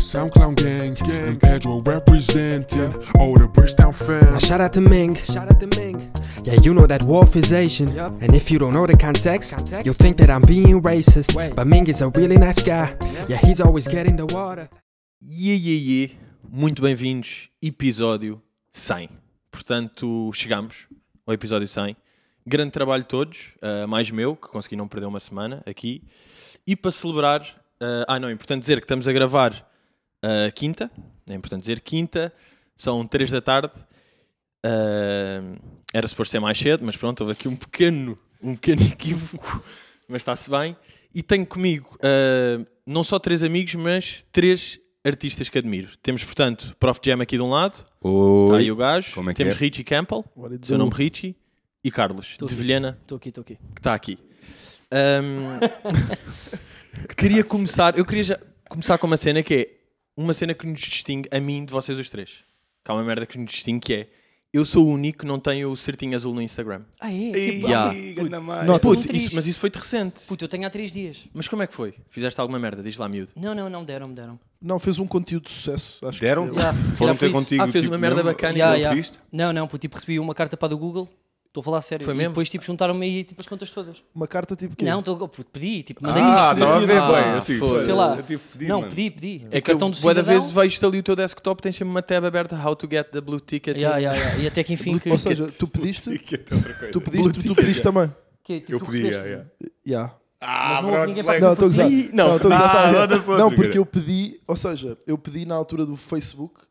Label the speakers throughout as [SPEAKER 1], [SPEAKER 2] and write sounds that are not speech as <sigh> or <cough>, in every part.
[SPEAKER 1] SoundCloud gang, and Pedro representing all the Bridgetown
[SPEAKER 2] Now
[SPEAKER 1] fam.
[SPEAKER 2] shout out to Ming. Shout out to Ming. Yeah, you know that Wolf is Asian.
[SPEAKER 3] Yup.
[SPEAKER 2] And if you don't know the context,
[SPEAKER 3] Context?
[SPEAKER 2] you'll think that I'm being racist.
[SPEAKER 3] Wait.
[SPEAKER 2] But Ming is a really nice guy. Yeah, he's always getting the water.
[SPEAKER 3] Iê, iê, iê. muito bem-vindos, episódio 100. Portanto, chegamos ao episódio 100. Grande trabalho a todos, ah, mais meu, que consegui não perder uma semana aqui. E para celebrar, ah, ah não, é importante dizer que estamos a gravar ah, quinta, é importante dizer quinta, são 3 da tarde. Ah, era suposto ser mais cedo, mas pronto, houve aqui um pequeno, um pequeno <laughs> equívoco, mas está-se bem. E tenho comigo ah, não só três amigos, mas três artistas que admiro. Temos, portanto, Prof Jam aqui de um lado, está aí o gajo.
[SPEAKER 4] Como é que
[SPEAKER 3] Temos
[SPEAKER 4] é?
[SPEAKER 3] Richie Campbell, seu nome Richie, e Carlos, de
[SPEAKER 5] aqui.
[SPEAKER 3] Vilhena,
[SPEAKER 5] Estou aqui, estou aqui.
[SPEAKER 3] que está aqui. Ahm, <laughs> queria começar, eu queria já começar com uma cena que é uma cena que nos distingue a mim de vocês os três. Que há uma merda que nos distingue que é eu sou o único que não tenho o certinho azul no Instagram.
[SPEAKER 5] Ah, é?
[SPEAKER 3] Yeah.
[SPEAKER 4] Nota.
[SPEAKER 3] Puto,
[SPEAKER 5] Não
[SPEAKER 3] isso-
[SPEAKER 5] diz.
[SPEAKER 3] mas isso foi de recente.
[SPEAKER 5] Puto, eu tenho há três dias.
[SPEAKER 3] Mas como é que foi? Fizeste alguma merda? Diz lá, miúdo.
[SPEAKER 5] Não, não, não, deram-me, deram.
[SPEAKER 6] Não, fez um conteúdo de sucesso. Acho
[SPEAKER 4] Deram?
[SPEAKER 6] Que
[SPEAKER 5] Yeah.
[SPEAKER 4] Foram
[SPEAKER 5] Já fiz.
[SPEAKER 4] ter contigo.
[SPEAKER 3] Ah, fez
[SPEAKER 4] tipo,
[SPEAKER 3] uma merda
[SPEAKER 4] mesmo?
[SPEAKER 3] bacana.
[SPEAKER 5] Yeah,
[SPEAKER 4] Não
[SPEAKER 5] yeah.
[SPEAKER 4] pediste?
[SPEAKER 5] Não, não, puto, tipo, recebi uma carta para do Google. Estou a falar a sério.
[SPEAKER 3] Foi
[SPEAKER 5] E
[SPEAKER 3] mesmo?
[SPEAKER 5] depois, tipo, juntaram-me aí, tipo, as contas todas.
[SPEAKER 6] Uma carta tipo que
[SPEAKER 5] Não, tô, puto, pedi, tipo, mandei
[SPEAKER 4] Ah,
[SPEAKER 5] isto. tipo,
[SPEAKER 4] estava a ver
[SPEAKER 3] Ah,
[SPEAKER 4] bem. Assim,
[SPEAKER 3] foi.
[SPEAKER 5] Sei lá.
[SPEAKER 4] eu tive que pedir,
[SPEAKER 5] não,
[SPEAKER 4] mano.
[SPEAKER 5] pedi, pedi.
[SPEAKER 3] É
[SPEAKER 5] Tipo,
[SPEAKER 3] que eu,
[SPEAKER 5] cartão do
[SPEAKER 3] bué da
[SPEAKER 5] cidadão.
[SPEAKER 3] vez vejo-te ali o teu desktop, tens sempre uma tab aberta, how to get the blue ticket.
[SPEAKER 5] Yeah, yeah, yeah. E até que enfim... que,
[SPEAKER 6] Ou seja, tu pediste,
[SPEAKER 4] Que é outra coisa.
[SPEAKER 6] tu pediste, tu pediste também.
[SPEAKER 5] que, tipo,
[SPEAKER 4] Eu
[SPEAKER 5] tu
[SPEAKER 4] pedi,
[SPEAKER 5] recebeste.
[SPEAKER 4] yeah, yeah.
[SPEAKER 6] Yeah.
[SPEAKER 4] Ah,
[SPEAKER 5] Mas não houve
[SPEAKER 4] bro,
[SPEAKER 5] ninguém
[SPEAKER 4] flex.
[SPEAKER 6] Não, estou a gozar.
[SPEAKER 4] Ih, Não,
[SPEAKER 6] estou a gozar, tá a ver.
[SPEAKER 4] ah, that's what
[SPEAKER 6] Não,
[SPEAKER 4] we
[SPEAKER 6] porque
[SPEAKER 4] get.
[SPEAKER 6] eu pedi, ou seja, eu pedi na altura do Facebook,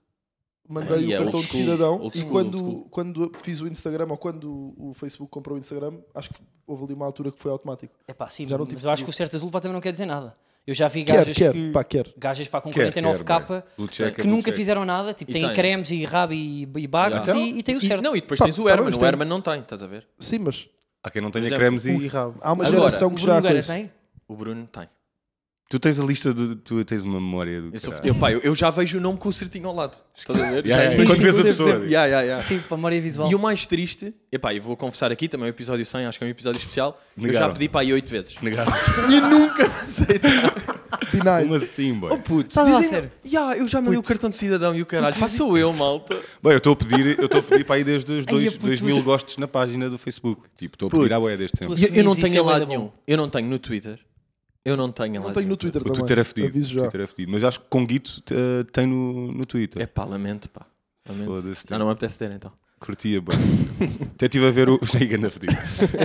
[SPEAKER 6] mandei
[SPEAKER 3] Ai, é
[SPEAKER 6] o cartão
[SPEAKER 3] old
[SPEAKER 6] de
[SPEAKER 3] school,
[SPEAKER 6] cidadão
[SPEAKER 3] old
[SPEAKER 6] e
[SPEAKER 3] school, old
[SPEAKER 6] quando,
[SPEAKER 3] school.
[SPEAKER 6] quando fiz o Instagram ou quando o Facebook comprou o Instagram, acho que houve ali uma altura que foi automático.
[SPEAKER 5] É pá, sim,
[SPEAKER 6] Já não
[SPEAKER 5] mas
[SPEAKER 6] tive
[SPEAKER 5] eu acho que o certo azul pá, também não quer dizer nada. Eu já vi
[SPEAKER 6] Quer,
[SPEAKER 5] gajas
[SPEAKER 6] quer,
[SPEAKER 5] que...
[SPEAKER 6] pá, quer.
[SPEAKER 5] Gajas, pá, com
[SPEAKER 4] Quer, quer,
[SPEAKER 5] 49k...
[SPEAKER 4] bem. Blue checker,
[SPEAKER 5] Que
[SPEAKER 4] blue
[SPEAKER 5] nunca
[SPEAKER 4] checker.
[SPEAKER 5] fizeram nada, tipo,
[SPEAKER 3] E
[SPEAKER 5] têm
[SPEAKER 3] tem.
[SPEAKER 5] cremes e rabo e, e bagos
[SPEAKER 3] Yeah.
[SPEAKER 5] e, e tem o certo.
[SPEAKER 3] Não, e depois
[SPEAKER 6] Pá,
[SPEAKER 3] tens o
[SPEAKER 6] tá bem,
[SPEAKER 3] Herman.
[SPEAKER 6] mas
[SPEAKER 3] o
[SPEAKER 6] tem-
[SPEAKER 3] Herman não tem, estás a ver?
[SPEAKER 6] Sim, mas
[SPEAKER 4] Há quem não tenha
[SPEAKER 3] Por exemplo,
[SPEAKER 4] cremes
[SPEAKER 6] o
[SPEAKER 4] e.
[SPEAKER 6] rabo. Há uma
[SPEAKER 3] Agora,
[SPEAKER 6] geração
[SPEAKER 5] o
[SPEAKER 6] que
[SPEAKER 5] Bruno
[SPEAKER 6] já.
[SPEAKER 5] Nogueira
[SPEAKER 6] coisa.
[SPEAKER 5] tem?
[SPEAKER 3] O Bruno tem.
[SPEAKER 4] Tu tens a lista do. Tu tens uma memória do.
[SPEAKER 3] Eu, sou,
[SPEAKER 4] caralho.
[SPEAKER 3] eu, pá, eu, eu já vejo o nome com o certinho ao lado. Estás a ver?
[SPEAKER 4] Yeah,
[SPEAKER 3] Já
[SPEAKER 4] yeah,
[SPEAKER 3] vejo
[SPEAKER 4] quando vês a
[SPEAKER 3] o
[SPEAKER 4] pessoa,
[SPEAKER 3] tempo. Yeah, yeah, yeah.
[SPEAKER 5] Sim, para Tipo, a memória visual.
[SPEAKER 3] E o mais triste, epá, eu vou confessar aqui também, o episódio 100, acho que é um episódio especial. Eu já
[SPEAKER 4] Negaram.
[SPEAKER 3] pedi para aí oito vezes. <laughs>
[SPEAKER 4] Negado.
[SPEAKER 6] Denied.
[SPEAKER 4] <laughs> Como assim, boy?
[SPEAKER 3] Oh puto,
[SPEAKER 5] Tá lá,
[SPEAKER 3] dizem-
[SPEAKER 5] sério?
[SPEAKER 3] Ya, eu já mandei o cartão de cidadão e o caralho. Pá, sou eu, malta.
[SPEAKER 4] Bem, eu estou a pedir, eu estou a pedir para aí desde os
[SPEAKER 5] <laughs> Ai, a
[SPEAKER 4] dois,
[SPEAKER 5] puto.
[SPEAKER 4] dois mil gostos na página do Facebook. Tipo, estou a pedir à boia desde sempre.
[SPEAKER 5] Puto.
[SPEAKER 3] Eu, eu não
[SPEAKER 5] Isso, isso
[SPEAKER 3] tenho
[SPEAKER 5] é
[SPEAKER 3] em lado
[SPEAKER 5] bué da
[SPEAKER 3] nenhum.
[SPEAKER 5] bom.
[SPEAKER 3] Eu não tenho no Twitter. Eu não tenho em
[SPEAKER 6] Não
[SPEAKER 3] lado
[SPEAKER 6] tenho
[SPEAKER 3] nenhum.
[SPEAKER 6] no Twitter
[SPEAKER 4] O
[SPEAKER 6] também.
[SPEAKER 4] Twitter é fedido.
[SPEAKER 6] Aviso
[SPEAKER 4] O
[SPEAKER 6] já.
[SPEAKER 4] Twitter é fedido. Mas acho que com Guito eh, tem no, no Twitter.
[SPEAKER 3] É pá, lamento, pá. Lamento.
[SPEAKER 4] Foda-se.
[SPEAKER 3] Já não me apetece ter então.
[SPEAKER 4] Curtia, bem. Até estive a ver o. <laughs> Sei que anda fedido.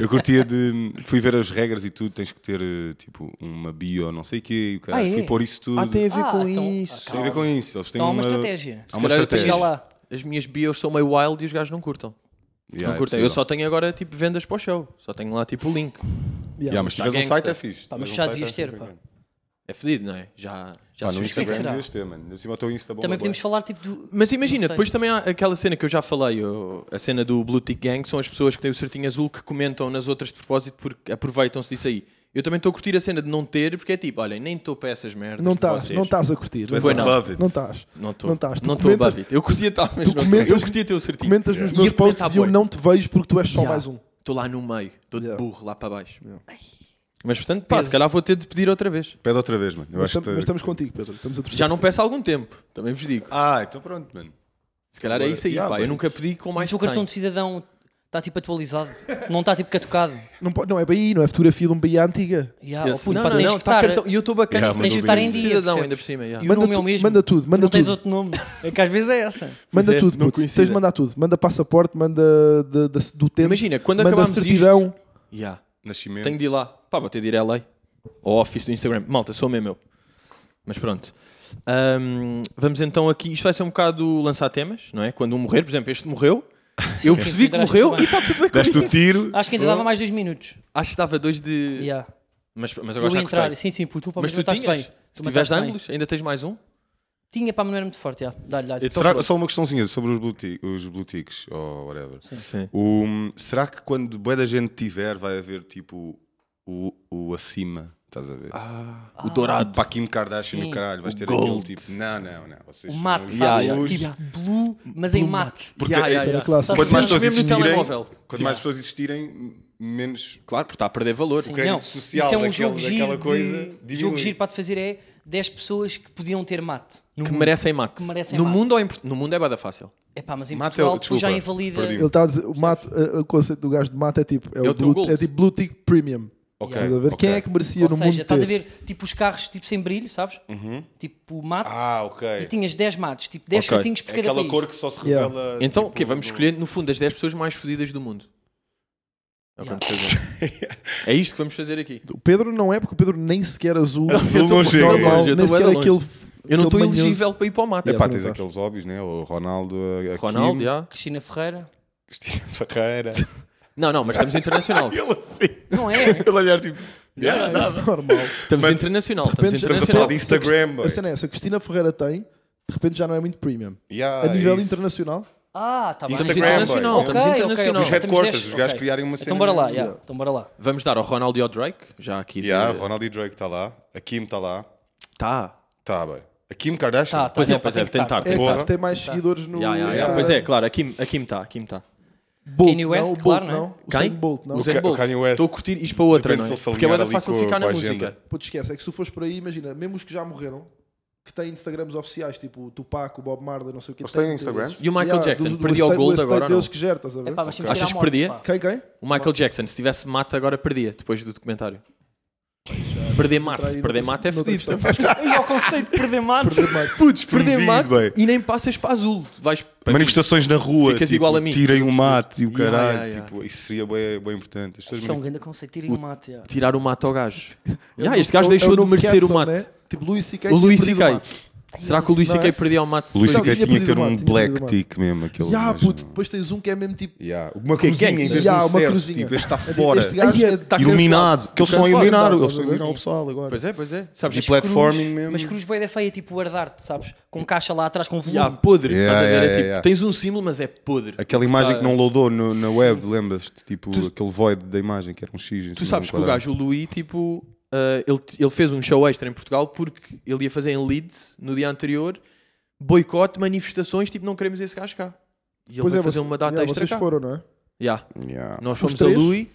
[SPEAKER 4] Eu curtia de. Fui ver as regras e tudo. Tens que ter, eh, tipo, uma bio, não sei o quê. e o caralho.
[SPEAKER 5] Ah, é?
[SPEAKER 4] Fui pôr isso tudo.
[SPEAKER 3] Ah, tem a ver
[SPEAKER 5] Ah,
[SPEAKER 3] com
[SPEAKER 5] então-
[SPEAKER 3] isso.
[SPEAKER 5] ah,
[SPEAKER 4] Tem a ver com isso. Eles têm
[SPEAKER 5] Então há
[SPEAKER 4] uma
[SPEAKER 5] uma estratégia.
[SPEAKER 4] Há uma
[SPEAKER 3] Se calhar eu tenho-
[SPEAKER 5] Chega
[SPEAKER 4] estratégia.
[SPEAKER 5] lá.
[SPEAKER 3] ah, As minhas bios são meio wild e os gajos não curtam.
[SPEAKER 4] Yeah,
[SPEAKER 3] não
[SPEAKER 4] é
[SPEAKER 3] curtem.
[SPEAKER 4] possível.
[SPEAKER 3] Eu só tenho agora tipo vendas para o show. Só tenho lá tipo o link.
[SPEAKER 4] Yeah, mas se tiveres um
[SPEAKER 3] gangster.
[SPEAKER 4] site é fixe.
[SPEAKER 5] Pá, mas
[SPEAKER 4] Tiveres um
[SPEAKER 5] já
[SPEAKER 4] site,
[SPEAKER 5] devias
[SPEAKER 4] é
[SPEAKER 5] ter,
[SPEAKER 4] fixe.
[SPEAKER 5] pá.
[SPEAKER 3] É fedido, não é? Já, já
[SPEAKER 4] Pá,
[SPEAKER 3] se
[SPEAKER 4] no
[SPEAKER 3] justifica.
[SPEAKER 4] Instagram
[SPEAKER 5] será?
[SPEAKER 4] devias ter, mano. Acima o teu Insta bomba,
[SPEAKER 5] Também
[SPEAKER 4] bué.
[SPEAKER 5] podemos falar tipo do.
[SPEAKER 3] Mas
[SPEAKER 5] Não
[SPEAKER 3] imagina,
[SPEAKER 5] sei.
[SPEAKER 3] depois também há aquela cena que eu já falei, o- a cena do Blue Tick Gang, que são as pessoas que têm o certinho azul que comentam nas outras de propósito porque aproveitam-se disso aí. Eu também estou a curtir a cena de não ter, porque é tipo, olhem, nem estou para essas merdas.
[SPEAKER 6] Não
[SPEAKER 3] de
[SPEAKER 6] estás,
[SPEAKER 3] vocês.
[SPEAKER 6] não estás a curtir.
[SPEAKER 4] Tu és
[SPEAKER 3] Bueno.
[SPEAKER 4] above it.
[SPEAKER 6] Não estás.
[SPEAKER 3] Não estou.
[SPEAKER 6] Não estás. Tu
[SPEAKER 3] Não estou
[SPEAKER 6] comentas-
[SPEAKER 3] above it. Eu curtia estar, mas
[SPEAKER 6] tu
[SPEAKER 3] não
[SPEAKER 6] comentas-
[SPEAKER 3] estou. Eu curtia ter o certinho.
[SPEAKER 6] Comentas nos
[SPEAKER 3] E
[SPEAKER 6] meus
[SPEAKER 3] eu comentar,
[SPEAKER 6] posts Tipo, e eu
[SPEAKER 3] bué.
[SPEAKER 6] não te vejo porque tu és só
[SPEAKER 5] Yeah.
[SPEAKER 6] mais um.
[SPEAKER 3] Estou lá no meio, estou de
[SPEAKER 6] Yeah.
[SPEAKER 3] burro lá para baixo. Mas portanto, pá, se
[SPEAKER 5] Peso.
[SPEAKER 3] calhar vou ter de pedir outra vez.
[SPEAKER 4] Pede outra vez, mano. Eu
[SPEAKER 6] Mas,
[SPEAKER 4] acho
[SPEAKER 6] tam-
[SPEAKER 4] que.
[SPEAKER 6] mas estamos contigo, Pedro. Estamos a torcer.
[SPEAKER 3] Já não peço há algum tempo, também vos digo.
[SPEAKER 4] Ah, então pronto, mano.
[SPEAKER 3] Se calhar é
[SPEAKER 4] Agora-
[SPEAKER 3] isso aí,
[SPEAKER 4] Yeah,
[SPEAKER 3] pá. Eu
[SPEAKER 4] bem.
[SPEAKER 3] nunca pedi com mais
[SPEAKER 5] Mas o
[SPEAKER 3] de
[SPEAKER 5] cartão
[SPEAKER 3] 100.
[SPEAKER 5] de cidadão está tipo atualizado. Não está tipo catucado.
[SPEAKER 6] Não, pode- não é BI, não é fotografia de um BI antiga.
[SPEAKER 5] Yeah,
[SPEAKER 3] Esse-
[SPEAKER 5] oh, puto,
[SPEAKER 3] Não,
[SPEAKER 5] pá,
[SPEAKER 3] não,
[SPEAKER 5] tens
[SPEAKER 3] não,
[SPEAKER 5] que
[SPEAKER 3] está
[SPEAKER 5] estar.
[SPEAKER 3] cartão. E eu estou bacana.
[SPEAKER 4] Yeah,
[SPEAKER 3] com
[SPEAKER 5] Tens de
[SPEAKER 3] isso.
[SPEAKER 5] estar em
[SPEAKER 4] Sim,
[SPEAKER 5] dia.
[SPEAKER 3] cidadão
[SPEAKER 5] percebes?
[SPEAKER 3] ainda por cima. yeah.
[SPEAKER 5] E o
[SPEAKER 6] Manda
[SPEAKER 5] nome é o
[SPEAKER 6] tu-
[SPEAKER 5] mesmo.
[SPEAKER 6] manda tudo, manda
[SPEAKER 5] não tens
[SPEAKER 6] tudo.
[SPEAKER 5] outro nome. É que às vezes é essa.
[SPEAKER 6] Manda
[SPEAKER 3] é,
[SPEAKER 6] tudo,
[SPEAKER 3] não
[SPEAKER 6] puto.
[SPEAKER 3] coincide.
[SPEAKER 6] Tens de mandar tudo. Manda passaporte, manda da- da- do tempo.
[SPEAKER 3] Imagina, quando
[SPEAKER 6] manda
[SPEAKER 3] acabámos
[SPEAKER 6] certidão.
[SPEAKER 3] Yeah.
[SPEAKER 4] Nascimento.
[SPEAKER 3] Tenho de ir lá. Pá, vou ter de ir a LA. Ao office do Instagram. Malta, sou mesmo eu. Mas pronto. Ahm, vamos então aqui. Isto vai ser um bocado lançar temas, não é? Quando um morrer, por exemplo, este morreu. eu percebi
[SPEAKER 5] sim,
[SPEAKER 3] que
[SPEAKER 5] entraste
[SPEAKER 3] morreu
[SPEAKER 5] bem.
[SPEAKER 3] e está tudo bem com
[SPEAKER 4] Deste o
[SPEAKER 3] isso.
[SPEAKER 4] tiro.
[SPEAKER 5] Acho que ainda dava mais dois minutos.
[SPEAKER 3] Acho que estava dois de.
[SPEAKER 5] Yeah.
[SPEAKER 3] Mas, mas
[SPEAKER 5] Eu
[SPEAKER 3] agora já
[SPEAKER 5] ia entrar.
[SPEAKER 3] cortei.
[SPEAKER 5] Sim, sim, puto, pá,
[SPEAKER 3] Mas
[SPEAKER 5] mas
[SPEAKER 3] tu
[SPEAKER 5] não estás
[SPEAKER 3] tinhas?
[SPEAKER 5] bem.
[SPEAKER 3] Se
[SPEAKER 5] Tu não
[SPEAKER 3] tiveres
[SPEAKER 5] estás bem.
[SPEAKER 3] ângulos, ainda tens mais um?
[SPEAKER 5] Tinha, pá, mas não era muito forte. yeah. Dá-lhe, dá-lhe.
[SPEAKER 3] Então
[SPEAKER 4] Será
[SPEAKER 3] pronto.
[SPEAKER 4] só uma questãozinha sobre os blue, ti- os blue ticks ou whatever.
[SPEAKER 3] Sim.
[SPEAKER 4] O- será que quando boa da gente tiver vai haver tipo o, o acima Estás a ver?
[SPEAKER 3] o dourado.
[SPEAKER 4] Para Kim Kardashian
[SPEAKER 5] Sim.
[SPEAKER 4] e o caralho, vais
[SPEAKER 3] Ah, O
[SPEAKER 4] ter
[SPEAKER 3] gold.
[SPEAKER 4] aquele tipo. Não, não, não. Vocês
[SPEAKER 5] O mate,
[SPEAKER 4] são-
[SPEAKER 5] sabes?
[SPEAKER 3] yeah.
[SPEAKER 5] Tipo, blue, mas em mate.
[SPEAKER 4] Porque
[SPEAKER 3] Yeah,
[SPEAKER 4] é-
[SPEAKER 3] yeah, yeah.
[SPEAKER 6] clássico.
[SPEAKER 4] Quanto mais pessoas
[SPEAKER 3] Mesmo no
[SPEAKER 4] existirem,
[SPEAKER 3] telemóvel.
[SPEAKER 4] quanto mais pessoas existirem, menos
[SPEAKER 3] Claro, porque está a perder valor.
[SPEAKER 5] Sim,
[SPEAKER 4] crédito
[SPEAKER 5] não,
[SPEAKER 4] social
[SPEAKER 5] isso é um
[SPEAKER 4] daquele-
[SPEAKER 5] jogo
[SPEAKER 4] daquela
[SPEAKER 5] giro
[SPEAKER 4] coisa
[SPEAKER 5] de,
[SPEAKER 4] diminui.
[SPEAKER 5] jogo giro para te fazer é 10 pessoas que podiam ter mate. No
[SPEAKER 3] Que
[SPEAKER 5] mundo.
[SPEAKER 3] merecem mate.
[SPEAKER 5] Que merecem
[SPEAKER 3] no,
[SPEAKER 5] mate.
[SPEAKER 3] Mundo ou em, Port- no mundo é bada fácil.
[SPEAKER 5] Epá, mas em
[SPEAKER 4] Mate,
[SPEAKER 5] Portugal
[SPEAKER 4] eu-
[SPEAKER 5] tu já
[SPEAKER 4] desculpa,
[SPEAKER 5] invalida.
[SPEAKER 4] perdi-me.
[SPEAKER 6] Ele está a dizer, o, mate, a- a- o conceito do gajo de mate é tipo, é,
[SPEAKER 3] É
[SPEAKER 6] o
[SPEAKER 3] o teu
[SPEAKER 6] blue-
[SPEAKER 3] gold.
[SPEAKER 6] é tipo Blue Tick Premium.
[SPEAKER 4] Ok,
[SPEAKER 6] Estás a ver?
[SPEAKER 4] ok.
[SPEAKER 6] Quem é que merecia
[SPEAKER 5] Ou
[SPEAKER 6] no
[SPEAKER 5] seja,
[SPEAKER 6] mundo
[SPEAKER 5] estás a
[SPEAKER 6] ter?
[SPEAKER 5] ver tipo os carros tipo sem brilho, sabes?
[SPEAKER 4] Hum.
[SPEAKER 5] Tipo mate.
[SPEAKER 4] Uhum. Ah, ok.
[SPEAKER 5] E tinhas 10 mates, tipo 10
[SPEAKER 3] Ok.
[SPEAKER 5] chatinhos por
[SPEAKER 4] É
[SPEAKER 5] cada
[SPEAKER 4] aquela
[SPEAKER 5] país.
[SPEAKER 4] cor que só se
[SPEAKER 6] Yeah.
[SPEAKER 4] revela.
[SPEAKER 3] Então, o
[SPEAKER 4] tipo,
[SPEAKER 3] quê? Vamos
[SPEAKER 4] no-
[SPEAKER 3] escolher, no fundo, as 10 pessoas mais fodidas do mundo. É, o que vamos fazer. é isto que vamos fazer aqui.
[SPEAKER 6] O Pedro não é, porque o Pedro nem sequer <laughs> azul.
[SPEAKER 4] Azul não
[SPEAKER 6] normal,
[SPEAKER 4] chega.
[SPEAKER 3] Eu tô
[SPEAKER 6] nem
[SPEAKER 3] bué
[SPEAKER 6] sequer
[SPEAKER 3] de longe.
[SPEAKER 6] aquele.
[SPEAKER 3] Eu não estou
[SPEAKER 6] aquele manhoso.
[SPEAKER 3] elegível para ir para o mate.
[SPEAKER 4] É
[SPEAKER 6] Yeah,
[SPEAKER 4] pá, tens
[SPEAKER 6] não tá.
[SPEAKER 4] aqueles óbvios, né? O Ronaldo, a, a
[SPEAKER 3] Ronaldo,
[SPEAKER 4] Kim,
[SPEAKER 3] já.
[SPEAKER 4] <laughs>
[SPEAKER 5] Cristina Ferreira.
[SPEAKER 4] Cristina
[SPEAKER 3] <laughs>
[SPEAKER 4] Ferreira.
[SPEAKER 3] Não, não, mas estamos
[SPEAKER 4] <laughs>
[SPEAKER 3] internacional.
[SPEAKER 4] Ele assim,
[SPEAKER 5] Não é?
[SPEAKER 4] ele olhar tipo. Yeah,
[SPEAKER 6] <laughs> Normal.
[SPEAKER 3] Estamos
[SPEAKER 4] Mas,
[SPEAKER 3] internacional. Estamos
[SPEAKER 6] repente,
[SPEAKER 4] Estamos a falar
[SPEAKER 3] internacional.
[SPEAKER 4] de Instagram, boy.
[SPEAKER 6] A cena é essa. Cristina Ferreira tem, de repente já não é muito premium.
[SPEAKER 4] Yeah,
[SPEAKER 6] A nível
[SPEAKER 4] é isso.
[SPEAKER 6] internacional,
[SPEAKER 5] Ah, tá bem.
[SPEAKER 3] Estamos
[SPEAKER 4] Instagram,
[SPEAKER 3] internacional.
[SPEAKER 4] boy. é
[SPEAKER 3] Estamos
[SPEAKER 5] Ok, ok,
[SPEAKER 3] internacional.
[SPEAKER 4] Os
[SPEAKER 5] ok. Temos
[SPEAKER 4] headquarters,
[SPEAKER 5] dez,
[SPEAKER 4] os gajos
[SPEAKER 5] ok.
[SPEAKER 4] criarem uma cena.
[SPEAKER 5] Então bora lá, yeah, então bora lá.
[SPEAKER 3] Vamos dar ao Ronaldo e ao Drake, já aqui.
[SPEAKER 4] Yeah, Ronaldo e Drake está lá. A Kim está lá.
[SPEAKER 3] Tá.
[SPEAKER 4] Está bem. A Kim Kardashian.
[SPEAKER 5] Tá, tá.
[SPEAKER 3] Pois é,
[SPEAKER 5] não,
[SPEAKER 3] pois
[SPEAKER 5] tem
[SPEAKER 3] é,
[SPEAKER 5] que estar.
[SPEAKER 3] tentar.
[SPEAKER 6] é, que
[SPEAKER 4] Ah, Porra.
[SPEAKER 6] tá- tem mais seguidores no.
[SPEAKER 3] Yeah, yeah, yeah.
[SPEAKER 6] Instagram.
[SPEAKER 3] Pois é, claro, aqui me está, aqui me está.
[SPEAKER 6] Bolt,
[SPEAKER 5] Kanye West,
[SPEAKER 6] não, o
[SPEAKER 5] claro,
[SPEAKER 6] Bolt,
[SPEAKER 5] não é?
[SPEAKER 6] não. O
[SPEAKER 3] Quem?
[SPEAKER 6] Usain Bolt, não.
[SPEAKER 3] O Usain
[SPEAKER 4] Ca-
[SPEAKER 3] Bolt.
[SPEAKER 4] o Kanye West.
[SPEAKER 3] Estou a curtir isto para outra,
[SPEAKER 4] Depende
[SPEAKER 3] não é?
[SPEAKER 4] se ele se
[SPEAKER 3] Porque é
[SPEAKER 4] alinhar
[SPEAKER 3] bué
[SPEAKER 4] ali
[SPEAKER 3] fácil
[SPEAKER 4] com a-
[SPEAKER 3] ficar na
[SPEAKER 4] com a agenda.
[SPEAKER 3] música.
[SPEAKER 6] Pô, te esquece, é que se tu fores por aí, imagina, mesmo os que já morreram, que têm Instagrams oficiais, tipo o Tupac, o Bob Marley, não sei o que.
[SPEAKER 4] Eles têm Instagram?
[SPEAKER 3] E o Michael Jackson, perdia o gold agora ou
[SPEAKER 6] Deus
[SPEAKER 3] não?
[SPEAKER 6] que gera, estás a ver?
[SPEAKER 5] Epá, mas temos
[SPEAKER 3] Achas
[SPEAKER 5] tirar
[SPEAKER 3] que perdia?
[SPEAKER 5] mortes, pá.
[SPEAKER 6] Quem, quem?
[SPEAKER 3] O Michael Jackson, se tivesse mate, agora perdia, depois do documentário. Perder mate, se perder mate é fedido.
[SPEAKER 5] E ao conceito de
[SPEAKER 3] <laughs>
[SPEAKER 5] perder mates.
[SPEAKER 3] Putz, perder
[SPEAKER 4] Fudido,
[SPEAKER 3] mate
[SPEAKER 4] bem.
[SPEAKER 3] e nem passas para azul. Vais para
[SPEAKER 4] Manifestações na rua.
[SPEAKER 3] Ficas
[SPEAKER 4] tipo,
[SPEAKER 3] igual a mim.
[SPEAKER 4] Tirem o mate e o
[SPEAKER 3] Yeah,
[SPEAKER 4] caralho.
[SPEAKER 3] yeah, yeah.
[SPEAKER 4] Tipo, isso seria bem, bem importante. As pessoas
[SPEAKER 5] Isso é um
[SPEAKER 4] manif-
[SPEAKER 5] grande conceito, tirem o mate. yeah.
[SPEAKER 3] tirar o mate ao gajo.
[SPEAKER 6] <laughs>
[SPEAKER 3] Ya, este gajo deixou de merecer o mate.
[SPEAKER 6] Tipo, Luís C.K.
[SPEAKER 3] O
[SPEAKER 6] tinha
[SPEAKER 3] Luís
[SPEAKER 6] perdido
[SPEAKER 3] C.K.
[SPEAKER 6] mate.
[SPEAKER 3] Será que o Luís
[SPEAKER 6] Não é?
[SPEAKER 3] C.K. perdia o mate?
[SPEAKER 4] O Luís
[SPEAKER 6] Não,
[SPEAKER 4] C.K.
[SPEAKER 6] tinha
[SPEAKER 4] tinha que
[SPEAKER 6] perdido
[SPEAKER 4] ter
[SPEAKER 6] o mate,
[SPEAKER 4] um
[SPEAKER 6] tinha
[SPEAKER 4] black
[SPEAKER 6] perdido o mate.
[SPEAKER 4] tick mesmo. Aquele
[SPEAKER 6] Ya,
[SPEAKER 4] gajo,
[SPEAKER 6] puto,
[SPEAKER 4] não.
[SPEAKER 6] depois tens um que é mesmo tipo.
[SPEAKER 4] Yeah. Uma
[SPEAKER 3] Que é
[SPEAKER 4] cruzinha
[SPEAKER 3] gangster.
[SPEAKER 4] em vez
[SPEAKER 6] Ya,
[SPEAKER 4] de um
[SPEAKER 6] uma
[SPEAKER 4] certo.
[SPEAKER 6] cruzinha.
[SPEAKER 4] Tipo, este está
[SPEAKER 6] Este
[SPEAKER 4] fora.
[SPEAKER 6] gajo é
[SPEAKER 3] tá
[SPEAKER 4] Iluminado. Que eles são a
[SPEAKER 6] Cancelado,
[SPEAKER 4] iluminar.
[SPEAKER 6] tá,
[SPEAKER 4] Eles são a
[SPEAKER 6] tá,
[SPEAKER 4] iluminar o pessoal agora.
[SPEAKER 3] Pois é, pois é. Sabes,
[SPEAKER 4] E platforming
[SPEAKER 5] Cruz,
[SPEAKER 4] mesmo.
[SPEAKER 5] Mas cruz bué da feia, tipo o Ardarte, sabes? Com caixa lá atrás, com volume.
[SPEAKER 3] Ya, podre.
[SPEAKER 4] Yeah,
[SPEAKER 3] Estás a ver?
[SPEAKER 4] yeah,
[SPEAKER 3] é tipo,
[SPEAKER 4] yeah, yeah.
[SPEAKER 3] tens um símbolo, mas é podre.
[SPEAKER 4] Aquela imagem
[SPEAKER 6] Tá, é.
[SPEAKER 4] que não loadou no- na web, lembras-te? Tipo,
[SPEAKER 3] Tu-
[SPEAKER 4] aquele void da imagem que era um X. em
[SPEAKER 3] Tu
[SPEAKER 4] cima
[SPEAKER 3] sabes
[SPEAKER 4] de
[SPEAKER 3] que
[SPEAKER 4] um
[SPEAKER 3] o
[SPEAKER 4] quadrado.
[SPEAKER 3] gajo, o Louis, tipo, ah, ele, ele fez um show extra em Portugal porque ele ia fazer em Leeds no dia anterior boicote, manifestações, tipo, não queremos esse gajo cá. E ele
[SPEAKER 6] Pois
[SPEAKER 3] vai
[SPEAKER 6] é,
[SPEAKER 3] fazer
[SPEAKER 6] vocês-
[SPEAKER 3] uma data
[SPEAKER 6] ya,
[SPEAKER 3] extra
[SPEAKER 6] vocês
[SPEAKER 3] cá.
[SPEAKER 6] foram, não é?
[SPEAKER 3] Ya.
[SPEAKER 4] Yeah.
[SPEAKER 3] Nós
[SPEAKER 6] Os
[SPEAKER 3] fomos a
[SPEAKER 6] três?
[SPEAKER 3] Louis,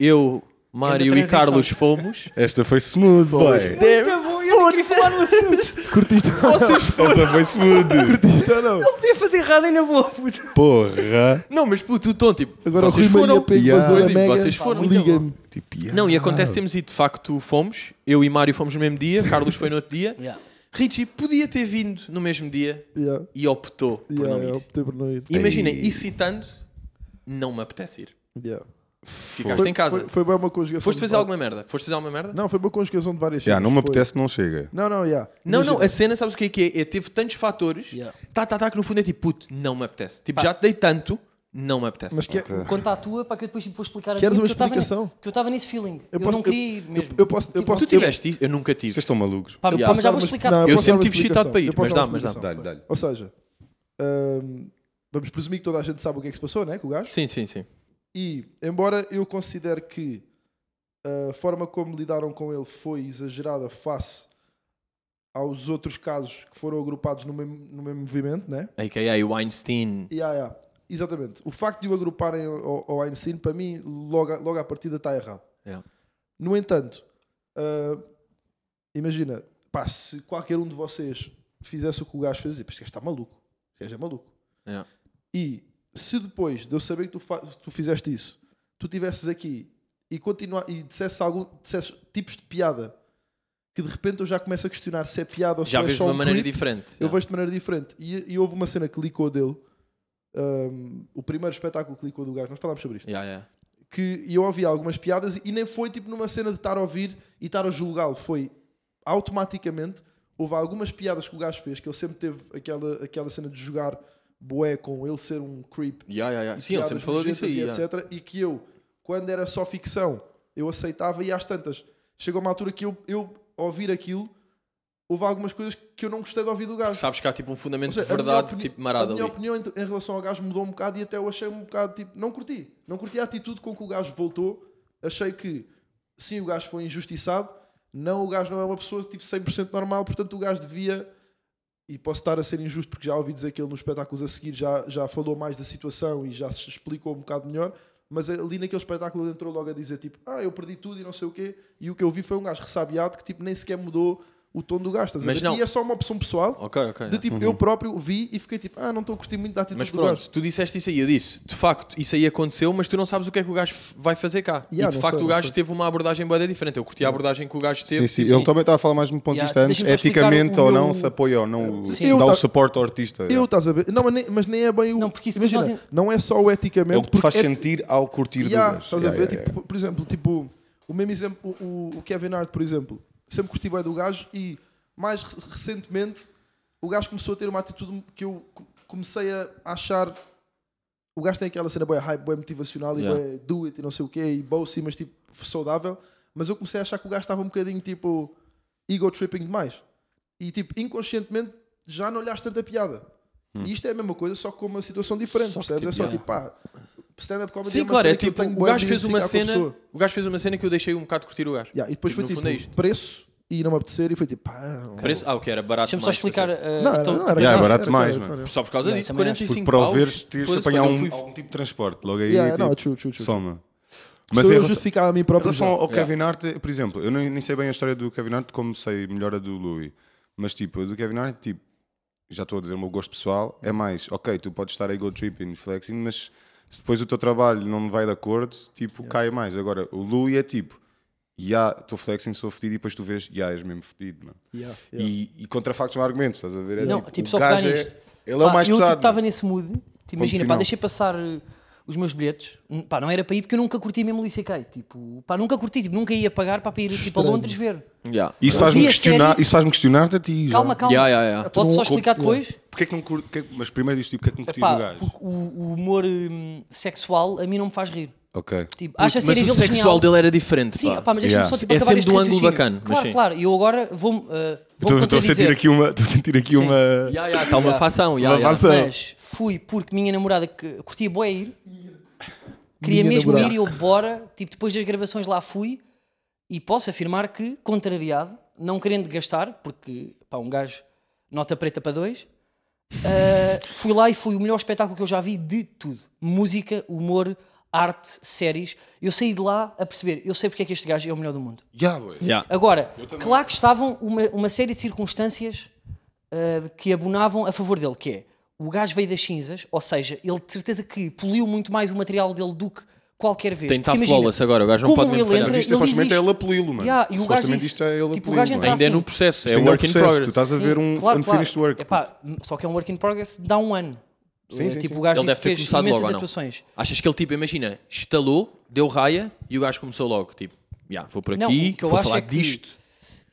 [SPEAKER 3] eu, Mário e
[SPEAKER 5] transição.
[SPEAKER 3] Carlos fomos.
[SPEAKER 4] Esta foi smooth, boy.
[SPEAKER 5] Muito bom, eu não queria falar no assunto.
[SPEAKER 6] Curtiste?
[SPEAKER 3] Vocês
[SPEAKER 4] Esta foi
[SPEAKER 6] <laughs>
[SPEAKER 4] smooth.
[SPEAKER 6] Não, não.
[SPEAKER 5] Podia fazer errado e na boa, puto.
[SPEAKER 4] Porra.
[SPEAKER 3] Não, mas puto, o tom, tipo,
[SPEAKER 6] Agora o
[SPEAKER 3] vocês
[SPEAKER 6] Rui
[SPEAKER 3] foram.
[SPEAKER 6] Maria P.
[SPEAKER 4] Ya.
[SPEAKER 6] invasou
[SPEAKER 3] Eu
[SPEAKER 6] a
[SPEAKER 3] digo,
[SPEAKER 6] Mega.
[SPEAKER 3] vocês foram. então.
[SPEAKER 6] Liga-me.
[SPEAKER 4] Tipo, yeah.
[SPEAKER 3] Não, e acontece, temos ido, de facto, fomos. Eu e Mário fomos no mesmo dia, Carlos foi no outro dia.
[SPEAKER 5] <laughs> Yeah.
[SPEAKER 3] Richie podia ter vindo no mesmo dia
[SPEAKER 6] Ya,
[SPEAKER 3] e optou por
[SPEAKER 6] ya,
[SPEAKER 3] não ir.
[SPEAKER 6] eu optei por não ir.
[SPEAKER 3] Imaginem, e citando, não me apetece ir.
[SPEAKER 6] Ya.
[SPEAKER 3] Ficaste
[SPEAKER 6] Foi-
[SPEAKER 3] em casa.
[SPEAKER 6] Foi, foi bem uma conjugação.
[SPEAKER 3] Foste
[SPEAKER 6] de
[SPEAKER 3] fazer
[SPEAKER 6] várias-
[SPEAKER 3] alguma merda? Foste fazer alguma merda?
[SPEAKER 6] Não, foi uma conjugação de várias
[SPEAKER 4] Yeah,
[SPEAKER 6] cenas,
[SPEAKER 4] não me
[SPEAKER 6] foi.
[SPEAKER 4] apetece, não chega.
[SPEAKER 6] Não, não, yeah.
[SPEAKER 3] Não, não,
[SPEAKER 6] Imagina.
[SPEAKER 3] a cena, sabes o que é que é? é teve tantos fatores,
[SPEAKER 5] Yeah.
[SPEAKER 3] tá, tá, tá, que no fundo é tipo, puto, não me apetece. Tipo,
[SPEAKER 5] Pá.
[SPEAKER 3] já te dei tanto, não me apetece.
[SPEAKER 6] Mas que, é-
[SPEAKER 5] Conta a tua, para que eu depois tipo, vou explicar a
[SPEAKER 6] Queres
[SPEAKER 5] minha,
[SPEAKER 6] uma
[SPEAKER 5] que eu tava ne-
[SPEAKER 6] explicação?
[SPEAKER 5] Que eu estava nesse feeling. Eu,
[SPEAKER 6] Eu posso-
[SPEAKER 5] não queria ir mesmo.
[SPEAKER 6] eu posso- eu
[SPEAKER 5] Tipo,
[SPEAKER 6] posso-
[SPEAKER 3] tu tiveste isso? Eu nunca tive.
[SPEAKER 4] Vocês estão malucos.
[SPEAKER 5] pá,
[SPEAKER 3] eu
[SPEAKER 5] pá,
[SPEAKER 3] posso
[SPEAKER 5] mas já
[SPEAKER 6] dar
[SPEAKER 5] vou
[SPEAKER 6] uma-
[SPEAKER 5] explicar.
[SPEAKER 6] não,
[SPEAKER 3] Eu
[SPEAKER 6] posso dar
[SPEAKER 3] sempre
[SPEAKER 6] uma
[SPEAKER 3] tive chitado para ir,
[SPEAKER 6] explicação.
[SPEAKER 3] mas
[SPEAKER 6] Eu posso dar
[SPEAKER 3] dá,
[SPEAKER 6] uma
[SPEAKER 3] mas dá.
[SPEAKER 6] explicação.
[SPEAKER 4] Dá-lhe, dá-lhe.
[SPEAKER 6] Ou seja, hum, vamos presumir que toda a gente sabe o que é que se passou, né? Com o gajo.
[SPEAKER 3] Sim, sim, sim.
[SPEAKER 6] E, embora eu considere que uh, a forma como lidaram com ele foi exagerada face aos outros casos que foram agrupados no mesmo, no mesmo movimento, né?
[SPEAKER 3] AKA Weinstein.
[SPEAKER 6] Yeah, yeah. Exatamente. O facto de o agruparem ao, ao Einstein, para mim, logo, à- logo à partida está errado.
[SPEAKER 3] Yeah.
[SPEAKER 6] No entanto, ah, imagina, pá, se qualquer um de vocês fizesse o que o gajo fez, eu dizia, "Pá, este gajo está maluco. Este gajo é maluco.
[SPEAKER 3] Yeah.
[SPEAKER 6] E se depois de eu saber que tu, fa- tu fizeste isso, tu tivesses aqui e continua e dissesse algum, dissesse tipos de piada que de repente eu já começo a questionar se é piada ou se
[SPEAKER 3] Já
[SPEAKER 6] é
[SPEAKER 3] vês de
[SPEAKER 6] só
[SPEAKER 3] uma
[SPEAKER 6] um
[SPEAKER 3] maneira
[SPEAKER 6] creep,
[SPEAKER 3] diferente.
[SPEAKER 6] eu
[SPEAKER 3] Yeah.
[SPEAKER 6] vejo de maneira diferente. E, e houve uma cena que licou dele. hum, o primeiro espetáculo que licou do gajo, nós falámos sobre isto.
[SPEAKER 3] Yeah, yeah.
[SPEAKER 6] Que eu ouvi algumas piadas e- e nem foi tipo numa cena de estar a ouvir e estar a julgá-lo. Foi automaticamente. Houve algumas piadas que o gajo fez, que ele sempre teve aquela, aquela cena de jogar boé com ele ser um creep.
[SPEAKER 3] Yeah, yeah, yeah.
[SPEAKER 6] e
[SPEAKER 3] Sim, ele
[SPEAKER 6] piadas
[SPEAKER 3] sempre falou disso aí.
[SPEAKER 6] nojentas e
[SPEAKER 3] yeah.
[SPEAKER 6] etc. E que eu, quando era só ficção, eu aceitava e às tantas. Chegou uma altura que eu, eu ouvir aquilo, houve algumas coisas que eu não gostei de ouvir do gajo.
[SPEAKER 3] Sabes que há tipo um fundamento
[SPEAKER 6] Ou
[SPEAKER 3] de
[SPEAKER 6] seja, a minha
[SPEAKER 3] verdade,
[SPEAKER 6] opini-
[SPEAKER 3] tipo marado
[SPEAKER 6] A
[SPEAKER 3] ali.
[SPEAKER 6] minha opinião em, em relação ao gajo mudou um bocado e até eu achei um bocado tipo. Não curti. Não curti a atitude com que o gajo voltou. Achei que sim, o gajo foi injustiçado, Não, o gajo não é uma pessoa tipo 100% normal, portanto o gajo devia. E posso estar a ser injusto porque já ouvi dizer que ele nos espetáculos a seguir já, já falou mais da situação e já se explicou um bocado melhor. Mas ali naquele espetáculo ele entrou logo a dizer tipo, ah, eu perdi tudo e não sei o quê. E o que eu vi foi um gajo ressabiado que tipo nem sequer mudou o tom do gajo. estás a
[SPEAKER 3] Mas
[SPEAKER 6] ver?
[SPEAKER 3] não.
[SPEAKER 6] E é só uma opção pessoal.
[SPEAKER 3] Ok, ok.
[SPEAKER 6] De tipo,
[SPEAKER 4] Uhum.
[SPEAKER 6] eu próprio vi e fiquei tipo, ah, não estou a curtir muito da atitude
[SPEAKER 3] Mas
[SPEAKER 6] do gajo.
[SPEAKER 3] pronto, tu disseste isso aí, eu disse, de facto, isso aí aconteceu, mas tu não sabes o que é que o gajo f- vai fazer cá.
[SPEAKER 6] Yeah,
[SPEAKER 3] e de
[SPEAKER 6] não
[SPEAKER 3] facto
[SPEAKER 6] sei,
[SPEAKER 3] o
[SPEAKER 6] não
[SPEAKER 3] gajo
[SPEAKER 6] sei.
[SPEAKER 3] teve uma abordagem bem diferente. Eu curti a abordagem que o gajo
[SPEAKER 4] Sim,
[SPEAKER 3] teve.
[SPEAKER 4] sim, ele também está a falar mais de um ponto de
[SPEAKER 5] Yeah,
[SPEAKER 4] vista antes,
[SPEAKER 5] deixa-me só explicar
[SPEAKER 4] eticamente
[SPEAKER 5] o
[SPEAKER 4] ou
[SPEAKER 5] meu-
[SPEAKER 4] não, se apoia ou não, se
[SPEAKER 6] Eu
[SPEAKER 4] dá o
[SPEAKER 6] ta-
[SPEAKER 4] suporte ao artista.
[SPEAKER 6] Eu, estás a ver? Não, mas nem, mas nem é bem o.
[SPEAKER 5] Não, porque isso depois
[SPEAKER 6] imagina,
[SPEAKER 5] nós-
[SPEAKER 6] não é só
[SPEAKER 4] É
[SPEAKER 6] o
[SPEAKER 4] o
[SPEAKER 6] eticamente.
[SPEAKER 4] que te faz
[SPEAKER 6] é-
[SPEAKER 4] sentir ao curtir
[SPEAKER 6] Yeah,
[SPEAKER 4] do gajo.
[SPEAKER 6] estás a
[SPEAKER 4] Yeah,
[SPEAKER 6] ver?
[SPEAKER 4] yeah,
[SPEAKER 6] Tipo, Por exemplo, tipo, o mesmo exemplo, o, o Kevin Hart, por exemplo, sempre curti bem do gajo e mais re- recentemente o gajo começou a ter uma atitude que eu co- comecei a achar. O gajo tem aquela cena boa hype, boa motivacional e
[SPEAKER 3] Yeah.
[SPEAKER 6] bué do it e não sei o quê, e bossy, mas tipo saudável. Mas eu comecei a achar que o gajo estava um bocadinho tipo ego tripping demais. E tipo, inconscientemente já não lhe achas tanta piada. E isto é a mesma coisa, só com uma situação diferente.
[SPEAKER 3] Hum. Só que,
[SPEAKER 6] percebes? é
[SPEAKER 3] tipo,
[SPEAKER 6] só
[SPEAKER 3] yeah.
[SPEAKER 6] tipo, pá, stand-up comedy é
[SPEAKER 3] Sim,
[SPEAKER 6] uma
[SPEAKER 3] claro,
[SPEAKER 6] cena
[SPEAKER 3] é
[SPEAKER 6] que eu
[SPEAKER 3] tipo,
[SPEAKER 6] tenho
[SPEAKER 3] o
[SPEAKER 6] bué de
[SPEAKER 3] gajo fez uma
[SPEAKER 6] identificar com a
[SPEAKER 3] cena,
[SPEAKER 6] pessoa.
[SPEAKER 3] o gajo fez uma cena que eu deixei um bocado curtir o gajo.
[SPEAKER 6] Yeah, e depois
[SPEAKER 3] Tipo, no
[SPEAKER 6] foi
[SPEAKER 3] fundo
[SPEAKER 6] tipo
[SPEAKER 3] é isto.
[SPEAKER 6] preço e não me apetecer e foi tipo, pá, não.
[SPEAKER 3] Preço- tipo, Ah, o que era barato
[SPEAKER 5] Deixa-me só
[SPEAKER 3] demais,
[SPEAKER 5] explicar.
[SPEAKER 3] por exemplo.
[SPEAKER 5] eh,
[SPEAKER 6] Não, era-
[SPEAKER 5] então,
[SPEAKER 6] não, era
[SPEAKER 4] Yeah, é
[SPEAKER 6] caro,
[SPEAKER 4] barato
[SPEAKER 6] era caro,
[SPEAKER 4] demais,
[SPEAKER 6] era
[SPEAKER 4] mano.
[SPEAKER 6] caro.
[SPEAKER 3] Só por causa
[SPEAKER 5] Yeah,
[SPEAKER 3] disso,
[SPEAKER 5] também é assim.
[SPEAKER 3] 45
[SPEAKER 5] acho.
[SPEAKER 4] Porque para o
[SPEAKER 3] paus,
[SPEAKER 4] veres, tens de
[SPEAKER 3] foda-se,
[SPEAKER 4] apanhar
[SPEAKER 3] quando eu
[SPEAKER 4] um,
[SPEAKER 3] fui-
[SPEAKER 4] algum tipo de transporte. Logo aí,
[SPEAKER 6] Yeah,
[SPEAKER 4] tipo,
[SPEAKER 6] não, true, true, true.
[SPEAKER 4] soma.
[SPEAKER 6] Mas
[SPEAKER 4] Mas
[SPEAKER 6] eu
[SPEAKER 4] em relação-
[SPEAKER 6] justificar a mim
[SPEAKER 4] Em
[SPEAKER 6] próprio. assim.
[SPEAKER 4] relação
[SPEAKER 6] já.
[SPEAKER 4] ao Kevin Hart, por exemplo, eu nem, nem sei bem a história do Kevin Hart, como sei melhor a do Louis. Mas tipo, a do Kevin Hart, tipo, já estou a dizer, o meu gosto pessoal é mais, ok, tu podes estar aí go tripping, flexing, mas se depois o teu trabalho não me vai de acordo, tipo, cai mais. Agora, o Louis é tipo, já estou flexing, sou fedido, e depois tu vês, já és mesmo fedido, mano.
[SPEAKER 6] Yeah,
[SPEAKER 4] E, e contra factos não há argumentos, estás a ver? É,
[SPEAKER 5] Não,
[SPEAKER 4] tipo,
[SPEAKER 5] tipo,
[SPEAKER 4] o
[SPEAKER 5] só
[SPEAKER 4] gajo
[SPEAKER 5] pegar
[SPEAKER 4] é-
[SPEAKER 5] nisto.
[SPEAKER 4] Ele é o
[SPEAKER 5] Pá,
[SPEAKER 4] mais
[SPEAKER 5] eu tipo,
[SPEAKER 4] pesado.
[SPEAKER 5] estava nesse mood. Te imagina, pá,
[SPEAKER 4] final.
[SPEAKER 5] deixei passar eh, os meus bilhetes. Hum, Pá, não era para ir porque eu nunca curti mesmo o ICK. Tipo, pá, nunca curti. Tipo, nunca ia pagar pá, para ir tipo, a Londres ver.
[SPEAKER 3] Yeah.
[SPEAKER 4] Isso
[SPEAKER 5] Eu
[SPEAKER 4] faz-me
[SPEAKER 5] vi a
[SPEAKER 4] questionar,
[SPEAKER 5] série-
[SPEAKER 4] isso faz-me questionar-te a ti.
[SPEAKER 5] Calma,
[SPEAKER 4] João.
[SPEAKER 5] calma.
[SPEAKER 3] Yeah, yeah, yeah.
[SPEAKER 5] Posso só
[SPEAKER 4] Não
[SPEAKER 5] explicar
[SPEAKER 4] compro-
[SPEAKER 5] depois?
[SPEAKER 4] Porquê é que não curto, que- mas primeiro disto, tipo, o que é que me curtias
[SPEAKER 5] Pá,
[SPEAKER 4] do gajo?
[SPEAKER 5] porque o, o humor hum, sexual a mim não me faz rir.
[SPEAKER 4] Ok.
[SPEAKER 5] Tipo, acho a
[SPEAKER 3] mas
[SPEAKER 5] série
[SPEAKER 3] o
[SPEAKER 5] dele
[SPEAKER 3] sexual
[SPEAKER 5] genial.
[SPEAKER 3] dele era diferente.
[SPEAKER 5] Sim,
[SPEAKER 3] pá.
[SPEAKER 5] pá, mas deixa-me
[SPEAKER 4] Yeah.
[SPEAKER 5] só tipo,
[SPEAKER 3] É
[SPEAKER 5] acabar
[SPEAKER 3] sempre
[SPEAKER 5] este
[SPEAKER 3] de um ângulo
[SPEAKER 5] raciocínio.
[SPEAKER 3] bacana, mas
[SPEAKER 5] Claro,
[SPEAKER 3] sim.
[SPEAKER 5] claro. E eu agora vou-me uh, vou
[SPEAKER 4] Estou estou a sentir
[SPEAKER 5] contradizer.
[SPEAKER 4] aqui uma. Estou a sentir aqui uma.
[SPEAKER 3] Yeah, yeah, Está Tá uma fação. yeah,
[SPEAKER 4] Uma
[SPEAKER 3] yeah.
[SPEAKER 4] fação.
[SPEAKER 5] Mas fui porque minha namorada que curtia boé ir, queria
[SPEAKER 6] Minha
[SPEAKER 5] mesmo
[SPEAKER 6] namorada.
[SPEAKER 5] ir e eu bora. Tipo, depois das gravações lá fui e posso afirmar que, contrariado, não querendo gastar, porque pá, um gajo nota preta para dois, ah, fui lá e foi o melhor espetáculo que eu já vi de tudo: música, humor, arte, séries. Eu saí de lá a perceber, eu sei porque é que este gajo é o melhor do mundo.
[SPEAKER 4] Yeah, boy.
[SPEAKER 3] Yeah.
[SPEAKER 5] Agora, claro que estavam uma, uma série de circunstâncias ah, que abonavam a favor dele, que é o gajo veio das cinzas, ou seja, ele de certeza que poliu muito mais o material dele do que qualquer vez.
[SPEAKER 3] Tem que
[SPEAKER 5] Porque
[SPEAKER 3] estar
[SPEAKER 5] imagina,
[SPEAKER 3] flawless agora, o gajo não
[SPEAKER 5] como
[SPEAKER 3] pode mesmo
[SPEAKER 5] ele
[SPEAKER 3] falhar.
[SPEAKER 5] entra,
[SPEAKER 4] Mas isto é
[SPEAKER 5] ele
[SPEAKER 4] supostamente é
[SPEAKER 5] existe.
[SPEAKER 4] ele a poli-lo, mano.
[SPEAKER 5] Yeah, e o gajo
[SPEAKER 4] Supostamente
[SPEAKER 5] diz-
[SPEAKER 4] isto é ele a
[SPEAKER 5] tipo, o
[SPEAKER 4] poli-lo,
[SPEAKER 5] gajo
[SPEAKER 4] mano.
[SPEAKER 5] entra
[SPEAKER 3] Ainda é
[SPEAKER 5] assim.
[SPEAKER 3] no processo,
[SPEAKER 4] Isto
[SPEAKER 3] é
[SPEAKER 4] ainda é um
[SPEAKER 3] work in
[SPEAKER 4] processo, tu
[SPEAKER 3] progress.
[SPEAKER 4] estás a
[SPEAKER 5] Sim,
[SPEAKER 4] ver um
[SPEAKER 5] claro,
[SPEAKER 4] unfinished
[SPEAKER 5] claro.
[SPEAKER 4] work.
[SPEAKER 5] Epá, só que é um work in progress, dá um ano.
[SPEAKER 4] Sim,
[SPEAKER 5] Eh,
[SPEAKER 4] sim,
[SPEAKER 5] tipo,
[SPEAKER 4] sim.
[SPEAKER 5] o gajo
[SPEAKER 3] Ele deve ter
[SPEAKER 5] fez
[SPEAKER 3] começado
[SPEAKER 5] imensas
[SPEAKER 3] logo, ou não?
[SPEAKER 5] atuações.
[SPEAKER 3] Achas que ele, tipo, imagina, estalou, deu raia e o gajo começou logo, tipo, "Ya, vou por aqui,
[SPEAKER 5] Não, o que eu
[SPEAKER 3] vou
[SPEAKER 5] acho
[SPEAKER 3] falar
[SPEAKER 5] é que-
[SPEAKER 3] disto.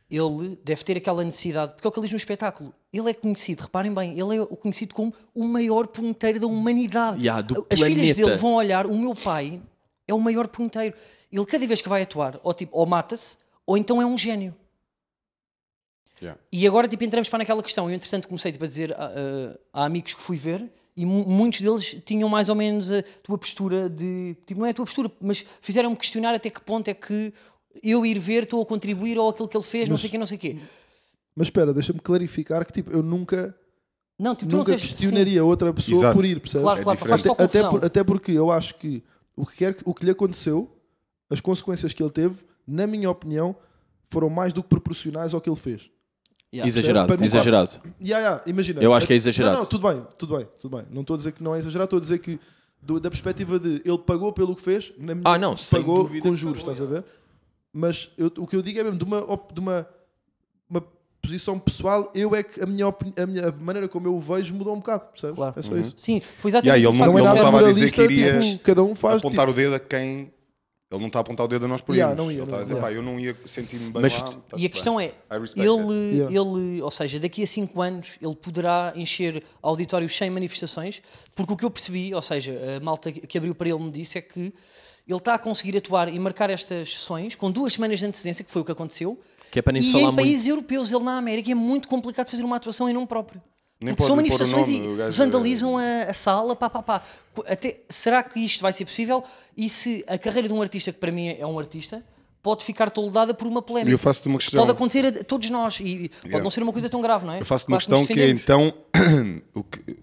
[SPEAKER 5] ele deve ter aquela necessidade, porque é o que ele diz no espetáculo. Ele é conhecido, reparem bem, ele é o conhecido como o maior punheteiro da humanidade.
[SPEAKER 3] Yeah, do
[SPEAKER 5] As filhas
[SPEAKER 3] planeta.
[SPEAKER 5] dele vão olhar, o meu pai é o maior punheteiro. Ele cada vez que vai atuar, ou, tipo, ou mata-se, ou então é um gênio.
[SPEAKER 4] Yeah.
[SPEAKER 5] E agora tipo, entramos para naquela questão. Eu, entretanto, comecei tipo, a dizer a, a- a amigos que fui ver e mu- muitos deles tinham mais ou menos a tua postura de. Tipo, não é a tua postura, mas fizeram-me questionar até que ponto é que eu ir ver estou a contribuir ou aquilo que ele fez, não sei o quê, não sei o quê.
[SPEAKER 6] Mas espera, deixa-me clarificar que tipo, eu nunca,
[SPEAKER 5] Não, tipo,
[SPEAKER 3] Então
[SPEAKER 5] tu não
[SPEAKER 6] nunca
[SPEAKER 5] disseste-
[SPEAKER 6] questionaria outra pessoa
[SPEAKER 4] Exato.
[SPEAKER 6] por ir, percebes?
[SPEAKER 5] Claro,
[SPEAKER 4] É
[SPEAKER 5] claro, faz
[SPEAKER 4] diferente.
[SPEAKER 5] só
[SPEAKER 6] até, até,
[SPEAKER 5] confusão.
[SPEAKER 6] por- até porque eu acho que o que, quer que o que lhe aconteceu, as consequências que ele teve, na minha opinião, foram mais do que proporcionais ao que ele fez.
[SPEAKER 5] Yeah.
[SPEAKER 3] Exagerado,
[SPEAKER 6] Para mim,
[SPEAKER 3] exagerado.
[SPEAKER 6] Ya, ya, imagina.
[SPEAKER 3] Eu acho que é exagerado.
[SPEAKER 6] Não, não, tudo bem, tudo bem, tudo bem. Não estou a dizer que não é exagerado, estou a dizer que do- da perspectiva de ele pagou pelo que fez, na minha
[SPEAKER 3] Ah, não, sem
[SPEAKER 6] pagou
[SPEAKER 3] dúvida
[SPEAKER 6] com
[SPEAKER 3] que
[SPEAKER 6] juros,
[SPEAKER 3] pagou,
[SPEAKER 6] estás a ver? Mas eu- o que eu digo é mesmo de uma, op- de uma, uma posição pessoal, eu é que a minha, opini- a minha a maneira como eu o vejo mudou um bocado, percebes?
[SPEAKER 5] Claro.
[SPEAKER 6] É
[SPEAKER 3] Uhum.
[SPEAKER 6] só isso.
[SPEAKER 5] Sim, foi
[SPEAKER 4] Yeah,
[SPEAKER 5] exatamente
[SPEAKER 4] e ele não-
[SPEAKER 5] isso. Pá,
[SPEAKER 4] ele não
[SPEAKER 5] era-
[SPEAKER 4] estava a dizer
[SPEAKER 6] moralista,
[SPEAKER 4] que iria
[SPEAKER 6] tipo, cada um faz
[SPEAKER 4] Apontar
[SPEAKER 6] tipo,
[SPEAKER 4] o dedo a quem. Ele não está a apontar o dedo a nós por
[SPEAKER 6] Yeah,
[SPEAKER 4] irmos.
[SPEAKER 6] não ia,
[SPEAKER 4] Ele está a
[SPEAKER 6] não
[SPEAKER 4] dizer,
[SPEAKER 6] ia.
[SPEAKER 4] pá, eu não ia sentir-me bem
[SPEAKER 3] Mas
[SPEAKER 4] lá.
[SPEAKER 3] tu-
[SPEAKER 4] tá-se
[SPEAKER 5] E a
[SPEAKER 4] bem.
[SPEAKER 5] questão é,
[SPEAKER 4] I respect that.
[SPEAKER 5] ele,
[SPEAKER 6] Yeah.
[SPEAKER 5] ele, ou seja, daqui a 5 anos ele poderá encher auditórios sem manifestações, porque o que eu percebi, ou seja, a malta que abriu para ele me disse é que ele está a conseguir atuar e marcar estas sessões com duas semanas de antecedência, que foi o que aconteceu,
[SPEAKER 3] Que é para nem se
[SPEAKER 5] e
[SPEAKER 3] falar
[SPEAKER 5] em
[SPEAKER 3] muito.
[SPEAKER 5] países europeus, ele na América, e é muito complicado fazer uma atuação em nome próprio.
[SPEAKER 4] Nem
[SPEAKER 5] Porque são
[SPEAKER 4] pode pôr o
[SPEAKER 5] manifestações
[SPEAKER 4] nome, o
[SPEAKER 5] e
[SPEAKER 4] gajo- é-
[SPEAKER 5] vandalizam a, a sala, pá, pá, pá. Qu- Até, será que isto vai ser possível? E se a carreira de um artista, que para mim é um artista, pode ficar toldada por uma
[SPEAKER 4] E eu
[SPEAKER 5] polémica.
[SPEAKER 4] faço-te uma questão.
[SPEAKER 5] Pode acontecer a todos nós e e pode
[SPEAKER 4] Yeah.
[SPEAKER 5] não ser uma coisa tão grave, não é?
[SPEAKER 4] Eu faço-te uma
[SPEAKER 5] Claro que nos
[SPEAKER 4] questão que é
[SPEAKER 5] defendemos.
[SPEAKER 4] então. <coughs> o que,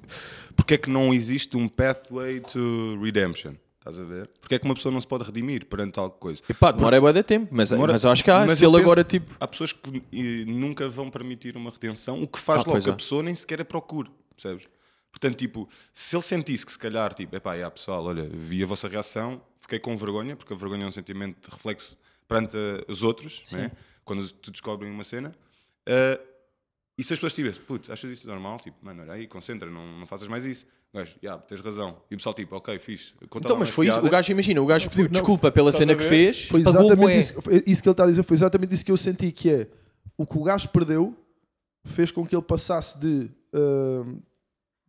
[SPEAKER 4] porque é que não existe um pathway to redemption? Estás a ver? Porque é que uma pessoa não se pode redimir perante tal coisa?
[SPEAKER 3] Pá, demora é bué de tempo, mas,
[SPEAKER 4] Demora-
[SPEAKER 3] mas eu acho que há.
[SPEAKER 4] mas
[SPEAKER 3] se
[SPEAKER 4] eu
[SPEAKER 3] ele
[SPEAKER 4] penso Tá
[SPEAKER 3] agora,
[SPEAKER 4] que
[SPEAKER 3] tipo.
[SPEAKER 4] Há pessoas que eh, nunca vão permitir uma retenção, o que faz
[SPEAKER 3] Ah,
[SPEAKER 4] logo
[SPEAKER 3] pois
[SPEAKER 4] que a
[SPEAKER 3] é.
[SPEAKER 4] pessoa nem sequer a procure, percebes? Portanto, tipo, se ele sentisse que se calhar, tipo, epá, já, pessoal, olha, vi a vossa reação, fiquei com vergonha, porque a vergonha é um sentimento de reflexo perante eh, os outros, né? quando tu descobrem uma cena. eh, e se as pessoas tivessem, putz, achas isso normal? Tipo, mano, olha aí, concentra, não, não faças mais isso. O gajo, já, tens razão. E o pessoal, tipo, ok, fixe. conta
[SPEAKER 3] Então,
[SPEAKER 4] lá
[SPEAKER 3] mas
[SPEAKER 4] mais
[SPEAKER 3] foi isso. O
[SPEAKER 4] piadas."
[SPEAKER 3] gajo, imagina, o gajo pediu desculpa pela
[SPEAKER 4] Estás
[SPEAKER 3] cena
[SPEAKER 4] a
[SPEAKER 3] que
[SPEAKER 4] ver?
[SPEAKER 3] fez.
[SPEAKER 6] Foi
[SPEAKER 5] Pagou
[SPEAKER 6] exatamente
[SPEAKER 5] bué.
[SPEAKER 6] isso, isso que ele está a dizer, foi exatamente isso que eu senti, que é o que o gajo perdeu fez com que ele passasse de hum,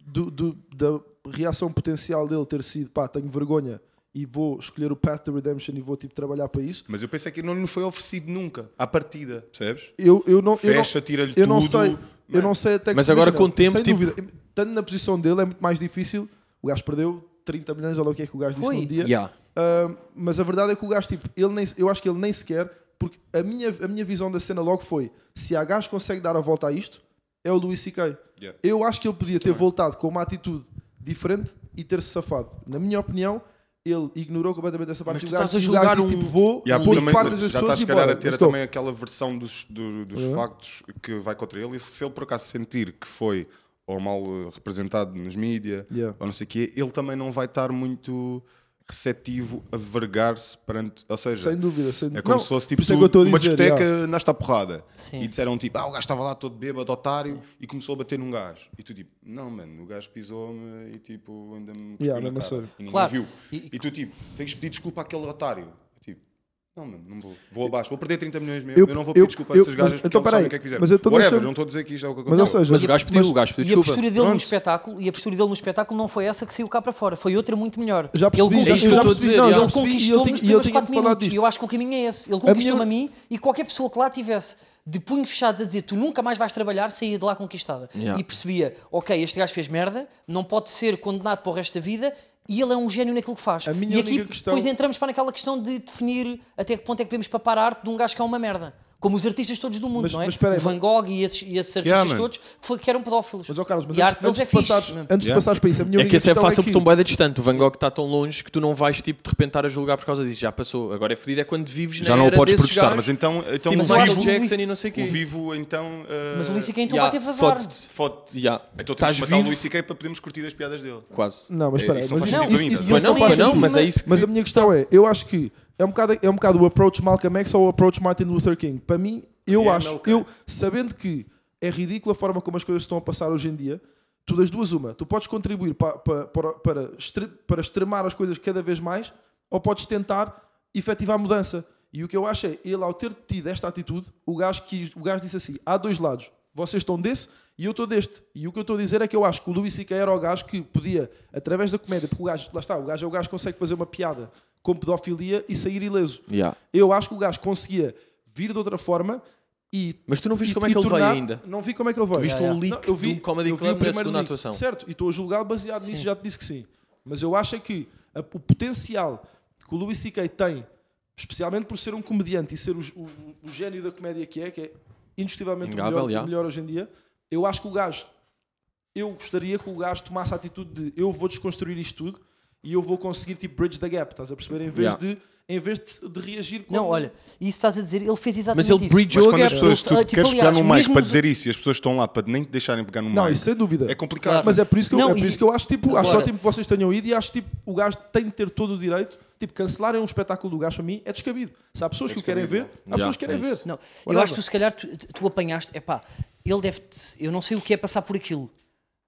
[SPEAKER 6] do- do- da reação potencial dele ter sido pá, tenho vergonha e vou escolher o Path to Redemption e vou tipo trabalhar para isso.
[SPEAKER 4] Mas eu pensei que não lhe foi oferecido nunca, à partida, percebes?
[SPEAKER 6] Eu, eu não, eu não-
[SPEAKER 4] Fecha, tira-lhe
[SPEAKER 6] eu não
[SPEAKER 4] tudo. né?
[SPEAKER 6] sei, eu
[SPEAKER 4] Mano,
[SPEAKER 6] não sei até que
[SPEAKER 3] Mas agora com o tempo,
[SPEAKER 6] sem
[SPEAKER 3] tipo-
[SPEAKER 6] dúvida, estando na posição dele é muito mais difícil. O gajo perdeu 30 milhões, olha o que é que o gajo
[SPEAKER 5] Foi.
[SPEAKER 6] disse num dia.
[SPEAKER 3] Yeah.
[SPEAKER 6] Ahm, mas a verdade é que o gajo, tipo, ele nem, eu acho que ele nem sequer, porque a minha, a minha visão da cena logo foi: se a gajo consegue dar a volta a isto, é o Luís C.K.
[SPEAKER 4] Yeah.
[SPEAKER 6] Eu acho que ele podia ter voltado com uma atitude diferente e ter-se safado. Na minha opinião, ele ignorou completamente essa parte.
[SPEAKER 5] Mas
[SPEAKER 6] E o
[SPEAKER 5] tu estás a
[SPEAKER 6] gajo- e o gajo
[SPEAKER 5] julgar
[SPEAKER 6] disse,
[SPEAKER 5] um-
[SPEAKER 6] tipo, vou
[SPEAKER 4] E há
[SPEAKER 6] pôr
[SPEAKER 4] também-
[SPEAKER 6] quadras das
[SPEAKER 4] já estás,
[SPEAKER 6] pessoas e
[SPEAKER 4] se calhar, a
[SPEAKER 6] bora. Então. Uhum.
[SPEAKER 4] ter
[SPEAKER 6] Let's go.
[SPEAKER 4] também aquela versão dos, do- dos factos que vai contra ele. E se ele por acaso sentir que foi ou mal eh, representado nos mídia,
[SPEAKER 6] Yeah.
[SPEAKER 4] ou não sei o quê, ele também não vai estar muito receptivo a vergar-se perante. Ou seja,
[SPEAKER 6] Sem dúvida, sem dúvida.
[SPEAKER 4] é como
[SPEAKER 6] Não,
[SPEAKER 4] se fosse
[SPEAKER 6] por
[SPEAKER 4] tipo
[SPEAKER 6] isso é que eu
[SPEAKER 4] tu,
[SPEAKER 6] estou a
[SPEAKER 4] uma
[SPEAKER 6] dizer,
[SPEAKER 4] discoteca,
[SPEAKER 6] yeah.
[SPEAKER 4] andaste à porrada.
[SPEAKER 5] Sim.
[SPEAKER 4] E disseram tipo, ah, o gajo estava lá todo bêbado, otário, e começou a bater num gajo. E tu tipo, não, mano, o gajo pisou-me e tipo, ainda me. cuspiu
[SPEAKER 6] Yeah,
[SPEAKER 4] na
[SPEAKER 6] mesmo
[SPEAKER 4] cara."
[SPEAKER 6] a sério.
[SPEAKER 4] E ninguém
[SPEAKER 5] Claro.
[SPEAKER 4] viu.
[SPEAKER 5] E-
[SPEAKER 4] E tu tipo, tens de pedir desculpa àquele otário. Tipo, não, mano, não vou. Vou abaixo, vou perder 30 milhões mesmo.
[SPEAKER 6] Eu-
[SPEAKER 4] Eu, não vou pedir
[SPEAKER 6] eu-
[SPEAKER 4] desculpa
[SPEAKER 6] eu-
[SPEAKER 4] a essas gajas
[SPEAKER 6] mas-
[SPEAKER 4] porque
[SPEAKER 6] então,
[SPEAKER 4] eles sabem
[SPEAKER 6] peraí,
[SPEAKER 4] o que é que fizeram.
[SPEAKER 6] mas eu estou a
[SPEAKER 4] Whatever,
[SPEAKER 6] deixar-
[SPEAKER 4] não estou a dizer que isto é o que
[SPEAKER 6] Mas, ou
[SPEAKER 4] aconteceu.
[SPEAKER 6] seja,
[SPEAKER 3] Mas o gajo pediu,
[SPEAKER 6] mas-
[SPEAKER 3] o gajo pediu
[SPEAKER 5] E a
[SPEAKER 3] desculpa.
[SPEAKER 5] postura dele no
[SPEAKER 4] Pronto.
[SPEAKER 5] espetáculo, e a postura dele no espetáculo não foi essa que saiu cá para fora, foi outra muito melhor.
[SPEAKER 6] Já percebi,
[SPEAKER 5] ele
[SPEAKER 3] é isso que eu
[SPEAKER 5] conquistou,
[SPEAKER 3] estou a dizer, já.
[SPEAKER 5] ele
[SPEAKER 3] Ele
[SPEAKER 6] percebi, e eu
[SPEAKER 5] conquistou-me nos
[SPEAKER 6] tinha- e eu
[SPEAKER 5] primeiros
[SPEAKER 6] tinha
[SPEAKER 5] 4
[SPEAKER 6] falado
[SPEAKER 5] minutos.
[SPEAKER 6] disto.
[SPEAKER 5] E eu acho que o caminho é esse. Ele conquistou-me
[SPEAKER 6] minha-
[SPEAKER 5] a mim e qualquer pessoa que lá tivesse de punho fechado a dizer tu nunca mais vais trabalhar, saía de lá conquistada.
[SPEAKER 3] Yeah.
[SPEAKER 5] E percebia, ok, este gajo fez merda, não pode ser condenado para o resto da vida. E ele é um gênio naquilo que faz.
[SPEAKER 6] A minha
[SPEAKER 5] e aqui
[SPEAKER 6] única questão-
[SPEAKER 5] depois entramos para aquela questão de definir até que ponto é que podemos papar a arte de um gajo que é uma merda. Como os artistas todos do mundo,
[SPEAKER 6] Mas-
[SPEAKER 5] não é?
[SPEAKER 6] mas espera aí,
[SPEAKER 5] O Van Gogh e esses, e esses
[SPEAKER 4] Yeah,
[SPEAKER 5] artistas
[SPEAKER 4] man.
[SPEAKER 5] todos que, foi- que eram pedófilos.
[SPEAKER 6] Mas, ó Carlos, mas
[SPEAKER 5] e a
[SPEAKER 6] antes,
[SPEAKER 5] arte deles
[SPEAKER 6] antes
[SPEAKER 5] é
[SPEAKER 6] de
[SPEAKER 5] fixe.
[SPEAKER 6] passares, antes de
[SPEAKER 4] Yeah.
[SPEAKER 6] passares para isso, a
[SPEAKER 3] É
[SPEAKER 6] minha
[SPEAKER 3] que
[SPEAKER 6] única
[SPEAKER 3] esse é
[SPEAKER 6] questão
[SPEAKER 3] fácil
[SPEAKER 6] que-
[SPEAKER 3] porque um boeda distante. O Van Gogh está tão longe que tu não vais, tipo, de repente estar a julgar por causa disso. Já passou. Agora é fedido, é quando vives na
[SPEAKER 4] Já não
[SPEAKER 3] era
[SPEAKER 4] podes
[SPEAKER 3] desses
[SPEAKER 4] protestar,
[SPEAKER 3] gajos,
[SPEAKER 4] mas então, então
[SPEAKER 3] tipo,
[SPEAKER 4] o
[SPEAKER 5] mas eu acho
[SPEAKER 3] Michael
[SPEAKER 5] que o
[SPEAKER 4] vivo,
[SPEAKER 3] Jackson e não sei o quê.
[SPEAKER 4] o vivo, então. eh,
[SPEAKER 5] Mas o Luís C.K. então
[SPEAKER 3] Yeah,
[SPEAKER 5] vai ter vazar.
[SPEAKER 3] fode-te.
[SPEAKER 4] Fode-te.
[SPEAKER 3] Yeah.
[SPEAKER 4] Então temos
[SPEAKER 3] Estás
[SPEAKER 4] de matar
[SPEAKER 3] vivo?
[SPEAKER 4] o Luís C.K. para podermos curtir as piadas dele.
[SPEAKER 3] Quase.
[SPEAKER 6] Não, mas
[SPEAKER 4] É,
[SPEAKER 6] espera aí,
[SPEAKER 4] isso não
[SPEAKER 6] mas
[SPEAKER 4] faz
[SPEAKER 6] isso-
[SPEAKER 4] sentido
[SPEAKER 6] isso-
[SPEAKER 4] ainda.
[SPEAKER 6] isso-
[SPEAKER 3] Mas
[SPEAKER 6] isso
[SPEAKER 3] não,
[SPEAKER 6] faz
[SPEAKER 3] mas não,
[SPEAKER 6] sentido,
[SPEAKER 3] mas é isso que-
[SPEAKER 6] Mas a minha questão é, eu acho que é um bocado, é um bocado o approach Malcolm X ou o approach Martin Luther King. Para mim, eu
[SPEAKER 4] Yeah,
[SPEAKER 6] acho,
[SPEAKER 4] MLK.
[SPEAKER 6] eu sabendo que é ridícula a forma como as coisas estão a passar hoje em dia, tu das duas uma, tu podes contribuir pa- pa- para, para, estre- para extremar as coisas cada vez mais ou podes tentar efetivar a mudança. E o que eu acho é, ele ao ter tido esta atitude, o gajo, quis, o gajo disse assim, há dois lados, vocês estão desse e eu estou deste. E o que eu estou a dizer é que eu acho que o Luís C.K. era o gajo que podia, através da comédia, porque o gajo, lá está, o gajo é o gajo que consegue fazer uma piada com pedofilia e sair ileso.
[SPEAKER 3] Yeah.
[SPEAKER 6] Eu acho que o gajo conseguia vir de outra forma e.
[SPEAKER 3] Mas tu não viste
[SPEAKER 6] e-
[SPEAKER 3] como é que
[SPEAKER 6] e
[SPEAKER 3] ele
[SPEAKER 6] tornar-
[SPEAKER 3] vai ainda.
[SPEAKER 6] Não vi como é que ele vai.
[SPEAKER 3] viste um leak
[SPEAKER 6] Não, eu vi,
[SPEAKER 3] do Comedy
[SPEAKER 6] eu vi
[SPEAKER 3] Club
[SPEAKER 6] o
[SPEAKER 3] para a
[SPEAKER 6] primeiro
[SPEAKER 3] segunda
[SPEAKER 6] leak,
[SPEAKER 3] atuação.
[SPEAKER 6] Certo, e estou a julgá-lo baseado nisso e já te disse que sim. Mas eu acho é que a- o potencial que o Louis C.K. tem, especialmente por ser um comediante e ser o, o- o gênio da comédia que é, que é indiscutivelmente o
[SPEAKER 3] Inegável,
[SPEAKER 6] melhor,
[SPEAKER 3] yeah.
[SPEAKER 6] o melhor hoje em dia, eu acho que o gajo eu gostaria que o gajo tomasse a atitude de eu vou desconstruir isto tudo e eu vou conseguir tipo bridge the gap, estás a perceber? Em vez,
[SPEAKER 3] Yeah.
[SPEAKER 6] de, em vez de, de reagir como...
[SPEAKER 5] Não, olha, isso estás a dizer, ele fez exatamente
[SPEAKER 3] Mas ele
[SPEAKER 5] isso.
[SPEAKER 3] bridgeou
[SPEAKER 4] Mas
[SPEAKER 3] a
[SPEAKER 4] quando as
[SPEAKER 3] gap.
[SPEAKER 4] pessoas, é tu
[SPEAKER 5] Ele- tipo,
[SPEAKER 4] queres pegar
[SPEAKER 5] aliás,
[SPEAKER 4] no mic
[SPEAKER 5] mesmo
[SPEAKER 4] para
[SPEAKER 5] os-
[SPEAKER 4] dizer isso e as pessoas estão lá para nem te deixarem pegar no mic.
[SPEAKER 6] Não, isso sem dúvida.
[SPEAKER 4] É complicado.
[SPEAKER 6] Mas é por isso que eu,
[SPEAKER 5] Não,
[SPEAKER 6] é por
[SPEAKER 5] e-
[SPEAKER 6] isso que eu acho tipo, acho
[SPEAKER 5] Agora-
[SPEAKER 6] ótimo que vocês tenham ido e acho tipo o gajo tem de ter todo o direito. Tipo, cancelarem um espetáculo do gajo para mim é descabido. Se há pessoas que o querem ver, há
[SPEAKER 3] Yeah,
[SPEAKER 6] pessoas que querem
[SPEAKER 3] é
[SPEAKER 6] ver.
[SPEAKER 5] Não, eu
[SPEAKER 6] Whatever.
[SPEAKER 5] acho que tu, se calhar tu, tu apanhaste, é pá, ele deve Eu não sei o que é passar por aquilo,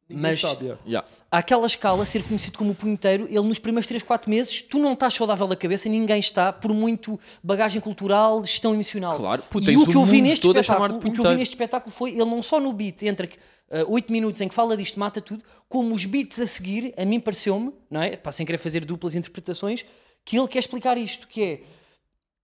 [SPEAKER 6] Ninguém
[SPEAKER 5] mas
[SPEAKER 6] sabe, é. yeah.
[SPEAKER 3] Yeah.
[SPEAKER 5] àquela escala, ser conhecido como o punheteiro, ele nos primeiros 3, 4 meses, tu não estás saudável da cabeça, ninguém está, por muito bagagem cultural, gestão emocional.
[SPEAKER 3] Claro, pô,
[SPEAKER 5] e
[SPEAKER 3] tens
[SPEAKER 5] o que
[SPEAKER 3] o
[SPEAKER 5] eu vi
[SPEAKER 3] mundo
[SPEAKER 5] neste
[SPEAKER 3] todo a chamar-te
[SPEAKER 5] espetáculo, o que eu vi
[SPEAKER 3] punheteiro.
[SPEAKER 5] neste espetáculo foi, ele não só no beat, entre 8 minutos em que fala disto, mata tudo, como os beats a seguir, a mim pareceu-me, não é? Pá, sem querer fazer duplas interpretações, que ele quer explicar isto, que é...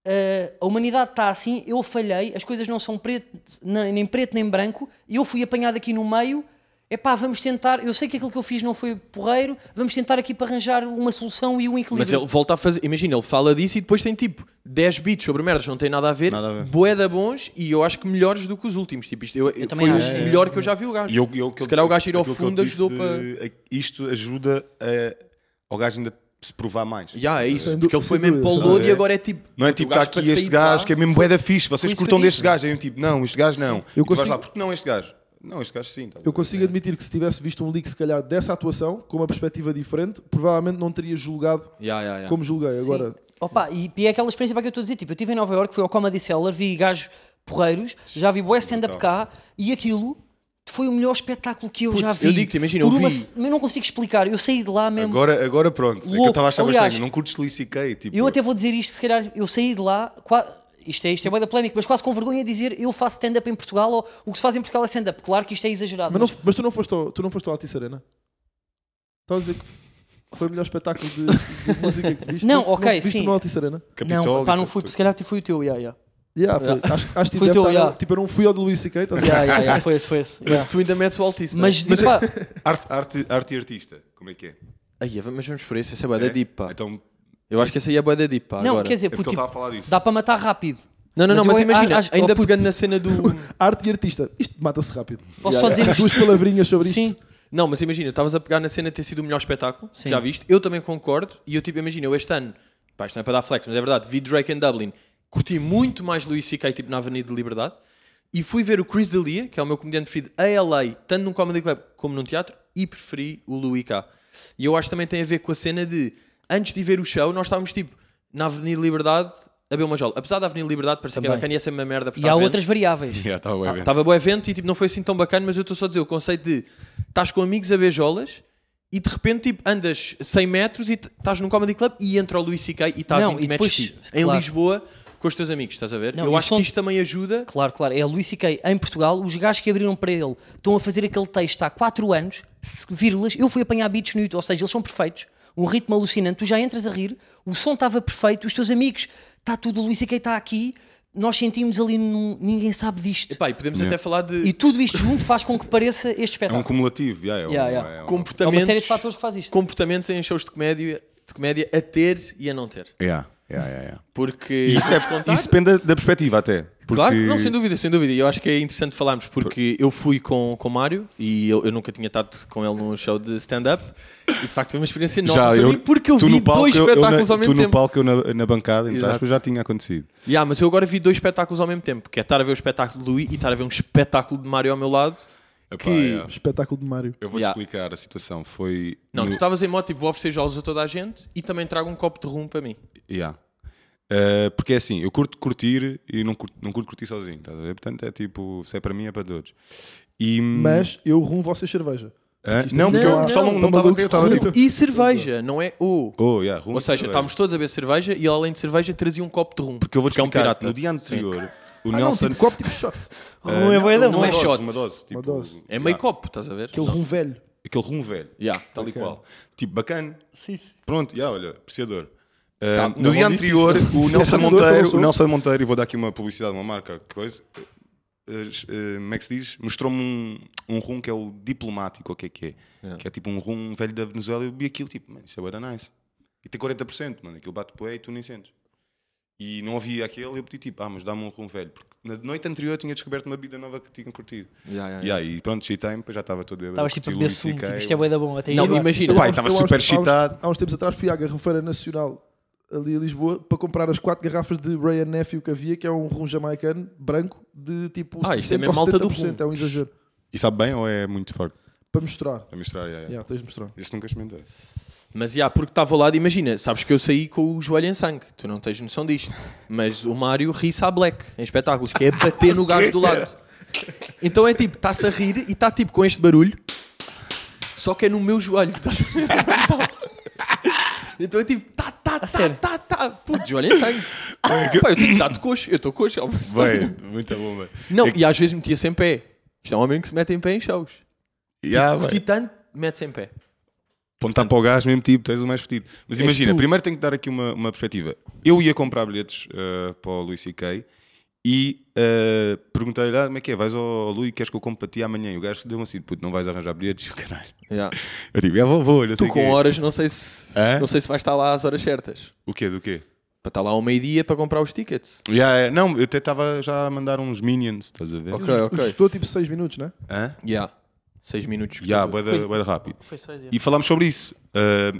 [SPEAKER 5] Uh, a humanidade está assim, eu falhei, as coisas não são preto, nem, nem preto nem branco, e eu fui apanhado aqui no meio é pá, vamos tentar, eu sei que aquilo que eu fiz não foi porreiro, vamos tentar aqui para arranjar uma solução e um
[SPEAKER 3] Mas
[SPEAKER 5] equilíbrio.
[SPEAKER 3] ele volta a fazer. Imagina, ele fala disso e depois tem tipo 10 beats sobre merdas, não tem nada a ver,
[SPEAKER 4] Nada a ver.
[SPEAKER 3] boeda bons e eu acho que melhores do que os últimos. Tipo, isto eu,
[SPEAKER 5] também
[SPEAKER 3] foi o
[SPEAKER 5] acho. é.
[SPEAKER 3] melhor que eu já vi o gajo.
[SPEAKER 4] E eu, eu,
[SPEAKER 3] Se calhar o gajo ir ao
[SPEAKER 4] aquilo que eu
[SPEAKER 3] fundo
[SPEAKER 4] disse
[SPEAKER 3] ajudou
[SPEAKER 4] de-
[SPEAKER 3] para.
[SPEAKER 4] Isto ajuda a- ao gajo ainda se provar mais.
[SPEAKER 3] Já, é isso,
[SPEAKER 6] Sem
[SPEAKER 3] porque ele
[SPEAKER 6] dú-
[SPEAKER 3] foi
[SPEAKER 6] sem
[SPEAKER 3] mesmo para o
[SPEAKER 6] dúvida,
[SPEAKER 4] sem
[SPEAKER 3] load e
[SPEAKER 4] dúvida.
[SPEAKER 3] agora é tipo.
[SPEAKER 4] Não é
[SPEAKER 3] puto, o
[SPEAKER 4] tipo,
[SPEAKER 3] para
[SPEAKER 4] está aqui
[SPEAKER 3] sair
[SPEAKER 4] este
[SPEAKER 3] de
[SPEAKER 4] gajo
[SPEAKER 3] lá-
[SPEAKER 4] que é mesmo boeda fixe, vocês
[SPEAKER 3] isso que
[SPEAKER 4] curtam
[SPEAKER 3] eu
[SPEAKER 4] deste
[SPEAKER 3] disse.
[SPEAKER 4] gajo. Aí eu tipo, não, este gajo não.
[SPEAKER 6] Eu
[SPEAKER 4] E tu vais
[SPEAKER 6] consigo-
[SPEAKER 4] lá, porque não este gajo? Não, este gajo sim. tá
[SPEAKER 6] Eu
[SPEAKER 4] bem.
[SPEAKER 6] consigo admitir que se tivesse visto um leak, se calhar, dessa atuação, com uma perspectiva diferente, provavelmente não teria julgado
[SPEAKER 3] Já, já, já.
[SPEAKER 6] como julguei. Agora,
[SPEAKER 5] Opa, e, e é aquela experiência para que eu estou a dizer, tipo, eu estive em Nova Iorque, fui ao Comedy Cellar, vi gajos porreiros, já vi bué stand-up cá, e aquilo foi o melhor espetáculo que eu já vi.
[SPEAKER 3] eu digo-te, imagina,
[SPEAKER 5] Por
[SPEAKER 3] eu
[SPEAKER 5] uma
[SPEAKER 3] vi-
[SPEAKER 5] se- mas não consigo explicar, eu saí de lá mesmo,
[SPEAKER 4] Agora, agora pronto. É que eu
[SPEAKER 5] Louco.
[SPEAKER 4] estava a achar
[SPEAKER 5] Aliás,
[SPEAKER 4] bastante. Não curtes Lucy Kay. Tipo,
[SPEAKER 5] eu até vou dizer isto, se calhar, eu saí de lá, qua- isto é, isto é bué da polémica, mas quase com vergonha de dizer, eu faço stand-up em Portugal, ou o que se faz em Portugal é stand-up, claro que isto é exagerado,
[SPEAKER 6] mas, não-
[SPEAKER 5] mas-
[SPEAKER 6] mas tu não foste ao, tu não foste ao Altice Arena? Estás a dizer que foi o melhor espetáculo de,
[SPEAKER 5] <laughs>
[SPEAKER 6] de música que viste?
[SPEAKER 5] Não,
[SPEAKER 6] Tu-
[SPEAKER 5] ok,
[SPEAKER 6] viste
[SPEAKER 5] sim.
[SPEAKER 6] no Altice Arena?
[SPEAKER 4] Capitólio,
[SPEAKER 5] não, pá, não
[SPEAKER 4] tu-
[SPEAKER 5] fui,
[SPEAKER 4] tu-
[SPEAKER 5] se calhar foi o teu, yeah, yeah.
[SPEAKER 6] Yeah, foi. Acho, acho que
[SPEAKER 5] Foi
[SPEAKER 6] deve
[SPEAKER 5] teu,
[SPEAKER 6] estar-
[SPEAKER 5] yeah.
[SPEAKER 6] Tipo, eu não fui ao de Luís
[SPEAKER 5] <laughs>
[SPEAKER 6] C.K. estás a ver?
[SPEAKER 5] Yeah, yeah, yeah, foi esse, foi esse.
[SPEAKER 3] Mas
[SPEAKER 5] yeah.
[SPEAKER 3] tu ainda metes o altíssimo.
[SPEAKER 5] Mas, digo, pá,
[SPEAKER 4] Arte, arte, arte e artista, como é que é?
[SPEAKER 3] Aí, mas vamos por isso, essa é boeda
[SPEAKER 4] É?
[SPEAKER 3] deep, pá.
[SPEAKER 4] Então,
[SPEAKER 3] Eu acho que essa aí é boeda deep, pá.
[SPEAKER 5] não,
[SPEAKER 3] agora.
[SPEAKER 5] quer dizer,
[SPEAKER 4] é porque
[SPEAKER 5] porque
[SPEAKER 4] ele
[SPEAKER 5] tipo,
[SPEAKER 4] estava a falar disso.
[SPEAKER 5] dá para matar rápido.
[SPEAKER 3] Não, não, não,
[SPEAKER 5] mas
[SPEAKER 3] mas
[SPEAKER 5] eu
[SPEAKER 3] imagina,
[SPEAKER 5] acho- oh,
[SPEAKER 3] ainda
[SPEAKER 5] puto.
[SPEAKER 3] pegando na cena do.
[SPEAKER 5] <laughs>
[SPEAKER 6] Arte e artista. Isto mata-se rápido.
[SPEAKER 5] Posso só dizer isto?
[SPEAKER 6] Duas palavrinhas sobre isto.
[SPEAKER 5] Sim.
[SPEAKER 3] Não, mas imagina, estavas a pegar na cena de ter sido o melhor espetáculo,
[SPEAKER 5] Sim.
[SPEAKER 3] já viste? Eu também concordo, e eu tipo, imagina, eu este ano, pá, isto não é para dar flex, mas é verdade, vi Drake em Dublin, curti muito mais Louis C.K. tipo na Avenida de Liberdade, e fui ver o Chris D'Elia, que é o meu comediante preferido, a LA, tanto num comedy club como num teatro, e preferi o Louis K. E eu acho que também tem a ver com a cena de, antes de ver o show, nós estávamos tipo, na Avenida de Liberdade, a beber uma jola. Apesar da Avenida de Liberdade parecer que é
[SPEAKER 5] Também.
[SPEAKER 3] bacana e é sempre uma merda. por
[SPEAKER 5] E
[SPEAKER 4] tá
[SPEAKER 3] estar
[SPEAKER 5] há
[SPEAKER 3] vendo.
[SPEAKER 5] outras variáveis.
[SPEAKER 4] <laughs> Yeah, estava bem vendo.
[SPEAKER 3] Estava bom evento e tipo, não foi assim tão bacana, mas eu estou só a dizer o conceito de estás com amigos a beijolas e de repente tipo, andas 100 metros e t- estás num comedy club e entra o Luís C.K. e estás a
[SPEAKER 5] Não,
[SPEAKER 3] 20
[SPEAKER 5] e
[SPEAKER 3] metros
[SPEAKER 5] depois-
[SPEAKER 3] de ti, em
[SPEAKER 5] claro.
[SPEAKER 3] Lisboa com os teus amigos, estás a ver?
[SPEAKER 5] Não,
[SPEAKER 3] eu
[SPEAKER 5] e
[SPEAKER 3] acho que
[SPEAKER 5] são-
[SPEAKER 3] isto também ajuda.
[SPEAKER 5] Claro, claro. É Luís C.K. em Portugal. Os gajos que abriram para ele estão a fazer aquele texto há 4 anos, se- vírgulas. Eu fui apanhar beats no YouTube, ou seja, eles são perfeitos. Um ritmo alucinante. Tu já entras a rir, o som estava perfeito, os teus amigos, está tudo. O Luís C.K. está aqui, nós sentimos ali, num, ninguém sabe disto.
[SPEAKER 3] Epá, e podemos até falar de
[SPEAKER 5] E tudo isto junto faz com que pareça este
[SPEAKER 4] É um
[SPEAKER 3] tá.
[SPEAKER 5] espetáculo.
[SPEAKER 4] cumulativo. yeah, é um-
[SPEAKER 5] Yeah, yeah.
[SPEAKER 4] é um-
[SPEAKER 5] É
[SPEAKER 3] comportamentos,
[SPEAKER 5] uma série de fatores que faz isto.
[SPEAKER 3] comportamentos em shows de comédia, de comédia a ter e a não ter.
[SPEAKER 4] Yeah, yeah, yeah, yeah.
[SPEAKER 3] Porque
[SPEAKER 4] Isso, é,
[SPEAKER 3] vamos contar-
[SPEAKER 4] isso depende da- da perspectiva até. Porque...
[SPEAKER 3] Claro, não, sem dúvida, sem dúvida. E eu acho que é interessante falarmos, porque eu fui com com o Mário e eu, eu nunca tinha estado com ele num show de stand-up e de facto foi uma experiência nova para mim, porque eu
[SPEAKER 4] tu
[SPEAKER 3] vi
[SPEAKER 4] no palco,
[SPEAKER 3] dois
[SPEAKER 4] eu- eu na-
[SPEAKER 3] espetáculos ao mesmo
[SPEAKER 4] tu
[SPEAKER 3] tempo.
[SPEAKER 4] no palco, eu na, na bancada, entre
[SPEAKER 3] Exato.
[SPEAKER 4] aspas, já tinha acontecido.
[SPEAKER 3] Yeah, mas eu agora vi dois espetáculos ao mesmo tempo, que é estar a ver o espetáculo de Luís e estar a ver um espetáculo de Mário ao meu lado.
[SPEAKER 4] Epá, é.
[SPEAKER 3] Que-
[SPEAKER 4] yeah.
[SPEAKER 6] Espetáculo de Mário.
[SPEAKER 4] Eu vou-te
[SPEAKER 3] Yeah.
[SPEAKER 4] explicar a situação. Foi.
[SPEAKER 3] Não,
[SPEAKER 4] no-
[SPEAKER 3] tu estavas em moto, tipo, vou oferecer jogos a toda a gente e também trago um copo de rum para mim.
[SPEAKER 4] Yeah. Uh, porque é assim, eu curto curtir e não curto, não curto curtir sozinho, estás a ver? Portanto, é tipo, se é para mim, é para todos. E,
[SPEAKER 3] Hum.
[SPEAKER 6] Mas eu rumo vocês cerveja.
[SPEAKER 4] Hã?
[SPEAKER 6] isto é-
[SPEAKER 4] não, porque
[SPEAKER 3] Não,
[SPEAKER 4] eu só
[SPEAKER 3] não,
[SPEAKER 4] não
[SPEAKER 6] tá
[SPEAKER 4] estava a
[SPEAKER 6] maluco.
[SPEAKER 4] ver, eu estava
[SPEAKER 6] Rum.
[SPEAKER 4] tipo.
[SPEAKER 3] E cerveja, não é o.
[SPEAKER 4] Oh, yeah, rum
[SPEAKER 3] Ou
[SPEAKER 4] e
[SPEAKER 3] seja,
[SPEAKER 4] cerveja.
[SPEAKER 3] estávamos todos a beber cerveja e ele, além de cerveja trazia um copo de rum.
[SPEAKER 4] Porque eu vou-te
[SPEAKER 3] é um
[SPEAKER 4] explicar,
[SPEAKER 3] pirata.
[SPEAKER 4] no dia anterior, o
[SPEAKER 6] Ah, não,
[SPEAKER 4] Nelson.
[SPEAKER 6] tipo copo, tipo shot.
[SPEAKER 4] uh,
[SPEAKER 5] bué da
[SPEAKER 3] bom.
[SPEAKER 4] uma
[SPEAKER 3] é
[SPEAKER 4] dose,
[SPEAKER 3] shot.
[SPEAKER 4] Uma dose. tipo,
[SPEAKER 6] dose.
[SPEAKER 3] É meio
[SPEAKER 4] yeah,
[SPEAKER 3] copo, estás a ver?
[SPEAKER 6] Aquele rum velho.
[SPEAKER 4] Aquele rum velho.
[SPEAKER 3] Yeah.
[SPEAKER 4] Tal e
[SPEAKER 6] Ok.
[SPEAKER 4] qual. Tipo, bacana. Pronto, já, olha, apreciador.
[SPEAKER 3] Tá,
[SPEAKER 4] Ah,
[SPEAKER 3] não
[SPEAKER 4] no dia
[SPEAKER 3] disse
[SPEAKER 4] anterior,
[SPEAKER 3] isso.
[SPEAKER 4] o
[SPEAKER 6] Sim,
[SPEAKER 4] Nelson
[SPEAKER 6] sou, sou,
[SPEAKER 4] Monteiro,
[SPEAKER 6] sou.
[SPEAKER 4] o Nelson Monteiro, e vou dar aqui uma publicidade, uma marca, que coisa, ah, ah, como é que se diz? Mostrou-me um, um rum que é o diplomático, o que é que é? Que é tipo um rum velho da Venezuela, e eu vi aquilo, tipo, mano, isso é bué da nice. E tem 40%, mano, aquilo bate poé e tu nem sentes. E não havia aquele, eu pedi tipo, ah, mas dá-me um rum velho, porque na noite anterior eu tinha descoberto uma bebida nova que tinha curtido.
[SPEAKER 3] Yeah,
[SPEAKER 6] É.
[SPEAKER 3] yeah,
[SPEAKER 4] E aí, pronto, cheatei-me, pois já estava todo bêbado.
[SPEAKER 5] Estavas tipo a
[SPEAKER 4] curti
[SPEAKER 5] beber
[SPEAKER 4] Louis
[SPEAKER 5] sumo, tipo,
[SPEAKER 4] CK,
[SPEAKER 5] isto é bué da bom. Até
[SPEAKER 3] Não,
[SPEAKER 5] enjoar.
[SPEAKER 3] imagina.
[SPEAKER 4] Epá,
[SPEAKER 6] Eu
[SPEAKER 4] eu estava
[SPEAKER 6] há uns-
[SPEAKER 4] super
[SPEAKER 6] há uns-
[SPEAKER 4] excitado.
[SPEAKER 6] Há uns tempos atrás fui à Garrafeira Nacional ali em Lisboa para comprar as quatro garrafas de Ray and Nephew que havia, que é um rum jamaicano branco de tipo
[SPEAKER 3] Ah, isto é
[SPEAKER 6] 60%
[SPEAKER 3] mesmo
[SPEAKER 6] ou
[SPEAKER 3] malta do
[SPEAKER 6] 70%, é um exagero.
[SPEAKER 4] E sabe bem ou é muito forte?
[SPEAKER 6] Para mostrar.
[SPEAKER 4] A misturar, yeah, yeah.
[SPEAKER 6] Yeah, tens de mostrar.
[SPEAKER 4] Esse nunca experimentei.
[SPEAKER 3] Mas, yeah, porque estava ao lado, imagina, sabes que eu saí com o joelho em sangue, tu não tens noção disto. Mas o Mário ri-se à black em espetáculos, que é bater no gajo do lado. Então é tipo, está-se a rir e está tipo com este barulho, só que é no meu joelho. estás a ver? então é tipo, tá, tá, tá,
[SPEAKER 5] sério?
[SPEAKER 3] tá, tá, puto, joelho em sangue. Pá, eu tipo, está de coxo, eu estou coxo, obviamente.
[SPEAKER 4] Bem, <laughs> muita bomba.
[SPEAKER 3] Não,
[SPEAKER 4] É que-
[SPEAKER 3] e às vezes metia-se em pé. Isto é um homem que se mete em pé em shows.
[SPEAKER 4] Yeah,
[SPEAKER 3] O
[SPEAKER 4] bem.
[SPEAKER 3] titã mete-se em pé.
[SPEAKER 4] Apontar para o gás, mesmo tipo, tu és o mais fedido. Mas
[SPEAKER 3] És
[SPEAKER 4] imagina,
[SPEAKER 3] tu.
[SPEAKER 4] primeiro tenho que dar aqui uma, uma perspectiva. Eu ia comprar bilhetes eh, para o Luís C.K. E eh, perguntei-lhe, ah, como é que é? Vais ao, ao Lui, queres que eu compre para ti amanhã? E o gajo deu-me assim, puto, não vais arranjar bilhetes, <laughs> caralho.
[SPEAKER 3] Yeah.
[SPEAKER 4] Eu digo, é vou, vou, não sei
[SPEAKER 3] Tu
[SPEAKER 4] o
[SPEAKER 3] com
[SPEAKER 4] quê."
[SPEAKER 3] horas, não sei se
[SPEAKER 4] Hã?
[SPEAKER 3] não sei se vais estar lá às horas certas.
[SPEAKER 4] O quê, do quê?
[SPEAKER 3] Para estar lá ao meio-dia para comprar os tickets.
[SPEAKER 4] Yeah, é, Não, eu até estava já a mandar uns minions, estás a ver?
[SPEAKER 3] Ok, ok.
[SPEAKER 6] Estou tipo 6 minutos, né?
[SPEAKER 4] Hã?
[SPEAKER 3] Yeah. Seis minutos. que
[SPEAKER 4] Yeah,
[SPEAKER 3] tu-
[SPEAKER 4] bué da- bué da rápido.
[SPEAKER 5] Foi seis,
[SPEAKER 4] E falámos sobre isso. Ah,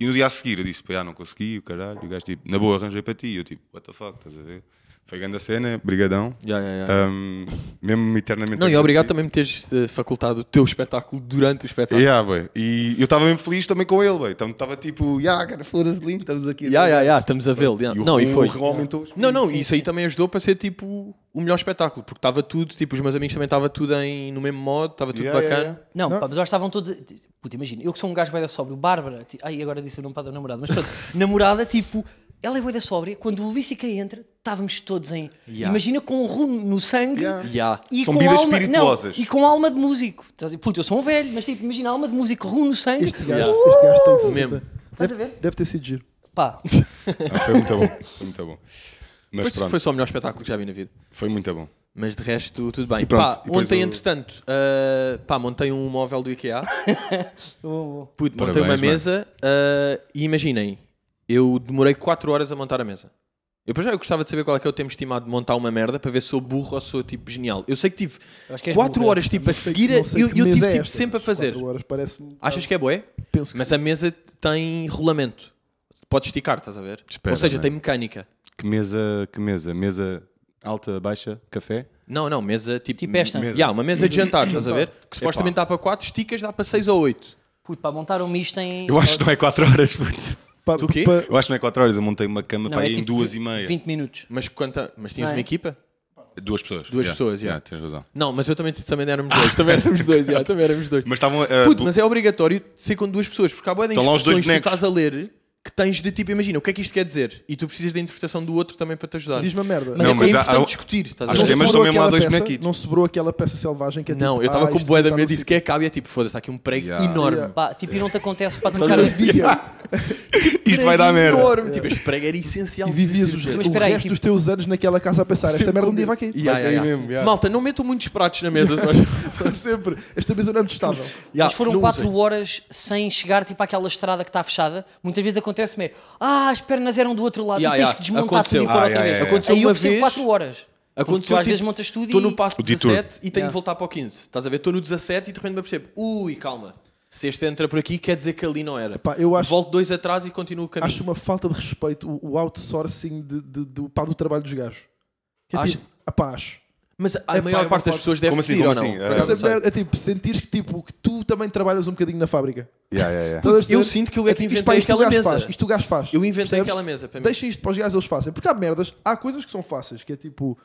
[SPEAKER 4] e no dia a seguir eu disse: pá, já não consegui, o caralho. E o gajo, tipo, na boa, arranjei para ti. E eu, tipo, what the fuck, estás a ver? Foi grande a cena, brigadão.
[SPEAKER 3] Yeah, yeah,
[SPEAKER 4] Ah,
[SPEAKER 3] yeah.
[SPEAKER 4] Ahm, mesmo eternamente.
[SPEAKER 3] Não, e
[SPEAKER 4] agradecido.
[SPEAKER 3] obrigado também tá? por teres eh, facultado o teu espetáculo durante o espetáculo.
[SPEAKER 4] Yeah, bué. E eu estava mesmo feliz também com ele, bué. Então estava tipo, yeah, cara, foda-se, lindo, estamos aqui. né?"
[SPEAKER 3] Ya, ya, ya, estamos a vê-lo. ya.
[SPEAKER 4] E o-
[SPEAKER 3] Não, e
[SPEAKER 4] o
[SPEAKER 3] foi.
[SPEAKER 4] rol aumentou os
[SPEAKER 3] Não, não, isso aí também ajudou para ser tipo o melhor espetáculo, porque estava tudo, tipo, os meus amigos também estava tudo em, no mesmo modo, estava tudo
[SPEAKER 4] Yeah,
[SPEAKER 3] bacana.
[SPEAKER 4] yeah,
[SPEAKER 5] Não, pá, mas elas estavam todos. Puta, imagina, eu que sou um gajo bué da sóbrio, Bárbara. ti- Ai, agora disse o nome para da namorada, mas
[SPEAKER 4] <laughs>
[SPEAKER 5] pronto, namorada, tipo, ela é bué da sóbria. Quando o Luís Ica entra, estávamos todos em.
[SPEAKER 3] Yeah.
[SPEAKER 5] Imagina com o rum no sangue.
[SPEAKER 4] Yeah.
[SPEAKER 3] Ya.
[SPEAKER 5] E
[SPEAKER 4] São
[SPEAKER 5] com
[SPEAKER 4] bebidas
[SPEAKER 5] alma,
[SPEAKER 4] espirituosas.
[SPEAKER 5] Não, e com alma de músico. Estás a dizer, Puta, eu sou um velho, mas tipo, imagina alma de músico, rum no sangue. tipo,
[SPEAKER 6] Este gajo,
[SPEAKER 3] Yeah.
[SPEAKER 6] este gajo tem que ser-
[SPEAKER 3] Mesmo.
[SPEAKER 5] Estás a ver?
[SPEAKER 6] Deve ter sido giro.
[SPEAKER 5] Pá,
[SPEAKER 4] Ah, foi muito bom, foi muito bom. Mas
[SPEAKER 3] Foi,
[SPEAKER 4] pronto,
[SPEAKER 3] foi só o melhor espetáculo que já vi na vida.
[SPEAKER 4] foi muito bom.
[SPEAKER 3] Mas de resto, tudo bem.
[SPEAKER 4] E pronto,
[SPEAKER 3] Pá,
[SPEAKER 4] e depois
[SPEAKER 3] ontem,
[SPEAKER 4] o-
[SPEAKER 3] entretanto, ah, pá, montei um móvel do IKEA,
[SPEAKER 5] eu-
[SPEAKER 3] puto, montei
[SPEAKER 4] Parabéns,
[SPEAKER 3] uma
[SPEAKER 4] mano.
[SPEAKER 3] mesa ah, e imaginem, eu demorei 4 horas a montar a mesa. Eu, para já, eu gostava de saber qual é que é o tempo estimado de montar uma merda para ver se sou burro ou sou tipo genial. Eu sei que tive
[SPEAKER 5] eu acho que és
[SPEAKER 3] 4
[SPEAKER 5] burro,
[SPEAKER 3] horas tipo a
[SPEAKER 6] é. Sei que-
[SPEAKER 3] seguir,
[SPEAKER 6] não sei
[SPEAKER 3] eu,
[SPEAKER 6] que
[SPEAKER 3] eu
[SPEAKER 6] mesa
[SPEAKER 3] tive
[SPEAKER 6] é
[SPEAKER 3] tipo,
[SPEAKER 6] esta,
[SPEAKER 3] sempre a
[SPEAKER 6] mas
[SPEAKER 3] fazer.
[SPEAKER 6] quatro horas parece-me. um
[SPEAKER 3] Achas que é boé?
[SPEAKER 6] Penso que
[SPEAKER 3] Mas
[SPEAKER 6] sim.
[SPEAKER 3] a mesa tem rolamento. Pode esticar, estás a ver?
[SPEAKER 4] Espera,
[SPEAKER 3] Ou seja,
[SPEAKER 4] né?
[SPEAKER 3] tem mecânica.
[SPEAKER 4] Que mesa, que mesa? Mesa alta, baixa, café?
[SPEAKER 3] Não, não, mesa tipo.
[SPEAKER 5] Tipo esta.
[SPEAKER 3] Mesa. Yeah, uma mesa de jantar, estás a ver? Que supostamente dá para 4, esticas dá para 6 ou 8.
[SPEAKER 5] Puto, pá, montaram isto em.
[SPEAKER 4] Eu acho que não é 4 horas, puto.
[SPEAKER 6] Pa-
[SPEAKER 3] Tu quê?
[SPEAKER 6] pa-
[SPEAKER 4] Eu acho que não é 4 horas, eu montei uma cama
[SPEAKER 5] Não,
[SPEAKER 4] para
[SPEAKER 5] é
[SPEAKER 4] aí em
[SPEAKER 5] tipo
[SPEAKER 4] 2 e meia.
[SPEAKER 5] 20 minutos.
[SPEAKER 3] Mas, quanta... Mas tinhas
[SPEAKER 5] Não é?
[SPEAKER 3] uma equipa?
[SPEAKER 4] Duas pessoas.
[SPEAKER 3] Duas pessoas, yeah.
[SPEAKER 4] Tens razão.
[SPEAKER 3] Não, mas eu também, também éramos
[SPEAKER 4] <laughs>
[SPEAKER 3] dois. Também éramos dois, yeah, também éramos dois.
[SPEAKER 4] Mas estavam. uh,
[SPEAKER 3] Puto,
[SPEAKER 4] blo-
[SPEAKER 3] mas é obrigatório ser com duas pessoas, porque há boa de
[SPEAKER 4] Estão lá os dois
[SPEAKER 3] instruções que tu
[SPEAKER 4] bonecos.
[SPEAKER 3] estás a ler que tens de tipo, imagina, o que é que isto quer dizer? E tu precisas da interpretação do outro também para te ajudar.
[SPEAKER 6] Diz-me a merda.
[SPEAKER 5] Mas
[SPEAKER 3] Não,
[SPEAKER 5] é
[SPEAKER 3] mas
[SPEAKER 4] mas
[SPEAKER 3] é
[SPEAKER 4] há- um-
[SPEAKER 3] importante
[SPEAKER 4] há-
[SPEAKER 3] discutir, estás a
[SPEAKER 4] Acho
[SPEAKER 3] ver?
[SPEAKER 4] que é, mas
[SPEAKER 6] sobrou
[SPEAKER 4] também lá
[SPEAKER 6] aquela
[SPEAKER 4] dois
[SPEAKER 6] peça-
[SPEAKER 4] bonequitos.
[SPEAKER 6] Não sobrou aquela peça selvagem que é
[SPEAKER 3] Não,
[SPEAKER 6] tipo,
[SPEAKER 3] eu estava
[SPEAKER 6] ah,
[SPEAKER 3] com
[SPEAKER 6] isto
[SPEAKER 3] bué da
[SPEAKER 6] está no
[SPEAKER 3] medo e disse
[SPEAKER 6] sítio.
[SPEAKER 3] que é cabo e é tipo, foda-se, está aqui um prego
[SPEAKER 4] Yeah.
[SPEAKER 3] enorme.
[SPEAKER 6] Yeah.
[SPEAKER 5] Pá, tipo, e não te acontece para
[SPEAKER 6] <laughs> Mas
[SPEAKER 5] trocar
[SPEAKER 6] eu
[SPEAKER 3] <laughs>
[SPEAKER 5] os.
[SPEAKER 6] via,
[SPEAKER 4] Isto vai dar merda.
[SPEAKER 3] Enorme. Tipo, este prego era essencial.
[SPEAKER 6] e vivias
[SPEAKER 3] de
[SPEAKER 6] os,
[SPEAKER 3] certeza.
[SPEAKER 5] Mas
[SPEAKER 6] o
[SPEAKER 5] espera aí,
[SPEAKER 6] resto
[SPEAKER 5] tipo-
[SPEAKER 6] dos teus anos naquela casa a pensar, esta
[SPEAKER 4] Sempre
[SPEAKER 6] merda
[SPEAKER 4] com
[SPEAKER 6] um dia vai
[SPEAKER 4] medo.
[SPEAKER 6] cair.
[SPEAKER 3] Yeah,
[SPEAKER 4] Vai
[SPEAKER 3] yeah,
[SPEAKER 4] cair
[SPEAKER 3] yeah.
[SPEAKER 4] mesmo, yeah.
[SPEAKER 3] Malta, não metam muitos pratos na mesa. <laughs> se faz favor.
[SPEAKER 6] Sempre. Esta mesa não é muito
[SPEAKER 3] <laughs>
[SPEAKER 6] estável.
[SPEAKER 3] Yeah,
[SPEAKER 5] Mas foram
[SPEAKER 3] não
[SPEAKER 5] 4
[SPEAKER 3] usem.
[SPEAKER 5] horas sem chegar tipo àquela estrada que está fechada. Muitas vezes acontece-me é, ah, as pernas eram do outro lado
[SPEAKER 3] Yeah,
[SPEAKER 5] e tens
[SPEAKER 3] yeah,
[SPEAKER 5] que desmontar
[SPEAKER 3] aconteceu.
[SPEAKER 5] tudo e pôr
[SPEAKER 4] Ah,
[SPEAKER 5] outra
[SPEAKER 4] yeah,
[SPEAKER 5] vez.
[SPEAKER 4] yeah,
[SPEAKER 3] Aconteceu
[SPEAKER 5] Aí
[SPEAKER 3] uma
[SPEAKER 5] eu percebo
[SPEAKER 3] vez.
[SPEAKER 5] 4 horas. Porque tu
[SPEAKER 3] Aconteceu,
[SPEAKER 5] às
[SPEAKER 3] tipo,
[SPEAKER 5] vezes montas tudo
[SPEAKER 3] Estou
[SPEAKER 5] e...
[SPEAKER 3] no passo
[SPEAKER 4] O detour.
[SPEAKER 3] 17 e tenho
[SPEAKER 5] Yeah.
[SPEAKER 3] de voltar para o 15. Estás a ver? Estou no 17 e de repente me percebo. Ui, calma. Se este entra por aqui, quer dizer que ali não era.
[SPEAKER 6] Pá, eu acho-
[SPEAKER 3] Volto dois atrás e continuo o caminho.
[SPEAKER 6] Acho uma falta de respeito o, o outsourcing de, de- do, pá, do trabalho dos gajos. Que é
[SPEAKER 3] Acho-
[SPEAKER 6] tipo, ah, pá, acho.
[SPEAKER 3] Mas a
[SPEAKER 6] Epá, é
[SPEAKER 3] maior
[SPEAKER 6] uma
[SPEAKER 3] parte das
[SPEAKER 6] falta-
[SPEAKER 3] pessoas deve
[SPEAKER 4] Como assim,
[SPEAKER 3] pedir,
[SPEAKER 4] como
[SPEAKER 3] ou não?
[SPEAKER 4] assim?
[SPEAKER 3] Por acaso,
[SPEAKER 6] Essa
[SPEAKER 3] não sei.
[SPEAKER 6] merda é tipo, sentir que, tipo, que tu também trabalhas um bocadinho na fábrica.
[SPEAKER 4] Yeah, yeah, yeah.
[SPEAKER 6] Estás a perceber?
[SPEAKER 3] eu sinto que eu é que
[SPEAKER 6] tipo,
[SPEAKER 3] inventei
[SPEAKER 6] isto, pá, isto o
[SPEAKER 3] aquela
[SPEAKER 6] gajo
[SPEAKER 3] mesa.
[SPEAKER 6] Faz, isto o gajo faz.
[SPEAKER 3] Eu inventei
[SPEAKER 6] percebes?
[SPEAKER 3] aquela mesa, para mim.
[SPEAKER 6] Deixem isto para os gajos, eles fazem. Porque há merdas, há coisas que são fáceis, que é tipo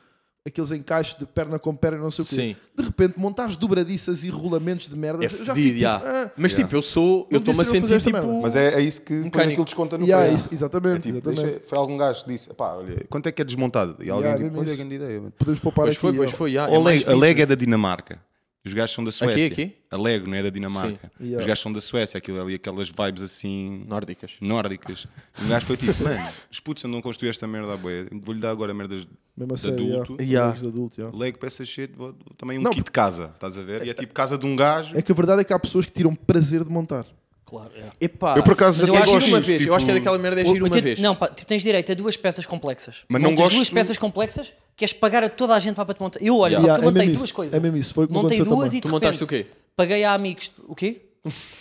[SPEAKER 6] aqueles encaixes de perna com perna e não sei o quê.
[SPEAKER 3] Sim.
[SPEAKER 6] De repente, montares dobradiças e rolamentos de merdas.
[SPEAKER 3] É
[SPEAKER 6] eu
[SPEAKER 3] fedido,
[SPEAKER 6] fico tipo,
[SPEAKER 3] yeah.
[SPEAKER 6] ah,
[SPEAKER 3] Mas tipo, eu sou. Eu
[SPEAKER 6] Não devia
[SPEAKER 3] estou-me a
[SPEAKER 6] ser eu fazer
[SPEAKER 3] sentir
[SPEAKER 6] esta
[SPEAKER 3] tipo. um
[SPEAKER 6] merda.
[SPEAKER 4] Mas é, é isso que depois
[SPEAKER 3] Mecânico.
[SPEAKER 4] aquilo desconta no
[SPEAKER 6] Yeah,
[SPEAKER 4] preço.
[SPEAKER 6] isso, exatamente,
[SPEAKER 4] É tipo,
[SPEAKER 6] exatamente.
[SPEAKER 4] deixa- foi algum gajo que disse: pá, olha, quanto é que é desmontado? E alguém tipo,
[SPEAKER 6] Yeah, mesmo assim."
[SPEAKER 4] olha,
[SPEAKER 6] isso.
[SPEAKER 4] grande ideia. mano."
[SPEAKER 6] Podes poupar
[SPEAKER 3] Pois
[SPEAKER 6] aqui,
[SPEAKER 3] foi, pois
[SPEAKER 6] ó.
[SPEAKER 3] foi. yeah,
[SPEAKER 4] A
[SPEAKER 3] é mais
[SPEAKER 4] Leg- a Leg é
[SPEAKER 3] business.
[SPEAKER 4] da Dinamarca. Os gajos são da Suécia.
[SPEAKER 3] aqui?
[SPEAKER 4] A Lego não é da Dinamarca.
[SPEAKER 6] Sim. Yeah.
[SPEAKER 4] Os gajos são da Suécia, aquilo é ali, aquelas vibes assim
[SPEAKER 3] Nórdicas.
[SPEAKER 4] nórdicas. Um gajo foi tipo, mano, os putos andam a construir esta merda à boia. Vou-lhe dar agora merdas
[SPEAKER 6] Mesmo a
[SPEAKER 4] de
[SPEAKER 6] sério,
[SPEAKER 4] adulto.
[SPEAKER 6] yeah.
[SPEAKER 3] Yeah.
[SPEAKER 6] Jogos de adulto, yeah.
[SPEAKER 4] Lego para essa shit, vou- também um
[SPEAKER 6] Não,
[SPEAKER 4] kit de casa, estás a ver? E é tipo casa de um gajo.
[SPEAKER 6] É que a verdade é que há pessoas que tiram prazer de montar.
[SPEAKER 5] Claro, é.
[SPEAKER 3] Epá,
[SPEAKER 4] Eu, por acaso,
[SPEAKER 3] mas eu
[SPEAKER 4] até
[SPEAKER 3] acho
[SPEAKER 4] gosto
[SPEAKER 3] que uma
[SPEAKER 4] disso,
[SPEAKER 3] vez. Eu
[SPEAKER 4] tipo-
[SPEAKER 3] acho que é daquela merda é giro uma vez.
[SPEAKER 5] Não, pá, tipo, tens direito a duas peças complexas.
[SPEAKER 4] Mas não
[SPEAKER 5] Montas
[SPEAKER 4] gosto-
[SPEAKER 5] duas peças complexas, queres pagar a toda a gente para para te montar. Eu olho,
[SPEAKER 3] Yeah.
[SPEAKER 5] pá,
[SPEAKER 6] Yeah,
[SPEAKER 5] tu
[SPEAKER 6] é
[SPEAKER 5] montei
[SPEAKER 6] mesmo
[SPEAKER 5] duas
[SPEAKER 6] isso.
[SPEAKER 5] coisas.
[SPEAKER 6] É mesmo isso, foi o que
[SPEAKER 5] Montei
[SPEAKER 6] aconteceu
[SPEAKER 5] duas
[SPEAKER 6] também.
[SPEAKER 5] e de
[SPEAKER 3] Tu montaste
[SPEAKER 5] repente
[SPEAKER 3] o quê?
[SPEAKER 5] Paguei a amigos. O quê?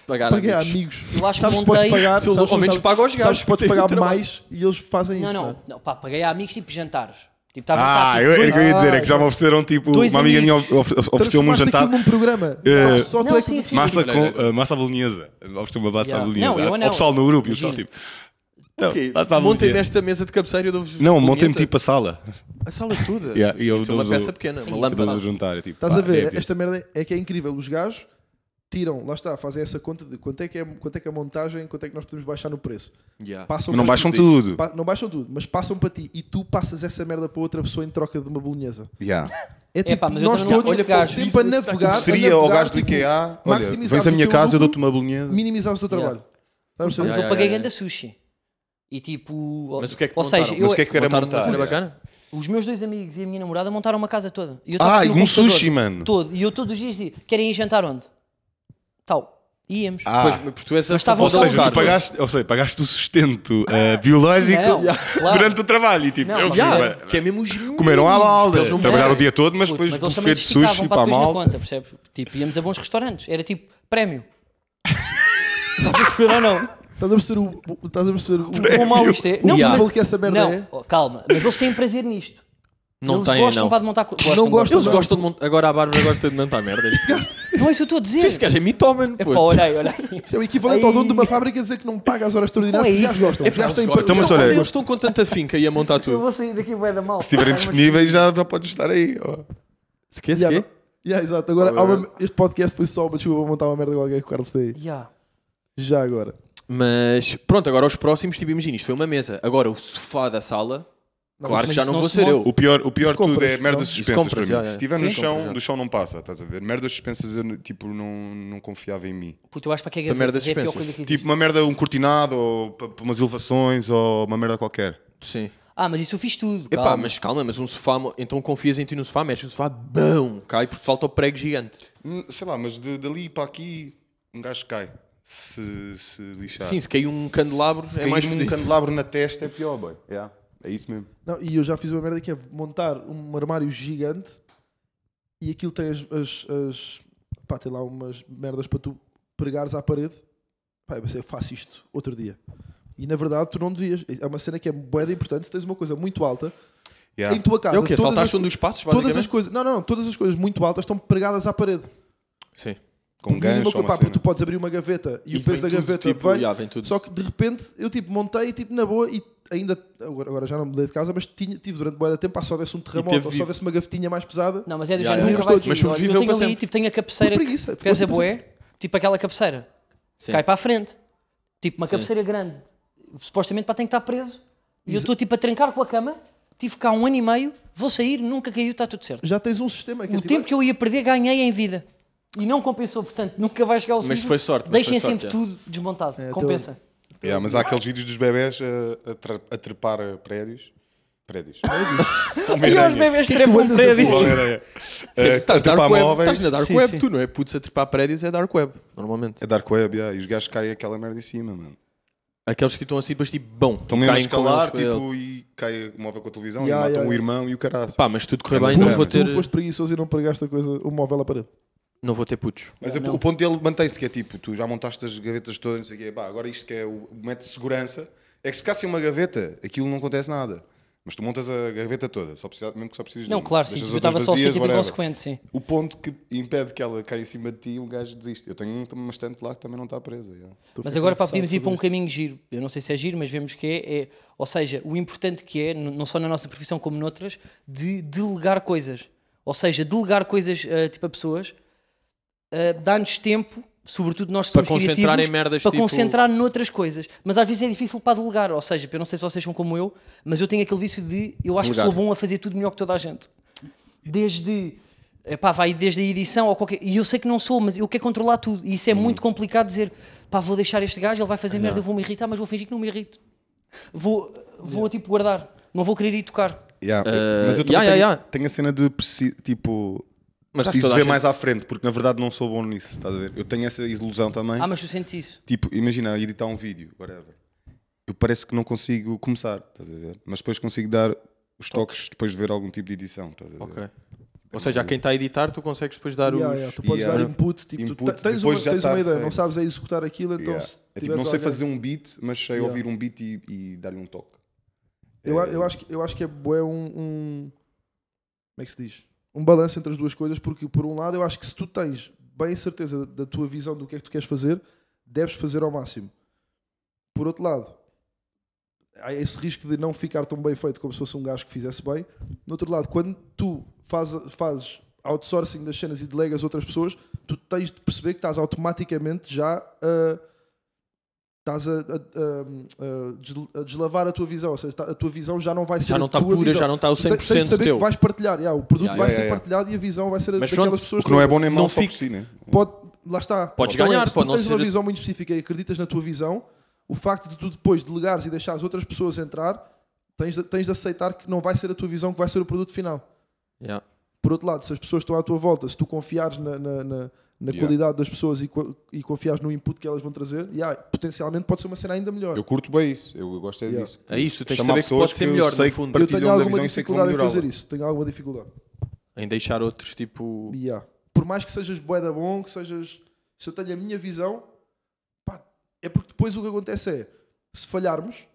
[SPEAKER 3] Pagar
[SPEAKER 6] Paguei a
[SPEAKER 3] amigos.
[SPEAKER 6] amigos.
[SPEAKER 5] Eu acho que
[SPEAKER 6] Sabes
[SPEAKER 5] montei-
[SPEAKER 6] podes pagar,
[SPEAKER 3] Se eu-
[SPEAKER 6] sabes-
[SPEAKER 3] ao menos
[SPEAKER 6] sabes-
[SPEAKER 3] pago aos gajos
[SPEAKER 6] Sabes,
[SPEAKER 3] que
[SPEAKER 6] podes
[SPEAKER 3] têm o
[SPEAKER 6] pagar
[SPEAKER 3] trabalho.
[SPEAKER 6] mais e eles fazem
[SPEAKER 5] Não,
[SPEAKER 6] isso.
[SPEAKER 5] não,
[SPEAKER 6] né?
[SPEAKER 5] não, pá, paguei a amigos tipo jantares. Tipo, estava
[SPEAKER 4] Ah,
[SPEAKER 5] cá,
[SPEAKER 4] eu,
[SPEAKER 5] tipo,
[SPEAKER 4] era o que eu ia dizer,
[SPEAKER 6] Ah,
[SPEAKER 4] é que já me ofereceram tipo,
[SPEAKER 5] dois
[SPEAKER 4] uma amiga minha
[SPEAKER 5] amigos.
[SPEAKER 4] of- of- ofereceu-me um
[SPEAKER 6] Transformaste
[SPEAKER 4] jantar.
[SPEAKER 6] aquilo num programa.
[SPEAKER 4] Eh,
[SPEAKER 6] Só- só tu
[SPEAKER 5] Não,
[SPEAKER 6] é que
[SPEAKER 5] sim,
[SPEAKER 6] não
[SPEAKER 5] sim.
[SPEAKER 4] Massa,
[SPEAKER 3] Olha,
[SPEAKER 4] com,
[SPEAKER 3] olha.
[SPEAKER 4] ah, massa bolonhesa. Ofereceu uma massa
[SPEAKER 5] Yeah.
[SPEAKER 4] bolonhesa.
[SPEAKER 5] Não, eu não.
[SPEAKER 4] Ao pessoal no grupo, e o pessoal
[SPEAKER 5] Imagina.
[SPEAKER 4] tipo. Não,
[SPEAKER 3] Ok,
[SPEAKER 4] massa à
[SPEAKER 3] Montem
[SPEAKER 4] bolonhesa.
[SPEAKER 3] nesta mesa de cabeceira e eu dou-vos.
[SPEAKER 4] Não,
[SPEAKER 3] uma
[SPEAKER 4] montei-me
[SPEAKER 3] mesa.
[SPEAKER 4] tipo a sala.
[SPEAKER 3] A sala toda.
[SPEAKER 4] Yeah, e eu
[SPEAKER 3] Isso é uma
[SPEAKER 4] dou-vos o-
[SPEAKER 3] peça pequena, uma
[SPEAKER 4] Para
[SPEAKER 3] lâmpada.
[SPEAKER 4] juntar. é Tipo,
[SPEAKER 6] Estás a
[SPEAKER 4] pá,
[SPEAKER 6] ver?
[SPEAKER 4] é,
[SPEAKER 6] Esta merda é que é incrível. Os gajos tiram, lá está, fazem essa conta de quanto é que é, quanto é, que é a montagem, quanto é que nós podemos baixar no preço.
[SPEAKER 3] Yeah.
[SPEAKER 6] Passam
[SPEAKER 4] Mas Ah, não
[SPEAKER 6] para
[SPEAKER 4] baixam
[SPEAKER 6] ti.
[SPEAKER 4] tudo.
[SPEAKER 6] Pa- não baixam tudo, mas passam para ti e tu passas essa merda para outra pessoa em troca de uma bolonhesa.
[SPEAKER 4] Yeah.
[SPEAKER 6] É tipo,
[SPEAKER 5] pá, mas eu
[SPEAKER 6] nós
[SPEAKER 5] também não
[SPEAKER 6] todos
[SPEAKER 5] olho para esse
[SPEAKER 6] sempre a
[SPEAKER 3] gajo.
[SPEAKER 6] navegar.
[SPEAKER 4] Seria
[SPEAKER 6] a
[SPEAKER 4] ao
[SPEAKER 6] navegar,
[SPEAKER 4] gajo do
[SPEAKER 6] tipo,
[SPEAKER 4] IKEA. Olha,
[SPEAKER 6] maximizares
[SPEAKER 4] vens à
[SPEAKER 6] o
[SPEAKER 4] minha
[SPEAKER 6] teu
[SPEAKER 4] casa, eu
[SPEAKER 6] lucro,
[SPEAKER 4] dou-te uma bolonhesa.
[SPEAKER 6] Minimizares o teu
[SPEAKER 5] Yeah.
[SPEAKER 6] trabalho. Estás a
[SPEAKER 5] Mas
[SPEAKER 6] perceber?
[SPEAKER 3] Yeah, yeah,
[SPEAKER 5] eu paguei
[SPEAKER 3] yeah.
[SPEAKER 5] ganda sushi. E tipo.
[SPEAKER 3] Mas o que é que
[SPEAKER 5] Ou seja,
[SPEAKER 3] montaram?
[SPEAKER 5] eu.
[SPEAKER 4] Mas o que é que era
[SPEAKER 3] Montaram uma
[SPEAKER 4] montar?
[SPEAKER 3] cena bacana?
[SPEAKER 5] Os meus dois amigos e a minha namorada montaram uma casa toda. E eu tava
[SPEAKER 4] Ah,
[SPEAKER 5] aqui
[SPEAKER 4] e
[SPEAKER 5] no
[SPEAKER 4] um
[SPEAKER 5] computador,
[SPEAKER 4] sushi, mano.
[SPEAKER 5] Todo. E eu todos os dias dizia: querem ir jantar onde? Tal. Íamos.
[SPEAKER 4] Ah,
[SPEAKER 3] Pois, porque tu és a
[SPEAKER 5] Mas estavam
[SPEAKER 4] ou
[SPEAKER 3] favor
[SPEAKER 5] tão
[SPEAKER 3] da
[SPEAKER 4] seja, tu
[SPEAKER 3] vontade.
[SPEAKER 4] pagaste, ou seja, pagaste o sustento eh, biológico
[SPEAKER 5] Não, claro.
[SPEAKER 4] durante o trabalho. E tipo,
[SPEAKER 5] Não,
[SPEAKER 4] eu
[SPEAKER 5] mas
[SPEAKER 3] Yeah,
[SPEAKER 5] Pois
[SPEAKER 4] fiz-
[SPEAKER 3] que é mesmo os mínimos.
[SPEAKER 4] Comeram à balda,
[SPEAKER 3] Eles não
[SPEAKER 4] trabalharam o
[SPEAKER 3] querem.
[SPEAKER 4] dia todo, mas
[SPEAKER 5] Puto,
[SPEAKER 4] depois
[SPEAKER 5] mas eles também
[SPEAKER 4] buffet de
[SPEAKER 5] se esticavam
[SPEAKER 4] sushi
[SPEAKER 5] para
[SPEAKER 4] para a
[SPEAKER 5] depois na
[SPEAKER 4] malta.
[SPEAKER 5] conta, percebes? Tipo, íamos a bons restaurantes. Era tipo prémio. <laughs> Estás a perceber ou não?
[SPEAKER 6] Estás a perceber o. o- Estás a
[SPEAKER 4] <laughs>
[SPEAKER 6] perceber o.
[SPEAKER 5] Quão mau isto é?
[SPEAKER 6] O
[SPEAKER 5] Não,
[SPEAKER 3] Yeah.
[SPEAKER 6] nível que essa merda
[SPEAKER 5] não.
[SPEAKER 6] é.
[SPEAKER 5] Oh, calma. Mas eles têm prazer nisto.
[SPEAKER 3] Não
[SPEAKER 5] eles
[SPEAKER 3] têm,
[SPEAKER 5] gostam
[SPEAKER 3] não.
[SPEAKER 5] para de montar... co- Gostam,
[SPEAKER 6] Não gostam.
[SPEAKER 3] Eles gostam de montar. Agora a Bárbara gosta de montar
[SPEAKER 4] <laughs>
[SPEAKER 3] merda.
[SPEAKER 5] Não é isso que eu estou a dizer.
[SPEAKER 3] Este gajo é mitómano.
[SPEAKER 5] É
[SPEAKER 3] pô.
[SPEAKER 5] pá, olhei, olhei.
[SPEAKER 6] Isto é o equivalente ao
[SPEAKER 5] Ai.
[SPEAKER 6] dono de uma fábrica dizer que não paga as horas extraordinárias.
[SPEAKER 5] Não é
[SPEAKER 6] Os gajos
[SPEAKER 5] isso.
[SPEAKER 6] gostam. Os gajos têm
[SPEAKER 3] Eles
[SPEAKER 4] Então, mas
[SPEAKER 3] gostam.
[SPEAKER 4] olha-
[SPEAKER 3] Eles estão com tanta finca e a montar
[SPEAKER 5] Eu
[SPEAKER 3] tudo.
[SPEAKER 5] vou sair daqui bué da mal.
[SPEAKER 3] Ah,
[SPEAKER 4] Se estiverem disponíveis, já, já podes estar aí. ó.
[SPEAKER 3] Se quer, se
[SPEAKER 6] Yeah,
[SPEAKER 3] quer.
[SPEAKER 6] não- Yeah, exato. Agora,
[SPEAKER 3] Tá
[SPEAKER 6] há uma- este podcast foi só uma desculpa para montar uma merda com alguém que o Carlos tem. aí.
[SPEAKER 5] Yeah.
[SPEAKER 6] Já agora.
[SPEAKER 3] Mas pronto, agora os próximos, tipo, imagina, isto foi uma mesa. Agora o sofá da sala, claro que
[SPEAKER 5] mas
[SPEAKER 3] já
[SPEAKER 5] isso
[SPEAKER 3] não
[SPEAKER 5] não
[SPEAKER 3] vou
[SPEAKER 5] se
[SPEAKER 3] ser eu.
[SPEAKER 4] O pior, o pior
[SPEAKER 6] Isso compras,
[SPEAKER 4] tudo é merda
[SPEAKER 6] não?
[SPEAKER 3] Isso
[SPEAKER 4] suspensas
[SPEAKER 3] compras,
[SPEAKER 4] para
[SPEAKER 3] já,
[SPEAKER 4] mim.
[SPEAKER 3] já.
[SPEAKER 4] Se estiver no
[SPEAKER 3] Sim. Compras,
[SPEAKER 4] chão,
[SPEAKER 3] já.
[SPEAKER 4] do chão não passa, estás a ver? Merdas suspensas eu tipo, não, não confiava em mim.
[SPEAKER 5] Puto, eu acho para que é
[SPEAKER 3] Para merdas
[SPEAKER 5] gavetas, é a pior
[SPEAKER 3] suspensas.
[SPEAKER 5] coisa que existe.
[SPEAKER 4] Tipo uma merda, um cortinado, ou pa- pa- umas elevações, ou uma merda qualquer.
[SPEAKER 3] Sim.
[SPEAKER 5] Ah, mas isso eu fiz tudo.
[SPEAKER 3] Epá,
[SPEAKER 5] calma.
[SPEAKER 3] mas calma, mas um sofá. mo- Então confias em ti no sofá, mexe no sofá, bão, cai porque falta o prego gigante.
[SPEAKER 4] Hum, Sei lá, mas de- dali para aqui um gajo cai. Se, se lixar.
[SPEAKER 3] Sim, se cair um candelabro, é
[SPEAKER 4] Cair
[SPEAKER 3] mais
[SPEAKER 4] um
[SPEAKER 3] fodido.
[SPEAKER 4] candelabro na testa é pior, boy. Yeah. É isso mesmo.
[SPEAKER 6] Não, e eu já fiz uma merda que é montar um armário gigante e aquilo tem as. as, as- pá, tem lá umas merdas para tu pregares à parede. Pá, eu pensei, eu faço isto outro dia. E na verdade tu não devias. É uma cena que é boeda importante se tens uma coisa muito alta
[SPEAKER 4] Yeah.
[SPEAKER 6] em tua casa.
[SPEAKER 3] É o quê?
[SPEAKER 6] todas
[SPEAKER 3] Saltaste
[SPEAKER 6] as-
[SPEAKER 3] um dos passos,
[SPEAKER 6] Todas as
[SPEAKER 3] basicamente?
[SPEAKER 6] coisas, não, não, não, todas as coisas muito altas estão pregadas à parede.
[SPEAKER 3] Sim.
[SPEAKER 4] Com gancho.
[SPEAKER 6] Mínima
[SPEAKER 4] ou
[SPEAKER 6] co-
[SPEAKER 4] uma
[SPEAKER 6] pá, porque
[SPEAKER 4] cena.
[SPEAKER 6] tu podes abrir uma gaveta e,
[SPEAKER 3] E
[SPEAKER 6] o
[SPEAKER 3] vem
[SPEAKER 6] peso da
[SPEAKER 3] tudo,
[SPEAKER 6] gaveta
[SPEAKER 3] tipo,
[SPEAKER 6] vai.
[SPEAKER 3] yeah, vem tudo.
[SPEAKER 6] Só que de repente eu tipo montei tipo na boa e ainda agora, agora já não mudei de casa, mas tinha, tive durante boa tempo, pá, se houvesse um terremoto
[SPEAKER 3] teve
[SPEAKER 6] ou se
[SPEAKER 3] vivo.
[SPEAKER 6] houvesse uma gavetinha mais pesada.
[SPEAKER 5] Não, mas é do
[SPEAKER 3] Yeah,
[SPEAKER 5] género.
[SPEAKER 6] yeah.
[SPEAKER 5] nunca vai
[SPEAKER 6] Mas
[SPEAKER 5] aqui. Olha,
[SPEAKER 3] sobreviveu
[SPEAKER 5] eu tenho
[SPEAKER 3] para
[SPEAKER 5] ali,
[SPEAKER 3] sempre.
[SPEAKER 5] tipo, tenho a cabeceira.
[SPEAKER 6] Por preguiça,
[SPEAKER 5] que- que fez a
[SPEAKER 6] ficou
[SPEAKER 5] bué, tipo aquela cabeceira.
[SPEAKER 3] Sim.
[SPEAKER 5] Cai para a frente. Tipo, uma
[SPEAKER 3] Sim.
[SPEAKER 5] cabeceira grande. Supostamente para tem que estar preso. E eu estou tipo a trancar com a cama. Tive cá um ano e meio. Vou sair, nunca caiu, está tudo certo.
[SPEAKER 6] Já tens um sistema que é
[SPEAKER 5] O
[SPEAKER 6] tipo,
[SPEAKER 5] tempo que eu ia perder, ganhei em vida. E não compensou, portanto, nunca vai chegar ao
[SPEAKER 3] Mas
[SPEAKER 5] sítio.
[SPEAKER 3] foi sorte, mas
[SPEAKER 5] Deixem
[SPEAKER 3] foi sorte,
[SPEAKER 5] sempre
[SPEAKER 3] é.
[SPEAKER 5] tudo desmontado.
[SPEAKER 6] É,
[SPEAKER 5] Compensa.
[SPEAKER 4] Yeah, mas há aqueles vídeos dos bebés a, a tra- a trepar a prédios.
[SPEAKER 3] <laughs>
[SPEAKER 4] Prédios.
[SPEAKER 5] E aos bebês trepam
[SPEAKER 6] andas a
[SPEAKER 5] prédios.
[SPEAKER 4] Homem-Aranha.
[SPEAKER 3] <laughs> Sim,
[SPEAKER 6] É,
[SPEAKER 4] Eh,
[SPEAKER 3] estás
[SPEAKER 6] tipo,
[SPEAKER 4] trepar
[SPEAKER 3] dark web,
[SPEAKER 4] móveis.
[SPEAKER 3] estás na Dark
[SPEAKER 5] Sim,
[SPEAKER 3] Web,
[SPEAKER 5] sim.
[SPEAKER 3] tu não é? Putz a trepar prédios é Dark Web, normalmente.
[SPEAKER 4] É Dark Web, yeah, e os gajos caem aquela merda em cima, mano.
[SPEAKER 3] Aqueles que estão assim, depois tipo, bom,
[SPEAKER 4] Estão mesmo a
[SPEAKER 3] caem com eles.
[SPEAKER 4] escalar,
[SPEAKER 3] com ele.
[SPEAKER 4] tipo, e cai o móvel com a televisão
[SPEAKER 6] Yeah,
[SPEAKER 4] e matam
[SPEAKER 6] yeah,
[SPEAKER 4] o
[SPEAKER 6] yeah.
[SPEAKER 4] irmão e o caralho.
[SPEAKER 3] Pá, mas se tudo correr
[SPEAKER 4] É
[SPEAKER 3] bem,
[SPEAKER 4] muito
[SPEAKER 3] não
[SPEAKER 4] bom.
[SPEAKER 3] vou,
[SPEAKER 6] porque
[SPEAKER 3] ter,
[SPEAKER 6] tu foste preguiçoso e não pregaste a coisa, o móvel à parede.
[SPEAKER 3] não vou ter putos.
[SPEAKER 4] Mas o- o ponto dele mantém-se, que é tipo, tu já montaste as gavetas todas, não sei o quê, pá, agora isto que é o o método de segurança, é que se ficasse uma gaveta, aquilo não acontece nada. Mas tu montas a gaveta toda, só precisa, mesmo que só precises de
[SPEAKER 5] Não,
[SPEAKER 4] uma.
[SPEAKER 5] claro, sim.
[SPEAKER 4] Deixas
[SPEAKER 5] Eu
[SPEAKER 4] outras
[SPEAKER 5] estava só a ser
[SPEAKER 4] vazias,
[SPEAKER 3] um
[SPEAKER 5] tipo
[SPEAKER 4] whatever.
[SPEAKER 5] inconsequente, sim.
[SPEAKER 4] O ponto que impede que ela caia em cima de ti, um gajo desiste. Eu tenho um- uma estante lá que também não está presa. yeah.
[SPEAKER 5] Mas agora para podíamos ir para um caminho giro. Eu não sei se é giro, mas vemos que é, é- ou seja, o importante que é, n- não só na nossa profissão como noutras, de delegar coisas. Ou seja, delegar coisas eh, tipo a pessoas eh, dá-nos tempo, sobretudo nós que
[SPEAKER 3] Para
[SPEAKER 5] somos
[SPEAKER 3] concentrar
[SPEAKER 5] criativos,
[SPEAKER 3] em merdas
[SPEAKER 5] para
[SPEAKER 3] tipo-
[SPEAKER 5] concentrar noutras coisas. Mas às vezes é difícil para delegar. Ou seja, eu não sei se vocês são como eu, mas eu tenho aquele vício de eu acho
[SPEAKER 3] Delegar.
[SPEAKER 5] que sou bom a fazer tudo melhor que toda a gente. Desde. Epá, vai desde a edição ou qualquer. E eu sei que não sou, mas eu quero controlar tudo. E isso
[SPEAKER 4] Uhum.
[SPEAKER 5] é muito complicado dizer: pá, vou deixar este gajo, ele vai
[SPEAKER 4] É
[SPEAKER 5] fazer merda, eu vou me irritar, mas vou fingir que não me irrito. Vou, vou tipo, guardar. Não vou querer ir tocar.
[SPEAKER 4] Yeah,
[SPEAKER 3] Eh,
[SPEAKER 4] mas eu também
[SPEAKER 3] yeah,
[SPEAKER 4] tenho,
[SPEAKER 3] yeah, yeah.
[SPEAKER 4] tenho a cena de preci- tipo,
[SPEAKER 3] Mas acho que
[SPEAKER 4] preciso
[SPEAKER 3] toda a
[SPEAKER 4] ver
[SPEAKER 3] gente-
[SPEAKER 4] mais à frente, porque na verdade não sou bom nisso, estás a ver? Eu tenho essa ilusão também.
[SPEAKER 5] Ah, mas tu sentes isso.
[SPEAKER 4] Tipo, imagina editar um vídeo, whatever. Eu parece que não consigo começar, estás a ver? Mas depois consigo dar os toques depois de ver algum tipo de edição, estás a ver?
[SPEAKER 3] Ok. Ou seja, a quem está a editar, tu consegues depois dar
[SPEAKER 6] Yeah,
[SPEAKER 3] os...
[SPEAKER 6] yeah, tu podes
[SPEAKER 4] Yeah.
[SPEAKER 6] dar input, tipo,
[SPEAKER 4] Input,
[SPEAKER 6] tu te- tens
[SPEAKER 4] depois
[SPEAKER 6] uma,
[SPEAKER 4] já
[SPEAKER 6] tens
[SPEAKER 4] tá
[SPEAKER 6] uma ideia,
[SPEAKER 4] feito.
[SPEAKER 6] não sabes é executar aquilo, então
[SPEAKER 4] Yeah. É
[SPEAKER 6] se
[SPEAKER 4] tipo,
[SPEAKER 6] tiveres
[SPEAKER 4] não sei
[SPEAKER 6] alguém-
[SPEAKER 4] fazer um beat, mas sei
[SPEAKER 6] Yeah.
[SPEAKER 4] ouvir um beat e, e dar-lhe um toque.
[SPEAKER 6] Eu, a- eu acho, que- eu acho que é bué um, um- Como é que se diz? Um balanço entre as duas coisas, porque por um lado eu acho que se tu tens bem a certeza da tua visão do que é que tu queres fazer, deves fazer ao máximo. Por outro lado, há esse risco de não ficar tão bem feito como se fosse um gajo que fizesse bem. No outro lado, quando tu faz, fazes outsourcing das cenas e delegas a outras pessoas, tu tens de perceber que estás automaticamente já a. Estás a, a- a- a desl- a deslavar a tua visão, ou seja, tá- a tua visão já não vai ser
[SPEAKER 3] Já não
[SPEAKER 6] a
[SPEAKER 3] está
[SPEAKER 6] tua
[SPEAKER 3] pura,
[SPEAKER 6] visão.
[SPEAKER 3] já não está o
[SPEAKER 6] Tu tens- tens de
[SPEAKER 3] 100%
[SPEAKER 6] saber
[SPEAKER 3] teu.
[SPEAKER 6] que vais partilhar, yeah, o produto
[SPEAKER 3] Yeah,
[SPEAKER 6] vai
[SPEAKER 4] yeah,
[SPEAKER 6] ser
[SPEAKER 4] yeah.
[SPEAKER 6] partilhado e a visão vai ser a
[SPEAKER 3] Mas
[SPEAKER 6] daquelas
[SPEAKER 3] pronto,
[SPEAKER 6] pessoas
[SPEAKER 4] O que não é bom nem
[SPEAKER 3] Não
[SPEAKER 4] mau só por
[SPEAKER 3] fico-
[SPEAKER 4] si, né?
[SPEAKER 6] pode, lá está.
[SPEAKER 3] Podes
[SPEAKER 6] Então é,
[SPEAKER 3] ganhar,
[SPEAKER 6] se
[SPEAKER 3] pode
[SPEAKER 6] tu
[SPEAKER 3] não
[SPEAKER 6] tens
[SPEAKER 3] ser-
[SPEAKER 6] uma visão muito específica e acreditas na tua visão, o facto de tu depois delegares e deixares outras pessoas entrar Tens de, tens de aceitar que não vai ser a tua visão que vai ser o produto final.
[SPEAKER 3] Yeah.
[SPEAKER 6] Por outro lado, se as pessoas estão à tua volta, se tu confiares na, na- na- na
[SPEAKER 4] Yeah.
[SPEAKER 6] qualidade das pessoas e, co- e confiares no input que elas vão trazer, yeah, potencialmente pode ser uma cena ainda
[SPEAKER 3] Ah.
[SPEAKER 6] melhor.
[SPEAKER 4] Eu curto bem isso, eu gosto é
[SPEAKER 6] Yeah.
[SPEAKER 4] disso.
[SPEAKER 3] É isso, tens de
[SPEAKER 4] Chamar
[SPEAKER 3] saber que
[SPEAKER 4] pessoas
[SPEAKER 3] pode ser
[SPEAKER 4] eu
[SPEAKER 3] melhor, no
[SPEAKER 4] sei que
[SPEAKER 3] fundo.
[SPEAKER 6] Eu
[SPEAKER 4] partilham
[SPEAKER 6] tenho
[SPEAKER 4] da
[SPEAKER 6] alguma
[SPEAKER 4] visão e sei que vão
[SPEAKER 6] dificuldade em
[SPEAKER 4] melhorá-la.
[SPEAKER 6] fazer isso. Tenho alguma dificuldade.
[SPEAKER 3] Em deixar outros, tipo.
[SPEAKER 6] Yeah. Por mais que sejas bué da bom, que sejas. Se eu tenho a minha visão, pá, é porque depois o que acontece é: se falharmos,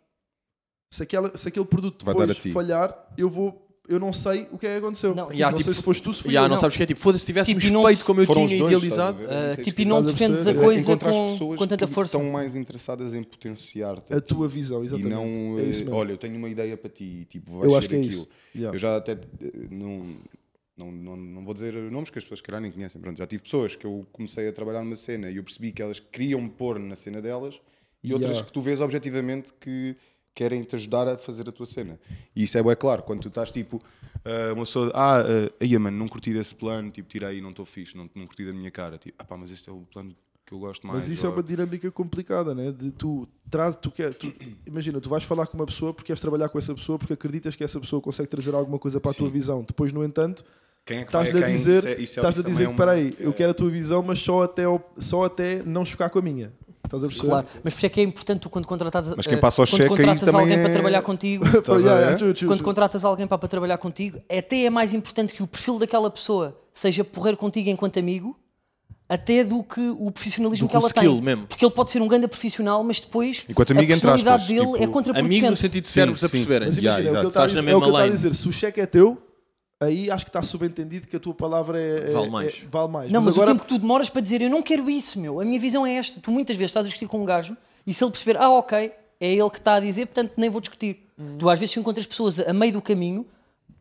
[SPEAKER 6] se, aquela, se aquele produto
[SPEAKER 4] Vai
[SPEAKER 6] depois
[SPEAKER 4] dar a ti.
[SPEAKER 6] falhar, eu vou. Eu não sei o que é que aconteceu.
[SPEAKER 5] Não,
[SPEAKER 6] Tipo,
[SPEAKER 3] Yeah,
[SPEAKER 6] não
[SPEAKER 3] tipo,
[SPEAKER 6] sei se foste tu, se fui
[SPEAKER 3] Yeah,
[SPEAKER 6] eu,
[SPEAKER 3] não,
[SPEAKER 5] não.
[SPEAKER 3] sabes o que é tipo, foda-se, tivéssemos
[SPEAKER 5] Tipo, e não-
[SPEAKER 3] feito como eu
[SPEAKER 4] Foram
[SPEAKER 3] tinha
[SPEAKER 4] os dois,
[SPEAKER 3] idealizado. eh,
[SPEAKER 4] estás a ver?
[SPEAKER 5] Ah,
[SPEAKER 4] Tens
[SPEAKER 5] tipo,
[SPEAKER 4] que-
[SPEAKER 5] e não
[SPEAKER 6] Estás a
[SPEAKER 5] defendes a
[SPEAKER 6] perceber?
[SPEAKER 5] coisa
[SPEAKER 4] Encontraste
[SPEAKER 5] com,
[SPEAKER 4] pessoas
[SPEAKER 5] com tanta
[SPEAKER 4] que
[SPEAKER 5] força.
[SPEAKER 4] estão mais interessadas em potenciar
[SPEAKER 6] a tua visão,
[SPEAKER 4] e
[SPEAKER 6] exatamente.
[SPEAKER 4] não
[SPEAKER 6] é
[SPEAKER 4] eh,
[SPEAKER 6] isso mesmo.
[SPEAKER 4] olha eu tenho uma ideia para ti e, tipo vais
[SPEAKER 6] eu acho
[SPEAKER 4] ser
[SPEAKER 6] que é
[SPEAKER 4] aquilo.
[SPEAKER 6] isso. Yeah.
[SPEAKER 4] eu já até eh, não, não, não, não vou dizer nomes que as pessoas que calhar nem conhecem pronto já tive pessoas que eu comecei a trabalhar numa cena e eu percebi que elas queriam me pôr na cena delas e outras
[SPEAKER 6] Yeah.
[SPEAKER 4] que tu vês objetivamente que querem te ajudar a fazer a tua cena e isso é bem claro quando tu estás tipo ah, uma pessoa ah ah, aí mano não curti desse plano tipo tira aí não estou fixe não, não curti da minha cara tipo ah pá mas este é o plano que eu gosto mais
[SPEAKER 6] Mas isso é
[SPEAKER 4] ou-
[SPEAKER 6] uma dinâmica complicada, né? De tu, traz, tu, quer, tu imagina, tu vais falar com uma pessoa porque queres trabalhar com essa pessoa porque acreditas que essa pessoa consegue trazer alguma coisa para a tua visão. Depois, no entanto,
[SPEAKER 4] Quem é que vai-
[SPEAKER 6] estás-lhe a
[SPEAKER 4] quem-
[SPEAKER 6] dizer,
[SPEAKER 4] isso é- isso é-
[SPEAKER 6] estás a
[SPEAKER 4] isso também
[SPEAKER 6] dizer,
[SPEAKER 4] é um-
[SPEAKER 6] espera aí, eu quero a tua visão, mas só até, ao- só até não chocar com a minha. Estás a perceber?
[SPEAKER 5] Claro, mas por isso é que é importante tu quando contratas,
[SPEAKER 4] Mas quem
[SPEAKER 5] eh,
[SPEAKER 4] passa ao
[SPEAKER 5] quando
[SPEAKER 4] cheque aí
[SPEAKER 5] contratas
[SPEAKER 4] também
[SPEAKER 5] alguém
[SPEAKER 4] é-
[SPEAKER 5] para
[SPEAKER 4] <laughs>
[SPEAKER 5] trabalhar contigo,
[SPEAKER 6] Pô,
[SPEAKER 4] Estás a
[SPEAKER 6] yeah,
[SPEAKER 4] ver?
[SPEAKER 6] yeah, true, true,
[SPEAKER 5] quando
[SPEAKER 6] true.
[SPEAKER 5] contratas alguém para, para trabalhar contigo, até é mais importante que o perfil daquela pessoa seja porrer contigo enquanto amigo, até do que o profissionalismo
[SPEAKER 3] Do que
[SPEAKER 5] que
[SPEAKER 3] o
[SPEAKER 5] ela
[SPEAKER 3] skill
[SPEAKER 5] tem.
[SPEAKER 3] mesmo.
[SPEAKER 5] Porque ele pode ser um grande profissional, mas depois
[SPEAKER 4] Enquanto
[SPEAKER 5] a
[SPEAKER 4] amigo, entre
[SPEAKER 5] personalidade
[SPEAKER 4] aspas,
[SPEAKER 5] dele
[SPEAKER 4] tipo,
[SPEAKER 5] é contraproducente.
[SPEAKER 3] Amigo no sentido de
[SPEAKER 4] Sim,
[SPEAKER 3] sermos a
[SPEAKER 4] sim.
[SPEAKER 3] perceberem.
[SPEAKER 6] Mas imagina,
[SPEAKER 4] Yeah,
[SPEAKER 6] é o que ele
[SPEAKER 4] exato.
[SPEAKER 6] está a
[SPEAKER 3] Estás na
[SPEAKER 6] dizer- é o
[SPEAKER 3] mesma
[SPEAKER 6] que ele está a
[SPEAKER 3] lane.
[SPEAKER 6] dizer. Se o cheque é teu, aí acho que está subentendido que a tua palavra é, é-
[SPEAKER 3] Vale mais.
[SPEAKER 6] é- vale mais.
[SPEAKER 5] Não, mas,
[SPEAKER 6] agora,
[SPEAKER 5] o tempo que tu demoras para dizer eu não quero isso, meu, a minha visão é esta. Tu muitas vezes estás a discutir com um gajo e se ele perceber, ah, ok, é ele que está a dizer, portanto nem vou discutir.
[SPEAKER 3] Uhum.
[SPEAKER 5] Tu às vezes encontras pessoas a meio do caminho,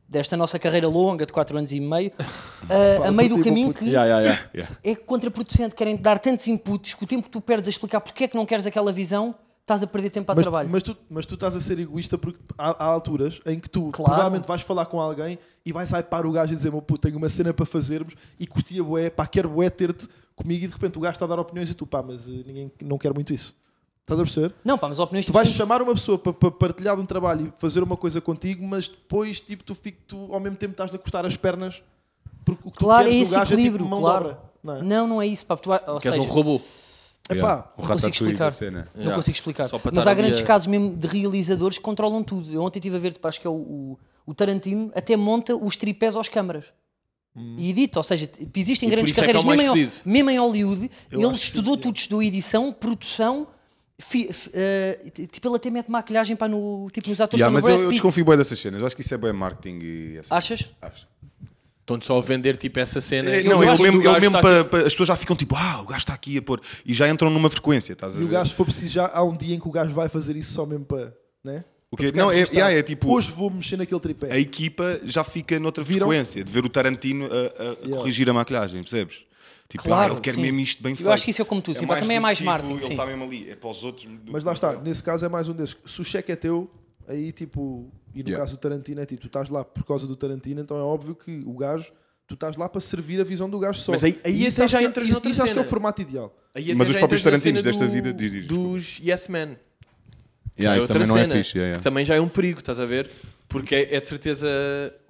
[SPEAKER 5] desta nossa carreira longa de 4 anos e meio, <laughs> a, a meio do
[SPEAKER 6] contigo,
[SPEAKER 5] caminho
[SPEAKER 6] puto.
[SPEAKER 5] que é contraproducente, querem dar tantos inputs que o tempo que tu perdes a explicar porque é que não queres aquela visão, estás a perder tempo a
[SPEAKER 6] mas,
[SPEAKER 5] trabalho.
[SPEAKER 6] mas tu, mas tu estás a ser egoísta porque há, há alturas em que tu
[SPEAKER 5] Claro.
[SPEAKER 6] provavelmente vais falar com alguém e vais hypar o gajo e dizer: meu puto, tenho uma cena para fazermos e curtia bué, pá, quero bué ter-te comigo e de repente o gajo está a dar opiniões e tu, pá, mas eh, ninguém não quer muito isso. Estás a perceber?
[SPEAKER 5] Não, pá, mas opiniões
[SPEAKER 6] Tu vais
[SPEAKER 5] diferentes-
[SPEAKER 6] chamar uma pessoa para pa partilhar de um trabalho e fazer uma coisa contigo, mas depois, tipo, tu, fico, tu ao mesmo tempo estás a cortar as pernas porque o que
[SPEAKER 5] Claro,
[SPEAKER 6] tu
[SPEAKER 5] é
[SPEAKER 6] queres do
[SPEAKER 5] esse
[SPEAKER 6] gajo
[SPEAKER 5] equilíbrio,
[SPEAKER 6] é tipo mão de
[SPEAKER 5] claro.
[SPEAKER 6] obra. Não é?
[SPEAKER 5] Não, não é isso, pá. porque Tu, ou
[SPEAKER 3] Que és um
[SPEAKER 5] seja,
[SPEAKER 3] robô.
[SPEAKER 6] Epá,
[SPEAKER 4] O
[SPEAKER 5] Não consigo
[SPEAKER 4] Ratatouille
[SPEAKER 5] explicar.
[SPEAKER 4] da cena.
[SPEAKER 5] Não
[SPEAKER 3] Yeah.
[SPEAKER 5] consigo explicar.
[SPEAKER 3] Só para
[SPEAKER 5] Mas
[SPEAKER 3] estar
[SPEAKER 5] há
[SPEAKER 3] ali
[SPEAKER 5] grandes
[SPEAKER 3] a-
[SPEAKER 5] casos mesmo de realizadores que controlam tudo. Eu ontem estive a ver, tipo, acho que é o, o, o Tarantino, até monta os tripés às câmaras. E edita, ou seja, t- tipo, existem
[SPEAKER 3] Hum. E por
[SPEAKER 5] grandes
[SPEAKER 3] isso é que é
[SPEAKER 5] carreiras,
[SPEAKER 3] o mais
[SPEAKER 5] mesmo, em,
[SPEAKER 3] fedido.
[SPEAKER 5] mesmo em Hollywood,
[SPEAKER 6] Eu
[SPEAKER 5] ele
[SPEAKER 6] acho que
[SPEAKER 5] estudou
[SPEAKER 6] sim,
[SPEAKER 5] tudo, estudou edição, produção, fi- f- eh, t- tipo, ele até mete maquilhagem para no, tipo, nos atores
[SPEAKER 4] Yeah,
[SPEAKER 5] como
[SPEAKER 4] mas
[SPEAKER 5] o Brad
[SPEAKER 4] eu, eu
[SPEAKER 5] Pitt.
[SPEAKER 4] desconfio bem dessas cenas. Eu acho que isso é bem marketing e essa
[SPEAKER 5] Achas?
[SPEAKER 4] Acho.
[SPEAKER 3] Estão só a vender tipo essa cena.
[SPEAKER 4] É,
[SPEAKER 3] Eu
[SPEAKER 4] não, é o
[SPEAKER 3] acho que
[SPEAKER 4] mesmo,
[SPEAKER 3] o
[SPEAKER 4] é o
[SPEAKER 3] gajo tá
[SPEAKER 4] mesmo
[SPEAKER 3] está
[SPEAKER 4] para, para- As pessoas já ficam tipo, ah, o gajo está aqui a pôr. E já entram numa frequência, estás a
[SPEAKER 6] E
[SPEAKER 4] ver?
[SPEAKER 6] o gajo, se for preciso, já há um dia em que o gajo vai fazer isso só mesmo para. Né?
[SPEAKER 4] O quê? Não, é, yeah, é tipo.
[SPEAKER 6] Hoje vou mexer naquele tripé.
[SPEAKER 4] A equipa já fica noutra
[SPEAKER 6] Viram?
[SPEAKER 4] frequência de ver o Tarantino a, a corrigir a maquilhagem, percebes? Tipo, ah,
[SPEAKER 5] Claro,
[SPEAKER 4] ele quer
[SPEAKER 5] sim.
[SPEAKER 4] mesmo isto bem
[SPEAKER 5] Eu
[SPEAKER 4] feito.
[SPEAKER 5] acho que isso é como tu, sim, pá, também é
[SPEAKER 4] do
[SPEAKER 5] mais
[SPEAKER 4] tipo,
[SPEAKER 5] marketing,
[SPEAKER 4] Ele
[SPEAKER 5] sim.
[SPEAKER 4] está mesmo ali, é para os outros. do-
[SPEAKER 6] Mas lá está, nesse caso é mais um desses. Se o cheque é teu, aí tipo. E no
[SPEAKER 4] Yeah.
[SPEAKER 6] caso do Tarantino é tipo, tu estás lá por causa do Tarantino, então é óbvio que o gajo. Tu estás lá para servir a visão do gajo só.
[SPEAKER 3] Mas aí- aí
[SPEAKER 6] E
[SPEAKER 3] até
[SPEAKER 6] isso acho
[SPEAKER 3] já
[SPEAKER 6] que-
[SPEAKER 3] entras
[SPEAKER 6] isso-
[SPEAKER 3] noutra
[SPEAKER 6] Isso acho que é o
[SPEAKER 3] cena.
[SPEAKER 6] formato ideal.
[SPEAKER 3] Aí até
[SPEAKER 4] Mas
[SPEAKER 3] já
[SPEAKER 4] os próprios
[SPEAKER 3] entras na
[SPEAKER 4] Tarantinos
[SPEAKER 3] cena
[SPEAKER 4] desta
[SPEAKER 3] do-
[SPEAKER 4] vida- diz, diz, desculpa.
[SPEAKER 3] dos Yes Men.
[SPEAKER 4] Yeah,
[SPEAKER 3] é
[SPEAKER 4] isso
[SPEAKER 3] outra
[SPEAKER 4] também não é
[SPEAKER 3] cena,
[SPEAKER 4] fixe. yeah, yeah.
[SPEAKER 3] que também já é um perigo, estás a ver? Porque é, é de certeza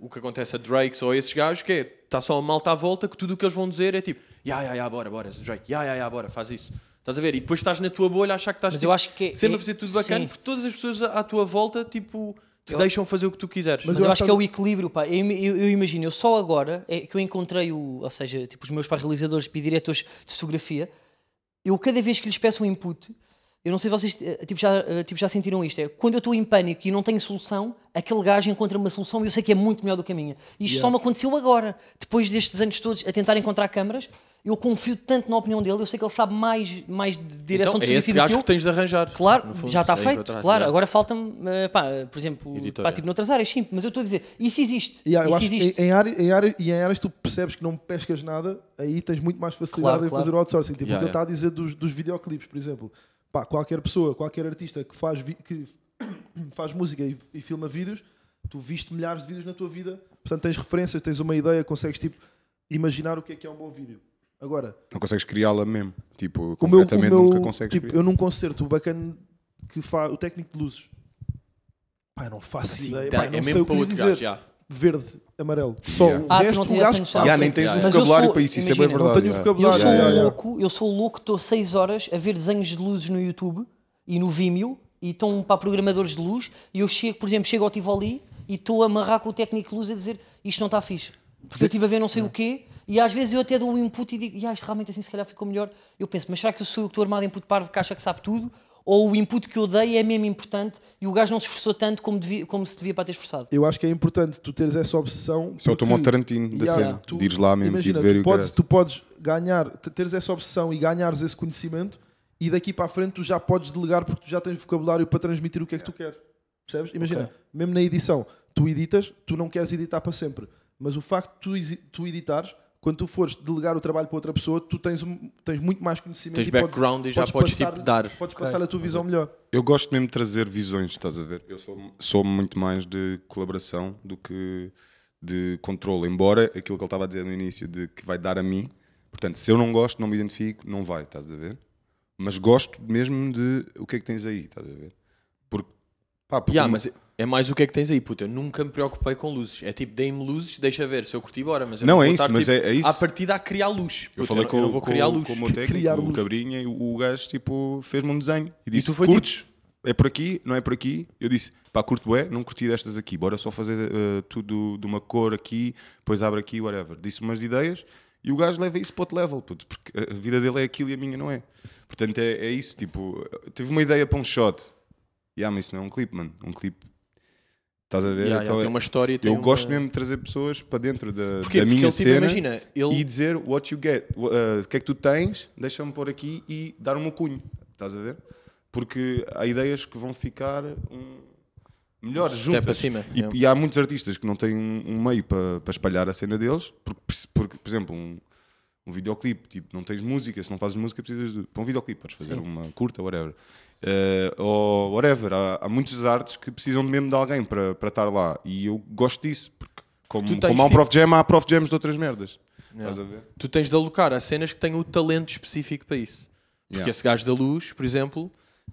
[SPEAKER 3] o que acontece a Drakes ou a esses gajos que é, está só a malta à volta que tudo o que eles vão dizer é tipo, ya, ya, ya, bora, bora, Drake, ya, ya, ya, bora, faz isso. Estás a ver? E depois estás na tua bolha a achar que estás
[SPEAKER 5] Mas
[SPEAKER 3] tipo,
[SPEAKER 5] eu acho que é-
[SPEAKER 3] sempre
[SPEAKER 5] é-
[SPEAKER 3] a fazer tudo bacana
[SPEAKER 5] sim.
[SPEAKER 3] porque todas as pessoas à à tua volta tipo, te deixam fazer o que tu quiseres. Então,
[SPEAKER 5] Mas eu acho que é o equilíbrio, pá. Eu, eu- eu imagino, eu só agora é que eu encontrei o, ou seja, tipo os meus pá, realizadores e diretores de fotografia, eu cada vez que lhes peço um input, eu não sei se vocês eh, tipo, já, eh, tipo, já sentiram isto, é quando eu estou em pânico e não tenho solução, aquele gajo encontra uma solução e eu sei que é muito melhor do que a minha. Isto só me aconteceu agora, depois destes anos todos a tentar encontrar câmaras, eu confio tanto na opinião dele, eu sei que ele sabe mais, mais de
[SPEAKER 3] Então,
[SPEAKER 5] direção
[SPEAKER 3] é
[SPEAKER 5] de
[SPEAKER 3] esse
[SPEAKER 5] suicídio que
[SPEAKER 3] gajo
[SPEAKER 5] eu.
[SPEAKER 3] que tens de arranjar.
[SPEAKER 5] Claro,
[SPEAKER 3] no fundo,
[SPEAKER 5] já está
[SPEAKER 3] é
[SPEAKER 5] feito,
[SPEAKER 3] encontrar,
[SPEAKER 5] claro.
[SPEAKER 3] yeah.
[SPEAKER 5] Agora falta-me, eh, pá, por exemplo,
[SPEAKER 3] Editorial.
[SPEAKER 5] pá, tipo noutras áreas, sim, mas eu estou a dizer, isso existe.
[SPEAKER 6] Yeah, eu
[SPEAKER 5] isso
[SPEAKER 6] acho que
[SPEAKER 5] existe.
[SPEAKER 6] em, em área- em área- e em áreas que tu percebes que não pescas nada, aí tens muito mais facilidade
[SPEAKER 5] Claro,
[SPEAKER 6] em
[SPEAKER 5] claro.
[SPEAKER 6] fazer o outsourcing. Tipo
[SPEAKER 3] Yeah,
[SPEAKER 6] o que ele
[SPEAKER 3] yeah.
[SPEAKER 6] está a dizer dos, dos videoclipes, por exemplo. Pá, qualquer pessoa, qualquer artista que faz, vi- que <coughs> faz música e, e filma vídeos, tu viste milhares de vídeos na tua vida, portanto tens referências, tens uma ideia, consegues tipo imaginar o que é que é um bom vídeo. Agora,
[SPEAKER 4] Não consegues criá-la mesmo. Tipo,
[SPEAKER 6] o meu, tipo, o
[SPEAKER 4] completamente
[SPEAKER 6] meu-
[SPEAKER 4] nunca consegues
[SPEAKER 6] tipo,
[SPEAKER 4] criar.
[SPEAKER 6] eu num concerto o bacana que faz o técnico de luzes Pai, não faço
[SPEAKER 3] Assim,
[SPEAKER 6] ideia.
[SPEAKER 3] dá-
[SPEAKER 6] Pai, não
[SPEAKER 3] é
[SPEAKER 6] sei
[SPEAKER 3] mesmo
[SPEAKER 6] o que
[SPEAKER 3] para
[SPEAKER 6] lhe
[SPEAKER 3] outro gajo.
[SPEAKER 6] dizer.
[SPEAKER 3] já.
[SPEAKER 6] Verde, amarelo. Só
[SPEAKER 4] Yeah.
[SPEAKER 6] o
[SPEAKER 5] Ah, tu
[SPEAKER 6] resto
[SPEAKER 5] não
[SPEAKER 6] do
[SPEAKER 5] tinhas
[SPEAKER 6] gajo
[SPEAKER 5] essa noção.
[SPEAKER 4] Yeah,
[SPEAKER 5] sim.
[SPEAKER 4] nem tens
[SPEAKER 5] Mas
[SPEAKER 4] um
[SPEAKER 5] eu
[SPEAKER 4] vocabulário
[SPEAKER 5] sou-
[SPEAKER 4] para isso, isso é
[SPEAKER 5] imagina,
[SPEAKER 4] bem
[SPEAKER 5] não
[SPEAKER 4] verdade.
[SPEAKER 6] tenho
[SPEAKER 4] yeah.
[SPEAKER 6] vocabulário.
[SPEAKER 5] Eu
[SPEAKER 6] Yeah,
[SPEAKER 5] sou
[SPEAKER 6] yeah,
[SPEAKER 5] o
[SPEAKER 6] yeah.
[SPEAKER 5] louco, eu sou o louco que estou 6 horas a ver desenhos de luzes no YouTube e no Vimeo e estão para programadores de luz e eu chego, por exemplo, chego ao Tivoli e estou a amarrar com o técnico de luz a dizer isto não está fixe. Porque eu estive a ver não sei
[SPEAKER 3] Hum.
[SPEAKER 5] o quê e às vezes eu até dou um input e digo, "Ya, isto realmente assim se calhar ficou melhor. Eu penso, mas será que eu sou eu que estou armado em puto parvo que acha que sabe tudo? Ou o input que eu dei é mesmo importante e o gajo não se esforçou tanto como, devia- como se devia para ter esforçado?
[SPEAKER 6] eu acho que é importante tu teres essa obsessão.
[SPEAKER 4] Isso é o
[SPEAKER 6] porque-
[SPEAKER 4] Tomó Tarantino da
[SPEAKER 6] Yeah,
[SPEAKER 4] cena.
[SPEAKER 6] tu-
[SPEAKER 4] De ires lá mesmo,
[SPEAKER 6] imagina,
[SPEAKER 4] tipo, ver e
[SPEAKER 6] tu,
[SPEAKER 4] o
[SPEAKER 6] podes,
[SPEAKER 4] caralho.
[SPEAKER 6] tu podes ganhar, te- teres essa obsessão e ganhares esse conhecimento e daqui para a frente tu já podes delegar porque tu já tens vocabulário para transmitir o que é que tu queres. Percebes? Imagina, mesmo na edição, tu editas, tu não queres editar para sempre, mas o facto de tu, exi- tu editares, quando tu fores delegar o trabalho para outra pessoa, tu tens, um- tens muito mais conhecimento
[SPEAKER 3] Tens
[SPEAKER 6] e podes-
[SPEAKER 3] background e já
[SPEAKER 6] podes
[SPEAKER 3] podes,
[SPEAKER 6] passar-
[SPEAKER 3] tipo, dar.
[SPEAKER 6] Podes passar a tua visão melhor.
[SPEAKER 4] Eu gosto mesmo de trazer visões, estás a ver? Eu sou, sou muito mais de colaboração do que de controle. Embora aquilo que ele estava a dizer no início de que vai dar a mim, portanto, se eu não gosto, não me identifico, não vai, estás a ver? Mas gosto mesmo de o que é que tens aí, estás a ver? Porque, pá, porque
[SPEAKER 3] Yeah, mas é mais o que é que tens aí, puta. Eu nunca me preocupei com luzes. É tipo, dei-me luzes, deixa ver se eu curti, bora. Mas eu
[SPEAKER 4] Não,
[SPEAKER 3] vou
[SPEAKER 4] é
[SPEAKER 3] estar,
[SPEAKER 4] isso, mas
[SPEAKER 3] tipo,
[SPEAKER 4] é- é isso.
[SPEAKER 3] À partida a criar luz. Puta,
[SPEAKER 4] eu falei
[SPEAKER 3] não-
[SPEAKER 4] com,
[SPEAKER 3] não vou
[SPEAKER 4] com-
[SPEAKER 3] criar luz.
[SPEAKER 4] com o meu técnico,
[SPEAKER 6] Criar
[SPEAKER 4] o
[SPEAKER 6] luz.
[SPEAKER 4] Cabrinha, e o gajo tipo, fez-me um desenho e disse:
[SPEAKER 3] tu foi
[SPEAKER 4] Curtes? É por aqui, não é por aqui? Eu disse: Pá, curto é, não curti destas aqui, bora só fazer eh, tudo de uma cor aqui, depois abre aqui, whatever. Disse umas ideias e o gajo leva isso para outro level, puto, porque a vida dele é aquilo e a minha não é. Portanto, é, é isso, tipo, teve uma ideia para um shot. Yeah, mas isso não é um clipe, mano. Um clipe. Estás a ver?
[SPEAKER 3] Yeah, yeah,
[SPEAKER 4] Então,
[SPEAKER 3] tem uma história,
[SPEAKER 4] Eu
[SPEAKER 3] tem uma-
[SPEAKER 4] gosto mesmo de trazer pessoas para dentro da,
[SPEAKER 3] Porquê? Porque
[SPEAKER 4] da minha
[SPEAKER 3] ele, tipo,
[SPEAKER 4] cena
[SPEAKER 3] imagina, ele-
[SPEAKER 4] e dizer what you get, wha- uh, o que é que tu tens, deixa-me pôr aqui e dar o meu cunho, estás a ver? Porque há ideias que vão ficar um, melhores
[SPEAKER 3] step
[SPEAKER 4] juntas.
[SPEAKER 3] acima, é.
[SPEAKER 4] e,
[SPEAKER 3] yeah.
[SPEAKER 4] e há muitos artistas que não têm um, um meio para para espalhar a cena deles, porque, porque, por exemplo, um, um videoclipe, tipo, não tens música, se não fazes música precisas de... Para um videoclipe podes fazer uma curta, whatever. Eh, ou whatever, há, há muitos artes que precisam mesmo de alguém para para estar lá e eu gosto disso, porque como,
[SPEAKER 3] Tu tens,
[SPEAKER 4] como há um
[SPEAKER 3] tipo-
[SPEAKER 4] prof jam, há prof jams de outras merdas. Estás a ver?
[SPEAKER 3] Tu tens de alocar a cenas que têm o talento específico para isso. Porque
[SPEAKER 4] Yeah.
[SPEAKER 3] esse gajo da luz, por exemplo,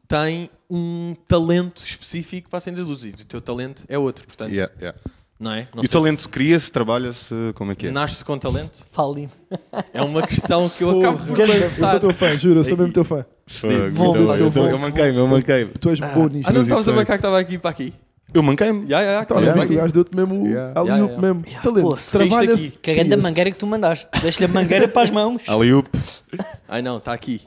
[SPEAKER 3] tem um talento específico para a cena da luz. E o teu talento é outro, portanto.
[SPEAKER 4] Yeah, yeah.
[SPEAKER 3] Não é? Não
[SPEAKER 4] E o
[SPEAKER 3] sei
[SPEAKER 4] talento
[SPEAKER 3] se
[SPEAKER 4] cria-se, trabalha-se, como é que é?
[SPEAKER 3] Nasce com talento?
[SPEAKER 5] Fale.
[SPEAKER 3] É uma questão que eu acabo por
[SPEAKER 6] eu sou
[SPEAKER 3] lançar.
[SPEAKER 6] teu fã, juro, eu sou mesmo teu fã.
[SPEAKER 4] Fogo,
[SPEAKER 5] Bom,
[SPEAKER 4] então,
[SPEAKER 5] vai,
[SPEAKER 4] eu-
[SPEAKER 5] bom.
[SPEAKER 4] eu manquei-me, eu manquei-me.
[SPEAKER 6] Tu és bom nisto.
[SPEAKER 3] Ah, não, estavas a
[SPEAKER 4] Transição.
[SPEAKER 3] bancar que estava aqui para aqui.
[SPEAKER 4] Eu manquei-me.
[SPEAKER 3] Já, já, já. que
[SPEAKER 6] Tá,
[SPEAKER 3] estava
[SPEAKER 6] não
[SPEAKER 4] Yeah.
[SPEAKER 6] viste, o
[SPEAKER 3] aqui.
[SPEAKER 6] gajo deu-te mesmo
[SPEAKER 4] Yeah.
[SPEAKER 6] ali
[SPEAKER 3] Yeah, yeah.
[SPEAKER 6] mesmo. Talento.
[SPEAKER 5] Pô, se
[SPEAKER 6] Trabalha-se.
[SPEAKER 3] isto aqui,
[SPEAKER 5] Que é grande mangueira que tu mandaste. Deixa-lhe a mangueira para as mãos.
[SPEAKER 4] Alley-oop.
[SPEAKER 3] Ai não, está aqui.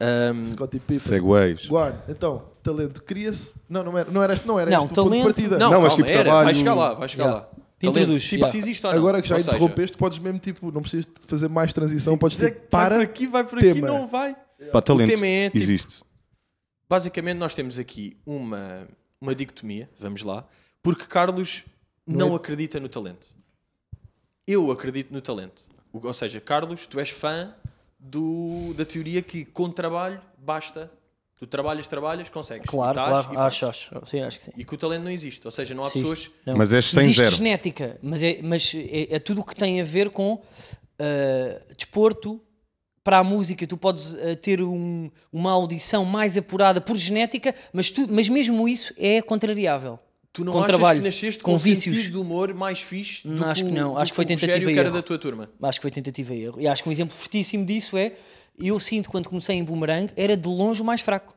[SPEAKER 3] Ahm,
[SPEAKER 6] Scottie Pippen.
[SPEAKER 4] Segways.
[SPEAKER 6] Guarda, então, talento cria-se. Não, não era, não era, este- não era
[SPEAKER 5] Não,
[SPEAKER 6] este o ponto de
[SPEAKER 5] talento-
[SPEAKER 6] partida.
[SPEAKER 3] não,
[SPEAKER 4] Não, mas
[SPEAKER 3] calma,
[SPEAKER 4] tipo,
[SPEAKER 3] era, vai
[SPEAKER 4] trabalho-
[SPEAKER 3] chegar lá, vai chegar
[SPEAKER 5] Yeah.
[SPEAKER 3] lá.
[SPEAKER 5] Introduz,
[SPEAKER 3] Tipo,
[SPEAKER 5] yeah.
[SPEAKER 3] se existe ou não.
[SPEAKER 6] Agora que já
[SPEAKER 3] Ou seja,
[SPEAKER 6] interrompeste, podes mesmo tipo, não precisas de fazer mais transição, podes
[SPEAKER 3] dizer
[SPEAKER 6] ter
[SPEAKER 3] é que tá vai
[SPEAKER 6] para.
[SPEAKER 3] por aqui, vai por aqui,
[SPEAKER 6] tema.
[SPEAKER 3] não vai.
[SPEAKER 4] Pá, talento
[SPEAKER 3] tema é, tipo,
[SPEAKER 4] existe.
[SPEAKER 3] Basicamente, nós temos aqui uma, uma dicotomia, vamos lá, porque Carlos não acredita no talento. Eu acredito no talento. O- Ou seja, Carlos, tu és fã do, da teoria que com trabalho basta. Tu trabalhas, trabalhas, consegues.
[SPEAKER 5] Claro,
[SPEAKER 3] Estás
[SPEAKER 5] claro.
[SPEAKER 3] e fazes.
[SPEAKER 5] Acho, acho. Sim, acho que sim.
[SPEAKER 3] E que o talento não existe. Ou seja, não há
[SPEAKER 5] Sim.
[SPEAKER 3] pessoas.
[SPEAKER 5] Não.
[SPEAKER 4] Mas és sem
[SPEAKER 5] Existe
[SPEAKER 4] zero.
[SPEAKER 5] genética, mas é, mas é, é tudo o que tem a ver com ah, desporto. Para a música, tu podes ah, ter um- uma audição mais apurada por genética, mas, tu, mas mesmo isso é contrariável.
[SPEAKER 3] Tu não
[SPEAKER 5] com
[SPEAKER 3] achas
[SPEAKER 5] trabalho,
[SPEAKER 3] que nasceste com,
[SPEAKER 5] com
[SPEAKER 3] um
[SPEAKER 5] vícios.
[SPEAKER 3] sentido de humor mais fixe do
[SPEAKER 5] Não, acho
[SPEAKER 3] o-
[SPEAKER 5] que não.
[SPEAKER 3] do
[SPEAKER 5] Acho que foi
[SPEAKER 3] o
[SPEAKER 5] tentativa
[SPEAKER 3] Rogério,
[SPEAKER 5] e
[SPEAKER 3] que era
[SPEAKER 5] erro.
[SPEAKER 3] da tua turma.
[SPEAKER 5] Acho que foi tentativa e erro. E acho que um exemplo fortíssimo disso é: eu sinto quando comecei em boomerang, era de longe o mais fraco.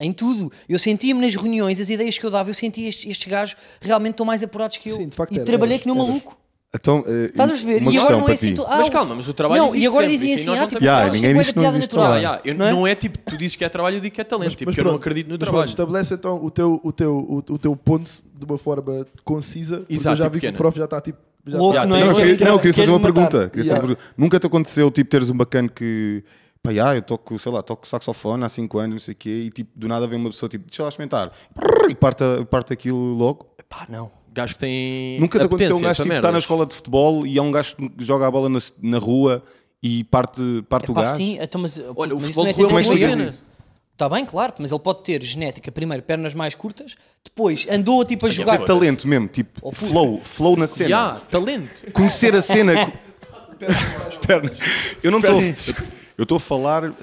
[SPEAKER 5] Em tudo. Eu sentia-me nas reuniões, as ideias que eu dava, eu sentia estes, estes gajos realmente estão mais apurados que eu.
[SPEAKER 6] Sim, de facto
[SPEAKER 5] e
[SPEAKER 6] era,
[SPEAKER 5] trabalhei
[SPEAKER 6] eras,
[SPEAKER 5] que nem um
[SPEAKER 6] eras.
[SPEAKER 5] maluco.
[SPEAKER 4] Então, eh,
[SPEAKER 5] Estás a ver?
[SPEAKER 4] uma
[SPEAKER 5] E agora
[SPEAKER 4] questão
[SPEAKER 5] não é
[SPEAKER 4] para
[SPEAKER 5] assim.
[SPEAKER 4] ti.
[SPEAKER 5] tu- ah,
[SPEAKER 3] Mas calma, mas o trabalho
[SPEAKER 5] Não,
[SPEAKER 3] existe
[SPEAKER 5] e agora
[SPEAKER 3] sempre,
[SPEAKER 5] dizem
[SPEAKER 3] isso aí
[SPEAKER 5] assim,
[SPEAKER 3] nós
[SPEAKER 5] ah,
[SPEAKER 3] não
[SPEAKER 5] tipo,
[SPEAKER 3] estamos a
[SPEAKER 4] Yeah,
[SPEAKER 5] ah,
[SPEAKER 3] falar.
[SPEAKER 4] ninguém
[SPEAKER 5] isto é
[SPEAKER 4] diz que
[SPEAKER 5] bué
[SPEAKER 4] não
[SPEAKER 5] da piada
[SPEAKER 4] existe
[SPEAKER 5] natural.
[SPEAKER 4] trabalho.
[SPEAKER 3] Ah, yeah, eu- não é tipo, tu dizes que é trabalho, eu digo que é talento. tipo,
[SPEAKER 6] mas
[SPEAKER 3] que eu não
[SPEAKER 6] pronto,
[SPEAKER 3] acredito no
[SPEAKER 6] mas
[SPEAKER 3] trabalho.
[SPEAKER 6] Pronto, estabelece então o teu, o, teu, o, o teu ponto de uma forma concisa. Porque
[SPEAKER 3] Exato,
[SPEAKER 6] eu
[SPEAKER 3] e
[SPEAKER 6] já vi que o
[SPEAKER 3] pequena.
[SPEAKER 6] prof já está tipo. Já
[SPEAKER 5] Louco,
[SPEAKER 6] tá-
[SPEAKER 5] não é?
[SPEAKER 4] Não, eu queria, não, eu queria fazer
[SPEAKER 5] Queres
[SPEAKER 4] uma
[SPEAKER 5] matar.
[SPEAKER 4] pergunta. Queria fazer
[SPEAKER 6] Yeah.
[SPEAKER 4] uma pergunta. Nunca te aconteceu tipo, teres um bacana que. Pá, yeah, eu toco, sei lá, toco saxofone há 5 anos, não sei o quê, e tipo, do nada vem uma pessoa tipo, deixa lá experimentar, e parte, parte aquilo logo.
[SPEAKER 5] Pá, não.
[SPEAKER 3] Gajo que tem.
[SPEAKER 4] Nunca te aconteceu um
[SPEAKER 3] apetência
[SPEAKER 4] gajo
[SPEAKER 3] para
[SPEAKER 4] tipo,
[SPEAKER 3] merdas.
[SPEAKER 4] está na escola de futebol e é um gajo que joga a bola na, na rua e parte, parte o
[SPEAKER 5] Pá,
[SPEAKER 4] gajo?
[SPEAKER 5] sim, então, mas,
[SPEAKER 3] Olha, o
[SPEAKER 5] mas
[SPEAKER 3] futebol de
[SPEAKER 5] isso não
[SPEAKER 3] rua é
[SPEAKER 4] Como
[SPEAKER 3] uma
[SPEAKER 4] é que
[SPEAKER 3] boa
[SPEAKER 4] fazias
[SPEAKER 3] cena.
[SPEAKER 4] isso?
[SPEAKER 5] Está Tá bem, claro, mas ele pode ter genética, primeiro, pernas mais curtas, depois andou tipo a jogar.
[SPEAKER 4] É talento mesmo, tipo,
[SPEAKER 5] Oh, puto.
[SPEAKER 4] flow, flow na cena.
[SPEAKER 3] Yeah, talento.
[SPEAKER 4] Conhecer a cena. co- <laughs> Pernas. Eu não estou. Eu estou a falar. eh,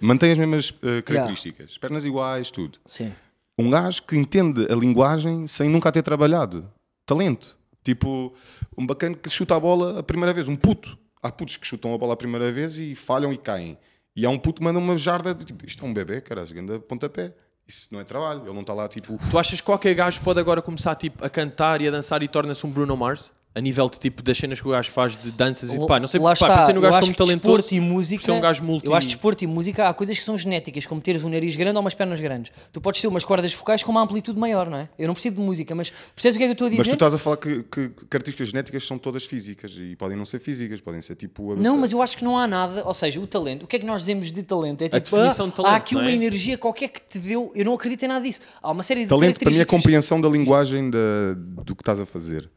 [SPEAKER 4] mantém as mesmas eh, características. Pernas iguais, tudo.
[SPEAKER 5] Sim.
[SPEAKER 4] um gajo que entende a linguagem sem nunca ter trabalhado. Talento. Tipo, um bacana que chuta a bola a primeira vez, um puto. Há putos que chutam a bola a primeira vez e falham e caem. E há um puto que manda uma jarda, tipo, isto é um bebê, caralho, grande pontapé. Isso não é trabalho, ele não está lá tipo.
[SPEAKER 3] Tu achas que qualquer gajo pode agora começar tipo, a cantar e a dançar e torna-se um Bruno Mars? A nível de tipo das cenas que o gajo faz de danças e pá, não sei
[SPEAKER 5] Lá
[SPEAKER 3] pá,
[SPEAKER 5] está,
[SPEAKER 3] pensei no
[SPEAKER 5] eu
[SPEAKER 3] gajo
[SPEAKER 5] acho
[SPEAKER 3] como
[SPEAKER 5] que
[SPEAKER 3] talentoso.
[SPEAKER 5] desporto e música,
[SPEAKER 3] por ser um gajo multi-
[SPEAKER 5] Eu acho que desporto e música há coisas que são genéticas, como teres um nariz grande ou umas pernas grandes. Tu podes ter umas cordas focais com uma amplitude maior, não é? Eu não percebo de música, mas percebes o que é que eu estou a dizer?
[SPEAKER 4] Mas tu estás a falar que, que características genéticas são todas físicas e podem não ser físicas, podem ser tipo.
[SPEAKER 5] Não, mas eu acho que não há nada, ou seja, o talento, o que é que nós dizemos de talento? É tipo,
[SPEAKER 3] definição de talento,
[SPEAKER 5] há aqui
[SPEAKER 3] não é?
[SPEAKER 5] uma energia qualquer que te deu, eu não acredito em nada disso. Há uma série de
[SPEAKER 4] Talento para mim é
[SPEAKER 5] características-
[SPEAKER 4] compreensão da linguagem da- do que estás a fazer.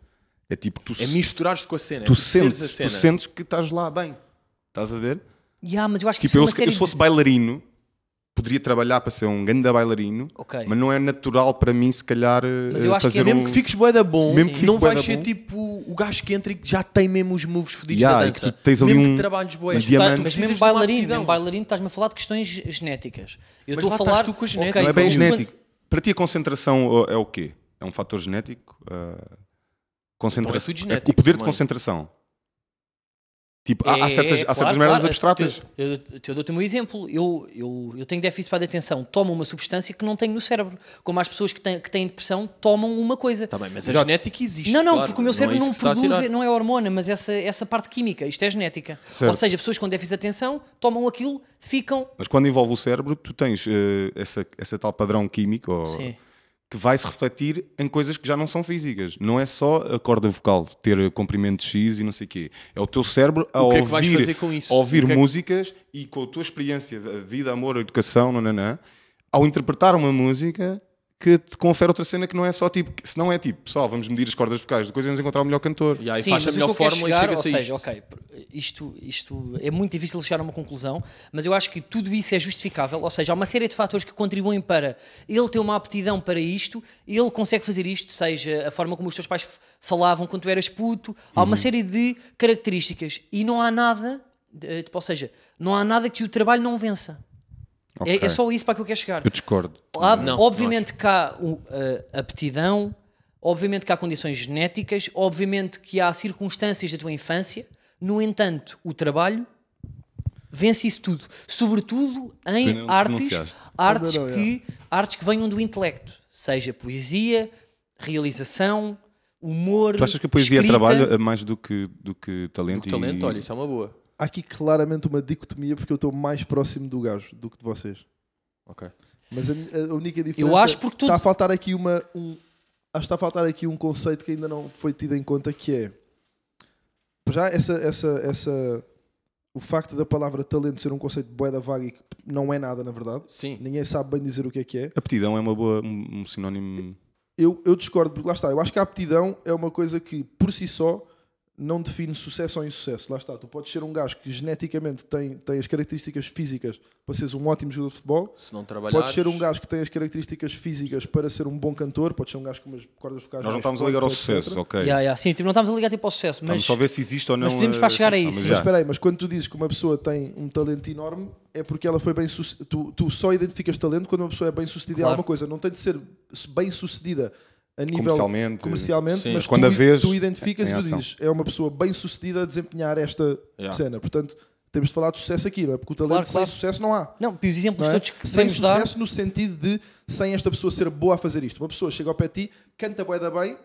[SPEAKER 4] É tipo, tu,
[SPEAKER 3] É misturar-te com a cena.
[SPEAKER 4] tu,
[SPEAKER 3] é seres a
[SPEAKER 4] sentes,
[SPEAKER 3] cena.
[SPEAKER 4] tu sentes que estás lá bem. Estás a ver?
[SPEAKER 5] Yeah, mas eu acho que
[SPEAKER 4] Tipo,
[SPEAKER 5] isso é
[SPEAKER 4] eu,
[SPEAKER 5] uma
[SPEAKER 4] se-
[SPEAKER 5] série
[SPEAKER 4] eu se fosse bailarino, poderia trabalhar para ser um grande bailarino,
[SPEAKER 5] Ok.
[SPEAKER 4] mas não é natural para mim, se calhar,
[SPEAKER 5] Mas eu acho que
[SPEAKER 4] fazer
[SPEAKER 5] é
[SPEAKER 4] um...
[SPEAKER 3] Mesmo que fiques bué da bom,
[SPEAKER 4] Mesmo que fique
[SPEAKER 3] não
[SPEAKER 4] bué
[SPEAKER 3] vais
[SPEAKER 4] da
[SPEAKER 3] ser
[SPEAKER 4] bom.
[SPEAKER 3] tipo o gajo que entra e que já tem mesmo os moves fodidos
[SPEAKER 4] Yeah,
[SPEAKER 3] da
[SPEAKER 4] e que
[SPEAKER 3] dança.
[SPEAKER 4] tu tens ali
[SPEAKER 3] mesmo
[SPEAKER 4] um-
[SPEAKER 3] que trabalhes bué.
[SPEAKER 4] um
[SPEAKER 3] Tu tá-
[SPEAKER 4] diamante.
[SPEAKER 3] tu
[SPEAKER 5] Mas
[SPEAKER 3] precisas
[SPEAKER 5] mesmo
[SPEAKER 3] de uma
[SPEAKER 5] bailarino,
[SPEAKER 3] aptidão.
[SPEAKER 5] mesmo bailarino, estás-me a falar de questões ge- genéticas. Eu
[SPEAKER 3] Mas
[SPEAKER 5] estou
[SPEAKER 3] lá
[SPEAKER 5] a
[SPEAKER 3] estás
[SPEAKER 5] falar.
[SPEAKER 3] tu com a
[SPEAKER 5] ok,
[SPEAKER 3] genética.
[SPEAKER 4] Não é bem
[SPEAKER 5] como-
[SPEAKER 4] genético. Para ti a concentração é o quê? É um fator genético? Ah, concentra-
[SPEAKER 3] Então é tudo
[SPEAKER 4] é
[SPEAKER 3] genético
[SPEAKER 4] o poder de
[SPEAKER 3] também.
[SPEAKER 4] concentração. Tipo,
[SPEAKER 5] É,
[SPEAKER 4] há, há certas,
[SPEAKER 5] é,
[SPEAKER 4] há certas
[SPEAKER 5] claro,
[SPEAKER 4] merdas
[SPEAKER 5] claro.
[SPEAKER 4] abstratas.
[SPEAKER 5] Eu, eu- eu dou-te o meu exemplo. Eu, eu, eu tenho déficit para a atenção. Tomo uma substância que não tenho no cérebro. Como as pessoas que têm, que têm depressão tomam uma coisa.
[SPEAKER 3] Tá bem, mas a
[SPEAKER 4] Exato.
[SPEAKER 3] genética existe.
[SPEAKER 5] Não, não,
[SPEAKER 3] claro,
[SPEAKER 5] porque o meu cérebro
[SPEAKER 3] é
[SPEAKER 5] não,
[SPEAKER 3] isso que se está a
[SPEAKER 5] produz,
[SPEAKER 3] tirar.
[SPEAKER 5] não é hormona, mas essa, essa parte química, isto é genética. Ou
[SPEAKER 4] Certo.
[SPEAKER 5] seja, pessoas com déficit de atenção tomam aquilo, ficam.
[SPEAKER 4] Mas quando envolve o cérebro, tu tens eh, essa, essa tal padrão químico ou-
[SPEAKER 5] Sim.
[SPEAKER 4] que vai se refletir em coisas que já não são físicas. Não é só a corda vocal ter comprimento X e não sei o quê. É o teu cérebro a
[SPEAKER 3] O que é que vais
[SPEAKER 4] ouvir,
[SPEAKER 3] fazer com isso?
[SPEAKER 4] a ouvir
[SPEAKER 3] O que é que-
[SPEAKER 4] músicas e com a tua experiência, a vida, amor, a educação, nananã, ao interpretar uma música que te confere outra cena que não é só tipo, que se não é tipo, pessoal, vamos medir as cordas vocais, depois vamos encontrar o melhor cantor.
[SPEAKER 3] E aí
[SPEAKER 5] Sim,
[SPEAKER 3] faz a
[SPEAKER 5] mas o
[SPEAKER 3] melhor
[SPEAKER 5] que eu quero
[SPEAKER 3] fórmula e
[SPEAKER 5] chegar, ou
[SPEAKER 3] chega-se a
[SPEAKER 5] seja,
[SPEAKER 3] isto.
[SPEAKER 5] ok, isto, isto é muito difícil chegar a uma conclusão, mas eu acho que tudo isso é justificável, ou seja, há uma série de fatores que contribuem para ele ter uma aptidão para isto, ele consegue fazer isto, seja a forma como os teus pais f- falavam quando tu eras puto, há uma série de características e não há nada, eh, tipo, ou seja, não há nada que o trabalho não vença. É- É,
[SPEAKER 4] Ok.
[SPEAKER 5] só isso para que eu quero chegar.
[SPEAKER 4] Eu discordo.
[SPEAKER 5] Há-
[SPEAKER 3] Não,
[SPEAKER 5] obviamente que há o, a aptidão, obviamente que há condições genéticas, obviamente que há circunstâncias da tua infância. No entanto, o trabalho vence isso tudo, sobretudo
[SPEAKER 4] ainda
[SPEAKER 5] em
[SPEAKER 4] não
[SPEAKER 5] artes,
[SPEAKER 4] pronunciaste.
[SPEAKER 5] artes
[SPEAKER 6] Ainda não,
[SPEAKER 5] que artes que venham do intelecto, seja poesia, realização, humor.
[SPEAKER 4] Tu achas que a poesia
[SPEAKER 5] escrita.
[SPEAKER 4] trabalha mais do que, do que talento?
[SPEAKER 3] O talento,
[SPEAKER 4] e...
[SPEAKER 3] olha, isso é uma boa.
[SPEAKER 6] Há aqui claramente uma dicotomia porque eu estou mais próximo do gajo do que de vocês.
[SPEAKER 3] Ok.
[SPEAKER 6] Mas a, mi- a única diferença
[SPEAKER 5] acho porque tu-
[SPEAKER 6] está a faltar aqui uma um acho que está a faltar aqui um conceito que ainda não foi tido em conta que é para já essa essa essa o facto da palavra talento ser um conceito de boeda vaga e que não é nada na verdade.
[SPEAKER 3] Sim.
[SPEAKER 6] Ninguém sabe bem dizer o que é que é.
[SPEAKER 4] Aptidão é uma boa, um, um sinónimo.
[SPEAKER 6] eu, eu discordo, porque lá está, eu acho que a aptidão é uma coisa que por si só não define sucesso ou insucesso. Lá está, tu podes ser um gajo que geneticamente tem, tem as características físicas para seres um ótimo jogador de futebol,
[SPEAKER 3] Se não trabalhares...
[SPEAKER 6] podes ser um gajo que tem as características físicas para ser um bom cantor, podes ser um gajo com umas cordas
[SPEAKER 4] Nós
[SPEAKER 6] vocais.
[SPEAKER 4] não
[SPEAKER 6] mais
[SPEAKER 4] estamos a ligar ao
[SPEAKER 6] fortes, etc.
[SPEAKER 4] sucesso, ok?
[SPEAKER 5] Yeah, yeah, Sim, tipo, não estamos a ligar tipo ao sucesso, mas
[SPEAKER 4] Vamos só ver se existe ou não.
[SPEAKER 5] mas podemos para
[SPEAKER 4] a
[SPEAKER 5] chegar a
[SPEAKER 4] sensação,
[SPEAKER 5] isso.
[SPEAKER 4] mas
[SPEAKER 6] Mas
[SPEAKER 4] já.
[SPEAKER 6] espera aí, mas quando tu dizes que uma pessoa tem um talento enorme, é porque ela foi bem sucedida. Tu, tu só identificas talento quando uma pessoa é bem sucedida em
[SPEAKER 5] Claro.
[SPEAKER 6] alguma coisa. Não tem de ser bem sucedida a nível
[SPEAKER 4] Comercialmente.
[SPEAKER 6] comercialmente,
[SPEAKER 3] Sim.
[SPEAKER 6] mas
[SPEAKER 4] Quando
[SPEAKER 6] tu,
[SPEAKER 4] a vês
[SPEAKER 6] tu identificas
[SPEAKER 4] em
[SPEAKER 6] e tu
[SPEAKER 4] ação.
[SPEAKER 6] dizes é uma pessoa bem sucedida a desempenhar esta
[SPEAKER 3] Yeah.
[SPEAKER 6] cena. Portanto, temos de falar de sucesso aqui, não é? Porque o talento
[SPEAKER 5] Claro,
[SPEAKER 6] sem
[SPEAKER 5] claro.
[SPEAKER 6] sucesso não há.
[SPEAKER 5] não, e os exemplos
[SPEAKER 6] Não é?
[SPEAKER 5] todos que
[SPEAKER 6] Sem
[SPEAKER 5] podemos dar.
[SPEAKER 6] sucesso no sentido de sem esta pessoa ser boa a fazer isto. Uma pessoa chega ao pé de ti, canta bué da bem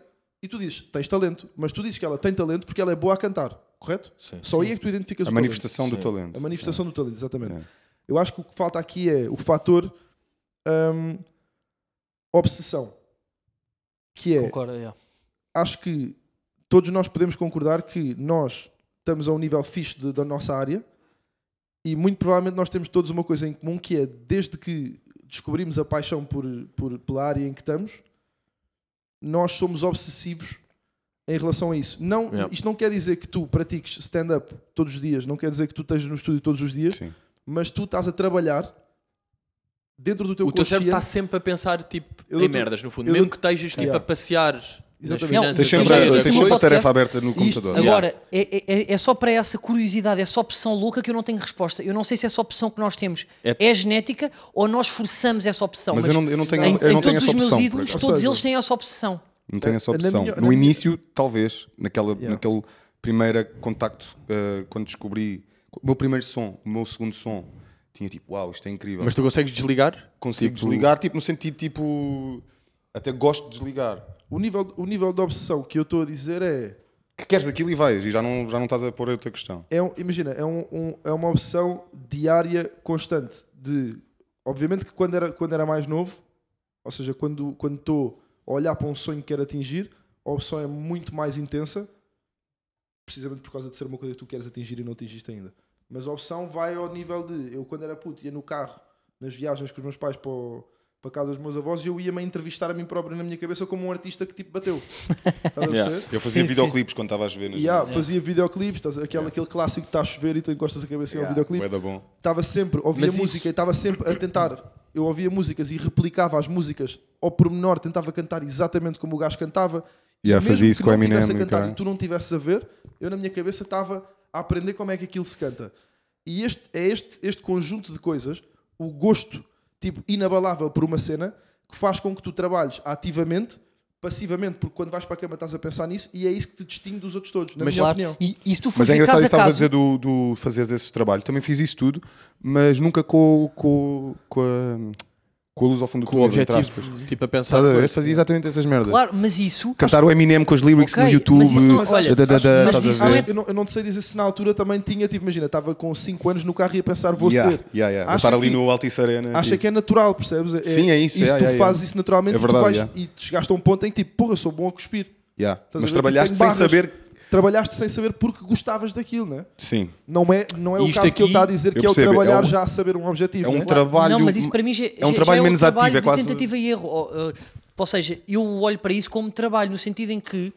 [SPEAKER 6] e tu dizes tens talento, mas tu dizes que ela tem talento porque ela é boa a cantar, correto?
[SPEAKER 3] Sim.
[SPEAKER 6] Só aí é que tu identificas
[SPEAKER 4] A
[SPEAKER 6] o
[SPEAKER 4] manifestação
[SPEAKER 3] Sim.
[SPEAKER 4] do
[SPEAKER 6] talento. A
[SPEAKER 4] talento.
[SPEAKER 6] manifestação do talento, exatamente.
[SPEAKER 4] É.
[SPEAKER 6] Eu acho que o que falta aqui é o fator hum, obsessão. Que é,
[SPEAKER 5] Concordo, yeah.
[SPEAKER 6] acho que todos nós podemos concordar que nós estamos a um nível fixe de- da nossa área e muito provavelmente nós temos todos uma coisa em comum que é desde que descobrimos a paixão por, por- pela área em que estamos, nós somos obsessivos em relação a isso. Não,
[SPEAKER 3] Yeah.
[SPEAKER 6] Isto não quer dizer que tu pratiques stand-up todos os dias, não quer dizer que tu estejas no estúdio todos os dias,
[SPEAKER 4] Sim.
[SPEAKER 6] mas tu estás a trabalhar dentro do teu
[SPEAKER 3] O teu cérebro está
[SPEAKER 6] consciente.
[SPEAKER 3] sempre a pensar, tipo,
[SPEAKER 6] Eu
[SPEAKER 3] em
[SPEAKER 6] dou-te-
[SPEAKER 3] merdas, no fundo.
[SPEAKER 6] eu
[SPEAKER 3] Mesmo
[SPEAKER 6] dou-
[SPEAKER 3] que estejas, tipo,
[SPEAKER 6] Yeah.
[SPEAKER 3] a passear
[SPEAKER 6] Exatamente.
[SPEAKER 5] Não,
[SPEAKER 3] finanças,
[SPEAKER 4] Tens
[SPEAKER 3] tipo,
[SPEAKER 4] sempre,
[SPEAKER 5] mas
[SPEAKER 3] das
[SPEAKER 5] existe
[SPEAKER 4] tens
[SPEAKER 5] um
[SPEAKER 4] sempre a
[SPEAKER 5] podcast-
[SPEAKER 4] tarefa aberta no
[SPEAKER 6] Isto-
[SPEAKER 4] computador.
[SPEAKER 6] Yeah.
[SPEAKER 5] Agora, é, é- é só para essa curiosidade, é só opção louca que eu não tenho resposta. Eu não sei se essa opção que nós temos
[SPEAKER 3] É-
[SPEAKER 5] é, genética ou nós forçamos essa opção.
[SPEAKER 4] Mas eu não- eu não tenho-
[SPEAKER 5] em,
[SPEAKER 4] eu não
[SPEAKER 5] em
[SPEAKER 4] tenho
[SPEAKER 5] todos
[SPEAKER 4] essa
[SPEAKER 5] os meus
[SPEAKER 4] opção, por
[SPEAKER 5] ídolos,
[SPEAKER 4] acaso.
[SPEAKER 5] todos
[SPEAKER 6] Ou seja,
[SPEAKER 5] eles têm essa opção.
[SPEAKER 4] Não tem essa
[SPEAKER 6] Na
[SPEAKER 4] opção.
[SPEAKER 6] minha-
[SPEAKER 4] no
[SPEAKER 6] na minha-
[SPEAKER 4] início, talvez, naquela,
[SPEAKER 6] Yeah.
[SPEAKER 4] naquele primeiro contacto, eh, quando descobri o meu primeiro som, o meu segundo som, tinha tipo, uau, isto é incrível.
[SPEAKER 3] Mas tu consegues desligar?
[SPEAKER 4] Consigo
[SPEAKER 3] tipo-
[SPEAKER 4] desligar, tipo, no sentido tipo, até gosto de desligar.
[SPEAKER 3] tá
[SPEAKER 6] O nível, o nível de obsessão que eu estou a dizer é.
[SPEAKER 4] Que queres daquilo e vais, e já não, já não estás a pôr outra questão.
[SPEAKER 6] é um- imagina, é, um- um- é uma obsessão diária constante. De, obviamente que quando era, quando era mais novo, ou seja, quando quando estou a olhar para um sonho que quero atingir, a obsessão é muito mais intensa, precisamente por causa de ser uma coisa que tu queres atingir e não atingiste ainda. Mas a obsessão vai ao nível de. Eu, quando era puto, ia no carro, nas viagens com os meus pais para, o- para a casa dos meus avós, e eu ia-me a entrevistar a mim próprio na minha cabeça como um artista que tipo bateu. <laughs> Estás a
[SPEAKER 3] Yeah.
[SPEAKER 6] perceber?
[SPEAKER 4] Eu fazia
[SPEAKER 5] Sim, sim.
[SPEAKER 4] videoclipes quando estava a né, chover. nas
[SPEAKER 6] Yeah,
[SPEAKER 4] nuvens.
[SPEAKER 6] ah, fazia videoclipes, estás- aquele, aquele clássico que está a chover e tu encostas a cabeça em um videoclipe.
[SPEAKER 4] Bué da bom.
[SPEAKER 6] Estava sempre, ouvia
[SPEAKER 3] Mas isso-
[SPEAKER 6] música e estava sempre a tentar. Eu ouvia músicas e replicava as músicas ao pormenor, tentava cantar exatamente como o gajo cantava. E
[SPEAKER 4] Yeah,
[SPEAKER 6] mesmo
[SPEAKER 4] fazia isso
[SPEAKER 6] que
[SPEAKER 4] com
[SPEAKER 6] não
[SPEAKER 4] Eminem
[SPEAKER 6] tivesse a
[SPEAKER 4] e
[SPEAKER 6] cantar
[SPEAKER 4] caralho.
[SPEAKER 6] e tu não estivesse a ver, eu na minha cabeça estava a aprender como é que aquilo se canta. E este é este, este conjunto de coisas, o gosto tipo inabalável por uma cena, que faz com que tu trabalhes ativamente, passivamente, porque quando vais para a cama estás a pensar nisso e é isso que te distingue dos outros todos, na
[SPEAKER 3] Mas
[SPEAKER 6] minha
[SPEAKER 3] lá-
[SPEAKER 6] opinião.
[SPEAKER 5] E, e se tu fores
[SPEAKER 4] Mas é
[SPEAKER 5] ver
[SPEAKER 4] engraçado
[SPEAKER 5] caso
[SPEAKER 4] isso
[SPEAKER 5] a
[SPEAKER 4] que estavas a
[SPEAKER 5] caso,
[SPEAKER 4] dizer do, do fazeres esse trabalho. Também fiz isso tudo, mas nunca com, com, com, a, com Tá, a luz ao fundo do
[SPEAKER 3] Com o
[SPEAKER 4] túnel, entre aspas.
[SPEAKER 3] objetivo, tipo, a pensar.
[SPEAKER 4] Estás a ver?
[SPEAKER 3] depois.
[SPEAKER 4] Fazia exatamente essas merdas.
[SPEAKER 5] claro, mas isso
[SPEAKER 4] Cantar o Eminem com as lyrics no
[SPEAKER 5] Ok, mas
[SPEAKER 4] YouTube.
[SPEAKER 5] isso não-
[SPEAKER 4] da-
[SPEAKER 5] olha,
[SPEAKER 4] da- da- da-
[SPEAKER 5] mas
[SPEAKER 4] estás a
[SPEAKER 5] isso
[SPEAKER 4] ver?
[SPEAKER 5] não é-
[SPEAKER 6] um Eu, não, eu não te sei dizer se na altura também tinha, tipo, imagina, estava com 5 anos no carro e a pensar, vou
[SPEAKER 4] Yeah,
[SPEAKER 6] ser.
[SPEAKER 4] yeah, yeah. Vou
[SPEAKER 6] Acha
[SPEAKER 4] estar ali
[SPEAKER 6] que-
[SPEAKER 4] no Altice Arena.
[SPEAKER 6] Acha
[SPEAKER 4] tipo.
[SPEAKER 6] que é natural, percebes?
[SPEAKER 4] Sim, é isso, é,
[SPEAKER 6] tu
[SPEAKER 4] é, é.
[SPEAKER 6] fazes isso naturalmente
[SPEAKER 4] É verdade,
[SPEAKER 6] e, tu
[SPEAKER 4] yeah.
[SPEAKER 6] vais, e te chegaste a um ponto em que, tipo, porra, sou bom a cuspir.
[SPEAKER 4] Yeah.
[SPEAKER 6] Estás a
[SPEAKER 4] Mas
[SPEAKER 6] ver?
[SPEAKER 4] trabalhaste
[SPEAKER 6] Tipo,
[SPEAKER 4] sem
[SPEAKER 6] tem barras.
[SPEAKER 4] saber.
[SPEAKER 6] Trabalhaste sem saber porque gostavas dailo, né?
[SPEAKER 4] Sim.
[SPEAKER 6] não é? Não é o
[SPEAKER 3] Isto
[SPEAKER 6] caso que
[SPEAKER 3] aqui-
[SPEAKER 6] ele está a dizer que
[SPEAKER 4] eu
[SPEAKER 6] é o
[SPEAKER 4] percebo, é
[SPEAKER 6] trabalhar
[SPEAKER 4] um-
[SPEAKER 6] já a saber um
[SPEAKER 4] É
[SPEAKER 6] objetivo.
[SPEAKER 4] um
[SPEAKER 6] né?
[SPEAKER 4] trabalho.
[SPEAKER 5] Não, mas isso para mim já
[SPEAKER 4] É um trabalho menos ativo. É quase.
[SPEAKER 5] de tentativa e erro. Ou, ou, eh, ou seja, eu olho para isso como trabalho, no sentido em que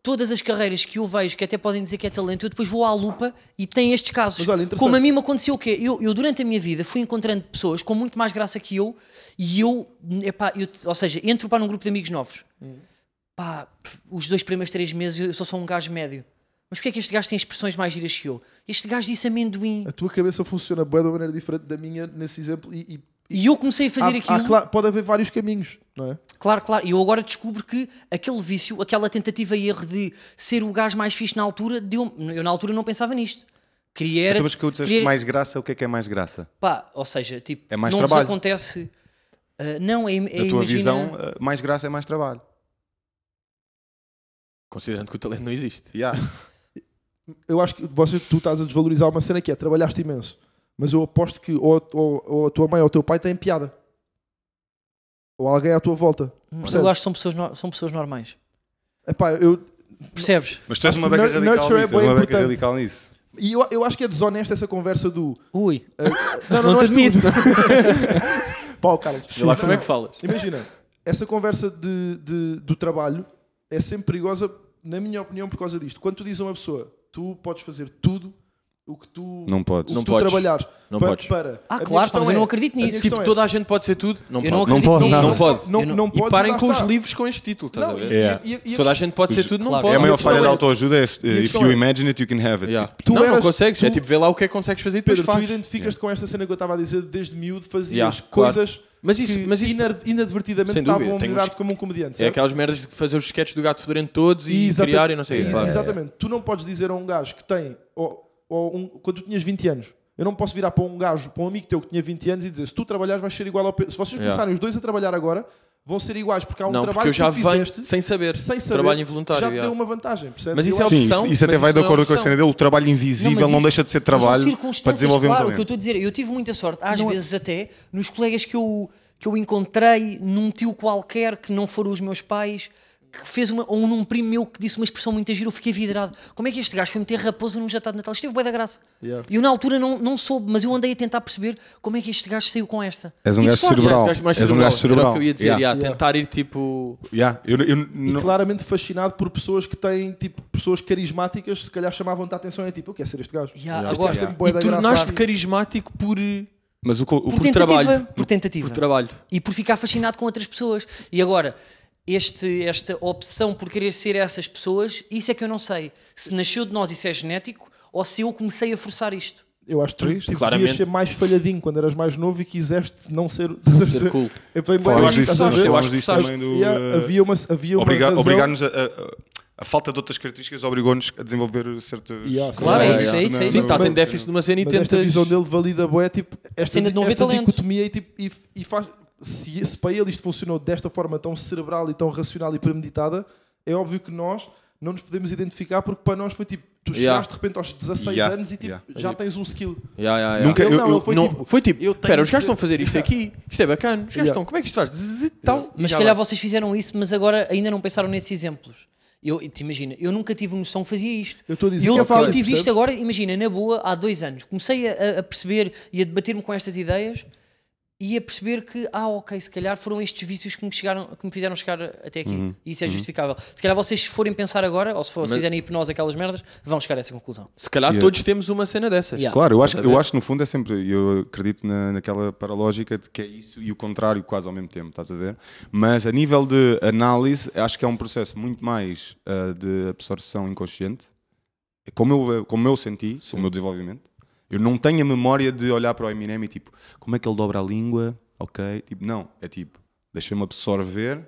[SPEAKER 5] todas as carreiras que eu vejo, que até podem dizer que é talento, eu depois vou à lupa e tem estes casos.
[SPEAKER 6] Mas olha, interessante.
[SPEAKER 5] como a mim me aconteceu o quê? Eu, eu, durante a minha vida, fui encontrando pessoas com muito mais graça que eu e eu, epá, eu ou seja, entro para num grupo de amigos novos.
[SPEAKER 4] Hum.
[SPEAKER 5] Pá, pff, os dois primeiros três meses eu sou só um gajo médio. Mas porquê é que este gajo tem expressões mais giras que eu? Este gajo disse amendoim.
[SPEAKER 6] A tua cabeça funciona bué de uma maneira diferente da minha nesse exemplo e, e-
[SPEAKER 5] E eu comecei a fazer
[SPEAKER 6] há-
[SPEAKER 5] aquilo.
[SPEAKER 6] há cla- pode haver vários caminhos, não é?
[SPEAKER 5] Claro, claro. E eu agora descubro que aquele vício, aquela tentativa e erro de ser o gajo mais fixe na altura, deu eu na altura não pensava nisto. Queria era.
[SPEAKER 4] Então, mas que eu disseste
[SPEAKER 5] queria-
[SPEAKER 4] mais graça, o que é que é mais graça?
[SPEAKER 5] Pá, ou seja, tipo,
[SPEAKER 4] É mais
[SPEAKER 5] não vos
[SPEAKER 4] trabalho.
[SPEAKER 5] acontece. Ah, não, é, é
[SPEAKER 4] Na tua
[SPEAKER 5] imagina-
[SPEAKER 4] visão, eh, mais graça é mais trabalho.
[SPEAKER 3] Considerando que o talento não existe.
[SPEAKER 4] Yeah. <laughs>
[SPEAKER 6] eu acho que vocês, tu estás a desvalorizar uma cena que é trabalhaste imenso, mas eu aposto que ou, ou- ou a tua mãe ou o teu pai têm piada, ou alguém à tua volta.
[SPEAKER 5] Eu
[SPEAKER 6] Percebes?
[SPEAKER 5] acho que são pessoas, no- são pessoas normais.
[SPEAKER 6] Epá, eu,
[SPEAKER 5] Percebes?
[SPEAKER 4] Mas tu és uma
[SPEAKER 6] que
[SPEAKER 4] beca
[SPEAKER 6] nur-
[SPEAKER 4] radical nisso.
[SPEAKER 6] nurture é
[SPEAKER 4] És
[SPEAKER 6] bué
[SPEAKER 4] uma beca
[SPEAKER 6] importante.
[SPEAKER 4] radical nisso.
[SPEAKER 6] e eu, eu acho que é desonesta essa conversa do
[SPEAKER 5] Ui.
[SPEAKER 6] não,
[SPEAKER 5] Não te
[SPEAKER 6] és tu.
[SPEAKER 5] <laughs> admito.
[SPEAKER 6] Pau, Carlos.
[SPEAKER 3] E lá como é que falas?
[SPEAKER 6] Imagina, essa conversa de, de- do trabalho é sempre perigosa, na minha opinião, por causa disto. Quando tu dizes a uma pessoa, tu podes fazer tudo o que tu,
[SPEAKER 4] Não
[SPEAKER 6] o que
[SPEAKER 4] podes.
[SPEAKER 3] Não
[SPEAKER 6] tu
[SPEAKER 3] podes.
[SPEAKER 6] trabalhares
[SPEAKER 3] Não
[SPEAKER 6] pa-
[SPEAKER 3] podes.
[SPEAKER 6] para.
[SPEAKER 5] Ah,
[SPEAKER 6] A minha
[SPEAKER 5] claro, pá,
[SPEAKER 6] questão
[SPEAKER 5] mas eu
[SPEAKER 6] é-
[SPEAKER 5] não acredito
[SPEAKER 6] a minha
[SPEAKER 5] nisso.
[SPEAKER 6] questão
[SPEAKER 3] Tipo,
[SPEAKER 6] é-
[SPEAKER 3] toda a gente pode ser tudo? Não pode.
[SPEAKER 5] Eu não
[SPEAKER 3] Não,
[SPEAKER 5] acredito
[SPEAKER 4] pode,
[SPEAKER 5] nisso.
[SPEAKER 4] nada.
[SPEAKER 3] não pode.
[SPEAKER 6] Não,
[SPEAKER 5] Eu não-
[SPEAKER 6] não
[SPEAKER 3] E
[SPEAKER 6] podes
[SPEAKER 3] parem
[SPEAKER 6] lá
[SPEAKER 3] com os
[SPEAKER 6] está.
[SPEAKER 3] livros com este título, estás
[SPEAKER 6] Não,
[SPEAKER 3] a
[SPEAKER 6] e-
[SPEAKER 3] ver?
[SPEAKER 4] Yeah.
[SPEAKER 6] e- e- e-
[SPEAKER 3] Toda a gente pode ser tudo, não
[SPEAKER 5] Claro.
[SPEAKER 3] pode.
[SPEAKER 4] É a maior
[SPEAKER 6] questão
[SPEAKER 4] falha da
[SPEAKER 6] é-
[SPEAKER 4] autoajuda é se-
[SPEAKER 6] e a
[SPEAKER 4] if
[SPEAKER 6] questão
[SPEAKER 4] you
[SPEAKER 6] é-
[SPEAKER 4] imagine it, you can have it.
[SPEAKER 3] Yeah.
[SPEAKER 6] tu
[SPEAKER 3] não, não
[SPEAKER 6] eras-
[SPEAKER 3] consegues.
[SPEAKER 6] tu-
[SPEAKER 3] É tipo, vê lá o que é que consegues fazer e depois
[SPEAKER 6] Pedro, tu
[SPEAKER 3] faz.
[SPEAKER 6] identificas-te com esta cena que eu estava a dizer desde miúdo, fazias
[SPEAKER 3] Yeah, claro.
[SPEAKER 6] coisas
[SPEAKER 3] Mas isso-
[SPEAKER 6] que
[SPEAKER 3] mas isso-
[SPEAKER 6] inar- inadvertidamente
[SPEAKER 3] Sem dúvida,
[SPEAKER 6] estavam a
[SPEAKER 3] tenho
[SPEAKER 6] melhorar-te
[SPEAKER 3] uns-
[SPEAKER 6] como um comediante.
[SPEAKER 3] É
[SPEAKER 6] certo?
[SPEAKER 3] aquelas merdas de fazer os sketches do gato fedorento todos e
[SPEAKER 6] Exata-
[SPEAKER 3] criar e não sei o quê.
[SPEAKER 6] e-
[SPEAKER 3] Claro.
[SPEAKER 6] Exatamente. Tu não podes dizer a um gajo que tem. Ou, ou um- quando tu tinhas 20 anos, eu não posso virar para um gajo, para um amigo teu que tinha 20 anos e dizer se tu trabalhares vais ser igual ao Pedro. Se vocês
[SPEAKER 3] Yeah.
[SPEAKER 6] começarem os dois a trabalhar agora, vão ser iguais, porque há um
[SPEAKER 3] Não, porque
[SPEAKER 6] trabalho
[SPEAKER 3] eu já
[SPEAKER 6] que tu fizeste
[SPEAKER 3] venho sem saber.
[SPEAKER 6] sem saber.
[SPEAKER 3] Trabalho involuntário.
[SPEAKER 6] Já te
[SPEAKER 3] yeah.
[SPEAKER 6] deu uma vantagem, percebes?
[SPEAKER 3] Mas
[SPEAKER 6] Eu
[SPEAKER 3] isso é
[SPEAKER 6] acho-
[SPEAKER 3] opção,
[SPEAKER 4] Sim, isso, isso até
[SPEAKER 3] mas
[SPEAKER 4] vai
[SPEAKER 3] isso
[SPEAKER 4] de
[SPEAKER 3] não é
[SPEAKER 4] acordo com a
[SPEAKER 3] opção.
[SPEAKER 4] cena dele. O trabalho invisível
[SPEAKER 5] mas
[SPEAKER 4] não,
[SPEAKER 5] isso-
[SPEAKER 4] deixa de ser
[SPEAKER 5] mas são
[SPEAKER 4] trabalho para
[SPEAKER 5] circunstâncias,
[SPEAKER 4] desenvolver
[SPEAKER 5] claro,
[SPEAKER 4] um
[SPEAKER 5] o que eu
[SPEAKER 4] talento.
[SPEAKER 5] estou a dizer, é, eu tive muita sorte, às
[SPEAKER 3] é-
[SPEAKER 5] vezes até, nos colegas que eu, que eu encontrei, num tio qualquer que não foram os meus pais, que fez uma, ou num primo meu que disse uma expressão muito gira, eu fiquei vidrado. Como é que este gajo foi meter raposa num jantar de Natal? Esteve bem da graça.
[SPEAKER 6] Yeah.
[SPEAKER 5] Eu na altura não, não soube, mas eu andei a tentar perceber como é que este gajo saiu com esta.
[SPEAKER 4] És um
[SPEAKER 5] Tive
[SPEAKER 4] gajo
[SPEAKER 5] sorte.
[SPEAKER 4] cerebral.
[SPEAKER 3] És mais
[SPEAKER 4] És um gajo
[SPEAKER 3] Era o
[SPEAKER 4] cerebral.
[SPEAKER 3] que eu ia dizer.
[SPEAKER 4] Yeah.
[SPEAKER 3] yeah,
[SPEAKER 6] Yeah.
[SPEAKER 3] Tentar ir tipo.
[SPEAKER 4] Yeah, eu- eu
[SPEAKER 6] E
[SPEAKER 4] não-
[SPEAKER 6] claramente fascinado por pessoas que têm, tipo, pessoas carismáticas, se calhar chamavam-te a atenção e é tipo, eu quero ser este gajo.
[SPEAKER 5] Yeah,
[SPEAKER 3] Este
[SPEAKER 5] agora,
[SPEAKER 6] gajo tem
[SPEAKER 3] E
[SPEAKER 6] bué da graça.
[SPEAKER 3] tornaste carismático por,
[SPEAKER 4] Mas o, que- o,
[SPEAKER 5] por
[SPEAKER 3] por
[SPEAKER 5] tentativa,
[SPEAKER 3] trabalho.
[SPEAKER 5] por tentativa.
[SPEAKER 3] por trabalho.
[SPEAKER 5] e por ficar fascinado com outras pessoas. E agora, este, esta opção por querer ser essas pessoas, isso é que eu não sei. Se nasceu de nós isso é genético ou se eu comecei a forçar isto.
[SPEAKER 6] Eu acho que tu,
[SPEAKER 4] Triste,
[SPEAKER 6] tu devias
[SPEAKER 3] claramente.
[SPEAKER 6] ser mais falhadinho quando eras mais novo e quiseste não ser.
[SPEAKER 3] Ser cool.
[SPEAKER 6] <laughs> Eu falei,
[SPEAKER 4] Falámos
[SPEAKER 6] "Bem,
[SPEAKER 4] disso,
[SPEAKER 6] estás a
[SPEAKER 4] nós
[SPEAKER 6] ver?
[SPEAKER 4] falámos disso
[SPEAKER 6] Sabes,
[SPEAKER 4] também do,
[SPEAKER 6] yeah,
[SPEAKER 4] eh,
[SPEAKER 6] havia uma, havia uma
[SPEAKER 4] Obriga-
[SPEAKER 6] razão-
[SPEAKER 4] Obrigar-nos a, a- a falta de outras características obrigou-nos a desenvolver certas.
[SPEAKER 6] Yeah,
[SPEAKER 5] Claro,
[SPEAKER 3] é
[SPEAKER 4] coisas
[SPEAKER 3] isso,
[SPEAKER 5] é isso, é
[SPEAKER 4] na-
[SPEAKER 5] isso.
[SPEAKER 3] Sim,
[SPEAKER 4] na-
[SPEAKER 3] estás em
[SPEAKER 6] Mas-
[SPEAKER 3] déficit numa cena e
[SPEAKER 6] Mas esta
[SPEAKER 3] tentas.
[SPEAKER 6] visão dele valida boa, é tipo esta,
[SPEAKER 5] Cena de não ver
[SPEAKER 6] esta
[SPEAKER 5] talento.
[SPEAKER 6] dicotomia e, tipo, e, e faz se, se para ele isto funcionou desta forma tão cerebral e tão racional e premeditada, é óbvio que nós não nos podemos identificar porque para nós foi tipo, tu chegaste
[SPEAKER 3] Yeah.
[SPEAKER 6] de repente aos 16
[SPEAKER 4] Yeah,
[SPEAKER 6] anos e tipo,
[SPEAKER 4] yeah.
[SPEAKER 6] já tens um skill.
[SPEAKER 3] Yeah, yeah, yeah.
[SPEAKER 4] Nunca-
[SPEAKER 6] Ele
[SPEAKER 4] eu-
[SPEAKER 6] não,
[SPEAKER 4] eu-
[SPEAKER 6] ele foi
[SPEAKER 3] Não,
[SPEAKER 6] tipo,
[SPEAKER 3] foi tipo,
[SPEAKER 6] eu tenho
[SPEAKER 3] espera, os gajos
[SPEAKER 6] que ser-
[SPEAKER 3] estão a fazer isto aqui, isto é bacana, os gajos
[SPEAKER 6] Yeah.
[SPEAKER 3] estão, como é que isto faz? Zzz, tal.
[SPEAKER 5] Então, Mas
[SPEAKER 3] Já
[SPEAKER 5] se calhar
[SPEAKER 3] vai.
[SPEAKER 5] vocês fizeram isso, mas agora ainda não pensaram nesses exemplos. Eu, te imagina, eu nunca tive noção que fazia isto.
[SPEAKER 6] Eu estou a dizer
[SPEAKER 5] eu,
[SPEAKER 6] que é
[SPEAKER 5] eu
[SPEAKER 6] válido,
[SPEAKER 5] tive
[SPEAKER 6] percebes?
[SPEAKER 5] isto agora, imagina, na boa, há dois anos. Comecei a, a- a perceber e a debater-me com estas ideias e a perceber que, ah, ok, se calhar foram estes vícios que me, chegaram, que me fizeram chegar até aqui.
[SPEAKER 6] Uhum.
[SPEAKER 5] E isso é justificável. Se calhar vocês se forem pensar agora, ou se, for, se
[SPEAKER 3] Mas-
[SPEAKER 5] fizerem hipnose aquelas merdas, vão chegar a essa conclusão.
[SPEAKER 3] Se calhar
[SPEAKER 4] Yeah.
[SPEAKER 3] todos temos uma cena dessas.
[SPEAKER 5] Yeah.
[SPEAKER 4] Claro, eu acho,
[SPEAKER 3] Estás a ver?
[SPEAKER 4] eu acho que no fundo é sempre, eu acredito na, naquela paralógica de que é isso e o contrário quase ao mesmo tempo, estás a ver? Mas a nível de análise, acho que é um processo muito mais ah, de absorção inconsciente, como eu, como eu senti, o meu desenvolvimento. Eu não tenho a memória de olhar para o Eminem e tipo, como é que ele dobra a língua? Ok, tipo, não, é tipo, deixa-me absorver,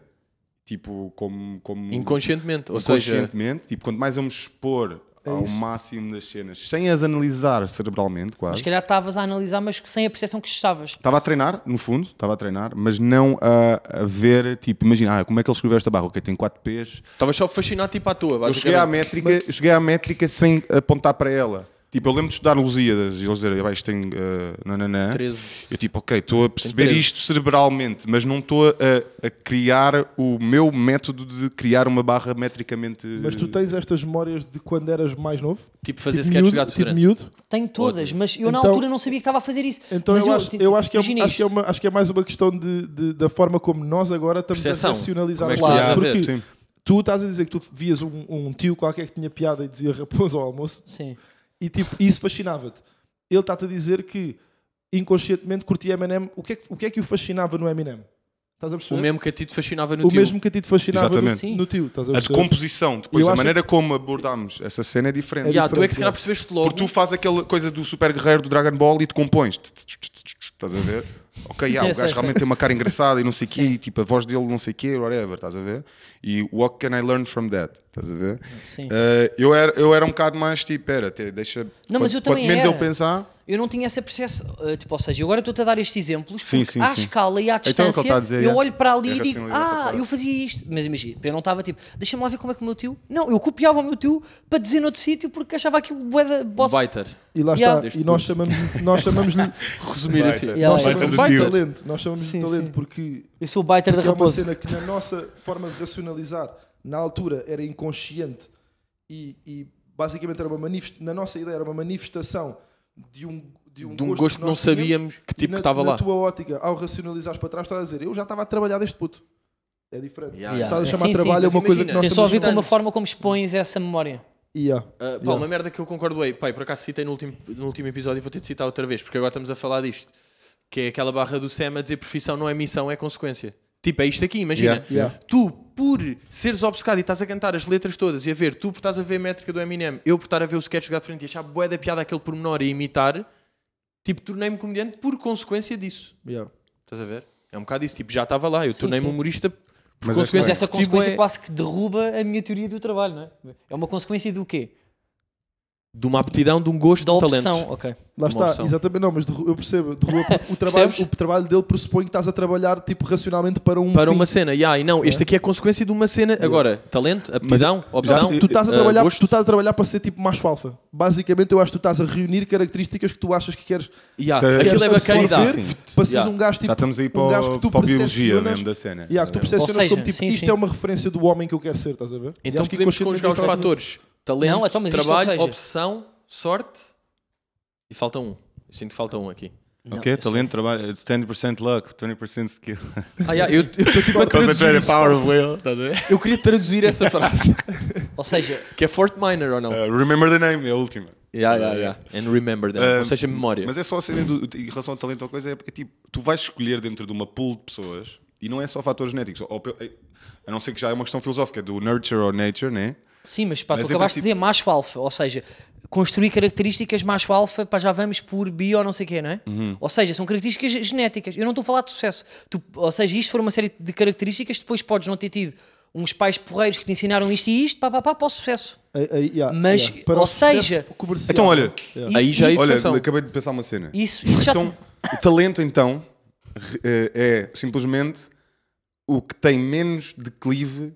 [SPEAKER 4] tipo, como, como
[SPEAKER 3] Inconscientemente, ou seja,
[SPEAKER 4] inconscientemente, tipo, quanto mais eu me expor ao
[SPEAKER 6] É isso.
[SPEAKER 4] máximo das cenas, sem as analisar cerebralmente,
[SPEAKER 5] Mas
[SPEAKER 4] quase.
[SPEAKER 5] se calhar estavas a analisar, mas sem a percepção que estavas.
[SPEAKER 4] Estava a treinar, no fundo, estava a treinar, mas não a, a ver, tipo, imagina, ah, como é que ele escreveu esta barra? Ok, tem 4 P's.
[SPEAKER 3] estavas só fascinado tipo à toa,
[SPEAKER 4] Eu cheguei, à
[SPEAKER 3] basicamente.
[SPEAKER 4] métrica, eu cheguei à métrica sem apontar para ela. Tipo, eu lembro de estudar Lusíadas e eles dizerem, "Ah, isto tem ah, nananã.
[SPEAKER 3] né? 13.
[SPEAKER 4] Eu tipo, ok, estou a perceber
[SPEAKER 3] 13.
[SPEAKER 4] isto cerebralmente, mas não estou a, a criar o meu método de criar uma barra metricamente...
[SPEAKER 6] Mas tu tens estas memórias de quando eras mais novo?
[SPEAKER 3] Tipo fazer
[SPEAKER 6] tipo
[SPEAKER 3] sketches de
[SPEAKER 6] miúdo,
[SPEAKER 3] gato
[SPEAKER 6] tipo
[SPEAKER 3] diferente.
[SPEAKER 6] miúdo?
[SPEAKER 5] Tenho todas, mas eu na
[SPEAKER 6] Então-
[SPEAKER 5] altura não sabia que estava a fazer isso.
[SPEAKER 6] Então
[SPEAKER 5] mas
[SPEAKER 6] eu, acho,
[SPEAKER 5] tipo,
[SPEAKER 6] eu acho, que é,
[SPEAKER 5] imagina
[SPEAKER 6] acho, que é
[SPEAKER 5] isto.
[SPEAKER 6] uma, acho que é mais uma questão de, de- da forma como nós agora estamos
[SPEAKER 3] Percepção.
[SPEAKER 6] a racionalizar
[SPEAKER 3] Como é
[SPEAKER 6] as
[SPEAKER 3] que
[SPEAKER 5] tu
[SPEAKER 6] coisas.
[SPEAKER 3] estás a
[SPEAKER 6] Porque
[SPEAKER 3] ver?
[SPEAKER 4] Sim.
[SPEAKER 6] tu estás a dizer que tu vias um, um tio qualquer que tinha piada e dizia raposa ao almoço
[SPEAKER 5] Sim.
[SPEAKER 6] e tipo, isso fascinava-te. Ele está-te a dizer que inconscientemente curtia Eminem. O que, é que, o que é que o fascinava no Eminem? Estás a
[SPEAKER 3] O
[SPEAKER 6] perceber?
[SPEAKER 3] mesmo que a ti te fascinava no
[SPEAKER 6] O
[SPEAKER 3] tio.
[SPEAKER 6] mesmo que a ti te fascinava
[SPEAKER 4] Exatamente.
[SPEAKER 6] no, no tio. Estás a
[SPEAKER 4] A de
[SPEAKER 6] perceber?
[SPEAKER 4] composição, depois,
[SPEAKER 6] Eu
[SPEAKER 4] a
[SPEAKER 6] acho-
[SPEAKER 4] maneira como abordámos essa cena é diferente.
[SPEAKER 3] Yeah, tu é que
[SPEAKER 6] diferente,
[SPEAKER 3] se calhar
[SPEAKER 6] é.
[SPEAKER 3] percebeste logo.
[SPEAKER 4] Porque tu fazes aquela coisa do super guerreiro do Dragon Ball e te compões. Estás a ver? Ok, yeah, o
[SPEAKER 5] Sim,
[SPEAKER 4] gajo
[SPEAKER 5] sim,
[SPEAKER 4] realmente tem uma cara engraçada e não
[SPEAKER 5] <laughs>
[SPEAKER 4] sei o quê, e, tipo a voz dele não sei o quê, whatever, estás a ver? E what can I learn from that? Estás a ver?
[SPEAKER 5] Sim.
[SPEAKER 4] Eh, eu, era, eu era um bocado mais tipo, era, até deixa.
[SPEAKER 5] Não, mas eu
[SPEAKER 4] quanto
[SPEAKER 5] também
[SPEAKER 4] menos
[SPEAKER 5] era.
[SPEAKER 4] eu pensar,
[SPEAKER 5] Eu não tinha essa percepção. eh, Tipo, ou seja, eu agora estou-te a dar estes exemplos
[SPEAKER 4] Sim,
[SPEAKER 5] porque
[SPEAKER 4] sim,
[SPEAKER 5] à
[SPEAKER 4] sim.
[SPEAKER 5] escala e à
[SPEAKER 4] Então é o que ele
[SPEAKER 5] distância
[SPEAKER 4] está a dizer,
[SPEAKER 5] eu
[SPEAKER 4] é.
[SPEAKER 5] olho para ali
[SPEAKER 4] É
[SPEAKER 5] e digo,
[SPEAKER 4] racionalidade para
[SPEAKER 5] ah,
[SPEAKER 4] fora."
[SPEAKER 5] eu fazia isto. Mas imagina, eu não estava tipo, deixa-me lá ver como é que o meu tio. Não, eu copiava o meu tio para dizer noutro sítio porque achava aquilo bué da boss.
[SPEAKER 3] Baiter.
[SPEAKER 6] E lá
[SPEAKER 5] Yeah.
[SPEAKER 6] está. E nós chamamos nós chamamos-lhe
[SPEAKER 3] <laughs> Resumir assim.
[SPEAKER 5] Yeah,
[SPEAKER 6] nós
[SPEAKER 5] yeah.
[SPEAKER 6] chamamos de
[SPEAKER 4] Baita do tio.
[SPEAKER 6] talento. Nós chamamos de
[SPEAKER 5] Sim,
[SPEAKER 6] talento
[SPEAKER 5] sim.
[SPEAKER 6] porque
[SPEAKER 5] Eu sou o baiter da
[SPEAKER 6] que é uma
[SPEAKER 5] raposa.
[SPEAKER 6] cena que na nossa forma de racionalizar na altura era inconsciente e, e basicamente era uma manifest... na nossa ideia era uma manifestação de um de um,
[SPEAKER 3] De um gosto que não
[SPEAKER 6] nós tínhamos.
[SPEAKER 3] sabíamos que
[SPEAKER 6] E
[SPEAKER 3] tipo
[SPEAKER 6] na,
[SPEAKER 3] que estava
[SPEAKER 6] na
[SPEAKER 3] lá.
[SPEAKER 6] tua ótica ao racionalizares para trás estás a dizer eu já estava a trabalhar deste puto é diferente
[SPEAKER 3] Yeah.
[SPEAKER 5] Yeah.
[SPEAKER 6] estás a chamar
[SPEAKER 5] Sim, sim.
[SPEAKER 6] trabalho é uma
[SPEAKER 3] Mas
[SPEAKER 6] coisa
[SPEAKER 3] imagina,
[SPEAKER 6] que nós
[SPEAKER 5] Tem
[SPEAKER 6] estamos
[SPEAKER 5] só a ver com uma
[SPEAKER 3] juntantes.
[SPEAKER 5] forma como expões essa memória.
[SPEAKER 6] Yeah.
[SPEAKER 3] Uh, pá,
[SPEAKER 6] Yeah.
[SPEAKER 3] uma merda que eu concordo aí, pai, por acaso citei no último, no último episódio e vou ter de citar outra vez, porque agora estamos a falar disto, que é aquela barra do SEM a dizer profissão não é missão, é consequência. Tipo, é isto aqui, imagina.
[SPEAKER 4] Yeah,
[SPEAKER 6] yeah.
[SPEAKER 3] Tu, por seres obcecado e estás a cantar as letras todas e a ver, tu por estás a ver a métrica do Eminem, eu por estar a ver o sketch do Gato Frente e achar bué da piada aquele pormenor e imitar, tipo, tornei-me comediante por consequência disso.
[SPEAKER 6] Yeah.
[SPEAKER 3] Estás a ver? É um bocado isso, tipo, já estava lá, eu tornei-me
[SPEAKER 5] sim.
[SPEAKER 3] humorista por
[SPEAKER 4] Mas
[SPEAKER 5] Mas
[SPEAKER 3] consequência.
[SPEAKER 5] essa
[SPEAKER 3] Tipo,
[SPEAKER 5] consequência
[SPEAKER 3] é
[SPEAKER 5] quase que derruba a minha teoria do trabalho, não é? É uma consequência do quê?
[SPEAKER 3] de uma aptidão, de um gosto,
[SPEAKER 5] Da
[SPEAKER 3] de um talento.
[SPEAKER 5] opção, ok.
[SPEAKER 6] Lá
[SPEAKER 3] Uma
[SPEAKER 6] está,
[SPEAKER 3] opção.
[SPEAKER 6] exatamente, não, mas de ru- eu percebo, de rua, porque o, trabalho,
[SPEAKER 5] Percebes?
[SPEAKER 6] o trabalho dele pressupõe que estás a trabalhar tipo, racionalmente para um
[SPEAKER 3] para
[SPEAKER 6] fim.
[SPEAKER 3] uma cena. Yeah, e não, este aqui é consequência de uma cena. Agora, talento, aptidão, opção.
[SPEAKER 6] Tu estás, a
[SPEAKER 3] eh,
[SPEAKER 6] trabalhar,
[SPEAKER 3] gosto.
[SPEAKER 6] tu estás a trabalhar para ser tipo macho alfa. Basicamente, eu acho que tu estás a reunir características que tu achas que queres,
[SPEAKER 3] Yeah,
[SPEAKER 4] Queres
[SPEAKER 3] Aquilo é
[SPEAKER 6] queres
[SPEAKER 3] bacanidade.
[SPEAKER 6] absorver,
[SPEAKER 4] Sim.
[SPEAKER 6] para seres
[SPEAKER 3] Yeah.
[SPEAKER 6] um
[SPEAKER 5] é
[SPEAKER 6] gajo tipo.
[SPEAKER 4] já estamos aí para,
[SPEAKER 6] um
[SPEAKER 4] o-
[SPEAKER 6] gajo que tu
[SPEAKER 4] para a biologia
[SPEAKER 6] percepcionas-
[SPEAKER 4] mesmo da cena.
[SPEAKER 6] Yeah, que tu
[SPEAKER 4] Estás a ver?
[SPEAKER 6] percepcionas
[SPEAKER 5] Ou seja,
[SPEAKER 6] como tipo,
[SPEAKER 5] sim,
[SPEAKER 6] isto
[SPEAKER 5] sim.
[SPEAKER 6] é uma referência do homem que eu quero ser, estás a ver? E
[SPEAKER 3] Então
[SPEAKER 6] acho que
[SPEAKER 3] podemos
[SPEAKER 6] inconscientemente
[SPEAKER 3] conjugar os
[SPEAKER 6] isto está tudo-
[SPEAKER 3] fatores: talento,
[SPEAKER 5] Não, então, mas isto é o que
[SPEAKER 3] trabalho,
[SPEAKER 5] seja.
[SPEAKER 3] opção, sorte. E falta um. Eu sinto que falta um
[SPEAKER 6] <laughs>
[SPEAKER 3] aqui.
[SPEAKER 5] é
[SPEAKER 4] Ok, talento, trabalho, it's 10% luck, 20% skill.
[SPEAKER 3] Ah, yeah, eu estou tipo
[SPEAKER 6] um
[SPEAKER 3] a traduzir.
[SPEAKER 4] Concentrated
[SPEAKER 3] isso.
[SPEAKER 4] power of will, estás a ver?
[SPEAKER 3] Eu queria traduzir
[SPEAKER 6] <laughs>
[SPEAKER 3] essa frase.
[SPEAKER 5] Ou seja,
[SPEAKER 3] que é Fort Minor
[SPEAKER 5] Oh.
[SPEAKER 3] ou não?
[SPEAKER 4] <laughs> Uh, remember the name, é a última.
[SPEAKER 3] yeah, yeah, yeah. And remember that.
[SPEAKER 6] Um,
[SPEAKER 4] Ah,
[SPEAKER 3] ou seja, memória.
[SPEAKER 4] Mas é só a cena do, em relação ao talento ou coisa, é, é tipo, tu vais escolher dentro de uma pool de pessoas E não é só fatores genéticos. ou pe- a não ser que já é uma questão filosófica do nurture or nature, né?
[SPEAKER 5] Sim, mas pá,
[SPEAKER 4] Mas
[SPEAKER 5] tu
[SPEAKER 4] em
[SPEAKER 5] acabaste de
[SPEAKER 4] princípio-
[SPEAKER 5] dizer macho alfa, ou seja, construir características macho alfa, pá, já vamos por bi ou não sei o quê, não é?
[SPEAKER 3] Uhum.
[SPEAKER 5] Ou seja, são características genéticas. Eu não estou a falar de sucesso. Tu, ou seja, isto for uma série de características, depois podes não ter tido uns pais porreiros que te ensinaram isto e isto, pá, pá, pá, para o sucesso.
[SPEAKER 6] Aí- aí, é, yeah,
[SPEAKER 5] Mas,
[SPEAKER 6] yeah. Para
[SPEAKER 5] ou
[SPEAKER 6] o sucesso
[SPEAKER 5] seja-
[SPEAKER 6] comercial.
[SPEAKER 4] Então, olha,
[SPEAKER 6] Yeah.
[SPEAKER 3] Aí já é
[SPEAKER 5] isso,
[SPEAKER 4] olha,
[SPEAKER 3] educação.
[SPEAKER 4] acabei de pensar uma cena.
[SPEAKER 5] Isso, isso já te-
[SPEAKER 4] Então, o talento, então, re- eh, é simplesmente o que tem menos declive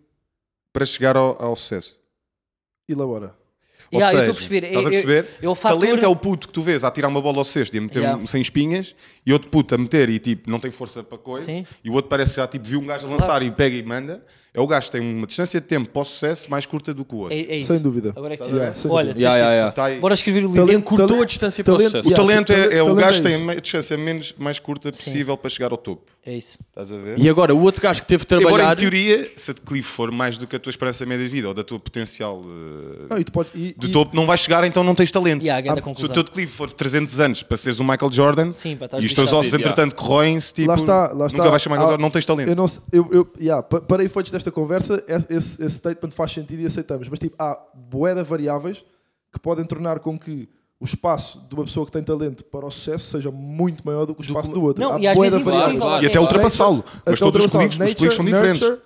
[SPEAKER 4] para chegar ao, ao sucesso.
[SPEAKER 6] Elabora.
[SPEAKER 4] Ou
[SPEAKER 5] Yeah, eu
[SPEAKER 4] seja,
[SPEAKER 5] estou a perceber.
[SPEAKER 4] Estás a
[SPEAKER 5] Eu- eu-
[SPEAKER 4] perceber?
[SPEAKER 5] eu fator-
[SPEAKER 4] Talento é o puto que tu vês a tirar uma bola ao cesto e a meter
[SPEAKER 5] Yeah.
[SPEAKER 4] um sem espinhas e outro puto a meter e tipo não tem força para coisa
[SPEAKER 5] Sim.
[SPEAKER 4] e o outro parece que já tipo viu um gajo a lançar e pega e manda. É o gajo que tem uma distância de tempo para o sucesso mais curta do que o outro.
[SPEAKER 5] É, é isso.
[SPEAKER 6] Sem dúvida.
[SPEAKER 5] Agora é que
[SPEAKER 6] Yeah,
[SPEAKER 5] sim.
[SPEAKER 6] sem
[SPEAKER 5] Olha,
[SPEAKER 6] dúvida. Então,
[SPEAKER 5] disseste
[SPEAKER 3] Yeah,
[SPEAKER 5] isso,
[SPEAKER 3] yeah,
[SPEAKER 4] Tá aí.
[SPEAKER 5] pá. Bora escrever o livro.
[SPEAKER 6] Talento-
[SPEAKER 3] Encurtou
[SPEAKER 6] talento-
[SPEAKER 3] a distância para o
[SPEAKER 6] talento-
[SPEAKER 3] sucesso.
[SPEAKER 4] O
[SPEAKER 6] yeah,
[SPEAKER 4] talento
[SPEAKER 6] talento-
[SPEAKER 4] é, é o
[SPEAKER 6] talento
[SPEAKER 4] gajo que
[SPEAKER 6] é isso.
[SPEAKER 4] tem a distância menos, mais curta possível para chegar ao topo.
[SPEAKER 5] É isso.
[SPEAKER 4] Estás a ver?
[SPEAKER 3] E agora, o outro gajo que teve de
[SPEAKER 4] Agora,
[SPEAKER 3] trabalhar.
[SPEAKER 4] em teoria, se a declive for mais do que a tua esperança média de vida ou da tua potencial eh,
[SPEAKER 6] Não, e tu podes- e-
[SPEAKER 4] do
[SPEAKER 6] e-
[SPEAKER 4] topo, não vais chegar, então não tens talento.
[SPEAKER 5] E há a
[SPEAKER 3] Ah,
[SPEAKER 5] grande
[SPEAKER 4] se o
[SPEAKER 5] conclusão.
[SPEAKER 3] então,
[SPEAKER 4] teu declive for 300 anos para seres o Michael Jordan
[SPEAKER 5] Sim, pá, estás
[SPEAKER 4] e os teus
[SPEAKER 5] bichado.
[SPEAKER 4] ossos, entretanto, corroem-se, tipo,
[SPEAKER 6] Lá está, lá está.
[SPEAKER 4] nunca vais ser Michael
[SPEAKER 6] Ah,
[SPEAKER 4] Jordan, não tens talento.
[SPEAKER 6] Eu não sei- eu, eu, yeah, pa- para efeitos desta conversa, esse, esse- esse statement faz sentido e aceitamos. Mas tipo, há boeda variáveis que podem tornar com que o espaço de uma pessoa que tem talento para o sucesso seja muito maior do que o espaço do outro.
[SPEAKER 5] Não,
[SPEAKER 6] há
[SPEAKER 5] e às
[SPEAKER 6] bué de
[SPEAKER 5] vezes
[SPEAKER 6] variáveis.
[SPEAKER 5] impossível.
[SPEAKER 4] E até
[SPEAKER 5] é-
[SPEAKER 4] ultrapassá-lo. Mas
[SPEAKER 6] Até
[SPEAKER 4] todos os
[SPEAKER 6] ultrapassar
[SPEAKER 4] clives, os
[SPEAKER 6] nature,
[SPEAKER 4] clives são diferentes.
[SPEAKER 6] nurture,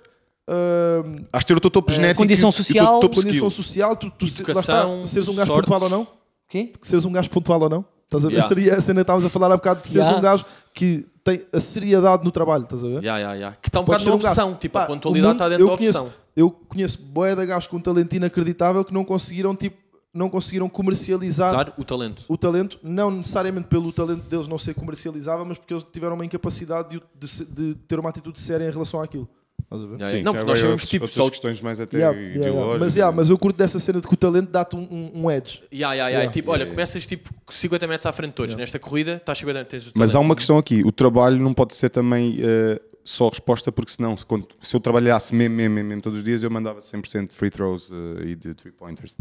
[SPEAKER 6] hum,
[SPEAKER 4] Has de ter o teu topo genético.
[SPEAKER 5] Condição
[SPEAKER 4] e o teu
[SPEAKER 5] social,
[SPEAKER 4] topo
[SPEAKER 6] condição
[SPEAKER 4] skill.
[SPEAKER 6] social, tu, tu se- lá
[SPEAKER 3] Educação,
[SPEAKER 6] está, seres um gajo
[SPEAKER 3] sorte.
[SPEAKER 6] pontual ou não?
[SPEAKER 5] Quê?
[SPEAKER 6] Seres um gajo pontual ou não? Estás a ver?
[SPEAKER 3] Yeah.
[SPEAKER 6] Seria a cena que estávamos a falar há bocado de seres
[SPEAKER 5] Yeah.
[SPEAKER 6] um gajo que tem a seriedade no trabalho, estás a ver?
[SPEAKER 3] Ya, ya, ya. Que está um
[SPEAKER 6] Pode
[SPEAKER 3] bocado na
[SPEAKER 6] ser um gajo.
[SPEAKER 3] opção. Tipo,
[SPEAKER 6] Pá,
[SPEAKER 3] a
[SPEAKER 6] o
[SPEAKER 3] pontualidade
[SPEAKER 6] mundo-
[SPEAKER 3] está dentro
[SPEAKER 6] eu
[SPEAKER 3] da
[SPEAKER 6] conheço-
[SPEAKER 3] opção.
[SPEAKER 6] Eu conheço boé de gajos com um talento inacreditável que não conseguiram, tipo, não conseguiram comercializar
[SPEAKER 3] Usar o talento.
[SPEAKER 6] o talento, não necessariamente pelo talento deles não ser comercializável, mas porque eles tiveram uma incapacidade de, o- de se- de ter uma atitude séria em relação àquilo. Estás a ver?
[SPEAKER 3] Ya, ya.
[SPEAKER 4] Sim,
[SPEAKER 3] não, porque
[SPEAKER 4] já é
[SPEAKER 3] nós
[SPEAKER 4] vai
[SPEAKER 3] sabemos
[SPEAKER 4] outras-
[SPEAKER 3] que tipo,
[SPEAKER 4] outras
[SPEAKER 3] só o
[SPEAKER 4] questões mais até
[SPEAKER 6] Yeah, yeah, yeah.
[SPEAKER 4] ideológicas. né?
[SPEAKER 6] Mas, yeah, mas eu curto dessa cena de que o talento dá-te um, um- um edge.
[SPEAKER 3] Ya, ya, ya.
[SPEAKER 6] Yeah.
[SPEAKER 3] Tipo, olha, começas tipo 50 metros à frente de todos. Nesta corrida, estás 50 metros.
[SPEAKER 4] Mas há uma questão aqui: o trabalho não pode ser também eh, só resposta, porque senão, se, quando- se eu trabalhasse mesmo, mesmo, mesmo, mesmo todos os dias, eu mandava 100% de free throws eh, e de three pointers.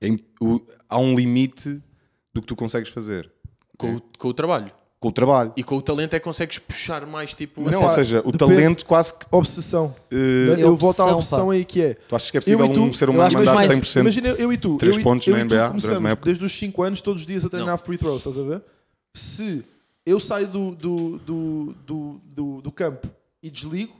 [SPEAKER 4] Em- o- há um limite do que tu consegues fazer
[SPEAKER 3] Com, o- com o trabalho.
[SPEAKER 4] com o trabalho.
[SPEAKER 3] E com o talento é que consegues puxar mais, tipo.
[SPEAKER 4] não,
[SPEAKER 3] assim.
[SPEAKER 4] ou
[SPEAKER 6] pá,
[SPEAKER 4] seja, o
[SPEAKER 6] depende-
[SPEAKER 4] talento quase que.
[SPEAKER 6] Obsessão.
[SPEAKER 4] eh,
[SPEAKER 6] eu volto à
[SPEAKER 5] obsessão,
[SPEAKER 6] obsessão
[SPEAKER 5] pá.
[SPEAKER 6] aí que é.
[SPEAKER 4] tu achas que é possível
[SPEAKER 6] eu e tu-
[SPEAKER 4] um ser
[SPEAKER 5] eu
[SPEAKER 4] humano
[SPEAKER 5] acho que os
[SPEAKER 4] mandar
[SPEAKER 5] mais-
[SPEAKER 4] 100%?
[SPEAKER 6] Imagina eu e tu.
[SPEAKER 4] Três
[SPEAKER 6] eu, e-
[SPEAKER 4] pontos
[SPEAKER 6] eu
[SPEAKER 4] na
[SPEAKER 6] e tu
[SPEAKER 4] NBA durante uma
[SPEAKER 6] começamos
[SPEAKER 4] época.
[SPEAKER 6] desde os 5 anos, todos os dias a treinar free throws, estás a ver? Se eu saio do, do, do, do, do, do campo e desligo,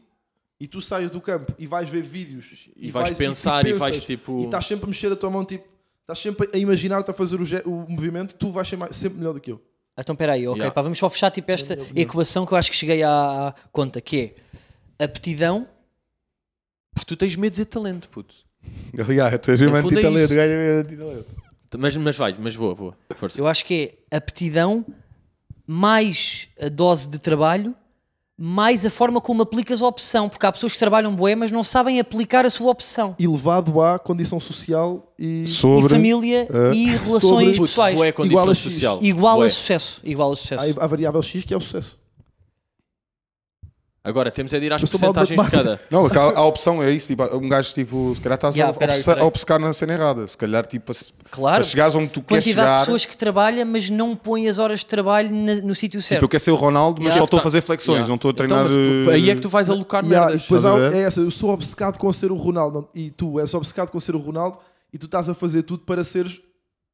[SPEAKER 6] e tu saias do campo e vais ver vídeos
[SPEAKER 3] E vais pensar, e vais, tipo-
[SPEAKER 6] E estás sempre a mexer a tua mão, tipo. Estás sempre a imaginar-te a fazer o, ge- o movimento, tu vais ser mais- sempre melhor do que eu.
[SPEAKER 5] Então peraí, ok,
[SPEAKER 3] Yeah.
[SPEAKER 5] pá, vamos só fechar tipo esta equação que eu acho que cheguei à à conta, que é aptidão
[SPEAKER 3] Porque tu tens medo de dizer talento, puto.
[SPEAKER 4] Aliás, tu és
[SPEAKER 3] fundo é
[SPEAKER 4] anti-talento,
[SPEAKER 3] isso.
[SPEAKER 4] gajo é anti-talento.
[SPEAKER 3] Mas, mas vai, mas vou, vou. Força.
[SPEAKER 5] Eu acho que é aptidão mais a dose de trabalho mais a forma como aplicas a opção, porque há pessoas que trabalham bué, mas não sabem aplicar a sua opção.
[SPEAKER 6] Elevado à condição social e.
[SPEAKER 5] E
[SPEAKER 4] Sobre.
[SPEAKER 5] família e relações
[SPEAKER 6] sobre-
[SPEAKER 5] pessoais.
[SPEAKER 3] Bué condição
[SPEAKER 6] Igual a X.
[SPEAKER 3] social.
[SPEAKER 5] Igual
[SPEAKER 3] Bué.
[SPEAKER 5] a sucesso. Igual a
[SPEAKER 6] Há
[SPEAKER 5] sucesso.
[SPEAKER 6] a variável X que é o sucesso.
[SPEAKER 3] Agora temos é de ir às
[SPEAKER 6] Eu sou mal de
[SPEAKER 3] porcentagens de cada.
[SPEAKER 4] Não, porque há, há opção, é isso. Tipo, um gajo, tipo, se calhar estás
[SPEAKER 5] Yeah,
[SPEAKER 4] a,
[SPEAKER 5] peraí,
[SPEAKER 4] obce-
[SPEAKER 5] peraí.
[SPEAKER 4] a obcecar na cena errada. Se calhar, tipo, a, se-
[SPEAKER 5] Claro.
[SPEAKER 4] a chegares onde tu queres
[SPEAKER 5] Quantidade
[SPEAKER 4] chegar. tipo,
[SPEAKER 5] de pessoas que trabalham, mas não põem as horas de trabalho na- no sítio certo.
[SPEAKER 4] Tipo, eu quero ser o Ronaldo, mas
[SPEAKER 5] Yeah.
[SPEAKER 4] só estou a fazer flexões,
[SPEAKER 3] Yeah.
[SPEAKER 4] não estou a
[SPEAKER 3] Então,
[SPEAKER 4] treinar.
[SPEAKER 3] mas tu-
[SPEAKER 4] eh,
[SPEAKER 3] aí é que tu vais alocar
[SPEAKER 6] Yeah, e
[SPEAKER 3] merdas.
[SPEAKER 6] depois
[SPEAKER 4] Estás a
[SPEAKER 6] há-
[SPEAKER 4] ver?
[SPEAKER 6] é essa, eu sou obcecado com ser o Ronaldo não- e tu és obcecado com ser o Ronaldo e tu estás a fazer tudo para seres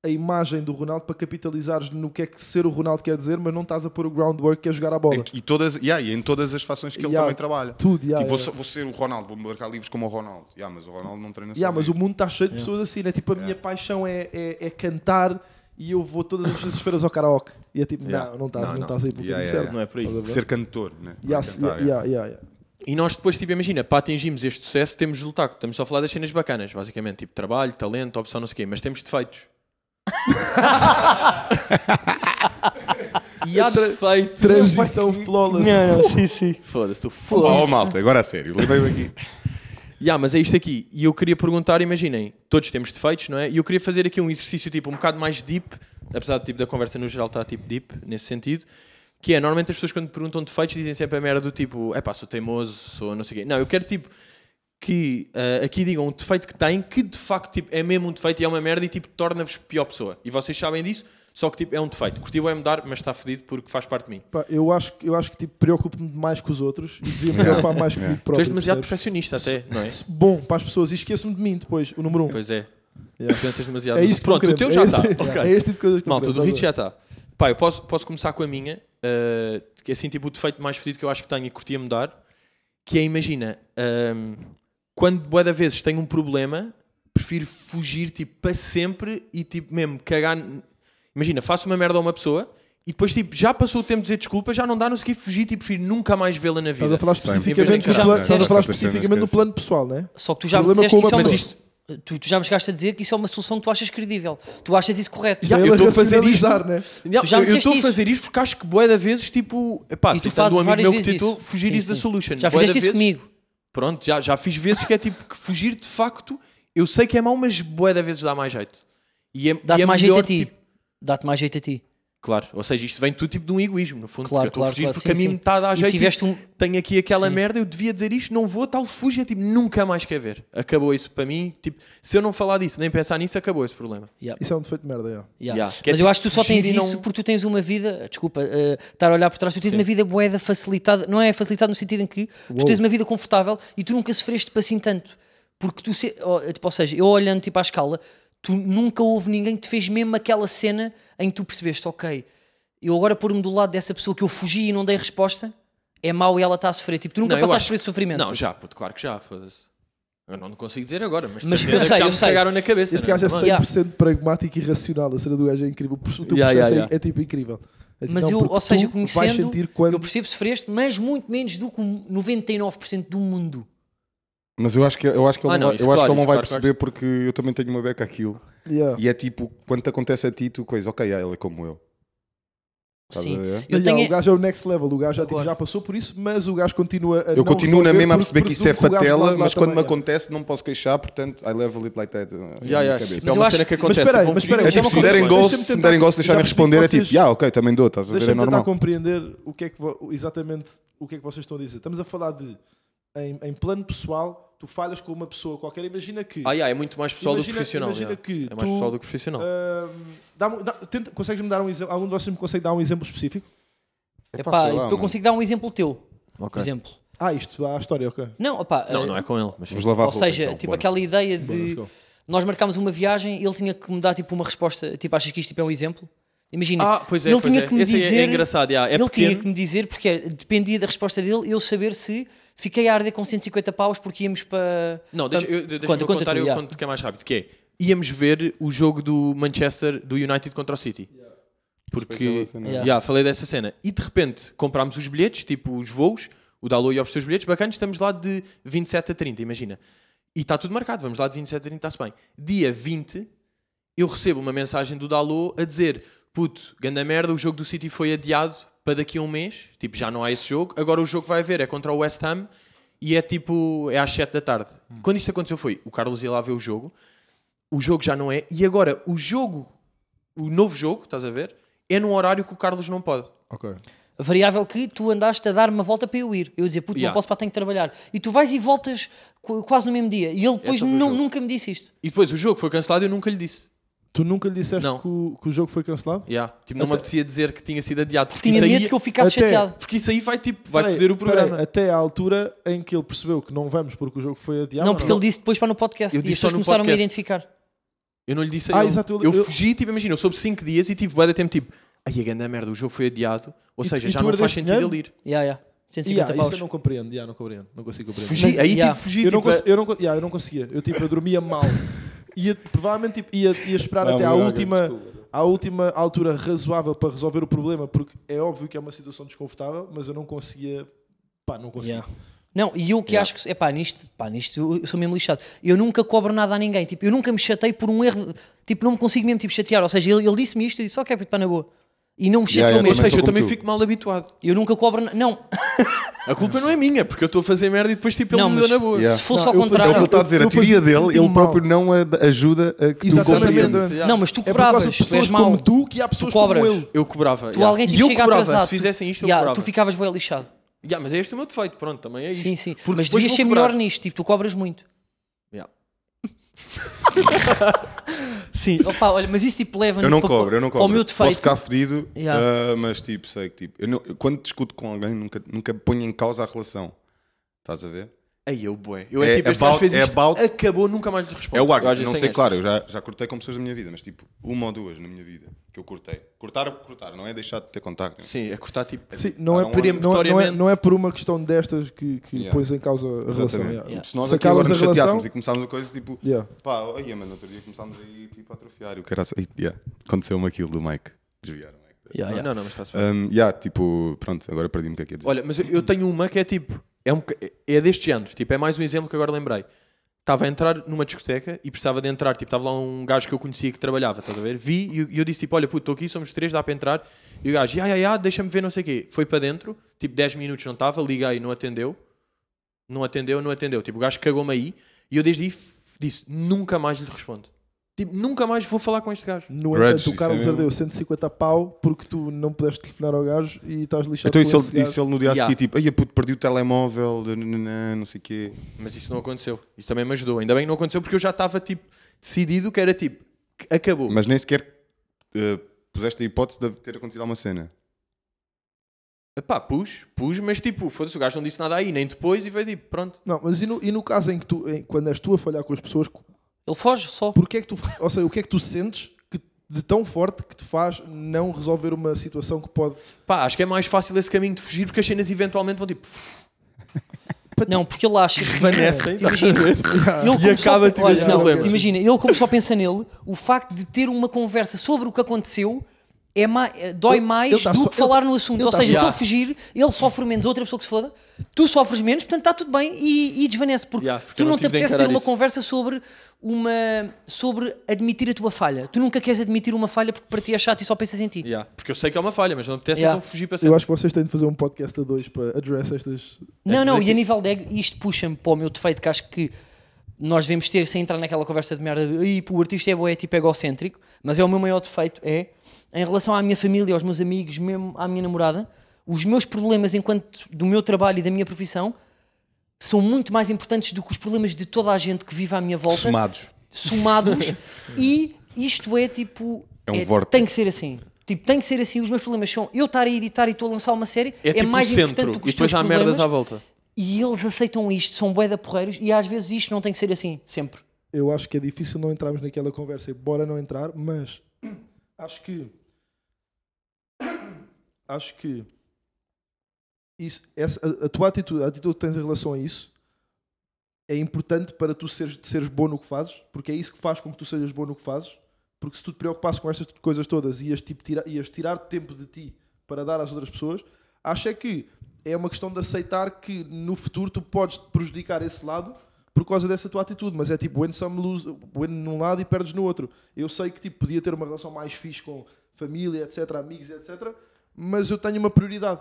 [SPEAKER 6] a imagem do Ronaldo para capitalizares no que é que ser o Ronaldo quer dizer, mas não estás a pôr o groundwork que é jogar a bola.
[SPEAKER 4] em, e todas, yeah, e em todas as fações que ele
[SPEAKER 6] Yeah.
[SPEAKER 4] também trabalha.
[SPEAKER 6] Tudo, yeah,
[SPEAKER 4] tipo, vou,
[SPEAKER 6] yeah.
[SPEAKER 4] ser- vou ser o Ronaldo, vou marcar livros como o Ronaldo. Yeah, mas o Ronaldo não treina
[SPEAKER 6] Yeah,
[SPEAKER 4] só
[SPEAKER 6] mas o
[SPEAKER 4] livros.
[SPEAKER 6] mundo está cheio de pessoas assim, né? Tipo, a minha paixão é, é, é cantar e eu vou todas as <laughs> sextas-feiras ao karaoke. E é tipo, não, não estás
[SPEAKER 4] Não,
[SPEAKER 6] não,
[SPEAKER 4] não.
[SPEAKER 6] estás aí pelo
[SPEAKER 4] Yeah,
[SPEAKER 6] caminho
[SPEAKER 4] yeah,
[SPEAKER 6] certo.
[SPEAKER 3] Não é por aí.
[SPEAKER 6] Estás a ver?
[SPEAKER 4] Ser cantor, né? Vai
[SPEAKER 6] Yeah,
[SPEAKER 4] cantar, yeah.
[SPEAKER 6] yeah, yeah, yeah.
[SPEAKER 3] E nós depois, tipo, imagina, para atingirmos este sucesso, temos de lutar. Estamos só a falar das cenas bacanas, basicamente. Tipo, trabalho, talento, opção, não sei o quê. Mas temos defeitos. <laughs> e há defeito.
[SPEAKER 6] Transição flawless.
[SPEAKER 5] Não, não, sim, sim.
[SPEAKER 3] Foda-se, tu
[SPEAKER 4] Oh,
[SPEAKER 3] foda
[SPEAKER 4] malta, agora a sério, levei-me aqui.
[SPEAKER 3] Ya, mas é isto aqui. E eu queria perguntar, imaginem, todos temos defeitos, não é? E eu queria fazer aqui um exercício tipo um bocado mais deep, apesar de, tipo, da conversa no geral estar tipo deep, nesse sentido, que é, normalmente as pessoas quando perguntam defeitos dizem sempre a merda do tipo, é pá, sou teimoso, sou não sei o quê. Não, eu quero tipo que ah, aqui digam um defeito que têm, que de facto tipo, é mesmo um defeito e é uma merda e tipo torna-vos pior pessoa. E vocês sabem disso, Só que tipo, é um defeito. Curti o M dar, mas está fedido porque faz parte de mim.
[SPEAKER 6] Pá, eu acho, que- eu acho que tipo, preocupo-me mais com os outros e devia me preocupar mais comigo
[SPEAKER 3] Tu
[SPEAKER 6] próprio.
[SPEAKER 3] és demasiado
[SPEAKER 6] percebes?
[SPEAKER 3] perfeccionista até, não é?
[SPEAKER 6] Bom para as pessoas e esqueço-me de mim depois, o número um.
[SPEAKER 3] Pois é.
[SPEAKER 6] Yeah.
[SPEAKER 3] Pensas demasiado.
[SPEAKER 6] É
[SPEAKER 3] nisso.
[SPEAKER 6] isso que
[SPEAKER 3] Pronto,
[SPEAKER 6] não
[SPEAKER 3] o teu
[SPEAKER 6] queremos.
[SPEAKER 3] já
[SPEAKER 6] é
[SPEAKER 3] está.
[SPEAKER 6] Este,
[SPEAKER 3] Ok.
[SPEAKER 6] É este tipo de coisas que não
[SPEAKER 3] Malta, o do
[SPEAKER 6] queremos,
[SPEAKER 3] Rich já está. Pá, eu posso, posso começar com a minha, eh, que é assim, tipo, o defeito mais fedido que eu acho que tenho e curtia mudar, que é, imagina, ahm, quando bué de vezes tenho um problema, prefiro fugir, tipo, para sempre e, tipo, mesmo, cagar... n- Imagina, faço uma merda a uma pessoa e depois, tipo, já passou o tempo de dizer desculpa, já não dá, não sei o quê, fugir, tipo, prefiro nunca mais vê-la na vida.
[SPEAKER 6] Estás a falar
[SPEAKER 4] Sim.
[SPEAKER 3] Em vez
[SPEAKER 6] especificamente,
[SPEAKER 3] de
[SPEAKER 6] do,
[SPEAKER 5] encarar.
[SPEAKER 6] plano,
[SPEAKER 5] Sim.
[SPEAKER 6] estás a falar
[SPEAKER 4] Sim.
[SPEAKER 6] especificamente do plano pessoal, né?
[SPEAKER 5] Só que tu já me
[SPEAKER 6] Problema
[SPEAKER 5] disseste que
[SPEAKER 6] com
[SPEAKER 5] isso é
[SPEAKER 6] uma
[SPEAKER 5] uma...
[SPEAKER 6] pessoa.
[SPEAKER 5] Tu, tu já me chegaste a dizer que isso é uma solução que tu achas credível. Tu achas isso correto.
[SPEAKER 3] Yeah,
[SPEAKER 6] Para
[SPEAKER 3] eu estou
[SPEAKER 6] ele
[SPEAKER 3] a fazer isto.
[SPEAKER 6] racionalizar, Né?
[SPEAKER 3] Não,
[SPEAKER 5] Tu já
[SPEAKER 3] eu-
[SPEAKER 5] me
[SPEAKER 3] eu estou a
[SPEAKER 5] disseste
[SPEAKER 3] fazer isto porque acho que bué de vezes, tipo, epá,
[SPEAKER 5] E tu
[SPEAKER 3] citando
[SPEAKER 5] fazes
[SPEAKER 3] um amigo
[SPEAKER 5] várias
[SPEAKER 3] meu que
[SPEAKER 5] vezes
[SPEAKER 3] titou,
[SPEAKER 5] isso.
[SPEAKER 3] fugir
[SPEAKER 5] Sim,
[SPEAKER 3] is the
[SPEAKER 5] sim.
[SPEAKER 3] solution.
[SPEAKER 5] Já
[SPEAKER 3] Bué de
[SPEAKER 5] fizeste isso
[SPEAKER 3] vezes-
[SPEAKER 5] comigo.
[SPEAKER 3] Pronto, já, já fiz vezes que é tipo que fugir de facto, eu sei que é mau, mas bué da vezes dá mais jeito. E é, e
[SPEAKER 5] Dá-te
[SPEAKER 3] é
[SPEAKER 5] mais
[SPEAKER 3] melhor,
[SPEAKER 5] jeito a ti.
[SPEAKER 3] tipo-
[SPEAKER 5] Dá-te mais jeito a ti.
[SPEAKER 3] claro, ou seja, isto vem tudo tipo de um egoísmo, no fundo.
[SPEAKER 5] Claro,
[SPEAKER 3] porque eu estou
[SPEAKER 5] claro,
[SPEAKER 3] a fugir
[SPEAKER 5] claro,
[SPEAKER 3] porque
[SPEAKER 5] sim,
[SPEAKER 3] a mim
[SPEAKER 5] sim.
[SPEAKER 3] me está a dar
[SPEAKER 5] E
[SPEAKER 3] jeito.
[SPEAKER 5] tiveste
[SPEAKER 3] tipo,
[SPEAKER 5] um-
[SPEAKER 3] Tenho aqui aquela
[SPEAKER 5] Sim.
[SPEAKER 3] merda, eu devia dizer isto, não vou, tal, fuja, tipo, nunca mais quer ver. Acabou isso para mim, tipo, se eu não falar disso, nem pensar nisso, acabou esse problema.
[SPEAKER 5] Yeah.
[SPEAKER 6] Isso é um defeito de merda, yeah.
[SPEAKER 5] Yeah.
[SPEAKER 3] Yeah. Que é
[SPEAKER 5] Mas eu
[SPEAKER 3] tipo
[SPEAKER 5] acho que tu só
[SPEAKER 3] fugir
[SPEAKER 5] tens
[SPEAKER 3] e não-
[SPEAKER 5] isso porque tu tens uma vida, desculpa, eh, estar a olhar por trás, tu tens uma vida boeda facilitada, não é facilitada no sentido em que tu tens uma vida confortável e tu nunca sofreste tipo assim tanto. Porque tu, se... ou, eh, tipo, ou seja, eu olhando tipo à escala, tu nunca houve ninguém que te fez mesmo aquela cena em que tu percebeste, ok, eu agora pôr-me do lado dessa pessoa que eu fugi e não dei resposta, é mau e ela está a sofrer. Tipo, tu nunca
[SPEAKER 3] Não, eu
[SPEAKER 5] passaste
[SPEAKER 3] acho-
[SPEAKER 5] por esse sofrimento.
[SPEAKER 3] Não, já, puto, claro que já, foda-se. Eu não consigo dizer agora, mas, de
[SPEAKER 5] Mas eu
[SPEAKER 3] certeza que
[SPEAKER 5] sei,
[SPEAKER 3] já
[SPEAKER 5] eu
[SPEAKER 3] me
[SPEAKER 5] sei.
[SPEAKER 3] cagaram na cabeça.
[SPEAKER 6] Este
[SPEAKER 3] não é?
[SPEAKER 6] gajo é
[SPEAKER 3] Não
[SPEAKER 6] 100%
[SPEAKER 5] Yeah.
[SPEAKER 6] pragmático e racional. A cena do gajo é incrível. O teu processo
[SPEAKER 3] Yeah, yeah,
[SPEAKER 6] é-
[SPEAKER 3] yeah.
[SPEAKER 6] é tipo incrível. É tipo,
[SPEAKER 5] Mas
[SPEAKER 6] não,
[SPEAKER 5] eu,
[SPEAKER 6] porque
[SPEAKER 5] ou seja,
[SPEAKER 6] tu vais
[SPEAKER 5] conhecendo,
[SPEAKER 6] sentir quando
[SPEAKER 5] eu percebo que sofreste, mas muito menos do que um 99% do mundo.
[SPEAKER 4] Mas eu acho que, eu acho que ele
[SPEAKER 3] Ah,
[SPEAKER 4] não,
[SPEAKER 3] não,
[SPEAKER 4] vai,
[SPEAKER 3] isso,
[SPEAKER 4] eu acho que
[SPEAKER 3] claro,
[SPEAKER 4] ele não
[SPEAKER 3] isso,
[SPEAKER 4] vai
[SPEAKER 3] claro,
[SPEAKER 4] perceber porque eu também tenho uma beca aquilo.
[SPEAKER 6] Yeah.
[SPEAKER 4] E é tipo, quando te acontece a ti, tu coisa, ok, ah, ele é como eu. Estás
[SPEAKER 5] Sim.
[SPEAKER 4] a ver?
[SPEAKER 5] Eu
[SPEAKER 6] Yeah,
[SPEAKER 5] tenho...
[SPEAKER 6] O gajo é o next level. O gajo já, tipo,
[SPEAKER 5] Agora.
[SPEAKER 6] já passou por isso, mas o gajo continua a.
[SPEAKER 4] Eu
[SPEAKER 6] não
[SPEAKER 4] continuo na
[SPEAKER 6] resolver
[SPEAKER 4] mesma a
[SPEAKER 6] porque
[SPEAKER 4] perceber que isso é
[SPEAKER 6] presumo que o gajo vai
[SPEAKER 4] fatela,
[SPEAKER 6] lá
[SPEAKER 4] mas quando me
[SPEAKER 6] também,
[SPEAKER 4] acontece não posso queixar, portanto, I level it like that. uh, na minha
[SPEAKER 3] Já, já,
[SPEAKER 4] cabeça.
[SPEAKER 3] tipo, é
[SPEAKER 5] eu
[SPEAKER 3] uma
[SPEAKER 5] acho
[SPEAKER 3] cena
[SPEAKER 5] que-
[SPEAKER 3] que
[SPEAKER 6] mas
[SPEAKER 3] acontece.
[SPEAKER 6] espera aí,
[SPEAKER 3] eu vou
[SPEAKER 6] mas
[SPEAKER 3] fugir,
[SPEAKER 6] espera aí,
[SPEAKER 4] É
[SPEAKER 3] eu vou
[SPEAKER 4] tipo, se me
[SPEAKER 3] fugir.
[SPEAKER 4] derem
[SPEAKER 6] Deixa-me
[SPEAKER 4] gols,
[SPEAKER 6] tentar-
[SPEAKER 4] se me derem gols, deixarem
[SPEAKER 6] já percebi que
[SPEAKER 4] responder, é
[SPEAKER 6] vocês-
[SPEAKER 4] tipo, já, ok, também dou, estás a ver, é
[SPEAKER 6] Deixa-me tentar
[SPEAKER 4] normal.
[SPEAKER 6] compreender o que é que vo- exatamente o que é que vocês estão a dizer. Estamos a falar de em, em plano pessoal, tu falhas com uma pessoa qualquer. Imagina que
[SPEAKER 3] Ah, yeah, é muito mais pessoal do que
[SPEAKER 6] Imagina-
[SPEAKER 3] profissional.
[SPEAKER 6] imagina
[SPEAKER 3] yeah.
[SPEAKER 6] que
[SPEAKER 3] é mais
[SPEAKER 6] tu, Ah,
[SPEAKER 3] pessoal do que profissional.
[SPEAKER 6] Ahm, hum, dá-me- dá- tenta- Consegues-me dar um exemplo? Algum de vocês me consegue dar um exemplo específico?
[SPEAKER 5] Epá,
[SPEAKER 4] Pá, sei
[SPEAKER 5] eu
[SPEAKER 4] lá, mano.
[SPEAKER 5] consigo dar um exemplo teu. Por
[SPEAKER 3] Ok.
[SPEAKER 5] exemplo.
[SPEAKER 6] Ah, isto, há a história, ok.
[SPEAKER 5] Não, opá,
[SPEAKER 3] Não,
[SPEAKER 5] eh,
[SPEAKER 3] não é com ele, mas
[SPEAKER 4] Vamos lavar a
[SPEAKER 5] ou
[SPEAKER 4] roupa,
[SPEAKER 5] seja,
[SPEAKER 4] então,
[SPEAKER 5] tipo
[SPEAKER 4] bora.
[SPEAKER 5] aquela ideia
[SPEAKER 6] let's
[SPEAKER 5] de
[SPEAKER 6] go.
[SPEAKER 5] nós marcámos uma viagem e ele tinha que me dar tipo uma resposta, tipo achas que isto tipo, é um exemplo? Imagina,
[SPEAKER 3] Ah, pois é,
[SPEAKER 5] ele
[SPEAKER 3] pois
[SPEAKER 5] tinha
[SPEAKER 3] é.
[SPEAKER 5] que me
[SPEAKER 3] Esse aí é-
[SPEAKER 5] dizer,
[SPEAKER 3] é engraçado, yeah, é
[SPEAKER 5] ele tinha
[SPEAKER 3] pequeno.
[SPEAKER 5] que me dizer porque era- dependia da resposta dele eu saber se fiquei a arder com 150 paus porque íamos para
[SPEAKER 3] Não, deixa, eu, deixa
[SPEAKER 5] Conta,
[SPEAKER 3] eu
[SPEAKER 5] conta
[SPEAKER 3] contar
[SPEAKER 5] tu,
[SPEAKER 3] eu
[SPEAKER 5] yeah.
[SPEAKER 3] conto que é mais rápido. Que é, íamos ver o jogo do Manchester, do United contra o City. Porque,
[SPEAKER 4] aquela cena.
[SPEAKER 5] Yeah.
[SPEAKER 3] Yeah, falei dessa cena. E de repente comprámos os bilhetes, tipo os voos, o Dalu e os seus bilhetes, bacana, estamos lá de 27 a 30, imagina. E está tudo marcado, vamos lá de 27 a 30, está-se bem. Dia 20, eu recebo uma mensagem do Dalô a dizer: puto, ganda merda, o jogo do City foi adiado para daqui a um mês, tipo, já não há esse jogo, agora o jogo vai haver, é contra o West Ham e é tipo, é às 7 da tarde.
[SPEAKER 5] Hum.
[SPEAKER 3] Quando isto aconteceu foi, o Carlos ia lá ver o jogo, o jogo já não é, e agora o jogo, o novo jogo, estás a ver, é num horário que o Carlos não pode.
[SPEAKER 5] A variável que tu andaste a dar uma volta para eu ir. Eu dizia, puto,
[SPEAKER 3] Yeah.
[SPEAKER 5] não posso para tenho que trabalhar. E tu vais e voltas qu- quase no mesmo dia. E ele depois
[SPEAKER 3] Essa foi É o
[SPEAKER 5] não-
[SPEAKER 3] jogo.
[SPEAKER 5] nunca me disse isto.
[SPEAKER 3] E depois o jogo foi cancelado e eu nunca lhe disse.
[SPEAKER 6] Tu nunca lhe disseste
[SPEAKER 3] Não.
[SPEAKER 6] que o, que o jogo foi cancelado?
[SPEAKER 3] Yeah. Tipo, não me apetecia dizer que tinha sido adiado, porque,
[SPEAKER 5] Tinha
[SPEAKER 3] isso,
[SPEAKER 5] medo
[SPEAKER 3] aí,
[SPEAKER 5] que eu ficasse
[SPEAKER 6] até-
[SPEAKER 5] chateado.
[SPEAKER 3] porque isso aí vai tipo, vai
[SPEAKER 6] Peraí,
[SPEAKER 3] foder o
[SPEAKER 6] peraí,
[SPEAKER 3] programa.
[SPEAKER 6] até à altura em que ele percebeu que não vamos porque o jogo foi adiado.
[SPEAKER 5] não, porque ele disse depois para no podcast.
[SPEAKER 3] Eu
[SPEAKER 5] e as
[SPEAKER 3] disse só
[SPEAKER 5] pessoas
[SPEAKER 3] no
[SPEAKER 5] começaram a me
[SPEAKER 3] podcast.
[SPEAKER 5] identificar.
[SPEAKER 3] Eu não lhe disse a
[SPEAKER 6] Ah,
[SPEAKER 3] ele.
[SPEAKER 6] exato, eu-
[SPEAKER 3] eu,
[SPEAKER 6] eu-
[SPEAKER 3] fugi, tipo, imagina, eu soube 5 dias e tive bué de tempo, tipo, ai, a grande merda, o jogo foi adiado, ou
[SPEAKER 6] E-
[SPEAKER 3] seja,
[SPEAKER 6] e
[SPEAKER 3] já
[SPEAKER 6] tu
[SPEAKER 3] não faz
[SPEAKER 6] herdeste
[SPEAKER 3] sentido
[SPEAKER 6] dinheiro?
[SPEAKER 3] ele ir.
[SPEAKER 5] Yeah, yeah. 150
[SPEAKER 6] Yeah, ah, isso eu
[SPEAKER 5] paus.
[SPEAKER 6] não compreendo, yeah, não compreendo, não consigo compreender.
[SPEAKER 3] Fugi,
[SPEAKER 5] Mas-
[SPEAKER 3] aí
[SPEAKER 5] yeah.
[SPEAKER 3] tive fugi,
[SPEAKER 6] eu, não
[SPEAKER 3] tipo,
[SPEAKER 6] cons- eu, não, con- yeah, eu não conseguia, eu tipo, eu dormia mal. Ia, provavelmente tipo, ia, ia esperar
[SPEAKER 4] Não,
[SPEAKER 6] até à
[SPEAKER 4] Braga,
[SPEAKER 6] última,
[SPEAKER 4] desculpa.
[SPEAKER 6] à última altura razoável para resolver o problema, porque é óbvio que é uma situação desconfortável, mas eu não conseguia. Pá, não conseguia.
[SPEAKER 5] Yeah. Não, e eu que
[SPEAKER 3] Yeah.
[SPEAKER 5] acho que. É pá, nisto, pá, nisto eu- eu sou mesmo lixado. Eu nunca cobro nada a ninguém. Tipo, eu nunca me chatei por um erro. de- Tipo, não me consigo mesmo tipo, chatear. Ou seja, ele, ele disse-me isto e disse, ok, puto, pá, na boa. E não me chateou
[SPEAKER 4] Yeah, yeah,
[SPEAKER 3] ou
[SPEAKER 5] mesmo.
[SPEAKER 4] também
[SPEAKER 3] seja,
[SPEAKER 4] sou
[SPEAKER 3] eu
[SPEAKER 4] como
[SPEAKER 3] também
[SPEAKER 4] tu.
[SPEAKER 3] fico mal habituado.
[SPEAKER 5] Eu nunca cobro. na- Não,
[SPEAKER 3] A culpa não é minha, porque eu estou a fazer merda e depois, tipo, ele
[SPEAKER 5] Não,
[SPEAKER 3] me
[SPEAKER 5] mas-
[SPEAKER 3] deu na boa.
[SPEAKER 4] Yeah.
[SPEAKER 5] se fosse
[SPEAKER 6] Não,
[SPEAKER 5] ao
[SPEAKER 6] eu fazia-
[SPEAKER 4] É o que ele
[SPEAKER 5] contrário.
[SPEAKER 4] está a dizer, a
[SPEAKER 6] Eu fazia-
[SPEAKER 4] teoria dele,
[SPEAKER 6] senti-me
[SPEAKER 4] ele próprio
[SPEAKER 6] mal.
[SPEAKER 4] não a- ajuda a que tu
[SPEAKER 6] Exatamente.
[SPEAKER 4] compreendas.
[SPEAKER 3] Yeah.
[SPEAKER 5] Não, mas tu
[SPEAKER 6] É por causa
[SPEAKER 5] cobravas.
[SPEAKER 6] de
[SPEAKER 5] Tu és
[SPEAKER 6] pessoas
[SPEAKER 5] mau.
[SPEAKER 6] como tu que há pessoas
[SPEAKER 5] Tu cobras.
[SPEAKER 6] como ele.
[SPEAKER 3] Eu cobrava.
[SPEAKER 5] Tu
[SPEAKER 3] yeah.
[SPEAKER 5] alguém
[SPEAKER 3] e
[SPEAKER 5] te
[SPEAKER 3] eu
[SPEAKER 5] chega
[SPEAKER 3] cobrava.
[SPEAKER 5] atrasado.
[SPEAKER 3] Se fizessem isto,
[SPEAKER 5] Yeah,
[SPEAKER 3] eu
[SPEAKER 5] tu
[SPEAKER 3] cobrava.
[SPEAKER 5] ficavas bem lixado.
[SPEAKER 3] Yeah, mas é este o meu defeito, pronto, também é isto.
[SPEAKER 5] Sim, sim.
[SPEAKER 3] Porque
[SPEAKER 5] Mas
[SPEAKER 3] depois
[SPEAKER 5] devias
[SPEAKER 3] vou
[SPEAKER 5] ser
[SPEAKER 3] cobrar.
[SPEAKER 5] melhor nisto. Tipo, tu cobras muito.
[SPEAKER 3] Yeah. assim.
[SPEAKER 5] Opa, olha, mas isso tipo leva-me
[SPEAKER 4] Eu não
[SPEAKER 5] para-
[SPEAKER 4] cobro, eu não
[SPEAKER 5] para
[SPEAKER 4] cobro.
[SPEAKER 5] o meu
[SPEAKER 4] Posso
[SPEAKER 5] defeito.
[SPEAKER 4] ficar fedido,
[SPEAKER 5] Yeah.
[SPEAKER 4] ah, mas tipo, sei que tipo, eu não- eu quando discuto com alguém, nunca, nunca ponho em causa a relação. Estás a ver?
[SPEAKER 3] Aí eu, bué. Eu é,
[SPEAKER 4] É
[SPEAKER 3] tipo, este gajo
[SPEAKER 4] about-
[SPEAKER 3] fez
[SPEAKER 4] é
[SPEAKER 3] isto,
[SPEAKER 4] about-
[SPEAKER 3] acabou, nunca mais lhe respondo.
[SPEAKER 4] É o
[SPEAKER 3] Eu às
[SPEAKER 4] árbitro,
[SPEAKER 3] vezes
[SPEAKER 4] não
[SPEAKER 3] tenho
[SPEAKER 4] sei,
[SPEAKER 3] estas.
[SPEAKER 4] claro, eu já, já cortei com pessoas da minha vida, mas tipo, uma ou duas na minha vida que eu cortei. Cortar, cortar, não é deixar de ter contacto.
[SPEAKER 3] Sim, é cortar tipo.
[SPEAKER 6] Sim, não,
[SPEAKER 4] Ah,
[SPEAKER 6] é
[SPEAKER 4] Não,
[SPEAKER 6] por, não, é- não é,
[SPEAKER 3] peremptoriamente.
[SPEAKER 6] não é por uma questão destas que, que
[SPEAKER 4] Yeah.
[SPEAKER 6] pões em causa a relação.
[SPEAKER 4] Exatamente.
[SPEAKER 6] yeah.
[SPEAKER 4] Tipo, se nós
[SPEAKER 6] Se
[SPEAKER 4] aqui agora
[SPEAKER 6] acabas
[SPEAKER 4] nos
[SPEAKER 6] a relação-
[SPEAKER 4] chateássemos e começámos a coisa tipo,
[SPEAKER 6] Yeah.
[SPEAKER 4] pá, olha, mano, outro dia começámos aí tipo a atrofiar. E o cara, e, yeah, aconteceu-me aquilo do Mike. Desviaram o Mike.
[SPEAKER 5] Yeah, yeah.
[SPEAKER 3] Não, não, mas está-se bem.
[SPEAKER 4] Um, yeah, tipo, pronto, agora perdi-me o que é que ia dizer.
[SPEAKER 3] Olha, mas eu, eu tenho uma que é tipo. É, um, boca- é deste género. Tipo, é mais um exemplo que agora lembrei. Estava a entrar numa discoteca e precisava de entrar. Tipo, estava lá um gajo que eu conhecia que trabalhava, estás a ver? Vi e eu, e eu disse tipo: Olha, puto, estou aqui, somos três, dá para entrar. E o gajo, ia, ia, ia, deixa-me ver, não sei o quê. Foi para dentro, tipo, 10 minutos não estava, liguei, não atendeu. Não atendeu, não atendeu. Tipo, o gajo cagou-me aí e eu desde aí f- disse: Nunca mais lhe respondo. Tipo, nunca mais vou falar com este gajo.
[SPEAKER 6] No
[SPEAKER 4] Grudge,
[SPEAKER 6] entanto, o
[SPEAKER 4] isso
[SPEAKER 6] Carlos
[SPEAKER 4] é mesmo.
[SPEAKER 6] ardeu 150 pau porque tu não pudeste telefonar ao gajo e estás lixado.
[SPEAKER 4] então
[SPEAKER 6] com
[SPEAKER 4] e se,
[SPEAKER 6] esse
[SPEAKER 4] ele, e
[SPEAKER 6] gajo.
[SPEAKER 4] se ele no dia a
[SPEAKER 3] Yeah.
[SPEAKER 4] seguir, tipo, ai, puto, perdi o telemóvel, nananã, não sei o quê.
[SPEAKER 3] Mas isso não aconteceu. Isso também me ajudou. Ainda bem que não aconteceu porque eu já estava tipo decidido que era tipo que acabou.
[SPEAKER 4] Mas nem sequer eh, puseste a hipótese de ter acontecido alguma cena.
[SPEAKER 3] Pá, pus, pus, mas tipo, foda-se, o gajo não disse nada aí, nem depois e veio tipo, pronto.
[SPEAKER 6] Não, mas e no, e no caso em que tu, em- quando és tu a falhar com as pessoas,
[SPEAKER 5] Ele foge só.
[SPEAKER 6] porque é que tu, ou seja, o que é que tu sentes que, de tão forte que te faz não resolver uma situação que pode.
[SPEAKER 3] Pá, acho que é mais fácil esse caminho de fugir porque as cenas eventualmente vão tipo,
[SPEAKER 5] Não, porque ele acha que.
[SPEAKER 3] desvanecem, estás a
[SPEAKER 5] Imagina,
[SPEAKER 3] ver?
[SPEAKER 5] ele como
[SPEAKER 3] então. <laughs> E
[SPEAKER 5] só-
[SPEAKER 3] acaba, tipo,
[SPEAKER 5] olha,
[SPEAKER 3] esse
[SPEAKER 5] não,
[SPEAKER 3] problema.
[SPEAKER 5] Imagina, ele como só pensa nele, o facto de ter uma conversa sobre o que aconteceu é ma- é- dói
[SPEAKER 6] Ele-
[SPEAKER 5] mais
[SPEAKER 6] ele tá
[SPEAKER 5] do
[SPEAKER 6] só-
[SPEAKER 5] que falar
[SPEAKER 6] ele-
[SPEAKER 5] no assunto.
[SPEAKER 6] ele
[SPEAKER 5] Ou
[SPEAKER 6] tá
[SPEAKER 5] seja,
[SPEAKER 3] só-
[SPEAKER 5] se ele
[SPEAKER 3] Yeah.
[SPEAKER 5] fugir, ele sofre menos, a outra pessoa que se foda, tu sofres menos, portanto está tudo bem e, e desvanece. Porque
[SPEAKER 3] Yeah, porque
[SPEAKER 5] tu
[SPEAKER 3] eu
[SPEAKER 5] não,
[SPEAKER 3] não
[SPEAKER 5] te
[SPEAKER 3] tive de
[SPEAKER 5] apetece ter
[SPEAKER 3] encarar
[SPEAKER 5] uma
[SPEAKER 3] isso.
[SPEAKER 5] conversa sobre uma sobre admitir a tua falha. Tu nunca queres admitir uma falha porque para ti é chato e só pensas em ti.
[SPEAKER 3] Yeah, Porque eu sei que é uma falha, mas não me apetece
[SPEAKER 5] Yeah.
[SPEAKER 3] então fugir para
[SPEAKER 6] Eu
[SPEAKER 3] sempre.
[SPEAKER 6] acho que vocês têm de fazer um podcast a dois para address estas.
[SPEAKER 5] Não, não,
[SPEAKER 3] daqui-
[SPEAKER 5] e a nível de ego, isto puxa-me para o meu defeito que acho que nós devemos ter sem entrar naquela conversa de merda de "Ih, pô, o artista é boé, é tipo egocêntrico, mas é o meu maior defeito, é em relação à minha família, aos meus amigos, mesmo à minha namorada, os meus problemas enquanto do meu trabalho e da minha profissão são muito mais importantes do que os problemas de toda a gente que vive à minha volta,
[SPEAKER 4] Somados.
[SPEAKER 3] <laughs>
[SPEAKER 5] somados, e isto é tipo
[SPEAKER 4] É um vórtice.
[SPEAKER 5] tem que ser assim. Tipo, tem que ser assim, os meus problemas são eu estar a editar e estou a lançar uma série, é,
[SPEAKER 3] É tipo
[SPEAKER 5] mais
[SPEAKER 3] o
[SPEAKER 5] importante
[SPEAKER 3] centro
[SPEAKER 5] do que
[SPEAKER 3] e
[SPEAKER 5] os
[SPEAKER 3] depois
[SPEAKER 5] teus
[SPEAKER 3] há merdas
[SPEAKER 5] problemas
[SPEAKER 3] à volta.
[SPEAKER 5] e eles aceitam isto, são bué da porreiros e às vezes isto não tem que ser assim, sempre.
[SPEAKER 6] Eu acho que é difícil não entrarmos naquela conversa e bora não entrar, mas <coughs> acho que. <coughs> Acho que. Isso, essa, a, a tua atitude, a atitude que tens em relação a isso, é importante para tu seres, seres bom no que fazes, porque é isso que faz com que tu sejas bom no que fazes. Porque se tu te preocupasses com estas coisas todas e ias, tipo, tira, ias tirar tempo de ti para dar às outras pessoas, acho é que é uma questão de aceitar que no futuro tu podes prejudicar esse lado por causa dessa tua atitude. Mas é tipo, when some lose, when num lado e perdes no outro. Eu sei que tipo, podia ter uma relação mais fixe com família, etc., amigos, etc., mas eu tenho uma prioridade.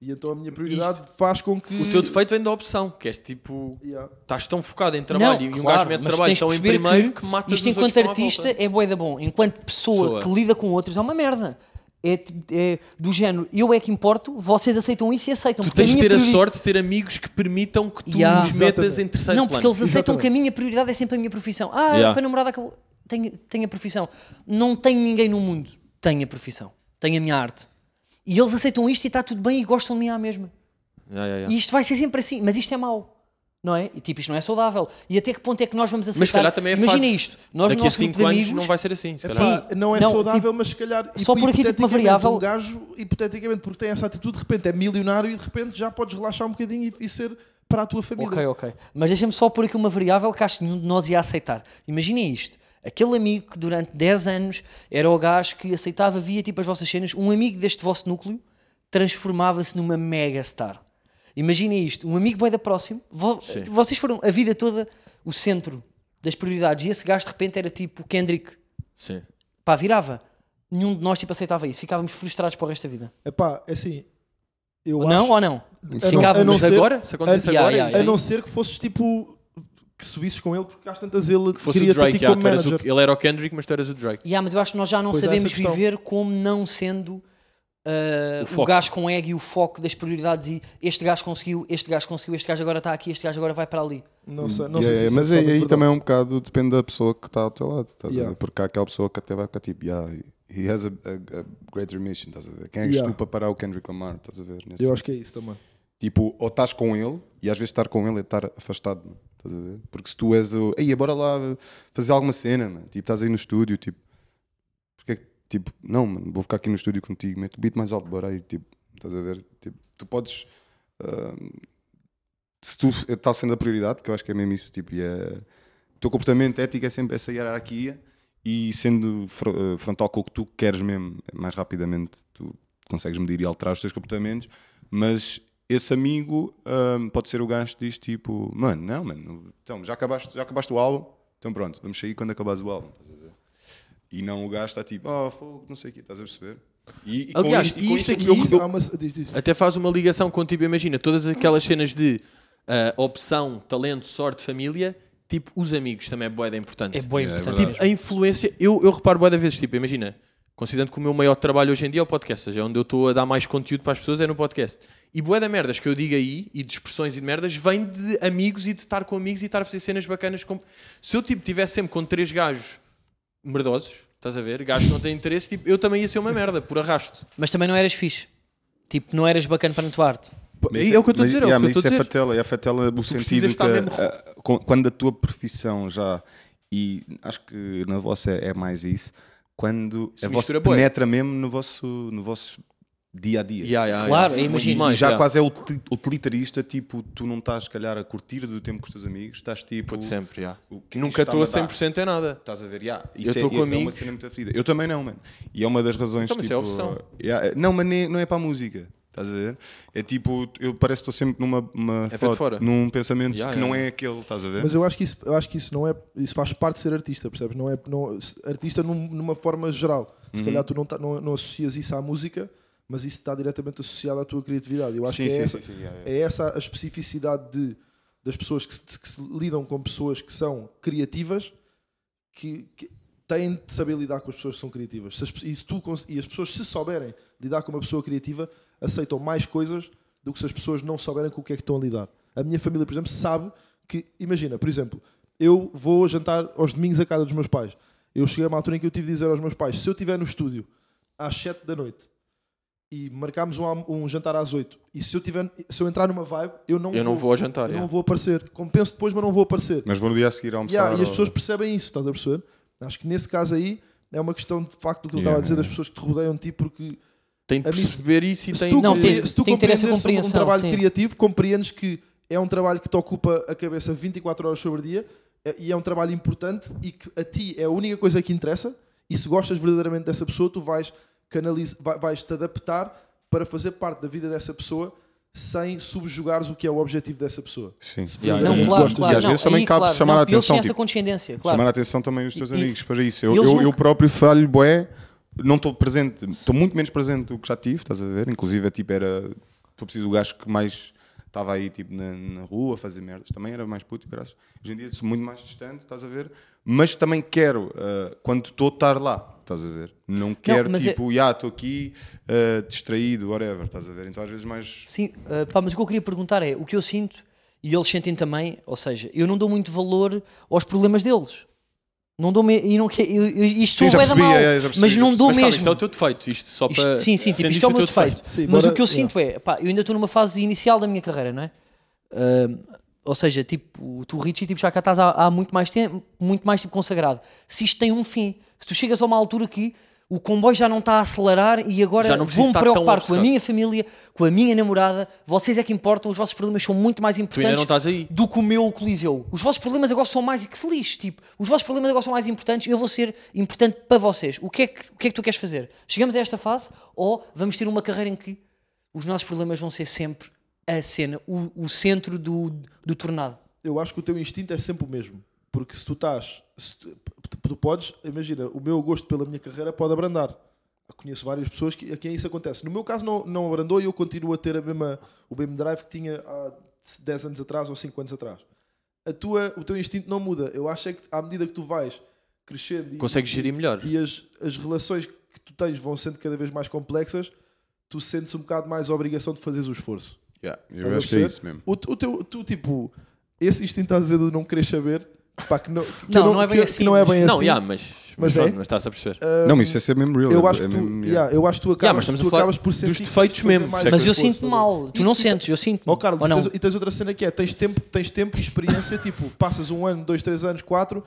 [SPEAKER 6] E então a minha prioridade faz com que.
[SPEAKER 3] O teu defeito vem da opção, que és tipo,
[SPEAKER 6] Yeah.
[SPEAKER 3] estás tão focado em trabalho e um gajo mete
[SPEAKER 5] mas
[SPEAKER 3] trabalho
[SPEAKER 5] tens de
[SPEAKER 3] tão em
[SPEAKER 5] perceber
[SPEAKER 3] primeiro que, matas
[SPEAKER 5] Isto
[SPEAKER 3] os
[SPEAKER 5] enquanto
[SPEAKER 3] outros que estão
[SPEAKER 5] artista
[SPEAKER 3] à volta.
[SPEAKER 5] é bué da bom, enquanto pessoa,
[SPEAKER 3] Pessoa.
[SPEAKER 5] que lida com outros é uma merda. É, t- é do género, eu é que importo, vocês aceitam isso e aceitam.
[SPEAKER 3] Tu
[SPEAKER 5] porque
[SPEAKER 3] tens de
[SPEAKER 5] minha
[SPEAKER 3] ter a
[SPEAKER 5] priori-
[SPEAKER 3] sorte de ter amigos que permitam que tu
[SPEAKER 5] um Yeah.
[SPEAKER 3] os metas
[SPEAKER 6] Exatamente.
[SPEAKER 3] em terceiro
[SPEAKER 5] Não,
[SPEAKER 3] plano.
[SPEAKER 5] porque eles aceitam
[SPEAKER 6] Exatamente.
[SPEAKER 5] que a minha prioridade é sempre a minha profissão. Ah,
[SPEAKER 3] Yeah.
[SPEAKER 5] para a namorada acabou. Tenho, tenho a profissão. Não tenho ninguém no mundo. Tenho a profissão. Tenho a minha arte. E eles aceitam isto e está tudo bem e gostam de mim à mesma.
[SPEAKER 3] Yeah, yeah, yeah.
[SPEAKER 5] E isto vai ser sempre assim, mas isto é mau. Não é? E tipo, isto não é saudável. E até que ponto é que nós vamos aceitar?
[SPEAKER 3] Mas se calhar também é
[SPEAKER 5] Imagina
[SPEAKER 3] fácil.
[SPEAKER 5] isto. Nós, no
[SPEAKER 3] Daqui a
[SPEAKER 5] nosso
[SPEAKER 3] 5
[SPEAKER 5] grupo de
[SPEAKER 3] anos
[SPEAKER 5] amigos,
[SPEAKER 3] não vai ser assim. Se
[SPEAKER 6] É
[SPEAKER 3] calhar.
[SPEAKER 6] pá, não é
[SPEAKER 5] Não,
[SPEAKER 6] saudável,
[SPEAKER 5] tipo,
[SPEAKER 6] mas se calhar
[SPEAKER 5] só por aqui, tipo, uma
[SPEAKER 6] hipoteticamente,
[SPEAKER 5] variável-
[SPEAKER 6] um gajo, hipoteticamente, porque tem essa atitude, de repente é milionário e de repente já podes relaxar um bocadinho e, e ser para a tua família.
[SPEAKER 5] Ok, ok. Mas deixa-me só pôr aqui uma variável que acho que nenhum de nós ia aceitar. Imaginem isto. Aquele amigo que durante 10 anos era o gajo que aceitava, via tipo as vossas cenas, um amigo deste vosso núcleo transformava-se numa mega star. Imaginem isto. Um amigo bem da próximo, vo- vocês foram a vida toda o centro das prioridades e esse gajo de repente era tipo o Kendrick.
[SPEAKER 3] Sim.
[SPEAKER 5] Pá, virava. Nenhum de nós tipo aceitava isso. Ficávamos frustrados para o resto da vida.
[SPEAKER 6] É pá, é assim, eu
[SPEAKER 5] Ou não
[SPEAKER 6] acho,
[SPEAKER 5] ou não?
[SPEAKER 6] não-
[SPEAKER 5] Ficávamos.
[SPEAKER 6] a não
[SPEAKER 3] Mas
[SPEAKER 6] ser-
[SPEAKER 3] agora, se acontecesse
[SPEAKER 5] Ah, yeah,
[SPEAKER 3] agora,
[SPEAKER 5] yeah,
[SPEAKER 3] isso
[SPEAKER 5] yeah.
[SPEAKER 6] a
[SPEAKER 3] aí-
[SPEAKER 6] não ser que fosses tipo que subisses com ele, porque às tantas ele
[SPEAKER 3] que fosse
[SPEAKER 6] queria
[SPEAKER 3] o Drake,
[SPEAKER 6] ter
[SPEAKER 3] já,
[SPEAKER 6] como
[SPEAKER 3] tu eras o-
[SPEAKER 6] manager.
[SPEAKER 3] ele era o Kendrick, mas tu eras o Drake.
[SPEAKER 5] Yeah, mas eu acho que nós já não
[SPEAKER 6] Pois é,
[SPEAKER 5] sabemos
[SPEAKER 6] essa questão.
[SPEAKER 5] viver como não sendo uh, o,
[SPEAKER 3] foco.
[SPEAKER 5] gajo com egg e o foco das prioridades e este gajo conseguiu, este gajo conseguiu, este gajo agora está aqui, este gajo agora vai para ali.
[SPEAKER 6] Não sei, não
[SPEAKER 4] E
[SPEAKER 6] sei
[SPEAKER 4] é-
[SPEAKER 6] se isso
[SPEAKER 4] mas
[SPEAKER 6] é
[SPEAKER 4] aí,
[SPEAKER 6] totalmente
[SPEAKER 4] aí
[SPEAKER 6] verdade.
[SPEAKER 4] também é um bocado, depende da pessoa que está ao teu lado, estás a
[SPEAKER 6] Yeah.
[SPEAKER 4] ver? Porque há aquela pessoa que até vai ficar tipo, yeah, he has a, a- a greater mission, estás a ver? Quem é que
[SPEAKER 6] Yeah.
[SPEAKER 4] tu para parar o Kendrick Lamar, estás a ver? Nesse-
[SPEAKER 6] Eu acho que é isso também.
[SPEAKER 4] Tipo, ou estás com ele, e às vezes estar com ele é estar afastado, mano. estás a ver? Porque se tu és o, ei, bora lá fazer alguma cena, mano. tipo, estás aí no estúdio, tipo, porque é que, tipo, não, mano, vou ficar aqui no estúdio contigo, mete o beat mais alto, bora aí, tipo, estás a ver? Tipo, tu podes, ah, se tu está sendo a prioridade, porque eu acho que é mesmo isso, tipo, e é, o teu comportamento ético é sempre essa hierarquia e sendo fr- eh, frontal com o que tu queres mesmo, é mais rapidamente tu consegues medir e alterar os teus comportamentos, mas esse amigo ahm, pode ser o gajo que diz tipo, mano, não, mano, então, já acabaste, já acabaste o álbum, então pronto, vamos sair quando acabares o álbum, estás a ver? E não o gajo está tipo, oh, fogo, não sei o quê, estás a perceber? E, e com
[SPEAKER 3] Aliás,
[SPEAKER 4] isto-
[SPEAKER 3] e isto
[SPEAKER 4] com isto é
[SPEAKER 3] aqui-
[SPEAKER 4] eu-
[SPEAKER 6] Isso, há uma- diz, diz.
[SPEAKER 3] Até faz uma ligação com, tipo, imagina, todas aquelas cenas de ah, opção, talento, sorte, família, tipo, os amigos também é boeda importante.
[SPEAKER 5] É bem
[SPEAKER 4] É, é
[SPEAKER 5] importante.
[SPEAKER 4] verdade.
[SPEAKER 5] mesmo.
[SPEAKER 3] Tipo, A influência, eu, eu reparo boeda vezes, tipo, imagina, considerando que o meu maior trabalho hoje em dia é o podcast, ou seja, onde eu estou a dar mais conteúdo para as pessoas é no podcast. E boeda merdas que eu digo aí, e de expressões e de merdas, vem de amigos e de estar com amigos e estar a fazer cenas bacanas. Com... Se eu, tipo, tivesse sempre com três gajos merdosos, estás a ver, gajos que não têm interesse, tipo, eu também ia ser uma merda, por arrasto.
[SPEAKER 5] Mas também não eras fixe. Tipo, não eras bacana para a tua arte.
[SPEAKER 4] Mas
[SPEAKER 3] E
[SPEAKER 4] isso
[SPEAKER 3] é o que eu estou a
[SPEAKER 4] mas-
[SPEAKER 3] dizer, é o
[SPEAKER 4] yeah,
[SPEAKER 3] que eu
[SPEAKER 4] mas
[SPEAKER 3] estou a
[SPEAKER 4] isso
[SPEAKER 3] dizer.
[SPEAKER 4] é fatela, é fatela no sentido é
[SPEAKER 3] precisas
[SPEAKER 4] que
[SPEAKER 3] estar mesmo
[SPEAKER 4] a- a- com- quando a tua profissão já e acho que na vossa é, é mais isso, quando
[SPEAKER 3] Isso
[SPEAKER 4] a vossa
[SPEAKER 3] mistura bué.
[SPEAKER 4] penetra mesmo no vosso no vosso dia a dia.
[SPEAKER 3] Yeah, yeah,
[SPEAKER 5] Claro,
[SPEAKER 3] yeah.
[SPEAKER 5] imagino.
[SPEAKER 3] Muito
[SPEAKER 4] E já
[SPEAKER 3] yeah.
[SPEAKER 4] quase é utili- utilitarista, tipo, tu não estás, se calhar, a curtir do tempo com os teus amigos, estás tipo.
[SPEAKER 3] Puto, sempre, já.
[SPEAKER 4] o que
[SPEAKER 3] Nunca
[SPEAKER 4] isto
[SPEAKER 3] estou a
[SPEAKER 4] está-me dar?
[SPEAKER 3] 100% em nada.
[SPEAKER 4] Estás a ver, yeah, isso
[SPEAKER 3] estou
[SPEAKER 4] é,
[SPEAKER 3] com
[SPEAKER 4] é uma
[SPEAKER 3] amigos.
[SPEAKER 4] cena muito aflita. Eu também não, mano. E é uma das razões,
[SPEAKER 3] Então, mas
[SPEAKER 4] tipo...
[SPEAKER 3] é opção.
[SPEAKER 4] yeah, não, mas nem- não é para a música. Estás a ver? É tipo, eu parece que estou sempre numa... uma
[SPEAKER 3] É feito
[SPEAKER 4] thought,
[SPEAKER 3] fora.
[SPEAKER 4] Num pensamento
[SPEAKER 3] Yeah,
[SPEAKER 4] que
[SPEAKER 3] yeah,
[SPEAKER 4] não é
[SPEAKER 3] yeah.
[SPEAKER 4] aquele, estás a ver?
[SPEAKER 6] Mas eu acho que isso, eu acho que isso não é, isso faz parte de ser artista, percebes? Não é não, se- artista num- numa forma geral. Se
[SPEAKER 4] Uhum.
[SPEAKER 6] calhar tu não, tá- não, não associas isso à música, mas isso está diretamente associado à tua criatividade. Eu acho
[SPEAKER 4] Sim,
[SPEAKER 6] que é,
[SPEAKER 4] sim,
[SPEAKER 6] essa,
[SPEAKER 4] sim, sim, yeah, yeah.
[SPEAKER 6] é essa a especificidade de, das pessoas que se, que se lidam com pessoas que são criativas, que, que têm de saber lidar com as pessoas que são criativas. Se as, pe- e, se tu, cons- e as pessoas se souberem lidar com uma pessoa criativa, aceitam mais coisas do que se as pessoas não souberem com o que é que estão a lidar. A minha família, por exemplo, sabe que, imagina, por exemplo, eu vou jantar aos domingos à casa dos meus pais. Eu cheguei a uma altura em que eu tive de dizer aos meus pais: se eu estiver no estúdio às 7 da noite e marcarmos um, alm- um jantar às 8, e se eu, tiver, se eu entrar numa vibe, eu não,
[SPEAKER 3] Eu não vou ao jantar, é.
[SPEAKER 6] eu
[SPEAKER 3] yeah.
[SPEAKER 6] não vou aparecer. Compenso depois, mas não vou aparecer.
[SPEAKER 5] é
[SPEAKER 4] Mas vou no dia a seguir almoçar.
[SPEAKER 6] Yeah, e as
[SPEAKER 4] ou-
[SPEAKER 6] pessoas percebem isso, estás a perceber? Acho que nesse caso aí é uma questão de facto do que ele
[SPEAKER 4] Yeah,
[SPEAKER 6] estava a dizer das pessoas que te rodeiam de ti, porque
[SPEAKER 3] Tem de
[SPEAKER 6] A mim-
[SPEAKER 3] perceber isso e
[SPEAKER 6] se
[SPEAKER 3] tem
[SPEAKER 6] tu,
[SPEAKER 3] de-
[SPEAKER 5] Não,
[SPEAKER 6] compre-
[SPEAKER 5] tem-
[SPEAKER 6] se tu
[SPEAKER 5] tem que ter essa
[SPEAKER 6] compreendes um- um
[SPEAKER 5] compreensão,
[SPEAKER 6] trabalho
[SPEAKER 5] sim.
[SPEAKER 6] criativo, compreendes que é um trabalho que te ocupa a cabeça 24 horas sobre o dia eh, e é um trabalho importante e que a ti é a única coisa que interessa. E se gostas verdadeiramente dessa pessoa, tu vais, canaliz... vai- vais te adaptar para fazer parte da vida dessa pessoa sem subjugares o que é o objetivo dessa pessoa.
[SPEAKER 4] Sim.
[SPEAKER 3] Yeah,
[SPEAKER 4] E-
[SPEAKER 5] Não,
[SPEAKER 4] e
[SPEAKER 5] claro,
[SPEAKER 4] gostas-
[SPEAKER 5] claro.
[SPEAKER 4] E às
[SPEAKER 5] não,
[SPEAKER 4] vezes também
[SPEAKER 5] aí,
[SPEAKER 4] cabe
[SPEAKER 5] claro,
[SPEAKER 4] chamar
[SPEAKER 5] não,
[SPEAKER 4] a
[SPEAKER 5] e Eles têm
[SPEAKER 4] atenção,
[SPEAKER 5] essa
[SPEAKER 4] tipo,
[SPEAKER 5] consciência, claro.
[SPEAKER 4] chamar a atenção também os teus
[SPEAKER 5] E-
[SPEAKER 4] amigos para isso. Eu,
[SPEAKER 5] eles
[SPEAKER 4] eu,
[SPEAKER 5] nunca-
[SPEAKER 4] eu próprio falho, boé, não estou presente, estou muito menos presente do que já tive, estás a ver? Inclusive, é, tipo, era, foi preciso o gajo que mais estava aí, tipo, na, na rua a fazer merdas, também era mais puto, graças. Hoje em dia sou muito mais distante, estás a ver? Mas também quero, ah, quando estou, estar lá, estás a ver? Não quero,
[SPEAKER 5] mas é-
[SPEAKER 4] tipo, já estou aqui, ah, distraído, whatever, estás a ver? Então, às vezes, mais...
[SPEAKER 5] Sim, ah, pá, mas o que eu queria perguntar é o que eu sinto e eles sentem também, ou seja, eu não dou muito valor aos problemas deles. Não dou me- e não que- eu- eu- isto
[SPEAKER 4] Sim,
[SPEAKER 5] sou
[SPEAKER 4] já
[SPEAKER 5] bué da
[SPEAKER 4] percebi,
[SPEAKER 5] mal,
[SPEAKER 4] é, é, já percebi,
[SPEAKER 5] mas não
[SPEAKER 4] já
[SPEAKER 5] dou
[SPEAKER 3] Mas calma, isto é o
[SPEAKER 5] mesmo.
[SPEAKER 3] teu defeito. Isto só
[SPEAKER 5] Isto-
[SPEAKER 3] para.
[SPEAKER 5] sim, sim, tipo,
[SPEAKER 3] sendo
[SPEAKER 5] isto é o meu
[SPEAKER 3] teu
[SPEAKER 5] defeito.
[SPEAKER 6] Sim,
[SPEAKER 5] mas
[SPEAKER 6] bora-
[SPEAKER 5] o que eu
[SPEAKER 6] yeah.
[SPEAKER 5] sinto é, pá, eu ainda estou numa fase inicial da minha carreira, não é? Ah, ou seja, tipo, tu Richie, tipo, já cá estás há, há muito mais tempo, muito mais tipo consagrado. Se isto tem um fim, se tu chegas a uma altura que o comboio já não está a acelerar e agora
[SPEAKER 3] Já não preciso
[SPEAKER 5] vou-me
[SPEAKER 3] estar tão
[SPEAKER 5] preocupar com a
[SPEAKER 3] obcecado.
[SPEAKER 5] minha família, com a minha namorada, vocês é que importam, os vossos problemas são muito mais
[SPEAKER 3] Tu ainda não
[SPEAKER 5] importantes
[SPEAKER 3] estás aí.
[SPEAKER 5] do que o meu coliseu. Os vossos problemas agora são mais. Que se lixe, tipo, os vossos problemas agora são mais importantes, eu vou ser importante para vocês. O que é que, o que, é que tu queres fazer? Chegamos a esta fase ou vamos ter uma carreira em que os nossos problemas vão ser sempre a cena, o, o centro do, do tornado.
[SPEAKER 6] eu acho que o teu instinto é sempre o mesmo. Porque se tu estás. Se tu, tu- tu podes. Imagina, o meu gosto pela minha carreira pode abrandar. Conheço várias pessoas que, a quem isso acontece. No meu caso, não, não abrandou e eu continuo a ter a mesma, o mesmo drive que tinha há 10 anos atrás ou 5 anos atrás. A tua, o teu instinto não muda. Eu acho é que à medida que tu vais crescendo e,
[SPEAKER 3] Consegues gerir melhor.
[SPEAKER 6] e as, as relações que tu tens vão sendo cada vez mais complexas, tu sentes um bocado mais a obrigação de fazeres o esforço.
[SPEAKER 4] Yeah,
[SPEAKER 6] Estás
[SPEAKER 4] eu
[SPEAKER 6] a
[SPEAKER 4] acho que é
[SPEAKER 6] perceber?
[SPEAKER 4] isso mesmo.
[SPEAKER 6] O, o teu, tu, tipo, esse instinto estás a dizer de não querer saber, pá, que não, que
[SPEAKER 5] Não, não é bem
[SPEAKER 6] que-
[SPEAKER 5] assim,
[SPEAKER 6] que não é bem
[SPEAKER 3] Não,
[SPEAKER 6] assim.
[SPEAKER 3] já, mas, mas,
[SPEAKER 6] Mas é?
[SPEAKER 3] pronto, mas estás a perceber.
[SPEAKER 4] não, mas isso é ser mesmo real.
[SPEAKER 6] Eu
[SPEAKER 4] é-
[SPEAKER 6] acho
[SPEAKER 4] é
[SPEAKER 6] que tu,
[SPEAKER 4] mesmo-
[SPEAKER 6] yeah,
[SPEAKER 4] yeah.
[SPEAKER 6] eu acho que tu
[SPEAKER 3] Yeah,
[SPEAKER 6] acabas,
[SPEAKER 3] mas estamos
[SPEAKER 6] tu
[SPEAKER 3] a falar
[SPEAKER 6] acabas por
[SPEAKER 3] dos
[SPEAKER 6] sentir que tens de
[SPEAKER 3] defeitos
[SPEAKER 6] fazer
[SPEAKER 3] mesmo,
[SPEAKER 6] mais
[SPEAKER 3] percebes?
[SPEAKER 5] Mas eu
[SPEAKER 6] esforço,
[SPEAKER 5] sinto
[SPEAKER 6] estás a ver?
[SPEAKER 5] mal. Tu
[SPEAKER 6] E-
[SPEAKER 5] não
[SPEAKER 6] e-
[SPEAKER 5] sentes, eu sinto.
[SPEAKER 6] Ó Carlos,
[SPEAKER 5] ou
[SPEAKER 6] e
[SPEAKER 5] não?
[SPEAKER 6] tens, e tens outra cena que é, tens tempo, tens tempo e experiência, <laughs> tipo, passas um ano, dois, três anos, quatro,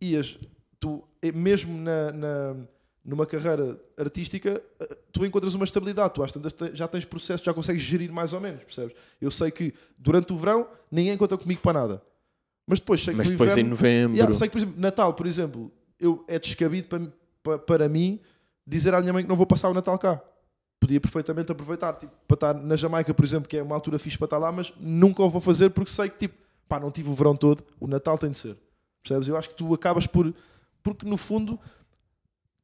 [SPEAKER 6] e as, tu, e mesmo na, na- numa carreira artística, eh, tu encontras uma estabilidade, tu às tantas te- já tens processo, já consegues gerir mais ou menos, percebes? Eu sei que durante o verão ninguém conta comigo para nada. Mas depois sei que
[SPEAKER 3] Mas
[SPEAKER 6] no
[SPEAKER 3] depois em
[SPEAKER 6] inverno-
[SPEAKER 3] novembro.
[SPEAKER 6] Yeah, sei que, por exemplo, Natal, por exemplo, eu, é descabido para, para, para mim dizer à minha mãe que não vou passar o Natal cá. Podia perfeitamente aproveitar tipo, para estar na Jamaica, por exemplo, que é uma altura fixe para estar lá, mas nunca o vou fazer porque sei que, tipo, pá, não tive o verão todo, o Natal tem de ser. Percebes? Eu acho que tu acabas por. Porque no fundo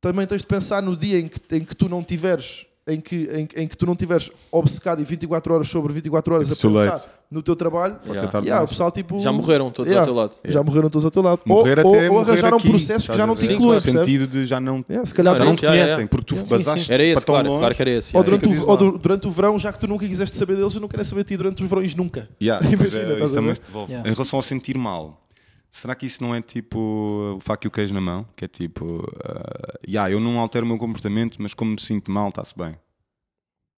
[SPEAKER 6] também tens de pensar no dia em que, em que tu não tiveres. Em que, em, em que tu não tiveres obcecado e 24 horas sobre 24 horas
[SPEAKER 4] It's
[SPEAKER 6] a
[SPEAKER 4] too
[SPEAKER 6] pensar
[SPEAKER 4] late.
[SPEAKER 6] no teu trabalho,
[SPEAKER 3] Yeah.
[SPEAKER 4] ser tarde
[SPEAKER 6] yeah, o
[SPEAKER 4] demais.
[SPEAKER 6] pessoal tipo
[SPEAKER 3] Já morreram todos
[SPEAKER 6] Yeah.
[SPEAKER 3] ao teu lado.
[SPEAKER 6] já morreram todos ao teu lado.
[SPEAKER 4] É. Morrer
[SPEAKER 6] ou,
[SPEAKER 4] até
[SPEAKER 6] ou, ou
[SPEAKER 4] morrer
[SPEAKER 6] arranjaram
[SPEAKER 4] aqui,
[SPEAKER 6] processos que
[SPEAKER 4] estás
[SPEAKER 6] já
[SPEAKER 4] a
[SPEAKER 6] não
[SPEAKER 4] ver?
[SPEAKER 6] te incluem,
[SPEAKER 4] No
[SPEAKER 6] percebes?
[SPEAKER 4] sentido de já não,
[SPEAKER 6] É, se calhar
[SPEAKER 4] já não te
[SPEAKER 3] isso, yeah,
[SPEAKER 4] conhecem,
[SPEAKER 3] yeah.
[SPEAKER 4] porque tu
[SPEAKER 5] Sim, sim,
[SPEAKER 4] vazaste
[SPEAKER 5] sim.
[SPEAKER 3] Era
[SPEAKER 4] para
[SPEAKER 3] esse,
[SPEAKER 4] tão
[SPEAKER 3] claro,
[SPEAKER 4] longe.
[SPEAKER 3] claro que era esse.
[SPEAKER 6] Ou
[SPEAKER 3] yeah.
[SPEAKER 6] durante,
[SPEAKER 4] Ficas
[SPEAKER 6] o, ou
[SPEAKER 4] isolado.
[SPEAKER 6] du- durante o verão, já que tu nunca quiseste saber deles, eu não quero saber de ti durante os verões nunca.
[SPEAKER 4] Yeah, pois é,
[SPEAKER 6] Imagina, estás
[SPEAKER 4] isso
[SPEAKER 6] a ver?
[SPEAKER 4] também se devolve.
[SPEAKER 5] Yeah.
[SPEAKER 4] Em relação ao sentir mal, será que isso não é tipo o faca e o queijo na mão? Que é tipo, ah, yeah, eu não altero o meu comportamento, mas como me sinto mal, está-se bem.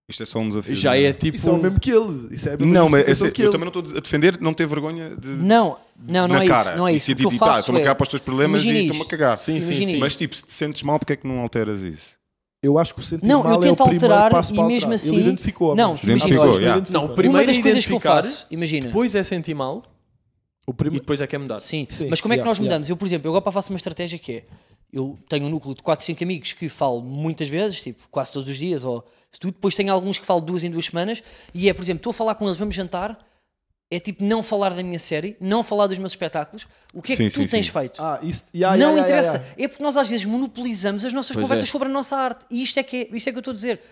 [SPEAKER 4] Isto é só um desafio.
[SPEAKER 3] Já
[SPEAKER 4] não
[SPEAKER 3] é tipo.
[SPEAKER 6] Isso é o mesmo que ele. Isso é a mesma
[SPEAKER 4] Não, mas
[SPEAKER 6] justificação
[SPEAKER 4] esse-
[SPEAKER 6] que
[SPEAKER 4] eu
[SPEAKER 6] ele.
[SPEAKER 4] também não estou a defender, não ter vergonha de,
[SPEAKER 5] Não, não, não
[SPEAKER 4] na
[SPEAKER 5] é
[SPEAKER 4] cara.
[SPEAKER 5] isso. Não é
[SPEAKER 4] E
[SPEAKER 5] isso.
[SPEAKER 4] se
[SPEAKER 5] O que eu
[SPEAKER 4] tipo, pá,
[SPEAKER 5] faço
[SPEAKER 4] estou-me a
[SPEAKER 5] é-
[SPEAKER 4] cagar para os teus problemas
[SPEAKER 5] Imagina
[SPEAKER 4] e estou-me a
[SPEAKER 5] isto.
[SPEAKER 4] cagar.
[SPEAKER 3] Sim, sim,
[SPEAKER 5] Imagina
[SPEAKER 3] sim.
[SPEAKER 4] Mas tipo, se te sentes mal, porque é que não alteras isso?
[SPEAKER 6] Eu acho que é o sentimento
[SPEAKER 5] Não, eu tento alterar e mesmo assim-
[SPEAKER 6] Ele identificou.
[SPEAKER 5] Não,
[SPEAKER 6] mas-
[SPEAKER 5] tu Identificou,
[SPEAKER 4] imagina- yeah.
[SPEAKER 6] Identificou.
[SPEAKER 3] Não, primeiro é
[SPEAKER 5] Uma das coisas que eu
[SPEAKER 3] identificar,
[SPEAKER 5] faço, imagina.
[SPEAKER 3] Depois é sentir mal
[SPEAKER 6] O
[SPEAKER 3] e
[SPEAKER 6] primeiro-
[SPEAKER 3] depois é que é mudar.
[SPEAKER 5] Sim.
[SPEAKER 6] Sim,
[SPEAKER 5] mas como é que
[SPEAKER 6] yeah,
[SPEAKER 5] nós
[SPEAKER 6] yeah.
[SPEAKER 5] mudamos? Eu, por exemplo, eu agora faço uma estratégia que é: eu tenho um núcleo de 4, 5 amigos que falo muitas vezes, tipo, quase todos os dias, ou se tu depois tenho alguns que falo duas em duas semanas, e é, por exemplo, estou a falar com eles, vamos jantar, é tipo não falar da minha série, não falar dos meus espetáculos, o que é
[SPEAKER 4] Sim,
[SPEAKER 5] que tu
[SPEAKER 4] sim,
[SPEAKER 5] tens
[SPEAKER 4] sim.
[SPEAKER 5] feito?
[SPEAKER 6] Ah, isso, yeah,
[SPEAKER 5] não
[SPEAKER 6] yeah, yeah,
[SPEAKER 5] interessa.
[SPEAKER 6] yeah.
[SPEAKER 5] É porque nós às vezes monopolizamos as nossas
[SPEAKER 3] Pois
[SPEAKER 5] conversas
[SPEAKER 3] é.
[SPEAKER 5] sobre a nossa arte, e isto é que, é, isto é que eu estou a dizer. Tipo,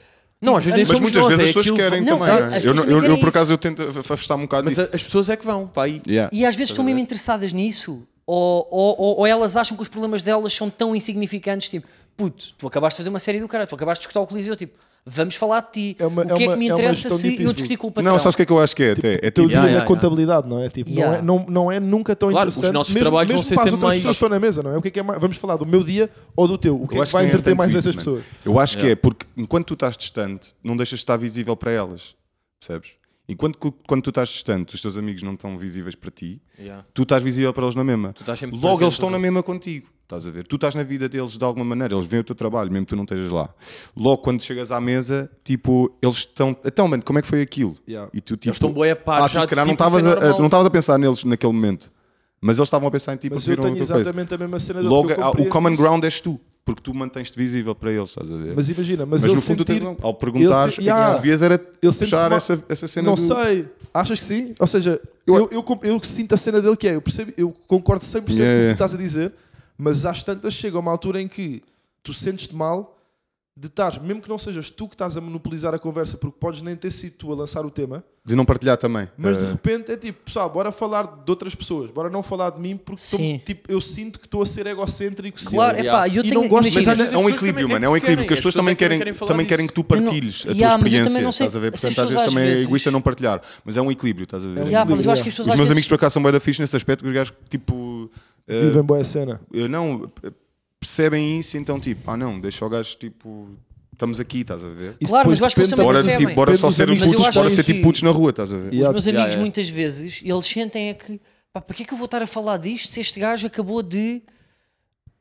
[SPEAKER 3] Não, às vezes nem
[SPEAKER 4] Mas
[SPEAKER 3] somos
[SPEAKER 4] muitas
[SPEAKER 3] nós,
[SPEAKER 4] vezes
[SPEAKER 3] é
[SPEAKER 4] as pessoas
[SPEAKER 3] aquilo-
[SPEAKER 4] querem
[SPEAKER 5] Não,
[SPEAKER 4] também.
[SPEAKER 5] sabe,
[SPEAKER 4] não é?
[SPEAKER 5] as
[SPEAKER 4] Eu,
[SPEAKER 5] pessoas
[SPEAKER 4] não-
[SPEAKER 5] também
[SPEAKER 4] eu-
[SPEAKER 5] querem
[SPEAKER 4] eu, por
[SPEAKER 5] isso.
[SPEAKER 4] acaso eu tento afastar-me um bocado
[SPEAKER 3] Mas
[SPEAKER 4] disso.
[SPEAKER 3] a- as pessoas é que vão, pá. aí.
[SPEAKER 4] Yeah.
[SPEAKER 5] E às vezes estão mesmo interessadas nisso. Ou, ou, ou- ou elas acham que os problemas delas são tão insignificantes, tipo, puto, tu acabaste de fazer uma série do cara, tu acabaste de escutar o Coliseu, tipo, vamos falar de ti.
[SPEAKER 6] É uma-
[SPEAKER 5] o
[SPEAKER 6] é
[SPEAKER 5] que é,
[SPEAKER 6] uma-
[SPEAKER 5] que me
[SPEAKER 6] é uma
[SPEAKER 5] interessa
[SPEAKER 6] gestão
[SPEAKER 5] se eu
[SPEAKER 6] difícil.
[SPEAKER 5] discutir com o patrão?
[SPEAKER 4] Não, sabes o que é que eu acho que é? até? É
[SPEAKER 6] O teu
[SPEAKER 4] tipo,
[SPEAKER 6] dia
[SPEAKER 3] yeah,
[SPEAKER 6] na
[SPEAKER 3] yeah.
[SPEAKER 6] contabilidade, não é? Tipo,
[SPEAKER 5] Yeah.
[SPEAKER 6] não, é não, não é nunca tão
[SPEAKER 3] Claro, os
[SPEAKER 6] interessante.
[SPEAKER 3] nossos
[SPEAKER 6] mesmo,
[SPEAKER 3] trabalhos
[SPEAKER 6] mesmo
[SPEAKER 3] vão ser
[SPEAKER 6] para as
[SPEAKER 3] sempre
[SPEAKER 6] outras
[SPEAKER 3] mais-
[SPEAKER 6] pessoas que estão na mesa, não é? O que é que é mais... Vamos falar do meu dia ou do teu? O que
[SPEAKER 4] Eu
[SPEAKER 6] é
[SPEAKER 4] acho
[SPEAKER 6] que vai
[SPEAKER 4] nem é
[SPEAKER 6] entreter
[SPEAKER 4] tanto
[SPEAKER 6] mais
[SPEAKER 4] isso,
[SPEAKER 6] essas
[SPEAKER 4] man.
[SPEAKER 6] pessoas?
[SPEAKER 4] Eu acho que é porque enquanto tu estás distante, não deixas de estar visível para elas, percebes? Enquanto que, quando tu estás distante, os teus amigos não estão visíveis para ti,
[SPEAKER 3] Yeah.
[SPEAKER 4] tu estás visível para eles na mesma.
[SPEAKER 3] estás sempre
[SPEAKER 4] Logo
[SPEAKER 3] presente,
[SPEAKER 4] eles estão na mesma contigo. Estás a ver? Tu estás na vida deles de alguma maneira, eles veem o teu trabalho, mesmo que tu não estejas lá. Logo quando chegas à mesa, tipo, eles estão. Então, mano, como é que foi aquilo?
[SPEAKER 6] Yeah.
[SPEAKER 4] E tu, tipo,
[SPEAKER 3] Eles estão bué a par
[SPEAKER 4] ah,
[SPEAKER 3] já
[SPEAKER 4] tu, se
[SPEAKER 3] de
[SPEAKER 4] calhar, não
[SPEAKER 3] tipo, isso é
[SPEAKER 4] estavas a- a,
[SPEAKER 3] normal.
[SPEAKER 4] não estavas a pensar neles naquele momento, mas eles estavam a pensar em ti
[SPEAKER 6] Mas
[SPEAKER 4] porque
[SPEAKER 6] eu
[SPEAKER 4] viram
[SPEAKER 6] tenho
[SPEAKER 4] outra coisa.
[SPEAKER 6] exatamente a mesma cena do
[SPEAKER 4] Logo,
[SPEAKER 6] que eu
[SPEAKER 4] há- o
[SPEAKER 6] compreendo é
[SPEAKER 4] common
[SPEAKER 6] isso.
[SPEAKER 4] ground és tu, porque tu mantens-te visível para eles, estás a ver?
[SPEAKER 6] Mas imagina, mas,
[SPEAKER 4] Mas
[SPEAKER 6] ele
[SPEAKER 4] no fundo, tu
[SPEAKER 6] sentir,
[SPEAKER 4] tens razão. ao perguntares,
[SPEAKER 6] se-
[SPEAKER 4] o que é que
[SPEAKER 6] yeah.
[SPEAKER 4] tu devias era
[SPEAKER 6] Ele sente-se
[SPEAKER 4] puxar
[SPEAKER 6] mal.
[SPEAKER 4] essa, essa cena
[SPEAKER 6] não
[SPEAKER 4] do...
[SPEAKER 6] sei, achas que sim? Ou seja, eu, eu, com- eu sinto a cena dele que é, eu, percebo, eu concordo 100% com
[SPEAKER 4] Yeah,
[SPEAKER 6] o que tu
[SPEAKER 4] yeah.
[SPEAKER 6] estás a dizer, mas às tantas chega uma altura em que tu sentes-te mal de estar, mesmo que não sejas tu que estás a monopolizar a conversa, porque podes nem ter sido tu a lançar o tema,
[SPEAKER 4] de não partilhar também.
[SPEAKER 6] mas de
[SPEAKER 4] Eh,
[SPEAKER 6] repente é tipo, pessoal, bora falar de outras pessoas, bora não falar de mim, porque tô-
[SPEAKER 5] Sim.
[SPEAKER 6] tipo, eu sinto que estou a ser egocêntricos
[SPEAKER 5] Claro, é pá, eu
[SPEAKER 6] E
[SPEAKER 5] tenho
[SPEAKER 6] não gosto,
[SPEAKER 4] mas
[SPEAKER 5] imagina,
[SPEAKER 4] às vezes é um
[SPEAKER 3] pessoas
[SPEAKER 4] equilíbrio,
[SPEAKER 3] também-
[SPEAKER 4] mano. É um
[SPEAKER 3] é que
[SPEAKER 4] equilíbrio, porque as pessoas também querem,
[SPEAKER 3] é que não querem falar
[SPEAKER 4] também querem que
[SPEAKER 3] disso.
[SPEAKER 4] tu partilhes
[SPEAKER 5] Eu não-
[SPEAKER 4] a tua
[SPEAKER 5] Yeah, mas eu também
[SPEAKER 4] experiência.
[SPEAKER 5] não sei-
[SPEAKER 4] estás a ver?
[SPEAKER 5] porque as
[SPEAKER 4] Portanto, às
[SPEAKER 5] pessoas
[SPEAKER 4] vezes
[SPEAKER 5] às
[SPEAKER 4] também é
[SPEAKER 5] vezes-
[SPEAKER 4] egoísta não partilhar, mas é um equilíbrio, estás a ver?
[SPEAKER 5] Yeah, mas eu acho que as
[SPEAKER 6] Os
[SPEAKER 5] pessoas
[SPEAKER 4] Os
[SPEAKER 5] às
[SPEAKER 4] meus
[SPEAKER 5] vezes-
[SPEAKER 4] amigos por acaso são bem da fixe nesse aspecto, que os gajos tipo. eh,
[SPEAKER 6] Vivem boa cena.
[SPEAKER 4] eh, não, eh, percebem isso, então tipo, ah não, deixa o gajo tipo. Estamos aqui, estás a ver?
[SPEAKER 6] Isso
[SPEAKER 5] Claro, mas
[SPEAKER 6] depois
[SPEAKER 5] eu acho que eles
[SPEAKER 6] depende
[SPEAKER 5] também
[SPEAKER 6] da-
[SPEAKER 4] Bora,
[SPEAKER 5] percebem.
[SPEAKER 4] tipo, bora só ser
[SPEAKER 6] Então, Mas
[SPEAKER 5] eu
[SPEAKER 4] putos,
[SPEAKER 5] acho
[SPEAKER 4] bora
[SPEAKER 5] que-
[SPEAKER 4] ser tipo putos na rua, estás a ver?
[SPEAKER 5] Os
[SPEAKER 6] Yeah.
[SPEAKER 5] meus amigos
[SPEAKER 3] Yeah, yeah.
[SPEAKER 5] muitas vezes, eles sentem é que, pá, para que é que eu vou estar a falar disto se este gajo acabou de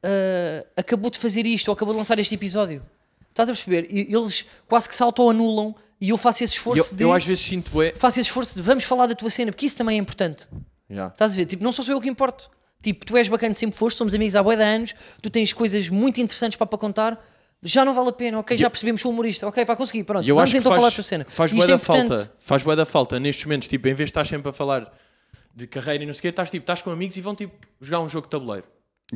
[SPEAKER 5] ah, acabou de fazer isto ou acabou de lançar este episódio? Estás a perceber? E eles quase que se auto-anulam e eu faço esse
[SPEAKER 3] Eu,
[SPEAKER 5] esforço de
[SPEAKER 3] eu às vezes sinto bué.
[SPEAKER 5] faço esse esforço de vamos falar da tua cena, porque isso também é importante.
[SPEAKER 3] Yeah.
[SPEAKER 5] Estás a ver? Tipo, não sou só eu que importo. Tipo, tu és bacana, sempre foste, somos amigos há bué de anos, tu tens coisas muito interessantes para, para contar, já não vale a pena, ok, já percebemos, sou humorista, ok, para conseguir, pronto,
[SPEAKER 3] E eu
[SPEAKER 5] vamos
[SPEAKER 3] acho que
[SPEAKER 5] então
[SPEAKER 3] faz,
[SPEAKER 5] falar da tua cena.
[SPEAKER 3] faz
[SPEAKER 5] Isto
[SPEAKER 3] bué
[SPEAKER 5] é
[SPEAKER 3] da
[SPEAKER 5] importante.
[SPEAKER 3] falta. Faz bué da falta nestes momentos, tipo, em vez de estás sempre a falar de carreira e não sei o quê, estás tipo, estás com amigos e vão tipo jogar um jogo de tabuleiro.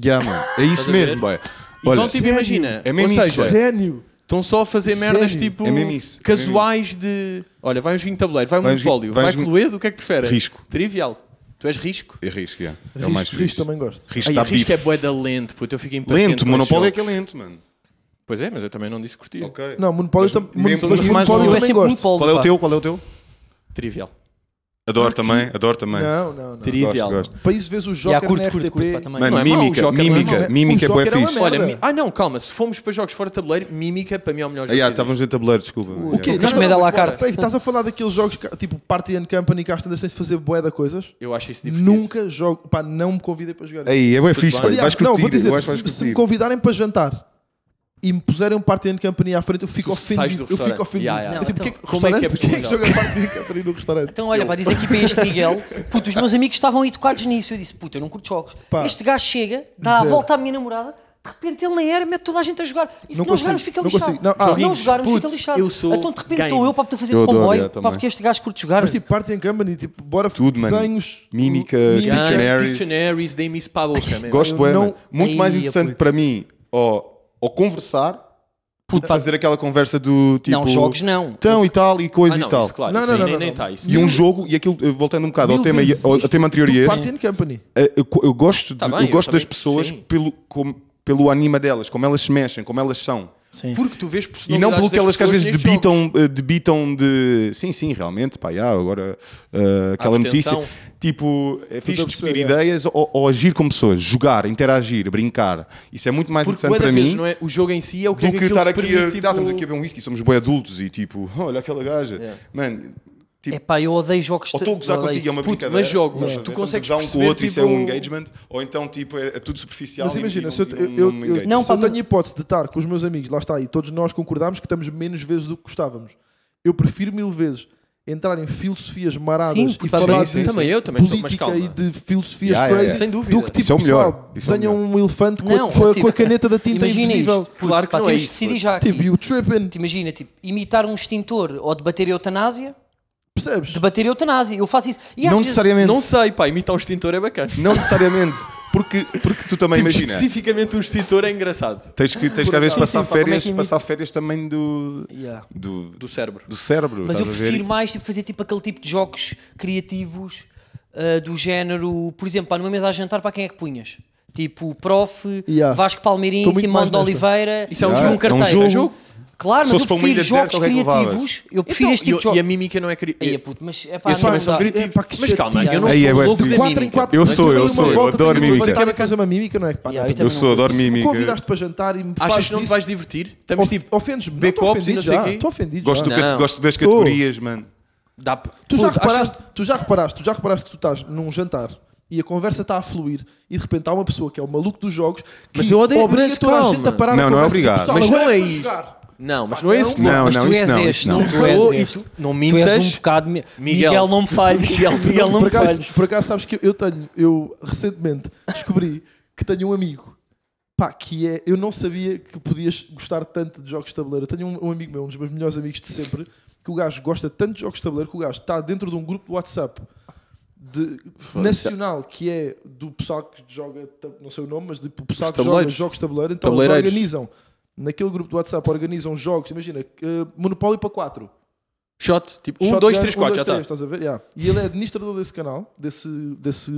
[SPEAKER 4] Yeah, mano. É isso
[SPEAKER 3] a ver?
[SPEAKER 4] mesmo, boy.
[SPEAKER 3] E
[SPEAKER 4] Olha,
[SPEAKER 3] vão tipo, imagina,
[SPEAKER 4] é mesmo
[SPEAKER 3] ou
[SPEAKER 4] isso,
[SPEAKER 3] seja,
[SPEAKER 4] é.
[SPEAKER 6] Gênio!
[SPEAKER 3] estão só a fazer merdas
[SPEAKER 6] Gênio.
[SPEAKER 3] tipo
[SPEAKER 4] É mesmo isso, é
[SPEAKER 3] casuais de. Olha, vai um joguinho de tabuleiro, vai um
[SPEAKER 4] Vai um jogu-
[SPEAKER 3] monopólio,
[SPEAKER 4] vai um
[SPEAKER 3] vai
[SPEAKER 4] jogu-
[SPEAKER 3] Cluedo, o que é que preferes?
[SPEAKER 4] Risco.
[SPEAKER 3] Trivial. Tu és risco?
[SPEAKER 4] é risco, yeah. é o mais
[SPEAKER 6] Risco,
[SPEAKER 4] fixe.
[SPEAKER 6] risco também gosto.
[SPEAKER 4] Risco
[SPEAKER 3] Ai,
[SPEAKER 4] está
[SPEAKER 3] risco é
[SPEAKER 4] bife.
[SPEAKER 3] bué da lento, puto, eu fico impaciente.
[SPEAKER 4] Lento,
[SPEAKER 3] com
[SPEAKER 4] monopólio é
[SPEAKER 3] esse
[SPEAKER 4] que é
[SPEAKER 3] jogo.
[SPEAKER 4] lento, mano.
[SPEAKER 3] Pois é, mas eu também não disse que curtia.
[SPEAKER 4] Ok.
[SPEAKER 6] Não, Monopólio, tam
[SPEAKER 4] mesmo-
[SPEAKER 6] Monopólio-
[SPEAKER 4] mas mais um-
[SPEAKER 6] Monopólio
[SPEAKER 5] Eu é
[SPEAKER 6] também
[SPEAKER 5] sempre muito
[SPEAKER 6] gosto.
[SPEAKER 5] polo.
[SPEAKER 4] Qual é o
[SPEAKER 5] pá.
[SPEAKER 4] teu? Qual é o teu?
[SPEAKER 3] Trivial.
[SPEAKER 4] Adoro também, adoro também.
[SPEAKER 6] Não, não,
[SPEAKER 4] Tipo.
[SPEAKER 6] não.
[SPEAKER 3] Trivial.
[SPEAKER 4] Gosto,
[SPEAKER 6] Para isso vês o
[SPEAKER 5] E há
[SPEAKER 6] Joker
[SPEAKER 5] curto,
[SPEAKER 6] na
[SPEAKER 5] curto, curto, pá,
[SPEAKER 6] RTP.
[SPEAKER 5] também.
[SPEAKER 4] Mano,
[SPEAKER 3] Não é mau, o
[SPEAKER 4] mímica,
[SPEAKER 3] Joker não é
[SPEAKER 4] mímica,
[SPEAKER 6] mau.
[SPEAKER 4] mímica
[SPEAKER 6] O
[SPEAKER 4] é bué
[SPEAKER 6] Joker é uma
[SPEAKER 4] fixe.
[SPEAKER 6] merda.
[SPEAKER 3] Olha, mi- ah não, calma, se fomos para jogos fora de tabuleiro, mímica para mim é o melhor
[SPEAKER 4] Ah,
[SPEAKER 3] jogo. que
[SPEAKER 4] yeah,
[SPEAKER 3] existe.
[SPEAKER 4] estávamos em tabuleiro, desculpa.
[SPEAKER 6] O quê?
[SPEAKER 4] Yeah.
[SPEAKER 5] Mas
[SPEAKER 6] Não, não,
[SPEAKER 5] comida à
[SPEAKER 6] não,
[SPEAKER 5] la
[SPEAKER 6] mas bora,
[SPEAKER 5] carte.
[SPEAKER 6] peraí, Estás a falar daqueles jogos que- tipo Party and Company que às tantas tens de fazer bué da coisas?
[SPEAKER 3] Eu acho isso divertido.
[SPEAKER 6] Nunca jogo. Pá, não me convidem para jogar.
[SPEAKER 4] Aí, é bué
[SPEAKER 3] bem.
[SPEAKER 4] fixe, pá,
[SPEAKER 6] Aliás,
[SPEAKER 4] vais
[SPEAKER 6] não, vou
[SPEAKER 4] curtir,
[SPEAKER 6] dizer,
[SPEAKER 4] eu acho que
[SPEAKER 6] se,
[SPEAKER 4] vais
[SPEAKER 6] se me
[SPEAKER 4] curtir.
[SPEAKER 6] convidarem para jantar e me puserem um Party and Company à frente, eu fico
[SPEAKER 3] Tu sais
[SPEAKER 6] ofendido.
[SPEAKER 3] do
[SPEAKER 6] Eu fico
[SPEAKER 3] restaurante.
[SPEAKER 6] ofendido.
[SPEAKER 3] Yeah, yeah.
[SPEAKER 6] É tipo,
[SPEAKER 5] Não,
[SPEAKER 6] quem é que-
[SPEAKER 3] como é que é
[SPEAKER 6] restaurante? <laughs> Quem é
[SPEAKER 3] possível?
[SPEAKER 6] que joga Party and Company no restaurante?
[SPEAKER 5] Então, olha, pá, diz aqui para
[SPEAKER 3] <laughs>
[SPEAKER 5] este Miguel, puto, os meus amigos estavam educados nisso. Eu disse, puto, eu não curto jogos.
[SPEAKER 6] Pá.
[SPEAKER 5] Este gajo chega, dá
[SPEAKER 6] Zero.
[SPEAKER 5] a volta à minha namorada, de repente ele na era, mete toda a gente a jogar. E se
[SPEAKER 6] Não
[SPEAKER 5] não,
[SPEAKER 6] consigo,
[SPEAKER 5] jogarmos, fica
[SPEAKER 6] não
[SPEAKER 5] lixado.
[SPEAKER 6] consigo. Não, ah,
[SPEAKER 5] se não
[SPEAKER 6] amigos,
[SPEAKER 5] jogarmos, fica
[SPEAKER 3] puto,
[SPEAKER 5] lixado.
[SPEAKER 3] eu sou
[SPEAKER 5] então, de repente, estou eu
[SPEAKER 3] games.
[SPEAKER 5] para poder fazer
[SPEAKER 4] Eu adoro,
[SPEAKER 5] comboio,
[SPEAKER 4] yeah,
[SPEAKER 5] pá,
[SPEAKER 4] também.
[SPEAKER 5] porque este gajo curte jogar.
[SPEAKER 6] Mas tipo, Party and Company, tipo, bora
[SPEAKER 4] Tudo, mano.
[SPEAKER 6] desenhos.
[SPEAKER 4] Mímicas,
[SPEAKER 3] Yeah,
[SPEAKER 4] Pictionaries.
[SPEAKER 3] Pictionaries, dei-me isso para a boca é mesmo.
[SPEAKER 4] Gosto,
[SPEAKER 6] Eu
[SPEAKER 4] bué,
[SPEAKER 6] não-
[SPEAKER 4] mano. Muito
[SPEAKER 5] Aí,
[SPEAKER 4] mais
[SPEAKER 5] eu
[SPEAKER 4] interessante
[SPEAKER 5] puto.
[SPEAKER 4] para mim, ou, ou conversar,
[SPEAKER 5] puto, pá,
[SPEAKER 4] fazer aquela conversa do tipo...
[SPEAKER 5] não, jogos não.
[SPEAKER 4] Então e tal, e coisa
[SPEAKER 3] Ah,
[SPEAKER 4] e
[SPEAKER 3] não,
[SPEAKER 4] tal.
[SPEAKER 3] isso, claro,
[SPEAKER 6] Não,
[SPEAKER 3] isso
[SPEAKER 6] não,
[SPEAKER 3] aí
[SPEAKER 6] não,
[SPEAKER 3] nem-
[SPEAKER 6] não,
[SPEAKER 3] nem
[SPEAKER 6] não.
[SPEAKER 3] está isso.
[SPEAKER 4] E um jogo, e aquilo, eh, voltando um bocado
[SPEAKER 6] tipo, Mil
[SPEAKER 4] ao tema,
[SPEAKER 6] vezes
[SPEAKER 4] ao,
[SPEAKER 6] isto
[SPEAKER 4] ao tema anterior
[SPEAKER 6] do
[SPEAKER 4] e este,
[SPEAKER 6] Party and Company.
[SPEAKER 4] eh, eu, co- eu gosto, de-
[SPEAKER 3] Tá bem,
[SPEAKER 4] eu
[SPEAKER 3] eu
[SPEAKER 4] gosto das
[SPEAKER 3] também-
[SPEAKER 4] pessoas
[SPEAKER 3] sim.
[SPEAKER 4] pelo, como- pelo anima delas, como elas se mexem, como elas são.
[SPEAKER 5] Sim.
[SPEAKER 3] é Porque tu vês
[SPEAKER 4] E não pelo que elas que às
[SPEAKER 3] das pessoas
[SPEAKER 4] vezes
[SPEAKER 3] nestes jogos.
[SPEAKER 4] debitam, eh, debitam de. Sim, sim, realmente, pá, já, agora eh, aquela notícia.
[SPEAKER 3] Abstenção.
[SPEAKER 4] Tipo, é fixe
[SPEAKER 6] a
[SPEAKER 4] discutir
[SPEAKER 6] perceber, é.
[SPEAKER 4] ideias ou, ou agir como pessoas, jogar, interagir, brincar. Isso é muito mais
[SPEAKER 3] Porque
[SPEAKER 4] interessante
[SPEAKER 3] bué
[SPEAKER 4] para
[SPEAKER 3] da
[SPEAKER 4] mim
[SPEAKER 3] vezes, não é? O jogo em si é o que é
[SPEAKER 4] do
[SPEAKER 3] que
[SPEAKER 4] que
[SPEAKER 3] aquilo
[SPEAKER 4] estar
[SPEAKER 3] te
[SPEAKER 4] aqui
[SPEAKER 3] permite,
[SPEAKER 4] a.
[SPEAKER 3] tipo-
[SPEAKER 4] "Ah, estamos aqui a beber um whisky, somos boi adultos e tipo, <laughs> olha aquela gaja. Mano, tipo,
[SPEAKER 5] É pá, eu odeio jogos
[SPEAKER 4] ou estou a gozar
[SPEAKER 5] odeio
[SPEAKER 4] contigo, é
[SPEAKER 5] isso.
[SPEAKER 4] uma
[SPEAKER 3] Puto, É.
[SPEAKER 4] brincadeira.
[SPEAKER 3] mas jogos,
[SPEAKER 4] estás a ver?
[SPEAKER 3] tu
[SPEAKER 4] Estamos a
[SPEAKER 3] consegues
[SPEAKER 4] gozar um com o
[SPEAKER 3] perceber,
[SPEAKER 4] outro, isso é
[SPEAKER 3] tipo,
[SPEAKER 4] um engagement, ou então tipo, é, é tudo superficial.
[SPEAKER 6] Mas
[SPEAKER 4] e-
[SPEAKER 6] imagina,
[SPEAKER 4] e
[SPEAKER 6] se eu,
[SPEAKER 4] não- e
[SPEAKER 6] eu, eu,
[SPEAKER 4] não me
[SPEAKER 6] eu,
[SPEAKER 4] engage.
[SPEAKER 5] Não,
[SPEAKER 6] se eu
[SPEAKER 5] pá, mas-
[SPEAKER 6] tenho a hipótese de estar com os meus amigos, lá está, e todos nós concordamos que estamos menos vezes do que gostávamos. Eu prefiro mil vezes entrar em filosofias maradas
[SPEAKER 5] Sim,
[SPEAKER 6] e
[SPEAKER 5] puto,
[SPEAKER 6] falar
[SPEAKER 3] sim, sim, sim.
[SPEAKER 6] de
[SPEAKER 3] Também eu, também sou, mas
[SPEAKER 6] política
[SPEAKER 3] calma.
[SPEAKER 6] e de filosofias
[SPEAKER 4] Yeah, yeah,
[SPEAKER 6] crazy
[SPEAKER 4] yeah.
[SPEAKER 3] Sem dúvida.
[SPEAKER 6] do que tipo
[SPEAKER 4] Isso é o melhor,
[SPEAKER 6] pessoal
[SPEAKER 4] isso é o
[SPEAKER 6] desenha um elefante com,
[SPEAKER 5] Não,
[SPEAKER 6] a, com, a,
[SPEAKER 5] tipo,
[SPEAKER 6] com a caneta da tinta
[SPEAKER 5] imagina tipo,
[SPEAKER 6] invisível.
[SPEAKER 5] Isto, puto,
[SPEAKER 3] Claro que
[SPEAKER 5] pá,
[SPEAKER 3] não
[SPEAKER 4] então
[SPEAKER 3] é
[SPEAKER 5] temos de
[SPEAKER 3] isso,
[SPEAKER 5] decidir
[SPEAKER 3] puto.
[SPEAKER 5] já
[SPEAKER 6] Tipo, e
[SPEAKER 5] aqui.
[SPEAKER 6] o tripping,
[SPEAKER 5] Te Imagina, tipo, imitar um extintor ou debater a eutanásia,
[SPEAKER 6] percebes?
[SPEAKER 5] debater a eutanásia. Eu faço isso. E às
[SPEAKER 4] Não
[SPEAKER 5] vezes-
[SPEAKER 4] necessariamente.
[SPEAKER 3] Não sei, pá, imitar um extintor é bacana.
[SPEAKER 4] Não necessariamente. Porque, porque tu também
[SPEAKER 3] Tipo,
[SPEAKER 4] imagina.
[SPEAKER 3] Especificamente um extintor é engraçado.
[SPEAKER 4] Tens que, tens que às vezes
[SPEAKER 5] Sim, sim,
[SPEAKER 4] passar
[SPEAKER 5] pá, como é que
[SPEAKER 4] férias,
[SPEAKER 5] imita?
[SPEAKER 4] passar férias também do,
[SPEAKER 5] Yeah.
[SPEAKER 4] do,
[SPEAKER 3] Do cérebro.
[SPEAKER 4] do cérebro.
[SPEAKER 5] Mas eu
[SPEAKER 4] estás a ver?
[SPEAKER 5] prefiro mais tipo, fazer tipo aquele tipo de jogos criativos ah, do género, por exemplo, pá, numa mesa a jantar, para quem é que punhas? Tipo, prof,
[SPEAKER 6] Yeah.
[SPEAKER 5] Vasco Palmeirim,
[SPEAKER 6] Tô muito
[SPEAKER 5] Simão
[SPEAKER 6] mais
[SPEAKER 5] de
[SPEAKER 6] nesta.
[SPEAKER 5] Oliveira
[SPEAKER 3] Isso é um
[SPEAKER 5] e
[SPEAKER 3] jogo,
[SPEAKER 5] um
[SPEAKER 4] é um
[SPEAKER 5] carteiro.
[SPEAKER 4] jogo.
[SPEAKER 5] Claro,
[SPEAKER 4] Se
[SPEAKER 5] mas
[SPEAKER 4] fosse para
[SPEAKER 5] eu
[SPEAKER 4] uma
[SPEAKER 5] prefiro
[SPEAKER 4] ilha deserta,
[SPEAKER 5] jogos
[SPEAKER 4] o que é que levavas?
[SPEAKER 5] criativos. Eu prefiro
[SPEAKER 3] Então,
[SPEAKER 5] este tipo
[SPEAKER 3] e-
[SPEAKER 5] de jogo.
[SPEAKER 3] E a mímica não é criativa.
[SPEAKER 5] Aí, puto, mas é pá,
[SPEAKER 3] Esses
[SPEAKER 5] não
[SPEAKER 3] também são
[SPEAKER 5] dá.
[SPEAKER 3] críticos. Mas calma, eu não
[SPEAKER 4] Aí é
[SPEAKER 3] sou
[SPEAKER 4] bué-
[SPEAKER 3] louco
[SPEAKER 6] de
[SPEAKER 3] da
[SPEAKER 6] 4 em
[SPEAKER 3] mímica.
[SPEAKER 6] 4
[SPEAKER 4] Eu sou, eu sou, eu adoro mímica.
[SPEAKER 6] Acaba fazer uma mímica, não é? Pá,
[SPEAKER 5] Yeah,
[SPEAKER 6] não,
[SPEAKER 5] eu
[SPEAKER 4] Eu
[SPEAKER 5] também
[SPEAKER 4] sou,
[SPEAKER 5] não-
[SPEAKER 4] adoro
[SPEAKER 6] Me
[SPEAKER 4] mímica.
[SPEAKER 6] convidaste para jantar e me fazes
[SPEAKER 3] Achas que não te
[SPEAKER 6] isso,
[SPEAKER 3] vais divertir? Estamos
[SPEAKER 6] of-
[SPEAKER 3] tipo.
[SPEAKER 6] ofendes-me. Não estou
[SPEAKER 3] backups e
[SPEAKER 6] ofendido
[SPEAKER 3] não sei
[SPEAKER 6] já.
[SPEAKER 3] quê.
[SPEAKER 6] Estou ofendido
[SPEAKER 4] Gosto,
[SPEAKER 6] já.
[SPEAKER 4] do cat-
[SPEAKER 3] Não.
[SPEAKER 4] gosto das categorias, mano.
[SPEAKER 3] Dá p-
[SPEAKER 6] Tu já,
[SPEAKER 3] Puto,
[SPEAKER 6] reparaste,
[SPEAKER 3] achas-
[SPEAKER 6] tu já reparaste, tu já reparaste que tu estás num jantar e a conversa está a fluir e de repente há uma pessoa que é o maluco dos jogos que
[SPEAKER 3] Mas eu odeio-
[SPEAKER 6] obriga
[SPEAKER 3] mas
[SPEAKER 6] toda a
[SPEAKER 3] calma.
[SPEAKER 6] gente a parar
[SPEAKER 4] Não,
[SPEAKER 6] a
[SPEAKER 4] não é
[SPEAKER 6] conversa. Tipo,
[SPEAKER 4] obrigado.
[SPEAKER 6] Pessoal,
[SPEAKER 3] Mas
[SPEAKER 6] agora
[SPEAKER 3] não é
[SPEAKER 6] que vamos
[SPEAKER 3] isso.
[SPEAKER 6] jogar.
[SPEAKER 3] Não, mas não é esse
[SPEAKER 4] Não,
[SPEAKER 5] Mas
[SPEAKER 4] não,
[SPEAKER 5] tu
[SPEAKER 4] isso
[SPEAKER 5] és
[SPEAKER 4] não.
[SPEAKER 5] este,
[SPEAKER 4] Isso não.
[SPEAKER 5] não.
[SPEAKER 3] Tu
[SPEAKER 5] Tu és
[SPEAKER 3] és
[SPEAKER 5] este.
[SPEAKER 3] e tu- não
[SPEAKER 5] Tu és um
[SPEAKER 3] mintas.
[SPEAKER 5] bocado. Miguel,
[SPEAKER 3] Miguel.
[SPEAKER 5] Miguel não me
[SPEAKER 3] <laughs>
[SPEAKER 5] falhes. Miguel, não
[SPEAKER 6] por,
[SPEAKER 5] me
[SPEAKER 6] acaso,
[SPEAKER 5] falhes.
[SPEAKER 6] por acaso sabes que eu tenho, eu recentemente descobri que tenho um amigo pá, que é, eu não sabia que podias gostar tanto de jogos de tabuleiro. Eu tenho um, um amigo meu, um dos meus melhores amigos de sempre, que o gajo gosta tanto de jogos de tabuleiro que o gajo está dentro de um grupo do WhatsApp de- nacional que é do pessoal que joga, ta- não sei o nome, mas do pessoal
[SPEAKER 3] Os
[SPEAKER 6] que joga
[SPEAKER 3] tabuleiros.
[SPEAKER 6] jogos de tabuleiro, então eles
[SPEAKER 3] Tabuleireiros.
[SPEAKER 6] organizam. Naquele grupo do WhatsApp organizam jogos, imagina, eh, Monopólio para 4.
[SPEAKER 3] Shot, tipo, um,
[SPEAKER 6] Shotgun,
[SPEAKER 3] dois, três,
[SPEAKER 6] um,
[SPEAKER 3] quatro,
[SPEAKER 6] dois,
[SPEAKER 3] já tá.
[SPEAKER 6] três,
[SPEAKER 3] está.
[SPEAKER 6] estás a ver? Yeah. E ele é administrador desse canal, desse, desse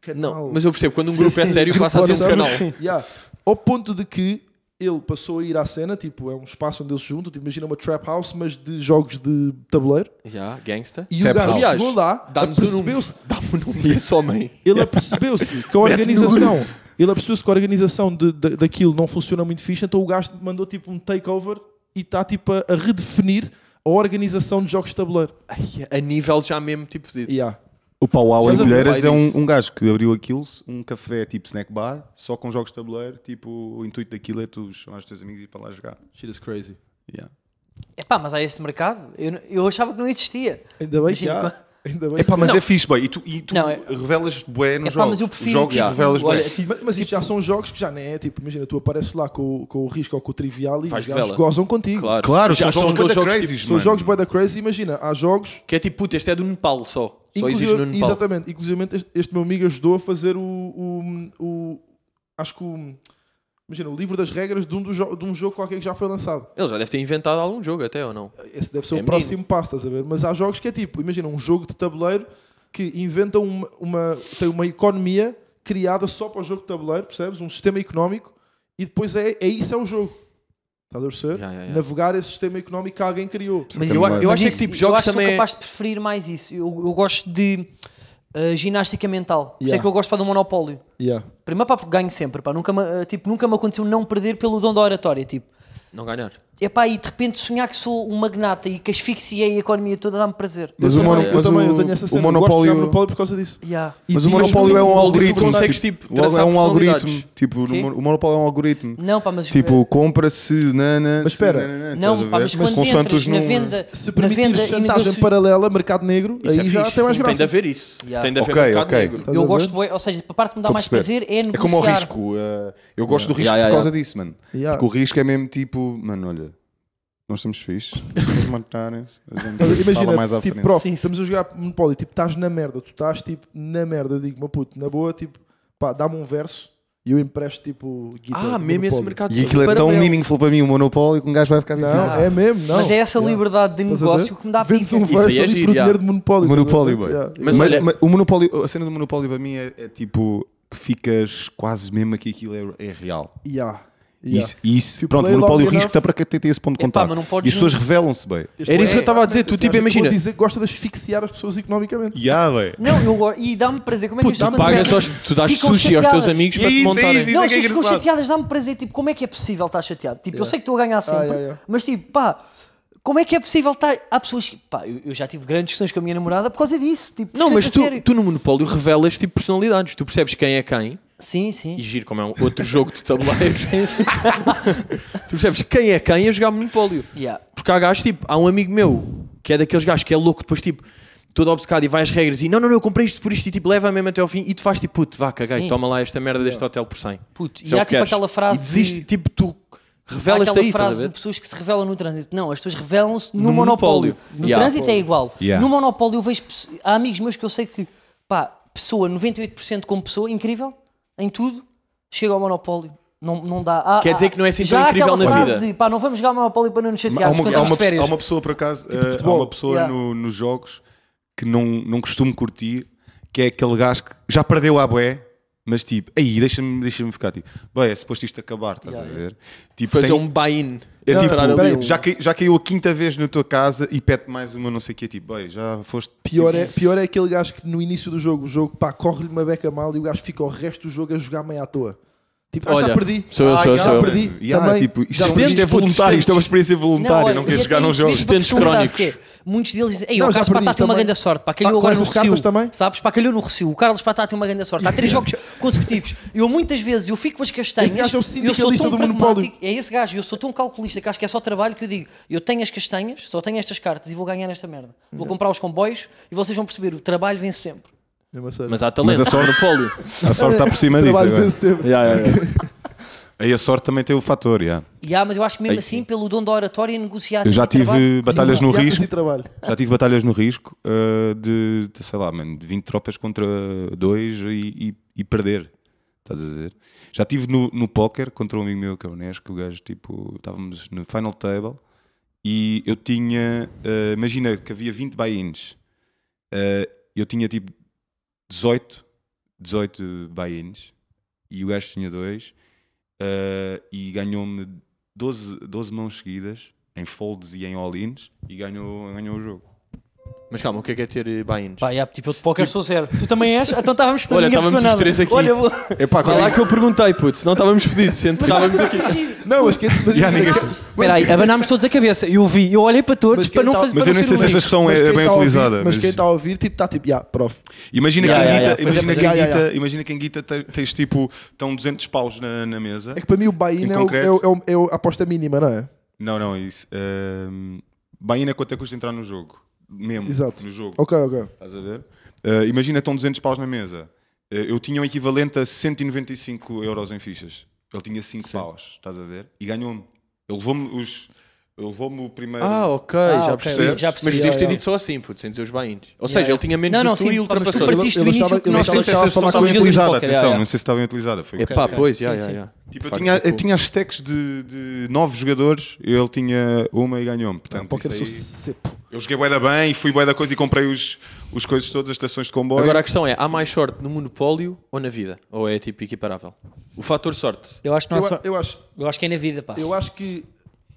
[SPEAKER 6] canal.
[SPEAKER 3] Não, mas eu percebo, quando um grupo é sério, passa a ser um
[SPEAKER 6] WhatsApp.
[SPEAKER 3] canal.
[SPEAKER 6] Yeah. Ao ponto de que ele passou a ir à cena, tipo, é um espaço onde eles se juntam, tipo, imagina uma trap house, mas de jogos de tabuleiro.
[SPEAKER 3] Já, gangsta.
[SPEAKER 6] E o
[SPEAKER 4] Trap
[SPEAKER 6] gajo
[SPEAKER 4] house.
[SPEAKER 6] chegou lá,
[SPEAKER 3] Dá-nos o número.
[SPEAKER 6] apercebeu-se,
[SPEAKER 3] Dá-me o número desse homem. <laughs>
[SPEAKER 6] ele apercebeu-se que a organização, ele apercebeu-se que a organização de, de- daquilo não funciona muito fixe, então o gajo mandou tipo um takeover e está tipo a, a redefinir a organização de jogos de tabuleiro.
[SPEAKER 3] Ai, A nível já mesmo, tipo, fedido.
[SPEAKER 6] Yeah.
[SPEAKER 4] O Pau Au
[SPEAKER 3] Já
[SPEAKER 4] em
[SPEAKER 3] sabia,
[SPEAKER 4] Mulheres
[SPEAKER 3] pai
[SPEAKER 4] é um,
[SPEAKER 3] disso.
[SPEAKER 4] um gajo que abriu aquilo, um café tipo snack bar, só com jogos de tabuleiro. Tipo, o intuito daquilo é tu chamar os teus amigos e ir para lá jogar.
[SPEAKER 3] Shit is crazy.
[SPEAKER 4] Yeah.
[SPEAKER 5] É pá, mas há esse mercado? Eu, eu achava que não existia.
[SPEAKER 6] Ainda bem
[SPEAKER 5] Imagina
[SPEAKER 6] que há.
[SPEAKER 5] quando-
[SPEAKER 6] Ainda bem
[SPEAKER 4] É pá,
[SPEAKER 6] que
[SPEAKER 4] mas
[SPEAKER 5] Não.
[SPEAKER 4] é fixe, boy. E tu, e tu
[SPEAKER 5] Não, é-
[SPEAKER 4] revelas bué nos
[SPEAKER 5] É pá,
[SPEAKER 4] jogos.
[SPEAKER 5] mas eu
[SPEAKER 4] Os
[SPEAKER 5] prefiro,
[SPEAKER 4] jogos
[SPEAKER 5] yeah.
[SPEAKER 4] revelas bué.
[SPEAKER 5] Olha,
[SPEAKER 6] Mas, mas isto já são jogos que já nem é tipo, imagina, tu apareces lá com, o- com o risco ou com o trivial e
[SPEAKER 3] Faz
[SPEAKER 6] os
[SPEAKER 3] de
[SPEAKER 6] gajos
[SPEAKER 3] vela.
[SPEAKER 6] gozam contigo.
[SPEAKER 3] Claro.
[SPEAKER 4] Claro,
[SPEAKER 3] Já
[SPEAKER 4] são
[SPEAKER 3] são
[SPEAKER 4] jogos
[SPEAKER 3] aqueles
[SPEAKER 4] bueda
[SPEAKER 3] jogos,
[SPEAKER 4] crazy,
[SPEAKER 3] tipo,
[SPEAKER 6] São
[SPEAKER 4] mano.
[SPEAKER 6] jogos by the crazy, imagina, há jogos.
[SPEAKER 3] Que é tipo, puto, este é do Nepal só. Só existe no
[SPEAKER 6] inclusive-
[SPEAKER 3] Nepal.
[SPEAKER 6] Exatamente, inclusive este, este meu amigo ajudou a fazer o. o, o- acho que o. Imagina, o livro das regras de um, dos jo- de um jogo qualquer que já foi lançado.
[SPEAKER 3] Ele já deve ter inventado algum jogo até, ou não?
[SPEAKER 6] Esse deve ser
[SPEAKER 3] É
[SPEAKER 6] o
[SPEAKER 3] mínimo.
[SPEAKER 6] próximo passo, estás a ver? Mas há jogos que é tipo, imagina, um jogo de tabuleiro que inventa uma, uma- tem uma economia criada só para o jogo de tabuleiro, percebes? Um sistema económico e depois é, é isso é o jogo. Estás a perceber?
[SPEAKER 3] Já, já, já.
[SPEAKER 6] Navegar esse sistema económico que alguém criou.
[SPEAKER 3] Mas
[SPEAKER 4] Também
[SPEAKER 3] eu,
[SPEAKER 4] vai.
[SPEAKER 3] eu acho é que
[SPEAKER 5] isso-
[SPEAKER 3] tipo jogos
[SPEAKER 5] eu acho que
[SPEAKER 3] também.
[SPEAKER 5] sou
[SPEAKER 3] é-
[SPEAKER 5] capaz de preferir mais isso. Eu, eu gosto de ah, ginástica mental. Por isso é
[SPEAKER 6] Yeah.
[SPEAKER 5] que eu gosto para do monopólio.
[SPEAKER 6] Yeah.
[SPEAKER 5] Primeiro pá, porque ganho sempre, pá. Nunca me, ah, tipo, nunca me aconteceu não perder pelo dom da oratória, tipo.
[SPEAKER 3] Não ganhar.
[SPEAKER 5] É pá, e de repente sonhar que sou um magnata e que asfixiei a economia toda dá-me prazer.
[SPEAKER 4] Mas
[SPEAKER 6] eu
[SPEAKER 4] o
[SPEAKER 6] também,
[SPEAKER 4] mono-
[SPEAKER 6] eu
[SPEAKER 4] mas
[SPEAKER 6] também
[SPEAKER 4] o-
[SPEAKER 6] eu tenho essa
[SPEAKER 4] o
[SPEAKER 6] cena. Eu Gosto de
[SPEAKER 4] monopólio-
[SPEAKER 6] jogar monopólio por causa disso.
[SPEAKER 5] Yeah.
[SPEAKER 6] E tipo,
[SPEAKER 4] Mas o
[SPEAKER 6] dias-
[SPEAKER 4] monopólio é um
[SPEAKER 3] tu
[SPEAKER 4] algoritmo.
[SPEAKER 3] consegues, tipo,
[SPEAKER 4] tipo, logo é
[SPEAKER 3] traçar
[SPEAKER 4] um algoritmo.
[SPEAKER 3] personalidades.
[SPEAKER 4] Tipo,
[SPEAKER 5] Quê?
[SPEAKER 4] o monopólio é um algoritmo.
[SPEAKER 5] Não, pá, mas. eh,
[SPEAKER 4] Tipo, compra-se, nana.
[SPEAKER 6] Mas espera.
[SPEAKER 5] não, pá, mas quando entras na venda,
[SPEAKER 6] Se
[SPEAKER 5] na venda
[SPEAKER 6] permitires
[SPEAKER 5] e
[SPEAKER 6] chantagem
[SPEAKER 5] negócio-
[SPEAKER 6] paralela, mercado negro,
[SPEAKER 3] Isso
[SPEAKER 6] aí
[SPEAKER 3] é
[SPEAKER 6] já
[SPEAKER 3] fixe.
[SPEAKER 6] tem mais
[SPEAKER 3] Tem de
[SPEAKER 6] graça.
[SPEAKER 3] haver isso.
[SPEAKER 5] Yeah.
[SPEAKER 3] Tem de haver
[SPEAKER 4] Ok,
[SPEAKER 3] mercado
[SPEAKER 4] ok.
[SPEAKER 3] negro.
[SPEAKER 6] Estás a
[SPEAKER 5] Eu
[SPEAKER 6] ver?
[SPEAKER 5] gosto, bué- ou seja, a parte que me dá
[SPEAKER 4] Estou a
[SPEAKER 5] mais
[SPEAKER 4] perceber.
[SPEAKER 5] prazer é
[SPEAKER 4] É
[SPEAKER 5] negociar.
[SPEAKER 4] como o risco. eh, eu gosto do risco
[SPEAKER 3] Yeah, yeah,
[SPEAKER 4] por causa disso, mano.
[SPEAKER 6] Yeah.
[SPEAKER 4] Porque o risco é mesmo tipo, mano, olha, nós estamos fixes,
[SPEAKER 6] <laughs>
[SPEAKER 4] vocês matarem, a
[SPEAKER 6] Mas
[SPEAKER 4] gente fala mais à
[SPEAKER 6] Imagina, tipo,
[SPEAKER 4] frente.
[SPEAKER 6] prof,
[SPEAKER 5] Sim, sim.
[SPEAKER 6] estamos a jogar Monopólio, tipo, estás na merda, tu estás, tipo, na merda, eu digo, meu puto, na boa, tipo, pá, dá-me um verso e eu empresto, tipo, guitarra.
[SPEAKER 3] Ah,
[SPEAKER 6] do
[SPEAKER 3] mesmo esse
[SPEAKER 6] Monopólio.
[SPEAKER 3] mercado.
[SPEAKER 4] E aquilo é tão
[SPEAKER 3] paralelo.
[SPEAKER 4] meaningful para mim, o monopólio, que um gajo vai ficar tipo,
[SPEAKER 6] Não,
[SPEAKER 4] ah,
[SPEAKER 6] é mesmo, não.
[SPEAKER 5] Mas é essa
[SPEAKER 6] Yeah.
[SPEAKER 5] liberdade de
[SPEAKER 6] Estás a ver?
[SPEAKER 5] negócio que me dá
[SPEAKER 6] Vendes
[SPEAKER 5] pica. tipo.
[SPEAKER 6] um
[SPEAKER 3] Isso aí
[SPEAKER 6] verso
[SPEAKER 3] é
[SPEAKER 6] ali
[SPEAKER 3] giro,
[SPEAKER 6] por
[SPEAKER 3] já.
[SPEAKER 6] dinheiro de Monopólio.
[SPEAKER 4] Monopólio,
[SPEAKER 6] estás a ver?
[SPEAKER 4] boy.
[SPEAKER 6] Yeah.
[SPEAKER 3] Mas
[SPEAKER 4] Mas,
[SPEAKER 3] olha-
[SPEAKER 4] mas o monopólio, a cena do monopólio para mim é, é tipo que ficas quase mesmo que aquilo é, é real.
[SPEAKER 6] Yeah.
[SPEAKER 4] E
[SPEAKER 6] Yeah.
[SPEAKER 4] Isso, e isso-
[SPEAKER 6] If you
[SPEAKER 4] pronto, o
[SPEAKER 6] play
[SPEAKER 4] monopólio o
[SPEAKER 6] long
[SPEAKER 4] risco está
[SPEAKER 6] enough-
[SPEAKER 4] para que até tem esse ponto de
[SPEAKER 5] Epá,
[SPEAKER 4] contato.
[SPEAKER 5] mas não
[SPEAKER 4] e
[SPEAKER 5] podes
[SPEAKER 4] as pessoas
[SPEAKER 5] nunca-
[SPEAKER 4] revelam-se bem.
[SPEAKER 3] Era isso que eu estava a dizer. Tu, tipo,
[SPEAKER 6] é Este gajo
[SPEAKER 3] imagina.
[SPEAKER 6] acabou de dizer que gosta de asfixiar as pessoas economicamente.
[SPEAKER 4] Yeah, véi.
[SPEAKER 5] Não, eu go- e dá-me prazer. Como é que
[SPEAKER 3] Puto,
[SPEAKER 5] as pessoas
[SPEAKER 3] tu pagas
[SPEAKER 5] ficam
[SPEAKER 3] aos, tu dás
[SPEAKER 5] ficam
[SPEAKER 3] sushi aos teus
[SPEAKER 5] chateadas?
[SPEAKER 3] amigos
[SPEAKER 4] E
[SPEAKER 3] para te
[SPEAKER 4] isso, é
[SPEAKER 3] montarem.
[SPEAKER 4] isso, isso.
[SPEAKER 5] Não,
[SPEAKER 4] é
[SPEAKER 5] as
[SPEAKER 4] que é
[SPEAKER 5] pessoas ficam
[SPEAKER 4] engraçado.
[SPEAKER 5] chateadas, dá-me prazer. Tipo, como é que é possível estar chateado? Tipo, eu sei que estou a ganhar sempre,
[SPEAKER 6] yeah, yeah.
[SPEAKER 5] mas tipo, pá, como é que é possível estar. Há pessoas que. Pá, eu, eu já tive grandes discussões com a minha namorada por causa disso. Tipo,
[SPEAKER 3] Não, mas
[SPEAKER 5] isto
[SPEAKER 3] tu,
[SPEAKER 5] é sério.
[SPEAKER 3] tu no Monopólio revelas tipo personalidades. Tu percebes quem é quem
[SPEAKER 5] Sim, sim.
[SPEAKER 3] e giro como é um outro jogo de tabuleiros. <laughs> tu percebes quem é quem a jogar Monopólio.
[SPEAKER 5] Yeah.
[SPEAKER 3] Porque há gajos tipo, há um amigo meu que é daqueles gajos que é louco, depois tipo, todo obcecado e vai às regras e não, não, não, eu comprei isto por isto e tipo, leva mesmo até ao fim e tu faz tipo, puto, vá, caguei,
[SPEAKER 5] Sim.
[SPEAKER 3] toma lá esta merda deste hotel por 100.
[SPEAKER 5] Puto,
[SPEAKER 3] Se é
[SPEAKER 5] e
[SPEAKER 3] o
[SPEAKER 5] há
[SPEAKER 3] que
[SPEAKER 5] tipo
[SPEAKER 3] queres.
[SPEAKER 5] aquela frase.
[SPEAKER 3] E desiste,
[SPEAKER 5] de-
[SPEAKER 3] tipo, tu
[SPEAKER 5] há
[SPEAKER 3] revelas-te
[SPEAKER 5] aquela
[SPEAKER 3] aí, estás a
[SPEAKER 5] frase
[SPEAKER 3] ver?
[SPEAKER 5] de pessoas que se revelam no trânsito. Não, as pessoas revelam-se no,
[SPEAKER 3] No monopólio.
[SPEAKER 5] monopólio. No
[SPEAKER 3] Yeah.
[SPEAKER 5] trânsito é igual.
[SPEAKER 4] Yeah.
[SPEAKER 5] No monopólio eu vejo. pesso- Há amigos meus que eu sei que, pá, pessoa, 98% como pessoa, incrível, em tudo, chega ao monopólio. Não, não dá. Há-
[SPEAKER 3] Quer dizer
[SPEAKER 5] há-
[SPEAKER 3] que não é assim tão
[SPEAKER 5] já há
[SPEAKER 3] incrível
[SPEAKER 5] aquela
[SPEAKER 3] na
[SPEAKER 5] frase
[SPEAKER 3] vida.
[SPEAKER 5] De, pá, não vamos jogar ao monopólio para não nos
[SPEAKER 4] Há
[SPEAKER 5] chatearmos
[SPEAKER 4] uma,
[SPEAKER 5] quando
[SPEAKER 4] há
[SPEAKER 5] estamos
[SPEAKER 4] uma-
[SPEAKER 5] de férias.
[SPEAKER 4] há uma pessoa, por acaso, eh, há
[SPEAKER 6] Tipo futebol.
[SPEAKER 4] uma pessoa
[SPEAKER 5] Yeah.
[SPEAKER 4] no- nos jogos que não, não costumo curtir, que é aquele gajo que já perdeu a boé, mas tipo, aí deixa-me deixa ficar tipo, bem, é suposto isto acabar, estás a ver? Tipo,
[SPEAKER 3] Fazer
[SPEAKER 4] tem-
[SPEAKER 3] um buy-in.
[SPEAKER 4] é
[SPEAKER 6] Não,
[SPEAKER 4] tipo,
[SPEAKER 6] peraí,
[SPEAKER 4] peraí,
[SPEAKER 6] um-
[SPEAKER 4] já, cai- já caiu a quinta vez na tua casa e pede mais uma, não sei o quê, tipo, bem, já foste. Tipo,
[SPEAKER 6] Pior é, pior é aquele gajo que no início do jogo, o jogo, pá, corre-lhe uma beca mal e o gajo fica o resto do jogo a jogar meio à toa. Tipo, ah,
[SPEAKER 3] Olha,
[SPEAKER 6] já perdi.
[SPEAKER 3] sou eu,
[SPEAKER 6] Ah,
[SPEAKER 3] sou eu,
[SPEAKER 6] já
[SPEAKER 3] sou eu.
[SPEAKER 6] perdi.
[SPEAKER 4] Yeah,
[SPEAKER 6] também,
[SPEAKER 4] tipo, isto,
[SPEAKER 6] já
[SPEAKER 4] isto
[SPEAKER 6] perdi.
[SPEAKER 4] é voluntário, isto é uma experiria voluntária, não,
[SPEAKER 5] olha,
[SPEAKER 4] queres
[SPEAKER 5] e
[SPEAKER 4] jogar
[SPEAKER 5] até
[SPEAKER 4] num
[SPEAKER 5] isso
[SPEAKER 4] jogo.
[SPEAKER 5] diz uma
[SPEAKER 3] Dentes
[SPEAKER 5] personalidade
[SPEAKER 3] crónicos.
[SPEAKER 5] que é, muitos deles dizem, Ei,
[SPEAKER 6] Não,
[SPEAKER 5] o
[SPEAKER 6] já
[SPEAKER 5] Carlos
[SPEAKER 6] perdi
[SPEAKER 5] Patá tem uma
[SPEAKER 6] também.
[SPEAKER 5] grande sorte, pá, calhou
[SPEAKER 6] Ah, com
[SPEAKER 5] agora no
[SPEAKER 6] essas cartas
[SPEAKER 5] Recio.
[SPEAKER 6] também?
[SPEAKER 5] Sabes, pá, calhou no Recio. O Carlos Patá tem uma grande sorte. Há três jogos consecutivos. Eu muitas vezes, eu fico com as castanhas.
[SPEAKER 6] Esse gajo é o
[SPEAKER 5] eu sou
[SPEAKER 6] sindicalista
[SPEAKER 5] tão
[SPEAKER 6] do
[SPEAKER 5] pragmático,
[SPEAKER 6] Monopólio.
[SPEAKER 5] É esse gajo, eu sou tão calculista que acho que é só trabalho que eu digo, eu tenho as castanhas, só tenho estas cartas e vou ganhar nesta merda. Vou comprar os comboios e vocês vão perceber, o trabalho vem sempre.
[SPEAKER 6] Mesmo a sério.
[SPEAKER 3] Mas há talento.
[SPEAKER 4] Mas é a sorte-
[SPEAKER 3] <laughs> Monopólio.
[SPEAKER 4] A sorte está por cima disso. é.
[SPEAKER 6] Trabalho
[SPEAKER 4] agora.
[SPEAKER 6] vencedor.
[SPEAKER 4] Aí a sorte também tem o fator, yeah.
[SPEAKER 5] E há, mas eu acho que mesmo
[SPEAKER 3] Aí
[SPEAKER 5] assim,
[SPEAKER 3] sim.
[SPEAKER 5] pelo dom da oratória, negociar.
[SPEAKER 4] Eu já
[SPEAKER 5] e trabalho-
[SPEAKER 4] tive batalhas no
[SPEAKER 6] Negociatas
[SPEAKER 4] risco.
[SPEAKER 6] e é trabalho.
[SPEAKER 4] Já tive batalhas no risco uh, de, de, sei lá, mano, de 20 tropas contra 2 e, e- e perder. Estás a ver? Já tive no, no póquer contra um amigo meu cabernet, que o gajo, tipo, estávamos no final table e eu tinha, uh, imagina que havia 20 buy-ins. Uh, eu tinha tipo 18, 18 buy-ins e o gajo tinha 2 e ganhou-me 12, 12 mãos seguidas em folds e em all-ins e ganhou, ganhou o jogo.
[SPEAKER 3] Mas calma, o que é que é ter buy-ins?
[SPEAKER 5] Pá, yeah, tipo, eu de póquer sou zero. Tu também és? Então estávamos
[SPEAKER 3] Olha,
[SPEAKER 5] ninguém
[SPEAKER 3] estávamos
[SPEAKER 5] percebeu
[SPEAKER 3] os
[SPEAKER 5] nada.
[SPEAKER 3] três aqui.
[SPEAKER 5] Olha, eu vou...
[SPEAKER 4] Epá,
[SPEAKER 3] Vai lá que eu perguntei, puto, senão estávamos fedidos, se enterrávamos aqui.
[SPEAKER 6] Não, mas que. Mas tá-
[SPEAKER 4] Já ninguém-
[SPEAKER 5] Espera aí, abanámos todos a cabeça. Eu vi, eu olhei para todos
[SPEAKER 6] Mas
[SPEAKER 5] para
[SPEAKER 6] quem
[SPEAKER 5] não
[SPEAKER 6] tá-
[SPEAKER 5] fazer
[SPEAKER 4] Mas
[SPEAKER 5] para
[SPEAKER 4] eu nem
[SPEAKER 5] não
[SPEAKER 4] sei
[SPEAKER 5] ser
[SPEAKER 4] se
[SPEAKER 5] o
[SPEAKER 4] essa expressão
[SPEAKER 5] único.
[SPEAKER 4] é, é bem
[SPEAKER 6] quem tá a
[SPEAKER 4] utilizada.
[SPEAKER 6] Ouvir, mas,
[SPEAKER 4] mas-
[SPEAKER 6] quem está a ouvir, tipo, está tipo, yeah, prof.
[SPEAKER 4] Imagina
[SPEAKER 3] Ya,
[SPEAKER 4] quem
[SPEAKER 3] ya,
[SPEAKER 4] guita,
[SPEAKER 3] ya, pois é,
[SPEAKER 4] imagina
[SPEAKER 6] pois é.
[SPEAKER 4] quem
[SPEAKER 6] Ya, ya,
[SPEAKER 4] guita-
[SPEAKER 6] ya.
[SPEAKER 4] imagina quem guita, te- tens tipo, estão 200 paus na, na mesa.
[SPEAKER 6] É que para mim o Bahia
[SPEAKER 4] Em
[SPEAKER 6] é, o-
[SPEAKER 4] concreto?
[SPEAKER 6] é, o- é, o- é o- a aposta mínima, não é?
[SPEAKER 4] Não, não, é isso. Ehm, Baína quanto é que custa entrar no jogo? Mesmo,
[SPEAKER 6] Exato.
[SPEAKER 4] no jogo.
[SPEAKER 6] Ok, ok.
[SPEAKER 4] Estás a ver? Eh, imagina estão 200 paus na mesa. Eh, eu tinha o equivalente a 195 euros em fichas. Ele tinha 5 paus, estás a ver? E ganhou-me. Ele levou-me os... Ele levou-me o primeiro...
[SPEAKER 3] Ah, ok, já
[SPEAKER 5] ok,
[SPEAKER 3] percebi.
[SPEAKER 4] já
[SPEAKER 5] percebi,
[SPEAKER 3] Mas podias
[SPEAKER 6] já,
[SPEAKER 3] ter
[SPEAKER 6] já.
[SPEAKER 3] dito só assim, puto, sem dizer os buy-ins. Ou
[SPEAKER 5] Yeah,
[SPEAKER 3] seja,
[SPEAKER 5] yeah.
[SPEAKER 3] ele tinha menos
[SPEAKER 5] Não,
[SPEAKER 3] do
[SPEAKER 5] não,
[SPEAKER 3] que
[SPEAKER 5] sim,
[SPEAKER 3] tu e
[SPEAKER 5] pá, mas tu
[SPEAKER 3] ultrapassou.
[SPEAKER 5] partiste do
[SPEAKER 6] Eu
[SPEAKER 5] início
[SPEAKER 6] achava-
[SPEAKER 5] que
[SPEAKER 6] eu
[SPEAKER 5] nós
[SPEAKER 4] Não sei
[SPEAKER 6] achava
[SPEAKER 4] se
[SPEAKER 5] temos
[SPEAKER 4] essa
[SPEAKER 5] essa
[SPEAKER 4] estava bem
[SPEAKER 5] somos jogadores de
[SPEAKER 4] utilizada,
[SPEAKER 5] póquer,
[SPEAKER 4] atenção,
[SPEAKER 5] yeah,
[SPEAKER 4] não sei se estava bem utilizada. Foi o que
[SPEAKER 3] Epá,
[SPEAKER 5] Ok,
[SPEAKER 3] É pois,
[SPEAKER 5] sim,
[SPEAKER 3] já,
[SPEAKER 5] sim.
[SPEAKER 3] já, já.
[SPEAKER 4] Tipo, eu
[SPEAKER 3] Facto,
[SPEAKER 4] tinha, eu
[SPEAKER 3] tipo,
[SPEAKER 4] tinha as stacks de, de nove jogadores, ele tinha uma e ganhou-me. Portanto,
[SPEAKER 6] Póquer
[SPEAKER 4] isso
[SPEAKER 6] sou
[SPEAKER 4] aí-
[SPEAKER 6] sepo.
[SPEAKER 4] eu joguei bué da bem, fui bué da coisa e comprei os, os coisas todas, as estações de comboio.
[SPEAKER 3] Agora a questão é, há mais sorte no monopólio ou na vida? Ou é tipo equiparável? O fator sorte.
[SPEAKER 5] Eu acho que não
[SPEAKER 6] Eu,
[SPEAKER 5] é só...
[SPEAKER 6] a- eu, acho,
[SPEAKER 5] Eu acho que é na vida, pá.
[SPEAKER 6] eu acho que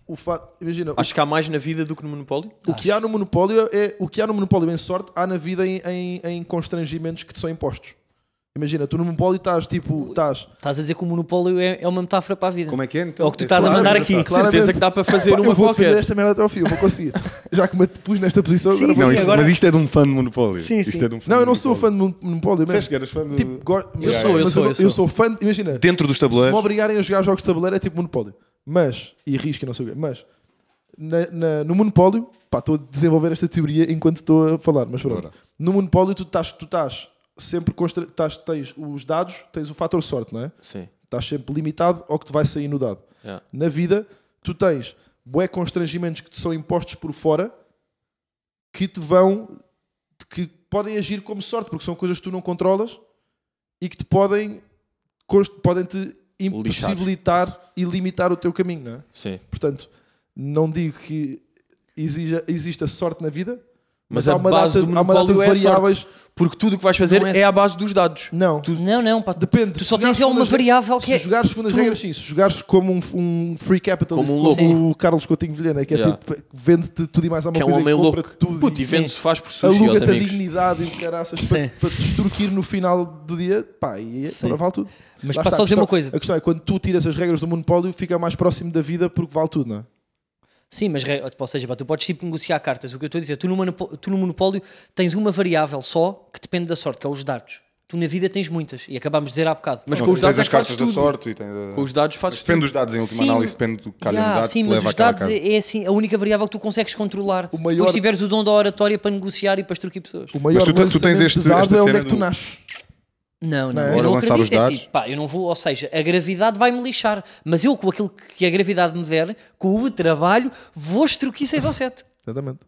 [SPEAKER 6] o fato. Imagina, o-
[SPEAKER 3] Acho que há mais na vida do que no monopólio.
[SPEAKER 6] o, que há no monopólio é o que há no monopólio em sorte, há na vida em, em, em constrangimentos que te são impostos. Imagina, tu no monopólio estás tipo. Estás.
[SPEAKER 5] Estás a dizer que o monopólio é, é uma metáfora para a vida.
[SPEAKER 4] Como é que é? Então?
[SPEAKER 5] É o que tu estás a
[SPEAKER 4] Claro,
[SPEAKER 5] mandar
[SPEAKER 4] é
[SPEAKER 5] aqui.
[SPEAKER 4] engraçado.
[SPEAKER 6] Claramente.
[SPEAKER 3] Certeza que dá para fazer
[SPEAKER 6] Pá, eu
[SPEAKER 3] uma
[SPEAKER 6] vou defender
[SPEAKER 3] qualquer.
[SPEAKER 6] esta merda até ao fim, eu vou conseguir. Já que me pus nesta posição,
[SPEAKER 5] Sim,
[SPEAKER 6] agora vou
[SPEAKER 4] Não,
[SPEAKER 5] sim,
[SPEAKER 4] isto,
[SPEAKER 5] agora-
[SPEAKER 4] mas isto é de um fã de Monopólio.
[SPEAKER 5] Sim,
[SPEAKER 4] Isto
[SPEAKER 5] sim.
[SPEAKER 4] é de um fã
[SPEAKER 6] Não,
[SPEAKER 4] de
[SPEAKER 6] eu não sou
[SPEAKER 4] Monopólio.
[SPEAKER 6] fã de mon- monopólio
[SPEAKER 4] Disseste
[SPEAKER 6] mesmo.
[SPEAKER 4] que eras fã do...
[SPEAKER 6] Tipo, go-
[SPEAKER 5] Eu sou, é eu
[SPEAKER 6] mas
[SPEAKER 5] sou,
[SPEAKER 6] não-
[SPEAKER 5] eu
[SPEAKER 6] Eu
[SPEAKER 5] sou.
[SPEAKER 6] sou fã, de- imagina.
[SPEAKER 4] Dentro dos
[SPEAKER 6] Se me
[SPEAKER 4] tabuleiros.
[SPEAKER 6] obrigarem a jogar jogos de tabuleiro é tipo monopólio. Mas, e risco e não sei o quê, mas na- na- no monopólio, pá, estou a desenvolver esta teoria enquanto estou a falar, mas pronto.
[SPEAKER 4] Bora.
[SPEAKER 6] No monopólio tu estás, tu estás sempre constra, estás, tens os dados, tens o fator sorte, não é?
[SPEAKER 3] Sim.
[SPEAKER 6] Estás sempre limitado ao que te vai sair no dado.
[SPEAKER 3] Yeah.
[SPEAKER 6] Na vida, tu tens bué constrangimentos que te são impostos por fora que te vão que podem agir como sorte, porque são coisas que tu não controlas e que te podem cons- podem te impossibilitar e limitar o teu caminho, não é?
[SPEAKER 3] Sim.
[SPEAKER 6] Portanto, não digo que exija, exista sorte na vida, mas,
[SPEAKER 3] Mas a
[SPEAKER 6] há uma
[SPEAKER 3] base
[SPEAKER 6] data,
[SPEAKER 3] do
[SPEAKER 6] há uma data de
[SPEAKER 3] monopólio é a
[SPEAKER 6] variáveis.
[SPEAKER 3] Porque tudo o que vais fazer
[SPEAKER 5] Não é
[SPEAKER 3] é... à base dos dados.
[SPEAKER 6] Não,
[SPEAKER 5] Não, não, pá.
[SPEAKER 6] depende.
[SPEAKER 5] Tu
[SPEAKER 6] Se
[SPEAKER 5] só
[SPEAKER 6] jogares
[SPEAKER 5] tens é uma
[SPEAKER 6] segundo as re-
[SPEAKER 5] variável que
[SPEAKER 6] Se
[SPEAKER 5] é.
[SPEAKER 6] jogares segundo as
[SPEAKER 5] tu-
[SPEAKER 6] regras, sim. Se jogares como um, um free capitalist,
[SPEAKER 3] Como um louco.
[SPEAKER 6] como o Carlos Coutinho Vilhena, que é
[SPEAKER 3] Yeah.
[SPEAKER 6] tipo, vende-te tudo e mais alguma
[SPEAKER 3] Que é um
[SPEAKER 6] coisa
[SPEAKER 3] homem
[SPEAKER 6] e compra
[SPEAKER 3] louco.
[SPEAKER 6] tudo.
[SPEAKER 3] Puto,
[SPEAKER 6] e
[SPEAKER 3] e vende-se faz por sushi aos
[SPEAKER 6] aluga-te a
[SPEAKER 3] amigos.
[SPEAKER 6] dignidade e o caraças
[SPEAKER 5] Sim.
[SPEAKER 6] para, para te extorquir no final do dia, pá, e
[SPEAKER 5] Sim.
[SPEAKER 6] pá, vale tudo.
[SPEAKER 5] Mas
[SPEAKER 6] Lá
[SPEAKER 5] para
[SPEAKER 6] está,
[SPEAKER 5] só
[SPEAKER 6] a
[SPEAKER 5] dizer
[SPEAKER 6] questão-
[SPEAKER 5] uma coisa.
[SPEAKER 6] A questão é quando tu tiras as regras do monopólio, fica mais próximo da vida porque vale tudo, não é?
[SPEAKER 5] Sim, mas re- ou seja, pá, tu podes tipo negociar cartas. O que eu estou a dizer, tu no, monopo- tu no monopólio tens uma variável só que depende da sorte, que é os dados. Tu na vida tens muitas e acabámos de dizer há bocado.
[SPEAKER 3] Mas
[SPEAKER 4] Não,
[SPEAKER 3] com os
[SPEAKER 4] tens
[SPEAKER 3] dados
[SPEAKER 4] as
[SPEAKER 3] é que fazes
[SPEAKER 4] cartas da
[SPEAKER 3] tudo.
[SPEAKER 4] sorte e tens a-
[SPEAKER 3] Com os dados fazes
[SPEAKER 4] Mas depende dos dados em última
[SPEAKER 5] Sim.
[SPEAKER 4] análise, depende do calhar
[SPEAKER 5] Yeah,
[SPEAKER 4] um dado
[SPEAKER 5] sim,
[SPEAKER 4] que
[SPEAKER 5] mas
[SPEAKER 4] leva
[SPEAKER 5] os
[SPEAKER 4] àquela
[SPEAKER 5] dados
[SPEAKER 4] carta.
[SPEAKER 5] é, é assim a única variável que tu consegues controlar.
[SPEAKER 6] O maior-
[SPEAKER 5] Depois tiveres o dom da oratória para negociar e para extorquir pessoas.
[SPEAKER 6] O maior
[SPEAKER 4] tu te- tu
[SPEAKER 6] lançamento
[SPEAKER 4] tens este-
[SPEAKER 6] de dado
[SPEAKER 4] esta
[SPEAKER 6] é onde
[SPEAKER 4] cena
[SPEAKER 6] é que tu
[SPEAKER 4] do-
[SPEAKER 6] nasces.
[SPEAKER 5] Não, não,
[SPEAKER 6] Não é?
[SPEAKER 5] eu
[SPEAKER 4] Ora,
[SPEAKER 5] não
[SPEAKER 4] lançar
[SPEAKER 5] acredito.
[SPEAKER 4] os
[SPEAKER 5] É
[SPEAKER 4] dados.
[SPEAKER 5] tipo, pá, eu não vou, ou seja, a gravidade vai me lixar, mas eu com aquilo que a gravidade me der, com o trabalho, vou extorquir 6 ou 7.
[SPEAKER 6] Exatamente.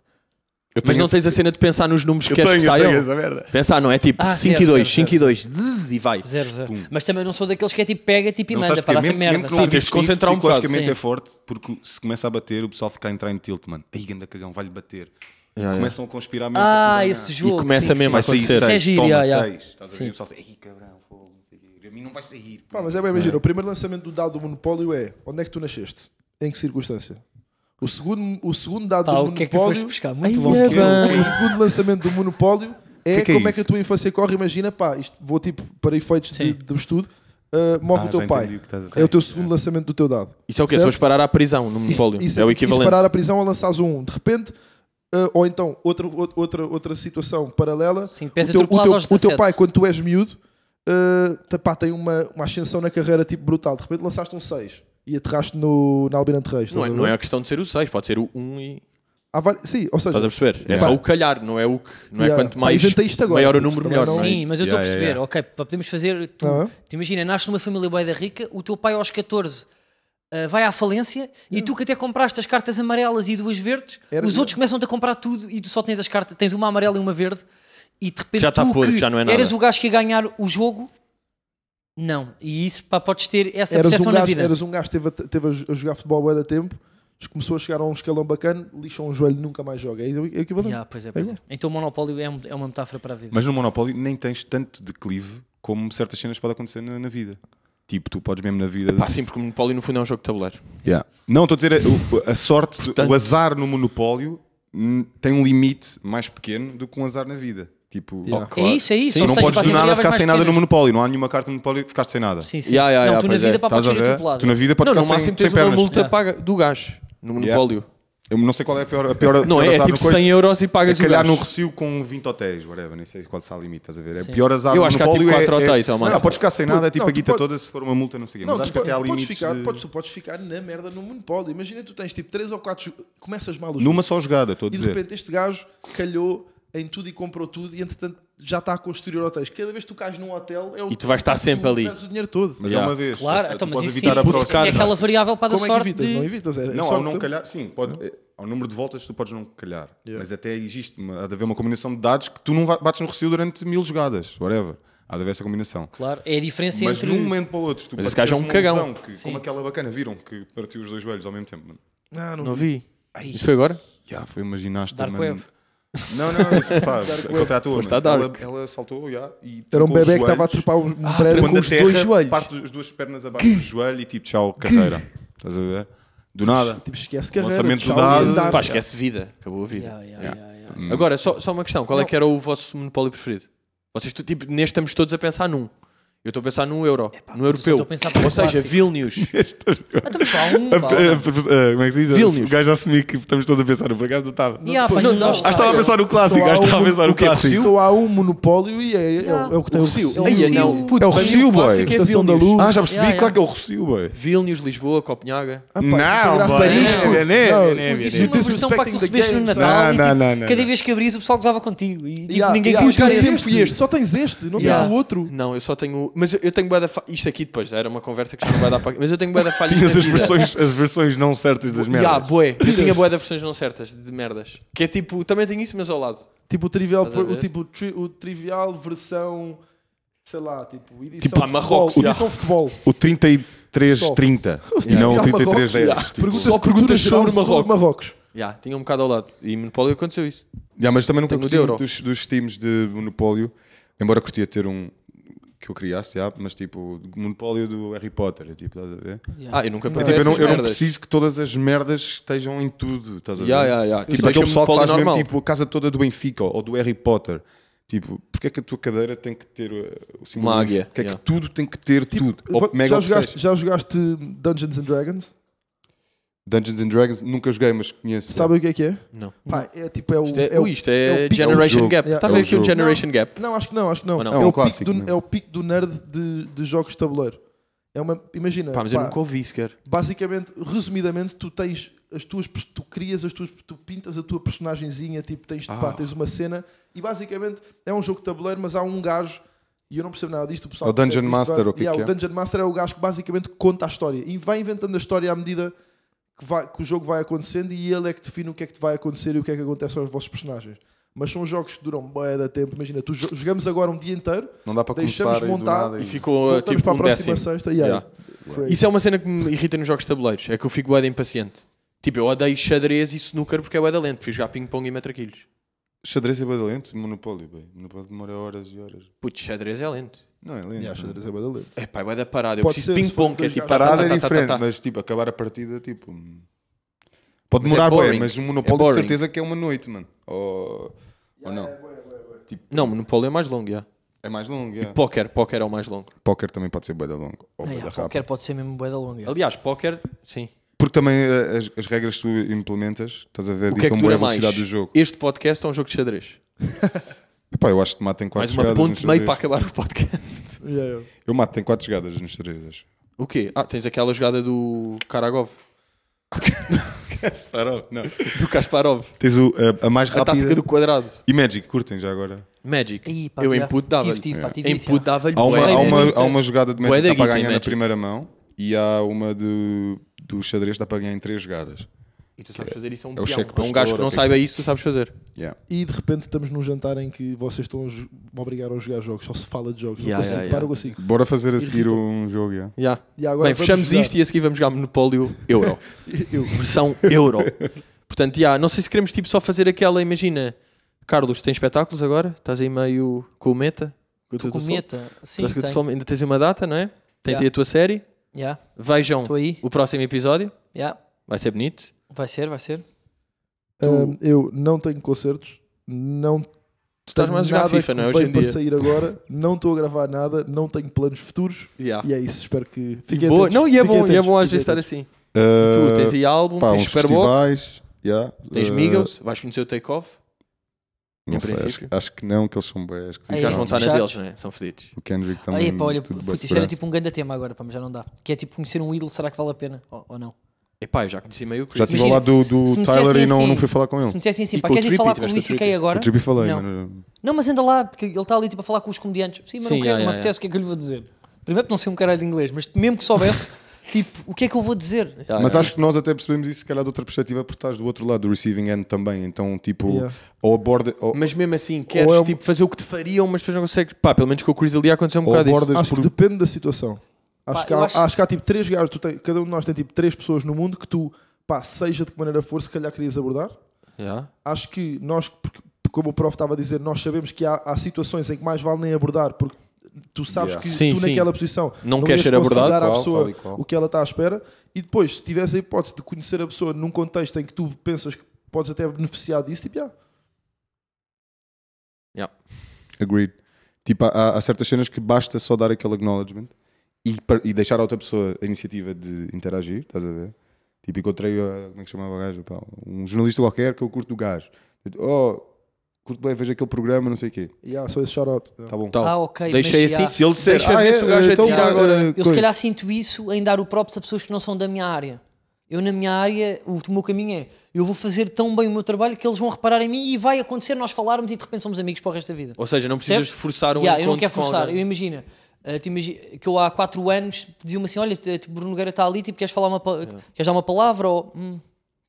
[SPEAKER 4] Eu
[SPEAKER 3] Mas
[SPEAKER 4] tenho
[SPEAKER 3] não
[SPEAKER 4] esse-
[SPEAKER 3] tens a cena de pensar nos números que
[SPEAKER 4] Eu
[SPEAKER 3] queres
[SPEAKER 4] tenho,
[SPEAKER 3] que
[SPEAKER 4] eu
[SPEAKER 3] saiam?
[SPEAKER 4] tenho essa merda.
[SPEAKER 3] Pensar, não é tipo
[SPEAKER 5] Ah,
[SPEAKER 3] 5
[SPEAKER 5] zero,
[SPEAKER 3] e 2,
[SPEAKER 5] zero,
[SPEAKER 3] 5 e 2, zzz, e vai.
[SPEAKER 5] Zero, zero. Mas também não sou daqueles que é tipo pega, tipo e
[SPEAKER 4] Não,
[SPEAKER 5] manda
[SPEAKER 4] sabes porquê?
[SPEAKER 5] para essa
[SPEAKER 4] mesmo,
[SPEAKER 5] merda.
[SPEAKER 4] mesmo que
[SPEAKER 5] sabe?
[SPEAKER 4] não
[SPEAKER 3] Sim, tens de
[SPEAKER 4] existe,
[SPEAKER 3] concentrar um
[SPEAKER 4] isto psicologicamente
[SPEAKER 5] bocado.
[SPEAKER 4] é forte, porque se começa a bater, o pessoal fica a entrar em tilt, mano. Aí, ganda cagão, vai-lhe bater.
[SPEAKER 3] Já, já.
[SPEAKER 4] Começam a conspirar mesmo. para
[SPEAKER 5] Ah,
[SPEAKER 4] tudo
[SPEAKER 5] esse
[SPEAKER 4] ganhar.
[SPEAKER 5] jogo.
[SPEAKER 3] começa
[SPEAKER 5] sim,
[SPEAKER 3] mesmo
[SPEAKER 5] sim.
[SPEAKER 4] Vai
[SPEAKER 3] a
[SPEAKER 4] sair
[SPEAKER 3] acontecer.
[SPEAKER 4] seis,
[SPEAKER 5] Isso é giro,
[SPEAKER 4] toma
[SPEAKER 5] já, já.
[SPEAKER 4] seis. Estás a ver?
[SPEAKER 5] Sim.
[SPEAKER 4] O pessoal fica, ei, cabrão, fogo, não sei o quê. A mim não vai sair.
[SPEAKER 6] Pá, mas é bem, imagina, o primeiro lançamento do dado do monopólio é onde é que tu nasceste? Em que circunstância? O segundo, o segundo dado
[SPEAKER 5] Pá,
[SPEAKER 6] do
[SPEAKER 5] o que é que tu foste
[SPEAKER 6] monopólio
[SPEAKER 5] buscar? Muito
[SPEAKER 6] Ai,
[SPEAKER 5] bom.
[SPEAKER 6] é
[SPEAKER 4] Que-
[SPEAKER 6] bem. O segundo lançamento do
[SPEAKER 5] <laughs>
[SPEAKER 6] Monopólio é,
[SPEAKER 4] Que que é
[SPEAKER 6] como é que a
[SPEAKER 4] isso?
[SPEAKER 6] tua infância corre. Imagina, pá, isto vou tipo para efeitos de,
[SPEAKER 5] Sim.
[SPEAKER 6] de um estudo. uh, morre
[SPEAKER 4] Ah,
[SPEAKER 6] o teu
[SPEAKER 4] já
[SPEAKER 6] pai.
[SPEAKER 4] entendi o que estás a
[SPEAKER 6] é o teu
[SPEAKER 4] dizer.
[SPEAKER 6] segundo lançamento do teu dado.
[SPEAKER 3] Isso é o quê? Se
[SPEAKER 6] Certo?
[SPEAKER 3] fores parar à prisão no monopólio.
[SPEAKER 6] Isso
[SPEAKER 3] É o
[SPEAKER 6] que quis
[SPEAKER 3] equivalente.
[SPEAKER 6] parar a prisão ou lançares um. De repente, uh, ou então outra, ou- outra, outra situação paralela.
[SPEAKER 5] Sim, pés
[SPEAKER 6] o, teu, o,
[SPEAKER 5] atropelado
[SPEAKER 6] teu,
[SPEAKER 5] aos
[SPEAKER 6] o teu
[SPEAKER 5] 17.
[SPEAKER 6] pai, quando tu és miúdo, uh, tá- pá, tem uma, uma ascensão na carreira tipo brutal. De repente lançaste um 6 e aterraste no, na Almirante Reis.
[SPEAKER 3] Não é,
[SPEAKER 6] estás a
[SPEAKER 3] não é
[SPEAKER 6] ver?
[SPEAKER 3] a questão de ser o 6, pode ser o 1 e.
[SPEAKER 6] Há vari- Sim, ou seja,
[SPEAKER 3] Estás a perceber? É
[SPEAKER 6] Pá.
[SPEAKER 3] só o calhar, não é o que. Não é
[SPEAKER 6] Yeah.
[SPEAKER 3] quanto
[SPEAKER 6] Pá,
[SPEAKER 3] mais.
[SPEAKER 6] inventei isto agora.
[SPEAKER 3] Maior o número,
[SPEAKER 6] Também
[SPEAKER 3] melhor.
[SPEAKER 6] não-
[SPEAKER 3] não é?
[SPEAKER 5] Sim, mas eu estou
[SPEAKER 4] Yeah,
[SPEAKER 5] a perceber.
[SPEAKER 4] yeah,
[SPEAKER 5] Ok, para podemos fazer. Tu,
[SPEAKER 6] Ah.
[SPEAKER 5] tu imagina, nasces numa família bué da rica, o teu pai aos 14 ah, vai à falência e tu que até compraste as cartas amarelas e duas verdes,
[SPEAKER 6] Era-
[SPEAKER 5] os outros começam-te a comprar tudo e tu só tens as cartas, tens uma amarela e uma verde e de repente
[SPEAKER 3] Já tá
[SPEAKER 5] tu
[SPEAKER 3] podre,
[SPEAKER 5] que
[SPEAKER 3] já não é nada.
[SPEAKER 5] eras o gajo que ia ganhar o jogo. Não, e isso pá, podes ter essa é
[SPEAKER 6] eras um,
[SPEAKER 5] percepção na
[SPEAKER 6] gajo,
[SPEAKER 5] vida.
[SPEAKER 6] eras um gajo que teve, a- teve a jo- a jogar futebol bué da tempo, começou a chegar a um escalão bacana, lixou um joelho, nunca mais joga. É, o- é o equivalente.
[SPEAKER 5] Yeah, pois é, pois é.
[SPEAKER 6] igual.
[SPEAKER 5] Então o monopólio é, um- é uma metáfora para a vida.
[SPEAKER 4] Mas no Monopólio nem tens tanto declive como certas cenas podem acontecer na, na vida. Tipo, tu podes mesmo na vida.
[SPEAKER 3] Pá, sim, porque o monopólio no fundo é um jogo de tabuleiro.
[SPEAKER 4] Yeah. Não, estou a dizer, a, o- a sorte, o azar no Monopólio hum, tem um limite mais pequeno do que um azar na vida. Tipo, ó,
[SPEAKER 6] Yeah.
[SPEAKER 4] claro.
[SPEAKER 5] É isso, é isso.
[SPEAKER 4] Tu
[SPEAKER 5] Ou
[SPEAKER 4] não
[SPEAKER 5] seja,
[SPEAKER 4] podes
[SPEAKER 5] vais
[SPEAKER 4] do
[SPEAKER 5] ter
[SPEAKER 4] nada
[SPEAKER 5] variáveis
[SPEAKER 4] ficar
[SPEAKER 5] mais
[SPEAKER 4] sem nada no
[SPEAKER 5] pequenas.
[SPEAKER 4] Monopólio. Não há nenhuma carta no Monopólio que ficaste sem nada.
[SPEAKER 5] Sim, sim.
[SPEAKER 3] Yeah, yeah,
[SPEAKER 5] não,
[SPEAKER 3] yeah,
[SPEAKER 5] tu na
[SPEAKER 3] pois
[SPEAKER 5] vida
[SPEAKER 3] é.
[SPEAKER 5] pá,
[SPEAKER 4] Estás
[SPEAKER 5] podes
[SPEAKER 4] a
[SPEAKER 5] ser
[SPEAKER 4] ver?
[SPEAKER 5] atropelado.
[SPEAKER 4] Tu na vida podes
[SPEAKER 3] Não, no
[SPEAKER 4] ficar sem,
[SPEAKER 3] máximo tens
[SPEAKER 4] sem
[SPEAKER 3] uma
[SPEAKER 4] pernas.
[SPEAKER 3] multa
[SPEAKER 5] Yeah.
[SPEAKER 3] paga do gás no monopólio.
[SPEAKER 4] Eu não sei qual é a pior. A pior
[SPEAKER 3] Não
[SPEAKER 4] pior
[SPEAKER 3] é? É
[SPEAKER 4] azar
[SPEAKER 3] tipo
[SPEAKER 4] no coisa.
[SPEAKER 3] 100 euros e pagas
[SPEAKER 6] É
[SPEAKER 4] Se
[SPEAKER 3] o
[SPEAKER 4] calhar
[SPEAKER 3] gás.
[SPEAKER 4] num recio com 20 hotéis, whatever, nem sei qual será o limite, estás a ver? É
[SPEAKER 5] Sim.
[SPEAKER 4] pior azar
[SPEAKER 3] Eu
[SPEAKER 4] no
[SPEAKER 3] acho que há tipo
[SPEAKER 4] monopólio é-
[SPEAKER 3] quatro
[SPEAKER 4] é-
[SPEAKER 3] hotéis ou mais.
[SPEAKER 4] Não, podes ficar sem nada, é tipo
[SPEAKER 6] Não,
[SPEAKER 4] a
[SPEAKER 6] tu
[SPEAKER 4] guita
[SPEAKER 6] pode-
[SPEAKER 4] toda se for uma multa, não sei o quê.
[SPEAKER 6] Não,
[SPEAKER 4] Mas acho
[SPEAKER 6] tu
[SPEAKER 4] que até há
[SPEAKER 6] po- podes,
[SPEAKER 4] limites.
[SPEAKER 6] ficar,
[SPEAKER 4] de-
[SPEAKER 6] podes, tu podes ficar na merda no monopólio. Imagina, tu tens tipo 3 ou 4 começas mal o jogo
[SPEAKER 4] Numa só jogada, estou a
[SPEAKER 6] e de
[SPEAKER 4] dizer.
[SPEAKER 6] repente este gajo calhou em tudo e comprou tudo e entretanto já está a construir hotéis. Cada vez que tu cais num hotel é o
[SPEAKER 3] E tu vais estar sempre
[SPEAKER 6] tu
[SPEAKER 3] ali.
[SPEAKER 6] perdes o dinheiro todo.
[SPEAKER 4] Mas
[SPEAKER 3] Yeah.
[SPEAKER 4] é uma vez.
[SPEAKER 5] Claro,
[SPEAKER 4] Tu
[SPEAKER 5] então, mas
[SPEAKER 4] podes
[SPEAKER 5] isso, sim,
[SPEAKER 4] evitar a
[SPEAKER 5] puto, isso é
[SPEAKER 4] próxima.
[SPEAKER 5] aquela variável para dar
[SPEAKER 6] Como é que
[SPEAKER 5] sorte
[SPEAKER 6] evitas?
[SPEAKER 5] de-
[SPEAKER 6] Não evitas? É, é
[SPEAKER 4] Não, ao
[SPEAKER 6] sorte.
[SPEAKER 4] não calhar, sim, pode, é, ao número de voltas tu podes não calhar.
[SPEAKER 6] Yeah.
[SPEAKER 4] Mas até existe, uma, há de haver uma combinação de dados que tu não va- bates no recio durante mil jogadas, whatever. Há de haver essa combinação.
[SPEAKER 5] Claro, é a diferença
[SPEAKER 4] Mas
[SPEAKER 5] entre.
[SPEAKER 4] de um momento para o outro, tu
[SPEAKER 3] Mas esse
[SPEAKER 4] podes
[SPEAKER 3] gajo é
[SPEAKER 4] teres
[SPEAKER 3] um
[SPEAKER 4] uma
[SPEAKER 3] cagão.
[SPEAKER 4] lesão Que,
[SPEAKER 5] Sim.
[SPEAKER 4] como aquela bacana, viram que partiu os dois joelhos ao mesmo tempo. mano.
[SPEAKER 6] Ah, não.
[SPEAKER 3] Não vi. Isso foi agora?
[SPEAKER 4] Já, foi uma ginasta.
[SPEAKER 5] Dark
[SPEAKER 4] mano.
[SPEAKER 5] Web.
[SPEAKER 4] Não, não, isso pá, contra a tua.
[SPEAKER 3] Foste à
[SPEAKER 4] mano. Ela,
[SPEAKER 3] Dark.
[SPEAKER 4] ela saltou, já. e
[SPEAKER 6] Era um
[SPEAKER 4] trocou os
[SPEAKER 6] bebê que estava a
[SPEAKER 4] joelhos.
[SPEAKER 6] trepar um um prédio
[SPEAKER 4] Quando
[SPEAKER 6] com
[SPEAKER 4] a
[SPEAKER 6] os dois
[SPEAKER 4] terra
[SPEAKER 6] joelhos.
[SPEAKER 4] Parte as duas pernas abaixo do joelho e tipo, tchau, carreira. Estás a ver? Do nada.
[SPEAKER 6] Tipo, esquece carreira.
[SPEAKER 4] Lançamento
[SPEAKER 6] tchau,
[SPEAKER 4] dado.
[SPEAKER 6] andar.
[SPEAKER 3] Pá, esquece vida. Acabou a vida.
[SPEAKER 5] Yeah, yeah,
[SPEAKER 4] Yeah.
[SPEAKER 5] yeah, yeah.
[SPEAKER 4] Hum.
[SPEAKER 3] Agora, só, só uma questão. Qual é que era o vosso monopólio preferido? Vocês, tu- tipo, neste estamos todos a pensar num. Eu estou a pensar num euro, no
[SPEAKER 5] eu só
[SPEAKER 3] europeu.
[SPEAKER 5] estou a pensar por
[SPEAKER 3] Ou seja,
[SPEAKER 5] clássicos.
[SPEAKER 3] Vilnius.
[SPEAKER 5] Ah, Estamos só a um.
[SPEAKER 4] Ah,
[SPEAKER 5] vá,
[SPEAKER 4] ah, ah, Como é que se diz?
[SPEAKER 3] Vilnius.
[SPEAKER 4] O gajo assumir que estamos todos a pensar, por acaso não estava.
[SPEAKER 5] Yeah, pá,
[SPEAKER 6] Não,
[SPEAKER 5] nós
[SPEAKER 6] não.
[SPEAKER 4] Ah, estava a pensar o clássico,
[SPEAKER 6] Só há
[SPEAKER 4] ah, estava a
[SPEAKER 6] um-
[SPEAKER 4] pensar o
[SPEAKER 3] o que é
[SPEAKER 4] clássico.
[SPEAKER 6] Só há um monopólio e é, é, é o- é o que tem o
[SPEAKER 3] Rocio.
[SPEAKER 6] Rocio.
[SPEAKER 3] Ai,
[SPEAKER 6] Rocio.
[SPEAKER 3] não. Puto,
[SPEAKER 4] É o
[SPEAKER 3] para mim,
[SPEAKER 4] Rocio, boy.
[SPEAKER 3] clássico é
[SPEAKER 6] Estação da
[SPEAKER 3] Vilnius.
[SPEAKER 6] Luz.
[SPEAKER 4] Ah, já percebi,
[SPEAKER 5] Yeah,
[SPEAKER 4] claro que é o Rocio, boy.
[SPEAKER 3] Vilnius, Lisboa, Copenhaga.
[SPEAKER 6] Ah, pá,
[SPEAKER 4] Não,
[SPEAKER 6] tem graça
[SPEAKER 4] boy.
[SPEAKER 5] Paris,
[SPEAKER 6] nenhuma.
[SPEAKER 5] puto.
[SPEAKER 4] É, né,
[SPEAKER 6] Não,
[SPEAKER 4] é, né,
[SPEAKER 5] Porque
[SPEAKER 4] é,
[SPEAKER 5] isso
[SPEAKER 4] né.
[SPEAKER 5] é uma versão para que tu recebeste no Natal.
[SPEAKER 4] Não, não,
[SPEAKER 5] e, tipo,
[SPEAKER 4] não, não,
[SPEAKER 5] cada
[SPEAKER 4] não.
[SPEAKER 5] vez que abrias o pessoal gozava contigo. E tipo,
[SPEAKER 6] Yeah,
[SPEAKER 5] ninguém queria
[SPEAKER 6] yeah, tu
[SPEAKER 5] buscar esse.
[SPEAKER 6] sempre este, só tens este, não
[SPEAKER 3] Yeah.
[SPEAKER 6] tens o outro.
[SPEAKER 3] Não, eu só tenho. Mas eu- eu tenho boa da fa... Isto aqui depois, era uma conversa que já não vai dar para. Mas eu tenho
[SPEAKER 4] <laughs>
[SPEAKER 3] boa da falha.
[SPEAKER 4] Tinhas as versões, as versões não certas das merdas. <laughs>
[SPEAKER 3] Eu tinha boa da versões não certas, de merdas. Que é tipo, também tenho isso, mas ao lado.
[SPEAKER 6] Tipo o trivial,
[SPEAKER 3] Estás a
[SPEAKER 6] o,
[SPEAKER 3] ver?
[SPEAKER 6] tipo, tri- o trivial versão, sei lá, tipo, edição
[SPEAKER 3] Tipo lá,
[SPEAKER 6] de
[SPEAKER 3] Marrocos,
[SPEAKER 6] futebol.
[SPEAKER 3] já.
[SPEAKER 6] Edição de futebol.
[SPEAKER 4] O 3330 e não o
[SPEAKER 6] Trivial Marrocos.
[SPEAKER 4] 3310. Tipo,
[SPEAKER 6] Perguntas,
[SPEAKER 3] só
[SPEAKER 6] só
[SPEAKER 3] perguntas
[SPEAKER 6] perguntas geral
[SPEAKER 3] sobre
[SPEAKER 6] sobre Marrocos.
[SPEAKER 3] Já, tinha um bocado ao lado. E Monopólio aconteceu isso.
[SPEAKER 4] Já, mas também nunca
[SPEAKER 3] Tenho o
[SPEAKER 4] curti
[SPEAKER 3] de Euro.
[SPEAKER 4] muito dos, dos times de Monopólio, embora curtia ter um que eu criasse, já, mas tipo, Monopólio do Harry Potter, tipo, estás a ver?
[SPEAKER 3] Ah, eu nunca
[SPEAKER 4] É,
[SPEAKER 3] perdi
[SPEAKER 4] tipo, eu, não,
[SPEAKER 3] essas
[SPEAKER 4] eu não
[SPEAKER 3] merdas.
[SPEAKER 4] preciso que todas as merdas estejam em tudo, estás a ver?
[SPEAKER 3] Ya, ya, ya. Tipo,
[SPEAKER 4] Tipo,
[SPEAKER 3] deixa-me
[SPEAKER 4] aquele pessoal que
[SPEAKER 3] Monopólio
[SPEAKER 4] faz mesmo
[SPEAKER 3] normal.
[SPEAKER 4] tipo, a casa toda do Benfica ou do Harry Potter. Tipo, porque é que a tua cadeira tem que ter uh, o símbolo?
[SPEAKER 3] Uma águia, Tipo,
[SPEAKER 4] Porque é
[SPEAKER 3] ya.
[SPEAKER 4] que tudo tem que ter tudo?
[SPEAKER 6] Va-
[SPEAKER 4] Ou mega
[SPEAKER 6] Tipo, já,
[SPEAKER 4] ou
[SPEAKER 6] jogaste,
[SPEAKER 4] seja.
[SPEAKER 6] já jogaste Dungeons and Dragons?
[SPEAKER 4] Dungeons and Dragons nunca joguei, mas conheço.
[SPEAKER 6] Sabem o que é que é?
[SPEAKER 3] Não.
[SPEAKER 6] Pá, é tipo, é o.
[SPEAKER 3] Isto é,
[SPEAKER 6] é o-
[SPEAKER 3] ui, isto é,
[SPEAKER 6] é o pico-
[SPEAKER 3] Generation
[SPEAKER 4] é um
[SPEAKER 3] Gap. Tá
[SPEAKER 6] jogo.
[SPEAKER 3] Está a
[SPEAKER 4] É
[SPEAKER 3] ver
[SPEAKER 4] um
[SPEAKER 3] aqui o
[SPEAKER 4] jogo.
[SPEAKER 3] Generation Gap?
[SPEAKER 6] Não, acho que não, acho que não.
[SPEAKER 3] Ou não?
[SPEAKER 4] É um
[SPEAKER 6] o
[SPEAKER 4] clássico,
[SPEAKER 6] pico
[SPEAKER 4] não
[SPEAKER 6] do,
[SPEAKER 4] é?
[SPEAKER 6] é o pico do nerd de, de jogos de tabuleiro. É uma, imagina,
[SPEAKER 3] Pá, mas eu
[SPEAKER 6] pá,
[SPEAKER 3] nunca ouvi sequer.
[SPEAKER 6] basicamente, resumidamente, tu tens as tuas, pers- tu crias as tuas, tu pintas a tua personagenzinha, tipo, tens,
[SPEAKER 4] Ah.
[SPEAKER 6] pá, tens uma cena e basicamente é um jogo de tabuleiro, mas há um gajo e eu não percebo nada disto. O, pessoal
[SPEAKER 4] É o Dungeon
[SPEAKER 6] percebe disto,
[SPEAKER 4] Master,
[SPEAKER 6] vai-
[SPEAKER 4] o que é
[SPEAKER 6] Yeah,
[SPEAKER 4] que é?
[SPEAKER 6] O Dungeon Master é o gajo que basicamente conta a história e vai inventando a história à medida que, vai- que o jogo vai acontecendo e ele é que define o que é que vai acontecer e o que é que acontece aos vossos personagens. Mas são jogos que duram bué da tempo. Imagina, tu jo- jogamos agora um dia inteiro,
[SPEAKER 4] Não dá para
[SPEAKER 6] Deixamos
[SPEAKER 4] começar e do
[SPEAKER 6] montar
[SPEAKER 4] nada
[SPEAKER 3] E
[SPEAKER 4] e-
[SPEAKER 3] ficou
[SPEAKER 6] voltamos
[SPEAKER 3] tipo
[SPEAKER 6] para a
[SPEAKER 3] um
[SPEAKER 6] próxima
[SPEAKER 3] décimo.
[SPEAKER 6] sexta e aí.
[SPEAKER 3] Yeah.
[SPEAKER 6] Crazy.
[SPEAKER 3] Isso é uma cena que me irrita nos jogos de tabuleiros. É que eu fico bué de impaciente. Tipo, eu odeio xadrez e snooker porque é bué da lento. Prefiro jogar ping-pong e metraquilhos.
[SPEAKER 4] Xadrez é bem lento, monopólio, bem. Monopólio demora horas e horas.
[SPEAKER 3] Putz, xadrez é lento.
[SPEAKER 4] Não, é lento.
[SPEAKER 6] Yeah, xadrez é bué da lento.
[SPEAKER 3] É pá, bué da parada. Eu
[SPEAKER 6] Pode
[SPEAKER 3] preciso
[SPEAKER 6] ser,
[SPEAKER 3] de
[SPEAKER 6] se forem
[SPEAKER 3] ping-pong, que é
[SPEAKER 6] dois
[SPEAKER 3] tipo...
[SPEAKER 6] gajos.
[SPEAKER 4] Parada
[SPEAKER 3] tá, tá, tá,
[SPEAKER 4] é
[SPEAKER 3] tá,
[SPEAKER 4] diferente,
[SPEAKER 3] tá.
[SPEAKER 4] mas tipo, acabar a partida, tipo. Pode
[SPEAKER 3] Mas é
[SPEAKER 4] demorar, bué,
[SPEAKER 3] boring.
[SPEAKER 4] mas o
[SPEAKER 3] É
[SPEAKER 4] monopólio
[SPEAKER 3] boring.
[SPEAKER 4] de certeza que é uma noite, mano. Ou, ou não.
[SPEAKER 6] é
[SPEAKER 3] Não, Monopólio é mais longo, já.
[SPEAKER 4] É mais longo, é.
[SPEAKER 3] Póquer, póquer é o mais longo.
[SPEAKER 4] Póquer também pode ser bué da longo. Ou bué
[SPEAKER 5] Ah,
[SPEAKER 4] da
[SPEAKER 5] yeah,
[SPEAKER 4] rápido.
[SPEAKER 5] Qualquer pode ser mesmo bué da longa.
[SPEAKER 3] Aliás, póquer, sim.
[SPEAKER 4] Porque também eh, as, as regras que tu implementas, estás a ver,
[SPEAKER 3] O que é que
[SPEAKER 4] bué
[SPEAKER 3] dura
[SPEAKER 4] a
[SPEAKER 3] mais?
[SPEAKER 4] velocidade do jogo.
[SPEAKER 3] Este podcast é um jogo de xadrez.
[SPEAKER 4] Epá, eu acho que mato em
[SPEAKER 3] Mais
[SPEAKER 4] 4
[SPEAKER 3] uma
[SPEAKER 4] jogadas.
[SPEAKER 3] ponte
[SPEAKER 4] nos
[SPEAKER 3] e meio para
[SPEAKER 4] xadrez.
[SPEAKER 3] acabar o podcast.
[SPEAKER 6] Yeah, yeah.
[SPEAKER 4] Eu mato em 4 jogadas nos xadrez,
[SPEAKER 6] <laughs>
[SPEAKER 4] acho.
[SPEAKER 3] O quê? Ah, tens aquela jogada do Karagov.
[SPEAKER 4] Separou? Não.
[SPEAKER 3] Do Kasparov.
[SPEAKER 4] Tens o, a, a mais
[SPEAKER 3] A tática
[SPEAKER 4] rápida.
[SPEAKER 3] do quadrado.
[SPEAKER 4] E Magic, curtem já agora.
[SPEAKER 3] Magic.
[SPEAKER 5] Ih, pá,
[SPEAKER 3] eu
[SPEAKER 5] já.
[SPEAKER 3] input dava-lhe.
[SPEAKER 5] Tive, tive, pá, tive isso,
[SPEAKER 3] Input
[SPEAKER 5] já.
[SPEAKER 3] dava-lhe.
[SPEAKER 4] Há uma,
[SPEAKER 3] bué.
[SPEAKER 4] há uma,
[SPEAKER 5] Magic.
[SPEAKER 4] há uma jogada de Magic
[SPEAKER 3] Bué
[SPEAKER 4] que
[SPEAKER 3] da
[SPEAKER 4] dá para
[SPEAKER 3] guita em
[SPEAKER 4] ganhar na
[SPEAKER 3] Magic.
[SPEAKER 4] primeira mão e há uma de, do xadrez que dá para ganhar em 3 jogadas.
[SPEAKER 3] E tu sabes fazer isso a um
[SPEAKER 4] É o
[SPEAKER 3] peão.
[SPEAKER 4] cheque
[SPEAKER 3] A um gajo
[SPEAKER 4] pastor,
[SPEAKER 3] que não
[SPEAKER 4] ok.
[SPEAKER 3] saiba isso, tu sabes fazer.
[SPEAKER 4] Yeah.
[SPEAKER 6] e de repente estamos num jantar em que vocês estão a jo- me obrigar a jogar jogos, só se fala de jogos.
[SPEAKER 3] Yeah,
[SPEAKER 6] não consigo,
[SPEAKER 3] yeah,
[SPEAKER 6] para,
[SPEAKER 3] yeah.
[SPEAKER 6] eu consigo.
[SPEAKER 4] Bora fazer a seguir
[SPEAKER 6] Irritam.
[SPEAKER 4] um jogo, yeah.
[SPEAKER 3] Já.
[SPEAKER 6] E agora
[SPEAKER 3] Bem,
[SPEAKER 6] vamos
[SPEAKER 3] fechamos
[SPEAKER 6] jogar.
[SPEAKER 3] isto e a seguir vamos jogar Monopólio Euro.
[SPEAKER 6] <laughs> Eu.
[SPEAKER 3] Versão Euro. Portanto, já, não sei se queremos tipo só fazer aquela, imagina... Carlos, tem espetáculos agora? Estás aí meio com o meta?
[SPEAKER 5] Estou com
[SPEAKER 3] o
[SPEAKER 5] meta. Sim,
[SPEAKER 3] Estás com o
[SPEAKER 5] tenho.
[SPEAKER 3] sol- Ainda tens uma data, não é? Tens
[SPEAKER 5] Já.
[SPEAKER 3] aí a tua série.
[SPEAKER 5] Yeah,
[SPEAKER 3] Vejam
[SPEAKER 5] Estou aí.
[SPEAKER 3] o próximo episódio.
[SPEAKER 5] Yeah.
[SPEAKER 3] Vai ser bonito.
[SPEAKER 5] Vai ser, vai ser.
[SPEAKER 6] Ahm, eu não tenho concertos, não
[SPEAKER 3] Tu estás mais a jogar FIFA, não é? Hoje em
[SPEAKER 6] para
[SPEAKER 3] dia.
[SPEAKER 6] sair agora, não estou a gravar nada, não tenho planos futuros
[SPEAKER 3] Já.
[SPEAKER 6] e é isso. Espero que
[SPEAKER 3] Ah. E
[SPEAKER 6] fiquem
[SPEAKER 3] boa-
[SPEAKER 6] atentos,
[SPEAKER 3] Não, e é
[SPEAKER 6] fiquem
[SPEAKER 3] bom, e é
[SPEAKER 6] atentos,
[SPEAKER 3] bom às
[SPEAKER 6] fiquem
[SPEAKER 3] vezes estar
[SPEAKER 6] atentos.
[SPEAKER 3] assim.
[SPEAKER 4] Uh,
[SPEAKER 3] tu tens aí álbum,
[SPEAKER 4] pá,
[SPEAKER 6] um
[SPEAKER 3] tens
[SPEAKER 4] uns
[SPEAKER 3] Superbox,
[SPEAKER 4] festivais, yeah.
[SPEAKER 3] tens
[SPEAKER 6] eh,
[SPEAKER 4] Uh,
[SPEAKER 3] Migos, vais conhecer o Takeoff.
[SPEAKER 4] Não
[SPEAKER 3] em
[SPEAKER 4] sei, acho,
[SPEAKER 3] princípio.
[SPEAKER 4] acho que não, que eles são bem. Acho que
[SPEAKER 5] Aí,
[SPEAKER 3] Os gajos
[SPEAKER 5] é.
[SPEAKER 3] vão estar na
[SPEAKER 5] Fechados.
[SPEAKER 3] deles, não é? São fedidos.
[SPEAKER 4] O Kendrick também.
[SPEAKER 5] Aí, pá, olha,
[SPEAKER 4] tudo
[SPEAKER 5] puto,
[SPEAKER 4] bem
[SPEAKER 5] isto era
[SPEAKER 4] segurança.
[SPEAKER 5] tipo um grande tema agora, pá, mas já não dá. Que é tipo conhecer um ídolo, será que vale a pena? Ou, ou não?
[SPEAKER 3] Epá, eu já conheci meio o
[SPEAKER 4] Já
[SPEAKER 3] Chris.
[SPEAKER 4] estive ao
[SPEAKER 5] Imagina,
[SPEAKER 4] lado do, do
[SPEAKER 5] se me
[SPEAKER 4] Tyler
[SPEAKER 5] dissessem
[SPEAKER 4] e não,
[SPEAKER 5] assim-
[SPEAKER 4] não fui falar com
[SPEAKER 5] Se me
[SPEAKER 4] ele.
[SPEAKER 5] dissessem assim,
[SPEAKER 3] E
[SPEAKER 5] pá,
[SPEAKER 3] com o
[SPEAKER 5] queres ir
[SPEAKER 3] Trippy,
[SPEAKER 5] falar com o
[SPEAKER 3] tiveste
[SPEAKER 5] Luís
[SPEAKER 3] com o
[SPEAKER 5] e agora?
[SPEAKER 4] O Trippy falei,
[SPEAKER 5] Não.
[SPEAKER 4] mano.
[SPEAKER 5] Não, mas anda lá, porque ele está ali tipo a falar com os comediantes. Sim, mas
[SPEAKER 3] Sim,
[SPEAKER 5] não quero,
[SPEAKER 3] yeah,
[SPEAKER 5] não
[SPEAKER 3] yeah,
[SPEAKER 5] apetece, o que é que eu lhe vou dizer? Primeiro porque não sei um caralho de inglês, mas mesmo
[SPEAKER 3] <laughs>
[SPEAKER 5] que soubesse, tipo, o que é que eu vou dizer?
[SPEAKER 3] Já,
[SPEAKER 4] Mas
[SPEAKER 3] já.
[SPEAKER 4] acho que nós até percebemos isso, se calhar, de outra perspectiva, porque estás do outro lado do receiving end também. Então, tipo,
[SPEAKER 6] Yeah.
[SPEAKER 4] ou aborda. Ou,
[SPEAKER 3] Mas mesmo assim, queres
[SPEAKER 6] é um-
[SPEAKER 3] tipo, fazer o que te fariam, mas depois não consegues. Pá, pelo menos com o Chris ali aconteceu um
[SPEAKER 4] ou
[SPEAKER 3] bocado isso.
[SPEAKER 4] abordas
[SPEAKER 6] Acho que
[SPEAKER 4] por-
[SPEAKER 6] depende da situação. Acho,
[SPEAKER 5] Pá,
[SPEAKER 6] que
[SPEAKER 5] eu
[SPEAKER 6] há,
[SPEAKER 5] acho-
[SPEAKER 6] acho que há tipo três gajos, tu tem- cada um de nós tem tipo três pessoas no mundo que tu, pá, seja de que maneira for, se calhar querias abordar.
[SPEAKER 3] Já.
[SPEAKER 6] acho que nós, porque, como o prof estava a dizer, nós sabemos que há, há situações em que mais vale nem abordar porque tu sabes
[SPEAKER 4] Yeah.
[SPEAKER 6] que
[SPEAKER 3] Sim,
[SPEAKER 6] tu
[SPEAKER 3] sim.
[SPEAKER 6] naquela posição
[SPEAKER 3] Não queres
[SPEAKER 6] ias
[SPEAKER 3] ser
[SPEAKER 6] conseguir
[SPEAKER 3] abordado,
[SPEAKER 6] dar à
[SPEAKER 4] qual,
[SPEAKER 6] pessoa
[SPEAKER 4] tal e qual.
[SPEAKER 6] o que ela está à espera e depois se tivesse a hipótese de conhecer a pessoa num contexto em que tu pensas que podes até beneficiar disso, tipo, yeah,
[SPEAKER 4] Agreed. Tipo, há- há, há certas cenas que basta só dar aquele acknowledgement e, par- e deixar a outra pessoa a iniciativa de interagir, estás a ver? Tipo, encontrei, ah, como é que chamava o gajo? Pá, um jornalista qualquer que eu curto do gajo. Eu, Oh, curto bem, vejo aquele programa, não sei o quê.
[SPEAKER 6] yeah, só esse shout-out. Yeah.
[SPEAKER 4] Tá bom.
[SPEAKER 3] Tal.
[SPEAKER 5] Ah, ok,
[SPEAKER 3] Deixei
[SPEAKER 5] mas já-
[SPEAKER 3] assim. Se ele disser,
[SPEAKER 4] Deixa
[SPEAKER 3] ah,
[SPEAKER 4] ver
[SPEAKER 3] é,
[SPEAKER 4] se
[SPEAKER 3] o gajo
[SPEAKER 4] então,
[SPEAKER 3] atira
[SPEAKER 4] ah,
[SPEAKER 3] agora.
[SPEAKER 4] ah,
[SPEAKER 5] Eu se
[SPEAKER 4] coisa.
[SPEAKER 5] calhar sinto isso em dar o props a pessoas que não são da minha área. Eu na minha área, o meu caminho é eu vou fazer tão bem o meu trabalho que eles vão reparar em mim e vai acontecer nós falarmos e de repente somos amigos para o resto da vida.
[SPEAKER 3] Ou seja, não precisas
[SPEAKER 5] Percebes?
[SPEAKER 3] de forçar um
[SPEAKER 5] Yeah,
[SPEAKER 3] encontro
[SPEAKER 5] eu não quero
[SPEAKER 3] com
[SPEAKER 5] forçar. Eu
[SPEAKER 3] alguém.
[SPEAKER 5] imagino eh, te imagi- que eu há 4 anos dizia-me assim: Olha, t- tipo, Bruno Nogueira está ali, tipo, queres, falar uma pa- queres dar uma palavra? Ou, "Hum,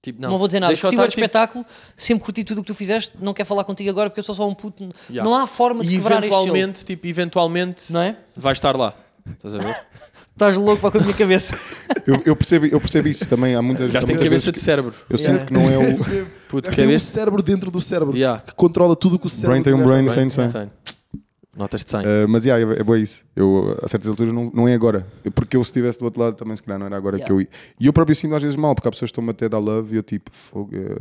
[SPEAKER 3] Tipo,
[SPEAKER 5] não, vou dizer nada. um
[SPEAKER 3] Deixa eu
[SPEAKER 5] Curti o
[SPEAKER 3] estar, tipo,
[SPEAKER 5] espetáculo, sempre curti tudo o que tu fizeste, não quero falar contigo agora porque eu sou só um puto.
[SPEAKER 3] Yeah.
[SPEAKER 5] Não há forma de
[SPEAKER 3] E
[SPEAKER 5] quebrar este gelo.
[SPEAKER 3] eventualmente, tipo, eventualmente,
[SPEAKER 5] Não é?
[SPEAKER 3] vais estar lá. Estás
[SPEAKER 5] <laughs>
[SPEAKER 3] a ver?
[SPEAKER 5] Estás louco para com a minha cabeça.
[SPEAKER 4] Eu, eu percebo, eu percebo isso também. Há muitas,
[SPEAKER 3] Já
[SPEAKER 4] há
[SPEAKER 3] tem
[SPEAKER 4] muitas
[SPEAKER 3] cabeça
[SPEAKER 4] vezes
[SPEAKER 3] de
[SPEAKER 4] que
[SPEAKER 3] cérebro.
[SPEAKER 4] Eu
[SPEAKER 5] Yeah.
[SPEAKER 4] sinto que não é
[SPEAKER 6] <laughs>
[SPEAKER 4] o
[SPEAKER 3] Puto,
[SPEAKER 6] Tem um
[SPEAKER 3] cabeça.
[SPEAKER 6] cérebro dentro do
[SPEAKER 4] um
[SPEAKER 6] cérebro
[SPEAKER 3] Yeah.
[SPEAKER 6] que controla tudo que o cérebro
[SPEAKER 4] brain tem um
[SPEAKER 6] tiver.
[SPEAKER 4] brain insane, insane.
[SPEAKER 3] Insane. Notas de 100.
[SPEAKER 4] Uh, mas yeah, é, é boa isso. Eu, a certas alturas não, não é agora. Porque eu, se estivesse do outro lado, também se calhar não era agora
[SPEAKER 5] Yeah.
[SPEAKER 4] que eu ia. E eu próprio sinto às vezes mal, porque há pessoas que estão-me até a dar love e eu tipo, fogo, eh,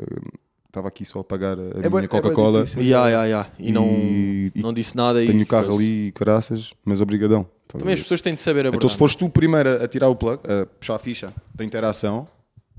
[SPEAKER 4] estava aqui só a pagar a minha
[SPEAKER 6] É bué- é bué
[SPEAKER 4] Coca-Cola.
[SPEAKER 6] difícil.
[SPEAKER 3] Yeah, yeah, yeah. E, não,
[SPEAKER 4] E-
[SPEAKER 3] não disse nada.
[SPEAKER 4] tenho
[SPEAKER 3] e
[SPEAKER 4] o carro
[SPEAKER 3] ficou-se.
[SPEAKER 4] ali e caraças, mas obrigadão. Estás a
[SPEAKER 3] É Também as
[SPEAKER 4] ver?
[SPEAKER 3] pessoas têm de saber abordar.
[SPEAKER 4] Então se fores tu primeiro a tirar o plug, a puxar a ficha da interação,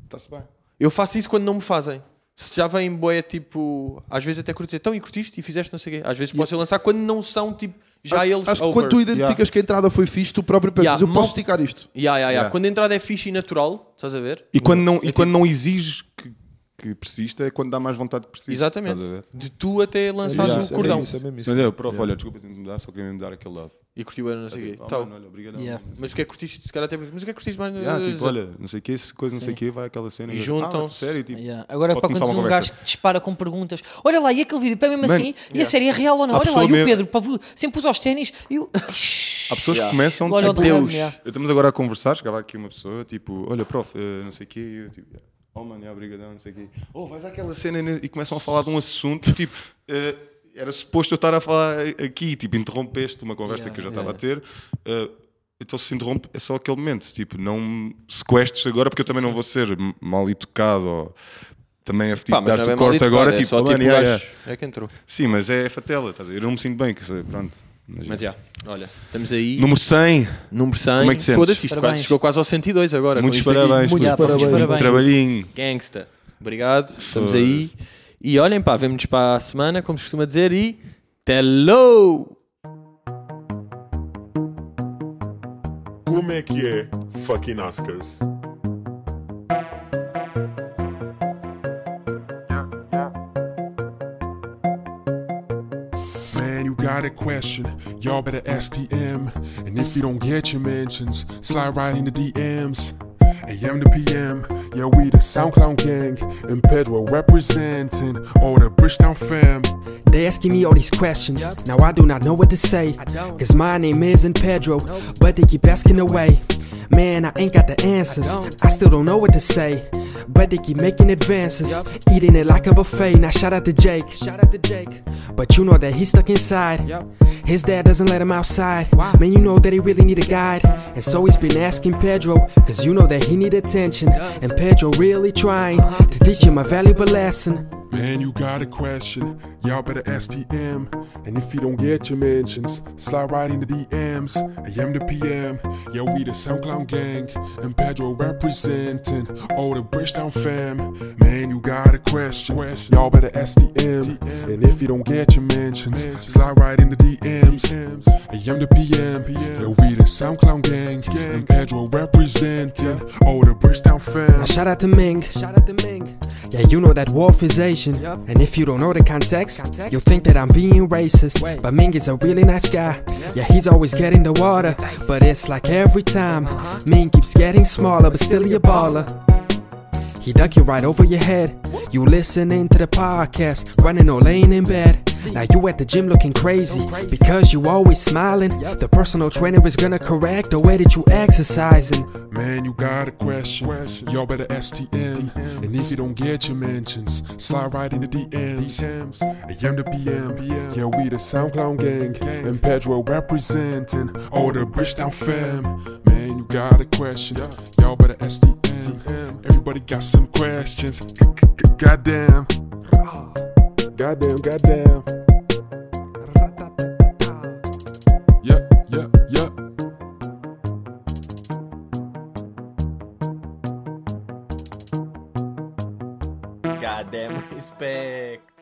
[SPEAKER 4] está-se bem.
[SPEAKER 3] Eu faço isso quando não me fazem. Se já vem boé, tipo, às vezes até curto dizer, então e curtiste e fizeste não sei o quê. Às vezes posso eu lançar quando não são, tipo, já
[SPEAKER 4] Ah,
[SPEAKER 6] Acho-
[SPEAKER 3] eles.
[SPEAKER 6] Acho que
[SPEAKER 3] over.
[SPEAKER 6] quando tu identificas
[SPEAKER 4] Yeah.
[SPEAKER 6] que a entrada foi fixe, tu próprio pensas,
[SPEAKER 3] Yeah,
[SPEAKER 6] eu posso
[SPEAKER 3] mal-
[SPEAKER 6] esticar
[SPEAKER 3] Yeah,
[SPEAKER 6] isto.
[SPEAKER 3] yeah, yeah.
[SPEAKER 4] Yeah.
[SPEAKER 3] Quando a entrada é fixe e natural, estás a ver?
[SPEAKER 4] E quando não, e quando não exiges que, que persista, é quando dá mais vontade que persista.
[SPEAKER 3] Exatamente.
[SPEAKER 4] Estás a ver?
[SPEAKER 3] De tu até lançares
[SPEAKER 4] Yeah,
[SPEAKER 3] o
[SPEAKER 4] isso é
[SPEAKER 3] cordão.
[SPEAKER 6] isso, é mesmo
[SPEAKER 4] Se
[SPEAKER 6] isso.
[SPEAKER 4] me der, prof, olha, desculpa, tenho de mudar, só queria mesmo dar aquele love.
[SPEAKER 3] E curtiu era não sei o quê.
[SPEAKER 4] Oh,
[SPEAKER 3] Tal.
[SPEAKER 4] mano, olha, obrigadão.
[SPEAKER 5] Yeah.
[SPEAKER 3] Mas o que é que curtiste? Se calhar até pergunto, mas o que é que curtiste mais?
[SPEAKER 5] Ah,
[SPEAKER 4] Yeah, tipo, olha, não sei o que, se coisa não sei o que, vai aquela cena.
[SPEAKER 3] E
[SPEAKER 4] eu-
[SPEAKER 3] juntam-se.
[SPEAKER 4] Ah, sério, tipo,
[SPEAKER 5] Yeah. Agora,
[SPEAKER 4] pode
[SPEAKER 5] para
[SPEAKER 4] começar
[SPEAKER 5] quando um
[SPEAKER 4] uma conversa.
[SPEAKER 5] gajo que dispara com perguntas, olha lá, e aquele vídeo, para mesmo
[SPEAKER 4] Mano,
[SPEAKER 5] assim, e a série é real ou não?
[SPEAKER 4] Há
[SPEAKER 5] olha lá,
[SPEAKER 4] pessoa
[SPEAKER 5] e o
[SPEAKER 4] mesmo-
[SPEAKER 5] Pedro, pavo, sempre usa os ténis, e o.
[SPEAKER 4] Há pessoas
[SPEAKER 3] Yeah.
[SPEAKER 4] que começam,
[SPEAKER 5] Olha o
[SPEAKER 4] tipo,
[SPEAKER 5] Deus.
[SPEAKER 4] Eu estamos agora a conversar, chegava aqui uma pessoa, tipo, olha, prof, eh, não sei o que, e eu, tipo, yeah. oh, mano, é obrigadão, não sei o que. Oh, vais àquela cena né, e começam a falar de um assunto, tipo, eh, era suposto eu estar a falar aqui, tipo, interrompeste uma conversa que eu já estava a ter. eh, então se interrompe, é só aquele momento, tipo, não me sequestres agora porque eu também não vou ser m- mal educado ou também é
[SPEAKER 3] Pá,
[SPEAKER 4] tipo,
[SPEAKER 3] mas
[SPEAKER 4] dar-te
[SPEAKER 3] não é
[SPEAKER 4] o
[SPEAKER 3] mal
[SPEAKER 4] corte
[SPEAKER 3] educado,
[SPEAKER 4] agora,
[SPEAKER 3] é
[SPEAKER 4] tipo,
[SPEAKER 3] só
[SPEAKER 4] oh,
[SPEAKER 3] tipo
[SPEAKER 4] mano, yeah, yeah.
[SPEAKER 3] gajo. É que entrou.
[SPEAKER 4] Sim, mas é fatela, estás a ver? Eu não me sinto bem, que, se- pronto.
[SPEAKER 3] Mas já, olha, estamos aí.
[SPEAKER 4] Número 100,
[SPEAKER 3] Número 100.
[SPEAKER 4] Como é que te sentes?
[SPEAKER 3] Foda-se, isto
[SPEAKER 5] Parabéns.
[SPEAKER 3] quase, chegou quase ao 102 agora. com
[SPEAKER 4] muitos
[SPEAKER 3] isto aqui.
[SPEAKER 4] parabéns,
[SPEAKER 6] Muitos
[SPEAKER 4] puto.
[SPEAKER 5] parabéns.
[SPEAKER 4] Muito
[SPEAKER 5] Parabéns.
[SPEAKER 4] Trabalhinho.
[SPEAKER 3] Gangsta. Obrigado, estamos aí. E olhem, pá, vemo-nos para a semana, como se costuma dizer, e. Hello!
[SPEAKER 7] Como é que é fucking Oscars?
[SPEAKER 1] Man, you got a question, y'all better ask TM. And if you don't get your mentions, slide right into DMs. AM to PM, yeah, we the SoundCloud gang. And Pedro representing all the Bridgetown fam.
[SPEAKER 2] They asking me all these questions. Now I do not know what to say. Cause my name isn't Pedro, but they keep asking away. Man, I ain't got the answers. I, still don't know what to say. But they keep making advances. Eating it like a buffet. Now shout out to Jake. Shout out to Jake. But you know that he's stuck inside. His dad doesn't let him outside. Man, you know that he really need a guide. And so he's been asking Pedro. Cause you know that he need attention. And Pedro really trying to teach him a valuable lesson.
[SPEAKER 1] Man, you got a question, y'all better ask TM. And if you don't get your mentions, slide right into DMs. AM to PM, yeah, we the SoundCloud gang. And Pedro representing all the Bridgetown fam. Man, you got a question, y'all better ask TM. And if you don't get your mentions, slide right into DMs. AM to PM, yeah, we the SoundCloud gang. And Pedro representing all the Bridgetown fam.
[SPEAKER 2] Now shout out to Ming. Shout out to Ming. Yeah, you know that Wolf is Asian. And if you don't know the context, you'll think that I'm being racist. But Ming is a really nice guy. Yeah, he's always getting the water. Uh-huh. But it's like every time, Ming keeps getting smaller, but still he a baller. He dunk it right over your head. You listening to the podcast, running or laying in bed. Now you at the gym looking crazy because you always smiling. The personal trainer is gonna correct the way that you exercising.
[SPEAKER 1] Man, you got a question. Y'all better STM. And if you don't get your mentions, slide right into DMs. AM to PM. Yeah, we the SoundCloud gang. And Pedro representing all the Bridgetown fam. Man, you got a question. Y'all better STM. Everybody got some questions. Goddamn. Goddamn, goddamn. Yeah, yeah, yeah.
[SPEAKER 8] Goddamn respect.